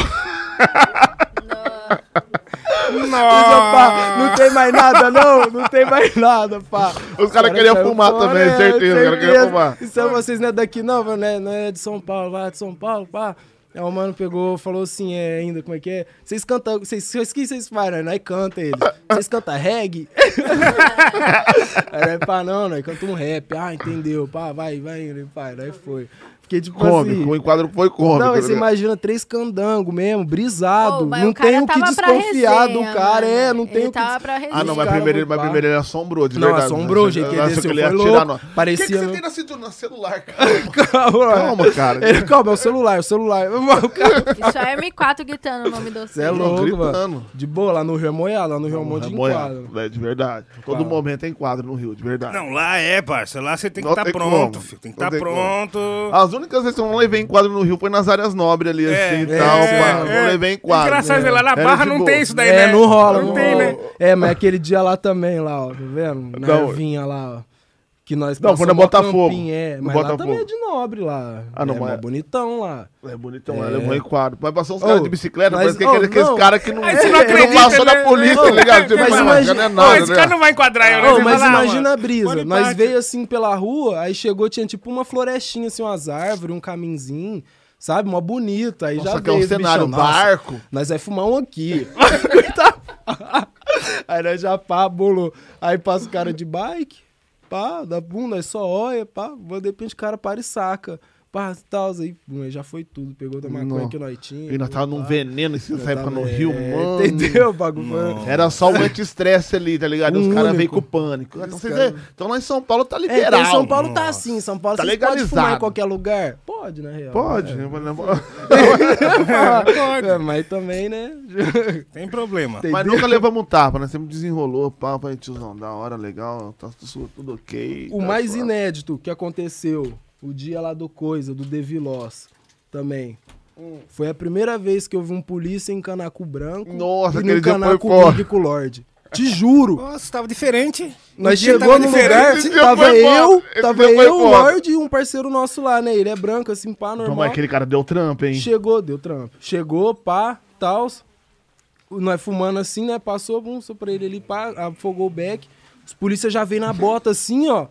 Speaker 4: Pá, não tem mais nada, não? Não tem mais nada, pá.
Speaker 3: Os caras queriam
Speaker 4: saiu
Speaker 3: fumar também, certeza, os caras queriam fumar.
Speaker 4: né? Isso aí, vocês não é daqui, não, mano, né? Não é de São Paulo, lá de São Paulo, pá. Aí o mano pegou, falou assim, é, ainda, como é que é? Vocês cantam, vocês, o que vocês fazem? né? Nós canta eles. Vocês cantam reggae? Aí nós, pá, não, nós canta um rap. Ah, entendeu, pá, vai, vai, né, pá, nós foi. Fiquei tipo
Speaker 3: Cômico, o
Speaker 4: assim...
Speaker 3: enquadro foi cômico.
Speaker 4: Não,
Speaker 3: tá
Speaker 4: aí você
Speaker 3: ligado?
Speaker 4: imagina três candango mesmo, brisado.
Speaker 6: Ô, mas
Speaker 4: não
Speaker 6: o cara
Speaker 4: tem o que
Speaker 6: tava pra
Speaker 4: desconfiar
Speaker 6: resenha,
Speaker 4: do cara, é,
Speaker 6: mano.
Speaker 4: não tem
Speaker 6: Ele
Speaker 4: o que.
Speaker 6: tava pra resenha.
Speaker 3: Ah, não, mas
Speaker 4: Os caras
Speaker 3: primeiro,
Speaker 4: vão
Speaker 3: mas
Speaker 4: pá.
Speaker 3: primeiro ele é assombrou, de
Speaker 4: Não,
Speaker 3: verdade. né?
Speaker 4: assombrou, o jeito que ele
Speaker 3: Achou
Speaker 4: desceu
Speaker 3: ele ia
Speaker 4: foi
Speaker 3: atirar
Speaker 4: louco.
Speaker 3: no-
Speaker 4: [LAUGHS] Parecia- um
Speaker 3: O que, que você tem na cintura? No celular,
Speaker 4: [LAUGHS]
Speaker 3: cara?
Speaker 4: [LAUGHS] Calma,
Speaker 3: Calma, cara.
Speaker 4: Ele, calma, é o celular, o celular. [LAUGHS] O cara-
Speaker 6: Isso aí é M4 gritando o nome do
Speaker 4: Você é
Speaker 6: filho.
Speaker 4: louco,
Speaker 3: gritando.
Speaker 4: mano. De boa, lá no Rio é moiado, lá no Rio é um monte de
Speaker 3: Moiado,
Speaker 4: enquadro.
Speaker 3: velho, de verdade. Todo momento tem enquadro no Rio, de verdade.
Speaker 1: Não, lá é, parça. Lá você tem que
Speaker 3: Não
Speaker 1: estar
Speaker 3: tem
Speaker 1: pronto,
Speaker 3: como. Ah,
Speaker 1: filho. Tem que
Speaker 3: Não
Speaker 1: estar
Speaker 3: tem
Speaker 1: pronto.
Speaker 3: As únicas vezes que eu não levei enquadro no Rio foi nas áreas nobres ali,
Speaker 1: É,
Speaker 3: assim e
Speaker 1: é,
Speaker 3: tal.
Speaker 1: é,
Speaker 3: pá.
Speaker 1: é.
Speaker 3: Não levei enquadro.
Speaker 1: Engraçado,
Speaker 3: É.
Speaker 1: lá na
Speaker 3: Era
Speaker 1: Barra
Speaker 3: de
Speaker 1: não
Speaker 3: boa.
Speaker 1: tem isso daí,
Speaker 4: É,
Speaker 1: né?
Speaker 4: não rola,
Speaker 1: Não
Speaker 4: não
Speaker 1: tem,
Speaker 4: rola.
Speaker 1: né?
Speaker 4: É, mas aquele dia lá também, lá, ó, tá vendo? Na
Speaker 3: Não.
Speaker 4: ervinha lá, ó. Que nós
Speaker 3: Não, quando é
Speaker 4: passamos a
Speaker 3: Botafogo.
Speaker 4: campinha, É,
Speaker 3: No
Speaker 4: mas lá também
Speaker 3: Botafogo.
Speaker 4: é de nobre lá.
Speaker 3: Ah, não,
Speaker 4: é,
Speaker 3: mas-
Speaker 4: mó bonitão lá.
Speaker 3: É bonitão,
Speaker 4: É.
Speaker 3: é. levou em quadro. Mas passou uns
Speaker 4: Ô,
Speaker 3: caras de bicicleta,
Speaker 4: mas-
Speaker 3: parece que é
Speaker 4: ô,
Speaker 3: aquele, aqueles
Speaker 4: não. é,
Speaker 3: caras que não,
Speaker 1: Aí você não
Speaker 3: que
Speaker 1: acredita,
Speaker 3: passou
Speaker 1: né?
Speaker 3: da polícia, tá
Speaker 1: Não.
Speaker 3: ligado? Tipo,
Speaker 4: Mas
Speaker 3: mas
Speaker 4: imagina-
Speaker 3: não é
Speaker 1: Ô,
Speaker 3: nada,
Speaker 1: esse
Speaker 3: né?
Speaker 1: cara não vai enquadrar eu, né?
Speaker 4: Ô,
Speaker 1: Você
Speaker 4: mas
Speaker 1: vai lá,
Speaker 4: imagina
Speaker 1: mano.
Speaker 4: a brisa.
Speaker 1: Pode
Speaker 4: Nós
Speaker 1: parte.
Speaker 4: veio assim pela rua, aí chegou, tinha tipo uma florestinha, assim, umas árvores, um caminzinho, sabe? Mó bonito. Aí já
Speaker 3: Nossa, que é
Speaker 4: veio
Speaker 3: um
Speaker 4: os bichão,
Speaker 3: cenário,
Speaker 4: nossa,
Speaker 3: barco.
Speaker 4: Nós vai fumar um aqui. [LAUGHS] Coitado. aí nós já pá, bolou. Aí passa o cara de bike, pá, da bunda, aí só olha, pá, de repente o cara para e saca. Pá, tal, aí, pum, aí já foi tudo. Pegou da maconha
Speaker 3: Não.
Speaker 4: que nós tínhamos.
Speaker 3: E nós tava
Speaker 4: Ah.
Speaker 3: num veneno assim, nessa época no Rio, mano.
Speaker 4: É, Entendeu, bagulho?
Speaker 3: Era só o anti-estresse ali, tá ligado? E
Speaker 4: Um
Speaker 3: os caras
Speaker 4: único.
Speaker 3: veio com pânico. Então, vocês é- então lá em São Paulo tá
Speaker 4: É,
Speaker 3: liberal.
Speaker 4: então São Paulo tá assim, São Paulo
Speaker 3: Tá
Speaker 4: vocês podem fumar em
Speaker 3: legalizado.
Speaker 4: qualquer lugar? Pode, na real. [LAUGHS]
Speaker 3: Pode. né? Mas
Speaker 4: É, mas também, né?
Speaker 1: Tem problema.
Speaker 3: mas nunca levamos um tapa, né? Sempre desenrolou, pá, pá, tiozão, da hora, legal, tá tudo, tudo ok.
Speaker 4: O
Speaker 3: tá
Speaker 4: mais
Speaker 3: suave.
Speaker 4: inédito que aconteceu, o dia lá do Coisa, do Deviloss, também.
Speaker 3: Hum.
Speaker 4: Foi a primeira vez que eu vi um polícia em canaco branco
Speaker 3: Nossa,
Speaker 4: e
Speaker 3: aquele
Speaker 4: no
Speaker 3: dia foi
Speaker 4: canaco
Speaker 3: foda.
Speaker 4: big com o Lorde. Te juro.
Speaker 1: Nossa, tava diferente. Um
Speaker 4: Nós
Speaker 1: dia
Speaker 4: chegou
Speaker 1: tava
Speaker 4: no
Speaker 1: diferente,
Speaker 4: lugar, assim,
Speaker 3: esse dia
Speaker 4: tava
Speaker 3: foi foda,
Speaker 4: eu,
Speaker 3: esse
Speaker 4: tava
Speaker 3: dia foi
Speaker 4: eu, o
Speaker 3: foda.
Speaker 4: Lorde e um parceiro nosso lá, né? Ele é branco, assim, pá, normal.
Speaker 3: Então, mas aquele cara deu trampo, hein?
Speaker 4: Chegou, deu trampo. Chegou, pá, tals. O- Nós fumando assim, né? Passou, bum, só pra ele ali, pá, afogou o beck. Os polícia já veio na bota assim, ó.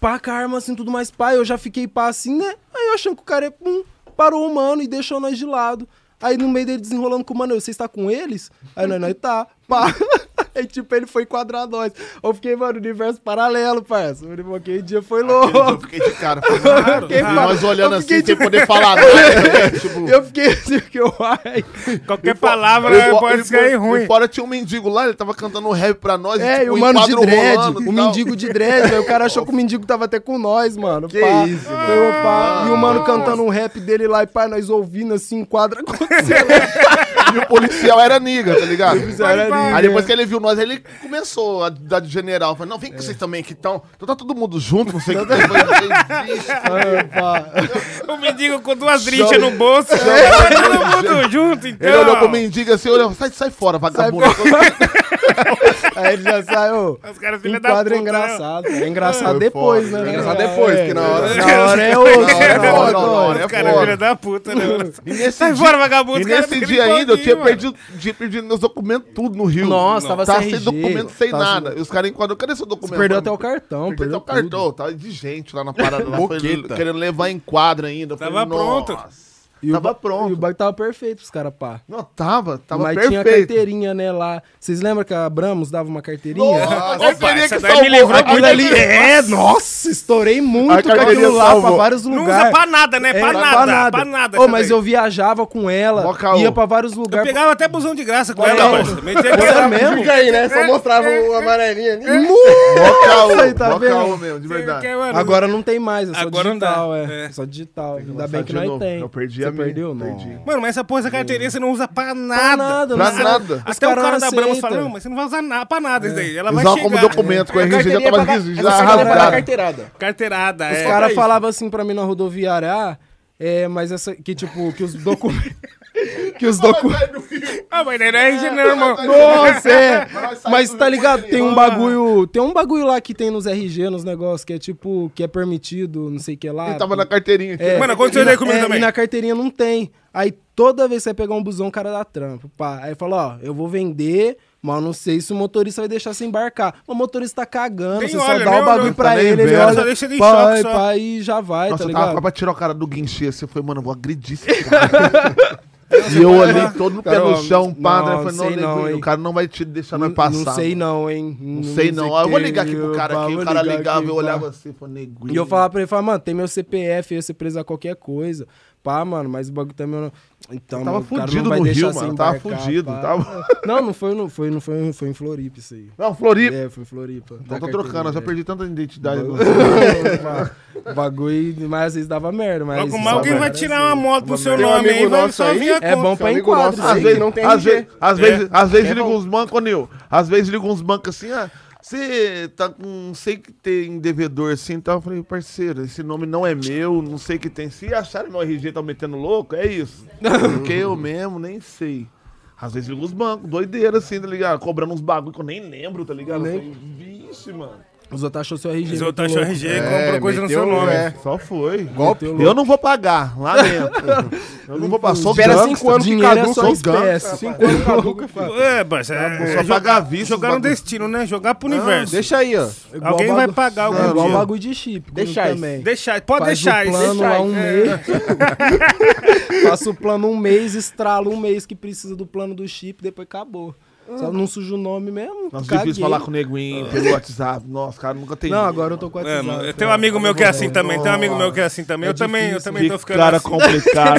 Speaker 4: Pá, com a arma assim, tudo mais, pá. Eu já fiquei pá assim, né? Aí eu achando que o cara, é, pum, parou o mano e deixou nós de lado. Aí no meio dele desenrolando com o mano, eu, vocês tá com eles? Aí nós, nós tá, pá. [LAUGHS] Aí tipo, ele foi enquadrar nós. Eu fiquei, mano, universo paralelo, parça. Aquele dia foi louco.
Speaker 3: Eu fiquei de cara. Claro, e
Speaker 4: claro.
Speaker 3: nós olhando
Speaker 4: Eu
Speaker 3: assim,
Speaker 4: fiquei tipo,
Speaker 3: sem
Speaker 4: de-
Speaker 3: poder falar
Speaker 4: [LAUGHS]
Speaker 3: nada. tipo,
Speaker 4: Eu fiquei assim, que eu, ai.
Speaker 1: Qualquer
Speaker 3: e
Speaker 1: palavra é
Speaker 3: fo-
Speaker 1: pode
Speaker 3: e
Speaker 1: sair
Speaker 3: fo-
Speaker 1: ruim.
Speaker 3: E fora tinha um mendigo lá, ele tava cantando rap pra nós.
Speaker 4: É,
Speaker 3: tipo,
Speaker 1: um
Speaker 4: e o mano de
Speaker 3: enquadro
Speaker 4: dread,
Speaker 3: rolando e
Speaker 4: o
Speaker 3: tal.
Speaker 4: mendigo de dread, aí o cara achou que o mendigo tava até com nós, mano.
Speaker 3: Que
Speaker 4: pá.
Speaker 3: isso,
Speaker 4: Aí eu, pá, E o mano cantando um rap dele lá, e pá, nós ouvindo assim, enquadra acontecendo.
Speaker 3: E o policial era niga, tá ligado?
Speaker 4: era niga.
Speaker 3: Aí depois que ele viu nós, ele começou a dar de general. Falei, não, vem com
Speaker 4: É.
Speaker 3: vocês também que estão. Então tá todo mundo junto,
Speaker 4: [LAUGHS]
Speaker 3: não sei o que. Eu falei, "Existe".
Speaker 4: Aí, pá.
Speaker 1: O mendigo com duas drinchas no bolso. né? Todo mundo junto, então.
Speaker 3: Ele olhou pro mendigo assim, olhou, sai, sai fora, vagabundo.
Speaker 4: Aí ele já saiu.
Speaker 1: Os caras filha da puta.
Speaker 4: Enquadra é
Speaker 1: né?
Speaker 4: engraçado. É engraçado
Speaker 3: Foi
Speaker 4: depois,
Speaker 3: foda,
Speaker 4: né?
Speaker 3: é engraçado depois, que na hora- né?
Speaker 4: Na hora é outro.
Speaker 3: Na hora
Speaker 4: na hora
Speaker 3: é foda,
Speaker 4: é
Speaker 3: na
Speaker 4: outro.
Speaker 3: hora é
Speaker 1: Os caras
Speaker 3: foda.
Speaker 1: filha da puta, né? mano?
Speaker 3: E nesse
Speaker 1: Sai
Speaker 3: dia-
Speaker 1: fora, vagabundo.
Speaker 3: E
Speaker 1: os caras
Speaker 3: nesse
Speaker 1: ficam
Speaker 3: dia
Speaker 1: de
Speaker 3: ainda, eu tinha
Speaker 1: pouquinho,
Speaker 3: perdido, tinha perdido meus documentos tudo no Rio.
Speaker 4: Nossa, tava
Speaker 3: Tava
Speaker 4: sem
Speaker 3: sem
Speaker 4: RG,
Speaker 3: documento, sem
Speaker 4: tava sem-
Speaker 3: nada. E os caras enquadram, cadê seu documento?
Speaker 4: Perdeu até o cartão,
Speaker 3: Perdeu
Speaker 4: perdeu
Speaker 3: até o cartão,
Speaker 4: tudo.
Speaker 3: tava de gente lá na parada. lá, foi
Speaker 2: Boqueta.
Speaker 3: querendo levar em quadro ainda. Eu falei,
Speaker 1: Tava pronto.
Speaker 3: "Nossa."
Speaker 4: E o
Speaker 3: Tava
Speaker 4: ba-
Speaker 3: pronto.
Speaker 4: E o bagulho tava perfeito pros caras, pá.
Speaker 3: Não, tava, tava
Speaker 4: Mas tinha a
Speaker 3: perfeito.
Speaker 4: carteirinha, né, lá. Vocês lembram que a Abramos dava uma carteirinha?
Speaker 3: Nossa, a carteirinha
Speaker 1: essa
Speaker 3: que
Speaker 1: daí me
Speaker 3: salvou.
Speaker 1: lembrou
Speaker 3: Aquilo
Speaker 1: muito
Speaker 3: ali-
Speaker 1: do-
Speaker 4: É, nossa, estourei
Speaker 3: A
Speaker 4: muito com
Speaker 3: carteirinha
Speaker 4: aquilo lá pra
Speaker 3: salvou.
Speaker 4: vários
Speaker 1: Não
Speaker 4: lugares.
Speaker 1: usa pra nada, né?
Speaker 4: É,
Speaker 1: pra,
Speaker 4: pra
Speaker 1: nada, pra nada.
Speaker 4: Ô,
Speaker 1: essa
Speaker 4: mas
Speaker 1: daí.
Speaker 4: eu viajava com
Speaker 3: Mó
Speaker 4: ela,
Speaker 3: caô.
Speaker 4: ia pra vários
Speaker 1: Eu
Speaker 4: lugares.
Speaker 1: pegava até busão de graça com
Speaker 4: É.
Speaker 1: ela, É, parceiro. Metia
Speaker 4: Era
Speaker 1: aquela-
Speaker 4: mesmo?
Speaker 11: Fica aí, né? Só mostrava o amarelinho ali.
Speaker 3: Mó caô,
Speaker 4: Aí, tá
Speaker 3: mó
Speaker 4: vendo?
Speaker 3: caô mesmo, de verdade.
Speaker 1: é Que- mano,
Speaker 4: Agora não tem mais, é só
Speaker 1: Agora não
Speaker 4: digital,
Speaker 1: dá,
Speaker 4: é.
Speaker 1: é.
Speaker 4: Só digital. Ainda
Speaker 3: lançar
Speaker 4: Tá bem que
Speaker 3: de
Speaker 4: nós
Speaker 3: novo.
Speaker 4: tem.
Speaker 3: Eu perdi
Speaker 4: Você
Speaker 3: a minha.
Speaker 4: perdeu? Não.
Speaker 3: Perdi.
Speaker 1: Mano, mas essa porra, essa carteirinha você não usa pra
Speaker 4: Pra
Speaker 1: nada.
Speaker 4: nada,
Speaker 3: Pra
Speaker 4: não sei.
Speaker 3: nada.
Speaker 4: Os
Speaker 1: Até o
Speaker 4: caras assim
Speaker 1: cara da Brahma
Speaker 4: aceitam.
Speaker 1: fala, não, mas você não vai usar nada, pra nada isso daí. Ela vai
Speaker 3: Usava
Speaker 1: chegar.
Speaker 3: como documento, com a RG já
Speaker 11: Carteirinha
Speaker 3: tava
Speaker 11: pra-
Speaker 3: já
Speaker 11: essa carteira pra dar
Speaker 3: rasgado.
Speaker 11: carteirada.
Speaker 1: Carteirada,
Speaker 4: Os
Speaker 1: é.
Speaker 4: caras falavam assim pra mim na rodoviária, ah, é, mas essa, que tipo, que os documentos... [LAUGHS] que os documentos...
Speaker 1: Ah, mas daí não é RG, não, irmão.
Speaker 4: Nossa, é.
Speaker 3: Mas sai
Speaker 4: Mas
Speaker 3: do
Speaker 4: tá
Speaker 3: Rio
Speaker 4: ligado?
Speaker 3: Grande.
Speaker 4: Tem um bagulho. Tem um bagulho lá que tem nos RG, nos negócios, que é tipo, que é permitido, não sei o que lá.
Speaker 3: Ele [LAUGHS] tava na carteirinha.
Speaker 4: É.
Speaker 1: Mano, aconteceu daí comigo
Speaker 4: É,
Speaker 1: também.
Speaker 4: E na carteirinha não tem. Aí toda vez que você pegar um busão, o cara dá trampo. Pá. Aí fala, ó, eu vou vender, mas eu não sei se o motorista vai deixar você embarcar. O motorista tá cagando,
Speaker 1: Nem
Speaker 4: você
Speaker 1: olha,
Speaker 4: só dá
Speaker 1: nem
Speaker 4: o bagulho
Speaker 1: olha.
Speaker 4: pra
Speaker 3: Tá nem
Speaker 4: ele, ele
Speaker 3: vendo.
Speaker 4: olha.
Speaker 1: Só deixa ele em
Speaker 4: pá,
Speaker 1: choque,
Speaker 4: e
Speaker 1: só.
Speaker 4: pá, e já vai,
Speaker 3: Nossa,
Speaker 4: tá
Speaker 3: eu tava
Speaker 4: ligado?
Speaker 3: quase pra tirar o cara do guinchê. Você foi, mano, eu vou
Speaker 4: [LAUGHS]
Speaker 3: agredir esse cara. e eu olhei todo no pé
Speaker 4: Cara,
Speaker 3: no chão,
Speaker 4: não,
Speaker 3: padre. Eu falei,
Speaker 4: sei
Speaker 3: não,
Speaker 4: não,
Speaker 3: nego,
Speaker 4: hein.
Speaker 3: o cara não vai te deixar
Speaker 4: Não,
Speaker 3: nós passar.
Speaker 4: não sei não, hein?
Speaker 3: Não sei não. Ah, Eu vou ligar aqui pro cara aqui. O cara ligava,
Speaker 4: olhava
Speaker 3: eu olhava assim, falei, nego.
Speaker 4: tá? E eu falava pra ele, falava, mano, tem meu CPF, eu ia ser preso a qualquer coisa. Pá, mano, mas o bagulho também não... Então,
Speaker 3: Eu tava
Speaker 4: mano, o cara não
Speaker 3: fudido
Speaker 4: vai
Speaker 3: no
Speaker 4: deixar
Speaker 3: Rio,
Speaker 4: você
Speaker 3: mano. eu Tava
Speaker 4: embarcar,
Speaker 3: fudido.
Speaker 4: pá.
Speaker 3: Tava...
Speaker 4: [LAUGHS] Não, não foi, no, foi, não foi, foi em Floripa isso aí.
Speaker 3: Não, Floripa.
Speaker 4: É, foi em Floripa.
Speaker 3: Não
Speaker 4: Da
Speaker 3: Então tô
Speaker 4: carteirinha,
Speaker 3: trocando, eu já
Speaker 4: é.
Speaker 3: perdi tanta identidade.
Speaker 4: [LAUGHS] Pá, bagulho, mas às vezes dava merda, mas...
Speaker 1: Logo mal alguém vai tirar uma moto pro seu
Speaker 11: Tem um
Speaker 1: nome aí,
Speaker 11: amigo
Speaker 1: vai
Speaker 11: nosso
Speaker 1: só
Speaker 11: aí,
Speaker 1: vir a
Speaker 4: né? É bom pra
Speaker 11: Amigo
Speaker 4: enquadro,
Speaker 11: nosso,
Speaker 4: isso
Speaker 3: Às
Speaker 4: aí.
Speaker 11: Sim,
Speaker 3: vezes
Speaker 11: não
Speaker 3: não
Speaker 11: tem
Speaker 3: tem às
Speaker 11: RG.
Speaker 3: vezes, às
Speaker 4: É.
Speaker 3: vezes, às vezes liga uns bancos, ô, Nil. Às vezes liga uns bancos assim, ah, você tá com. Não sei que tem devedor assim e tal. Eu falei, parceiro, esse nome não é meu, não sei que tem. Se acharem meu RG tá metendo louco, é isso. Porque eu mesmo, nem sei. Às vezes liga uns bancos, doideira assim, tá ligado? Cobrando uns bagulho que eu nem lembro, tá ligado? Eu falei, Vixe, mano.
Speaker 4: Os outros achou seu RG.
Speaker 1: Os
Speaker 4: muito
Speaker 1: outros acham
Speaker 4: louco.
Speaker 1: RG e compram coisa no seu nome.
Speaker 2: É.
Speaker 3: Só foi.
Speaker 2: Golpe.
Speaker 3: Eu não vou pagar lá dentro. Eu não vou pagar. Sou
Speaker 2: Espera
Speaker 3: gangsta.
Speaker 2: cinco anos que
Speaker 4: Dinheiro é
Speaker 2: caduca.
Speaker 4: só
Speaker 2: sou
Speaker 4: espécie.
Speaker 2: gangsta,
Speaker 4: Cinco
Speaker 2: rapaz.
Speaker 4: anos caduca, filho.
Speaker 1: É, mas é,
Speaker 3: bom. Só
Speaker 1: jogar-
Speaker 3: pagar visto,
Speaker 1: Jogar no
Speaker 3: bagulho.
Speaker 1: destino, né? Jogar pro universo.
Speaker 2: Deixa aí, ó.
Speaker 4: Igual
Speaker 1: Alguém
Speaker 4: o
Speaker 1: vai
Speaker 4: bagu-
Speaker 1: pagar
Speaker 4: É
Speaker 1: algum
Speaker 4: igual o
Speaker 1: dia.
Speaker 4: bagulho de chip. comigo
Speaker 2: Deixa isso.
Speaker 4: também.
Speaker 1: Deixa, pode
Speaker 4: Faz
Speaker 1: deixar
Speaker 4: o
Speaker 1: isso.
Speaker 4: plano
Speaker 1: deixar
Speaker 4: lá
Speaker 1: isso.
Speaker 4: um
Speaker 1: É.
Speaker 4: mês.
Speaker 1: [LAUGHS]
Speaker 4: Faço o plano um mês, estralo um mês que precisa do plano do chip, depois acabou. Só
Speaker 1: Ah.
Speaker 4: não suja o nome mesmo.
Speaker 3: Nossa,
Speaker 4: caguei.
Speaker 3: difícil falar com o neguinho pelo WhatsApp. Nossa, cara, nunca tem.
Speaker 4: Não, agora eu tô com o
Speaker 1: Mano,
Speaker 4: [LAUGHS] WhatsApp.
Speaker 1: eu tenho um amigo meu que é assim também. Tem um amigo meu que é assim também.
Speaker 4: É
Speaker 1: eu também, eu
Speaker 4: difícil.
Speaker 1: também
Speaker 3: Que
Speaker 1: tô ficando
Speaker 3: cara
Speaker 1: assim.
Speaker 3: complicado.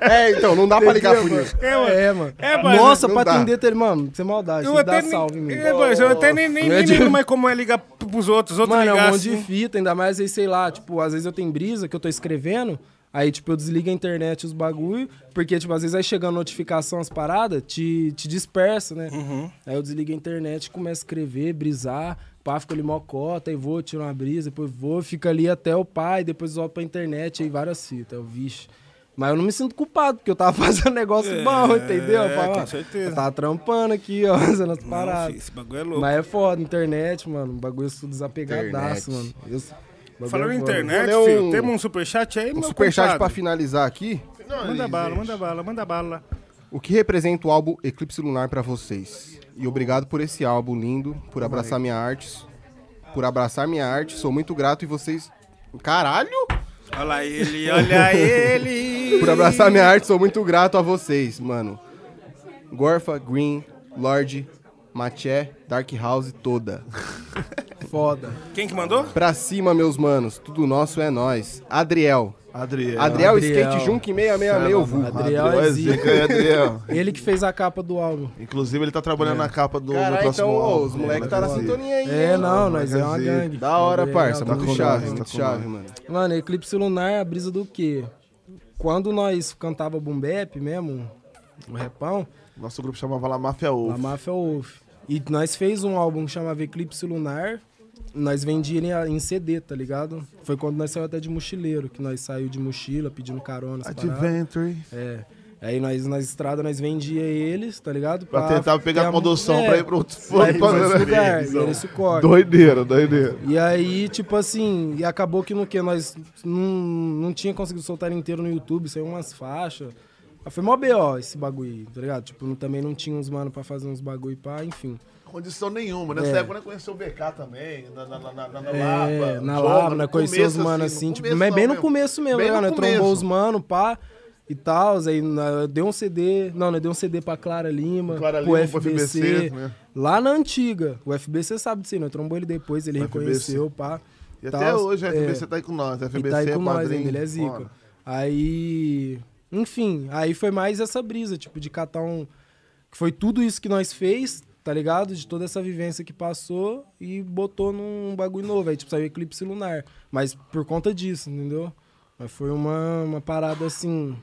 Speaker 2: É, então, não dá pra ligar pro Nil.
Speaker 1: É, mano.
Speaker 4: É, mano.
Speaker 1: É, mano.
Speaker 4: Nossa,
Speaker 2: Não
Speaker 4: pra
Speaker 2: dá.
Speaker 4: atender, tele- mano, sem maldade.
Speaker 1: Eu
Speaker 4: Você dá
Speaker 1: até, nem,
Speaker 4: salve em mim.
Speaker 1: é, mano, eu até nem, nem
Speaker 4: Não é
Speaker 1: me
Speaker 4: de-
Speaker 1: lembro mais como é ligar p- pros outros. Os outros
Speaker 4: Mano, é um
Speaker 1: ligar
Speaker 4: monte de
Speaker 1: assim.
Speaker 4: fita, ainda mais aí, sei lá, tipo, às vezes eu tenho brisa que eu tô escrevendo, aí, tipo, eu desligo a internet os bagulho, porque, tipo, às vezes aí chegando notificação, as paradas, te, te dispersa, né?
Speaker 1: Uhum.
Speaker 4: Aí eu desligo a internet, começo a escrever, brisar, pá, fico ali mocota, aí vou, tiro uma brisa, depois vou, fica ali até o pai, depois volto pra internet, aí várias fitas, eu, vixe. Mas eu não me sinto culpado, porque eu tava [LAUGHS] fazendo um negócio bom, entendeu? Eu falo,
Speaker 1: É, com
Speaker 4: ó,
Speaker 1: certeza.
Speaker 4: Eu tava trampando aqui, ó, [LAUGHS] fazendo as
Speaker 1: Não,
Speaker 4: paradas.
Speaker 1: fi, Esse bagulho é louco.
Speaker 4: Mas é foda, internet, mano. O bagulho é tudo desapegadaço,
Speaker 2: Internet.
Speaker 4: mano. Isso, bagulho
Speaker 1: Falando
Speaker 4: é
Speaker 1: em
Speaker 4: foda.
Speaker 1: internet,
Speaker 2: Vou ler
Speaker 1: filho,
Speaker 2: um-
Speaker 1: temos um superchat aí,
Speaker 2: Um
Speaker 1: meu
Speaker 2: superchat pra
Speaker 1: compadre?
Speaker 2: finalizar aqui.
Speaker 1: Manda bala, manda bala, manda bala.
Speaker 2: O que representa o álbum Eclipse Lunar pra vocês? E obrigado por esse álbum lindo, por abraçar minha arte. Por abraçar minha arte, sou muito grato e vocês. Caralho!
Speaker 1: Olha lá ele, olha ele. [LAUGHS]
Speaker 2: Por abraçar minha arte, sou muito grato a vocês, mano. Gorfa, Green, Lorde, Maché, Dark House toda.
Speaker 4: Foda.
Speaker 1: Quem que mandou?
Speaker 2: Pra cima, meus manos, tudo nosso é nós. Adriel.
Speaker 3: É, Adriel.
Speaker 2: [LAUGHS] Adriel,
Speaker 4: Adriel.
Speaker 2: Skate Junk 666, eu vou.
Speaker 4: Adriel
Speaker 3: Uhum.
Speaker 4: é zica.
Speaker 3: zica, hein, Adriel.
Speaker 4: Ele que fez a capa do álbum.
Speaker 3: Inclusive, ele tá trabalhando na capa do meu
Speaker 2: Caralho,
Speaker 3: próximo
Speaker 2: então, ô,
Speaker 3: álbum.
Speaker 2: os moleques tá na
Speaker 3: Zica.
Speaker 2: sintonia aí.
Speaker 4: É,
Speaker 2: hein?
Speaker 4: não, nós é uma
Speaker 3: Magazine.
Speaker 4: gangue.
Speaker 2: Da hora,
Speaker 4: Adriel,
Speaker 2: parça.
Speaker 4: tá
Speaker 2: Muito
Speaker 4: com
Speaker 2: chave,
Speaker 4: nós.
Speaker 2: muito
Speaker 3: tá com
Speaker 2: chave,
Speaker 3: nós.
Speaker 2: mano.
Speaker 4: Mano, Eclipse Lunar é a brisa do quê? Quando nós cantava Boom Bap mesmo, o repão,
Speaker 3: assim, Nosso grupo chamava lá Máfia
Speaker 4: La
Speaker 3: Ovo.
Speaker 4: Mafia Wolf. E nós fez um álbum que chamava Eclipse Lunar. Nós vendíamos em CD, tá ligado? Foi quando nós saímos até de mochileiro, que nós saiu de mochila pedindo carona. essa parada.
Speaker 3: Adventure.
Speaker 4: É. Aí nós, nas estradas, nós vendia eles, tá ligado?
Speaker 3: Pra tentar pegar
Speaker 4: a
Speaker 3: a condução
Speaker 4: é,
Speaker 3: pra ir pro outro
Speaker 4: pra ir pra outro lugar.
Speaker 3: Visão.
Speaker 4: e era esse corte.
Speaker 3: Doideira, doideira.
Speaker 4: E aí, tipo assim, e acabou que no que? Nós não, não tinha conseguido soltar inteiro no YouTube, saiu umas faixas. Aí Foi mó B.O. esse bagulho, aí, tá ligado? Tipo, não- também não tinha uns mano pra fazer uns bagulho pá, enfim.
Speaker 3: Condição nenhuma. Nessa
Speaker 4: É.
Speaker 3: época eu conheci o BK também, na, na, na, na, na
Speaker 4: É,
Speaker 3: Lapa.
Speaker 4: na
Speaker 3: Joga,
Speaker 4: Lava, né?
Speaker 3: no
Speaker 4: Conhecer
Speaker 3: começo,
Speaker 4: os manos assim,
Speaker 3: no
Speaker 4: tipo,
Speaker 3: começo
Speaker 4: mas bem
Speaker 3: não,
Speaker 4: no começo mesmo,
Speaker 3: Bem
Speaker 4: né?
Speaker 3: no
Speaker 4: mano?
Speaker 3: começo.
Speaker 4: Trombou os mano, pá, e tal. Aí na- eu dei um CD, não, né? eu dei um CD pra Clara Lima,
Speaker 3: Clara
Speaker 4: pro
Speaker 3: Lima, pro
Speaker 4: FBC,
Speaker 3: FBC, né?
Speaker 4: lá na antiga. O FBC sabe disso aí, nós trombou ele depois, ele
Speaker 3: O FBC.
Speaker 4: reconheceu, pá.
Speaker 3: E
Speaker 4: tal,
Speaker 3: até hoje a
Speaker 4: é,
Speaker 3: FBC tá aí com nós. A
Speaker 4: e
Speaker 3: FBC
Speaker 4: tá aí
Speaker 3: é
Speaker 4: com nós
Speaker 3: padrinho.
Speaker 4: ainda, ele é zica.
Speaker 3: Foda.
Speaker 4: Aí, enfim, aí foi mais essa brisa, tipo, de catar um... Que foi tudo isso que nós fez, tá ligado? De toda essa vivência que passou e botou num bagulho novo. Aí, tipo, saiu Eclipse Lunar. Mas por conta disso, entendeu? Mas foi uma, uma parada, assim...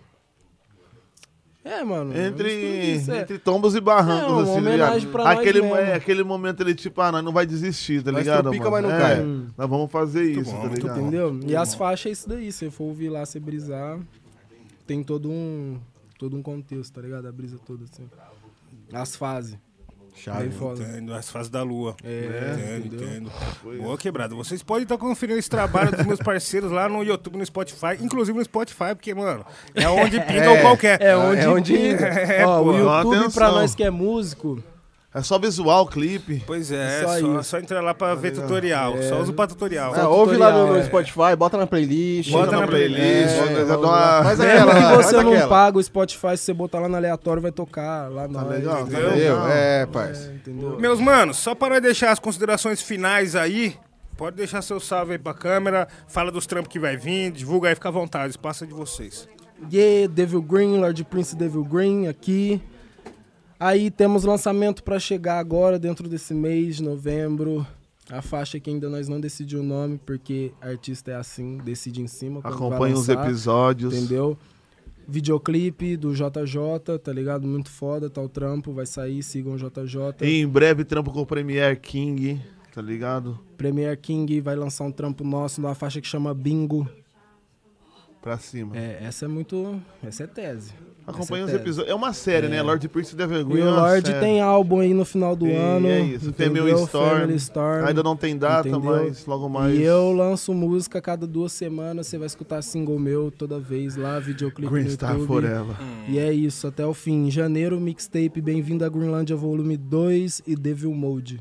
Speaker 4: É, mano. é uma mistura
Speaker 3: Entre,
Speaker 4: disso, é.
Speaker 3: entre tombos e barrancos,
Speaker 4: É, uma
Speaker 3: assim, tá
Speaker 4: homenagem
Speaker 3: ligado?
Speaker 4: pra nós
Speaker 3: aquele,
Speaker 4: mesmo.
Speaker 3: é, aquele momento ele, tipo, ah, nós não vai desistir, tá
Speaker 2: Nós
Speaker 3: ligado?
Speaker 2: tropica,
Speaker 3: mano?
Speaker 2: mas não
Speaker 3: É,
Speaker 2: cai.
Speaker 3: Nós vamos fazer isso, tá
Speaker 4: Tu
Speaker 3: ligado?
Speaker 4: entendeu? E as faixas é isso daí. Se você for ouvir lá, você brisar, tem todo um, todo um contexto, tá ligado? A brisa toda, assim. As fases.
Speaker 2: Ah,
Speaker 4: Bem foda.
Speaker 1: Entendo, as fases da lua.
Speaker 4: É,
Speaker 1: entendo,
Speaker 4: entendeu?
Speaker 1: entendo. Boa quebrada. Vocês podem estar conferindo esse trabalho dos meus parceiros lá no YouTube, no Spotify, inclusive no Spotify, porque, mano, é onde pinga o qualquer.
Speaker 4: É onde,
Speaker 2: É onde-
Speaker 4: pinga.
Speaker 1: [LAUGHS] É,
Speaker 4: [LAUGHS] Ó,
Speaker 1: pô.
Speaker 4: o YouTube,
Speaker 3: Atenção.
Speaker 4: pra nós que é músico,
Speaker 3: É só visual, clipe.
Speaker 1: Pois é,
Speaker 4: É só
Speaker 1: só,
Speaker 4: isso.
Speaker 1: só entrar lá pra ver tutorial. Só usa pra tutorial.
Speaker 2: Ah, ouve lá no, no
Speaker 4: tutorial, é.
Speaker 2: Spotify, bota na playlist.
Speaker 1: Bota na playlist,
Speaker 2: É,
Speaker 3: bota-
Speaker 2: vamos
Speaker 3: dá uma-
Speaker 2: lá. Faz
Speaker 4: mesmo
Speaker 2: aquela lá,
Speaker 3: Ah,
Speaker 4: que
Speaker 2: faz
Speaker 4: você não
Speaker 2: aquela.
Speaker 4: paga o Spotify, se você botar lá no aleatório, vai tocar lá na live,
Speaker 3: legal,
Speaker 4: entendeu?
Speaker 3: tá
Speaker 2: Entendeu?
Speaker 3: Não.
Speaker 2: É, parça.
Speaker 4: Entendeu?
Speaker 1: Meus manos, só para deixar as considerações finais aí, pode deixar seu salve aí pra câmera, fala dos trampos que vai vir, divulga aí, fica à vontade, espaço é de vocês.
Speaker 4: Yeah, Devil Green, Lord Prince Devil Green aqui. Aí temos lançamento pra chegar agora, dentro desse mês, de novembro. A faixa que ainda nós não decidimos o nome, porque artista é assim, decide em cima. quando vai
Speaker 3: Acompanha os
Speaker 4: lançar,
Speaker 3: episódios.
Speaker 4: Entendeu? Videoclipe do JJ, tá ligado? Muito foda, tá o trampo, vai sair, sigam o JJ.
Speaker 3: E em breve trampo com o Premier King, tá ligado?
Speaker 4: Premier King vai lançar um trampo nosso numa faixa que chama Bingo.
Speaker 3: Pra cima.
Speaker 4: É, essa é muito. Essa é tese.
Speaker 3: Acompanha os
Speaker 4: Essa é tese.
Speaker 3: episódios. É uma série, né? Lord Pierce da
Speaker 4: E
Speaker 3: Vergonha. é
Speaker 4: o
Speaker 3: uma
Speaker 4: Lorde
Speaker 3: série.
Speaker 4: tem álbum aí no final do
Speaker 3: E
Speaker 4: ano.
Speaker 3: É isso. Tem meu
Speaker 4: entendeu?
Speaker 3: Storm.
Speaker 4: Family Storm.
Speaker 3: Ainda não tem data,
Speaker 4: entendeu?
Speaker 3: mas logo mais.
Speaker 4: E eu lanço música a cada duas semanas. Você vai escutar single meu toda vez lá, videoclipe
Speaker 3: Green
Speaker 4: no
Speaker 3: Star
Speaker 4: YouTube.
Speaker 3: Forever.
Speaker 4: E é isso, até o fim. Em janeiro, mixtape Bem-vindo à Greenlândia Volume 2 e Devil Mode.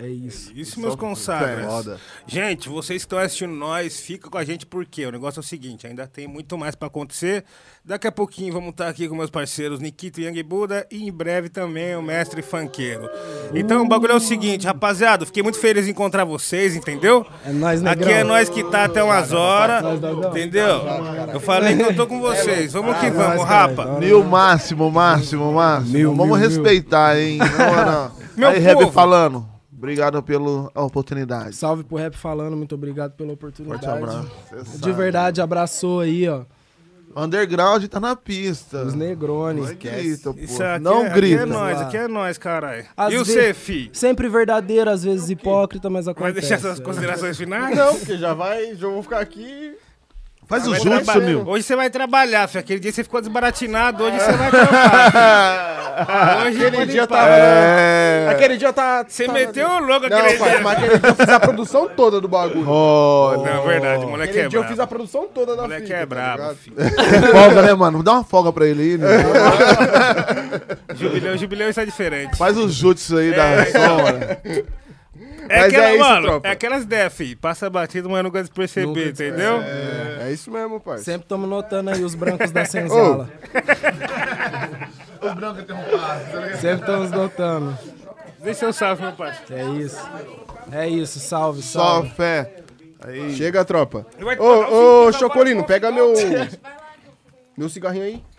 Speaker 4: É isso.
Speaker 1: Isso, meus consagras. Gente, vocês que estão assistindo nós, fica com a gente porque o negócio é o seguinte, ainda tem muito mais pra acontecer. Daqui a pouquinho vamos estar aqui com meus parceiros Nikito Yang e Buda e em breve também o mestre funkeiro. Então o bagulho é o seguinte, rapaziada, fiquei muito feliz em encontrar vocês, entendeu?
Speaker 4: É nóis,
Speaker 1: Aqui
Speaker 4: negrão.
Speaker 1: é nós que tá até umas horas, entendeu? Eu falei que eu
Speaker 4: É,
Speaker 1: tô com vocês.
Speaker 4: Ah,
Speaker 1: Vamos que vamos, rapa.
Speaker 3: Mil máximo, máximo, máximo. Vamos respeitar,
Speaker 1: [LAUGHS]
Speaker 3: hein? Não, não.
Speaker 1: Meu
Speaker 3: Aí, Reb
Speaker 1: povo.
Speaker 3: falando. Obrigado pela oportunidade.
Speaker 4: Salve pro Rap Falando, muito obrigado pela oportunidade.
Speaker 3: Forte abraço.
Speaker 4: De verdade, abraçou aí, ó.
Speaker 3: Underground tá na pista.
Speaker 4: Os negrones.
Speaker 3: Não grita, pô.
Speaker 1: Isso aqui,
Speaker 3: Não
Speaker 1: é, Aqui
Speaker 3: grita.
Speaker 1: é nós, aqui é nós, caralho.
Speaker 4: Às
Speaker 1: E o
Speaker 4: ve-
Speaker 1: você, fi?
Speaker 4: Sempre verdadeiro, às vezes hipócrita, mas
Speaker 1: Vai
Speaker 4: acontece. né?
Speaker 1: deixar essas considerações finais?
Speaker 2: Não, porque Então, já vai, já vou ficar aqui.
Speaker 3: Faz o
Speaker 1: Vai
Speaker 3: jutsu,
Speaker 1: trabalhar.
Speaker 3: meu.
Speaker 1: Hoje você vai trabalhar, filho. Aquele dia você ficou desbaratinado, hoje você vai
Speaker 2: [LAUGHS]
Speaker 1: trampar. Hoje
Speaker 2: Aquele dia tava. Aquele dia tá.
Speaker 1: Você
Speaker 2: tá-
Speaker 1: meteu o louco aquele
Speaker 2: Não,
Speaker 1: dia.
Speaker 2: pai, mas aquele dia eu fiz a produção toda do bagulho.
Speaker 3: Olha.
Speaker 1: Não, é verdade, o moleque
Speaker 2: Aquele
Speaker 1: é
Speaker 2: dia eu fiz
Speaker 1: brabo.
Speaker 2: a produção toda da
Speaker 1: O moleque
Speaker 2: fita,
Speaker 1: é
Speaker 2: tá
Speaker 1: brabo,
Speaker 2: ligado?
Speaker 1: filho.
Speaker 3: folga, né, mano? Dá uma folga pra ele aí, né?
Speaker 1: Jubileu, jubileu, isso é diferente.
Speaker 3: Faz o jutsu aí da sombra.
Speaker 1: É,
Speaker 2: mas
Speaker 1: aquela,
Speaker 2: é isso,
Speaker 1: mano,
Speaker 2: tropa.
Speaker 1: é aquelas def, passa batido, mas não gosta de perceber, entendeu?
Speaker 2: É, é isso mesmo, pai.
Speaker 4: Sempre estamos notando aí os brancos da senzala.
Speaker 3: [LAUGHS] Os brancos interrompados, né?
Speaker 4: Sempre estamos notando.
Speaker 1: Deixa eu salve, meu parceiro.
Speaker 4: É isso. É isso, salve,
Speaker 3: Só
Speaker 4: salve.
Speaker 3: fé. Aí.
Speaker 2: Chega, tropa.
Speaker 1: Vai-
Speaker 2: Ô, ô, Chocolino, pega meu. Meu cigarrinho aí.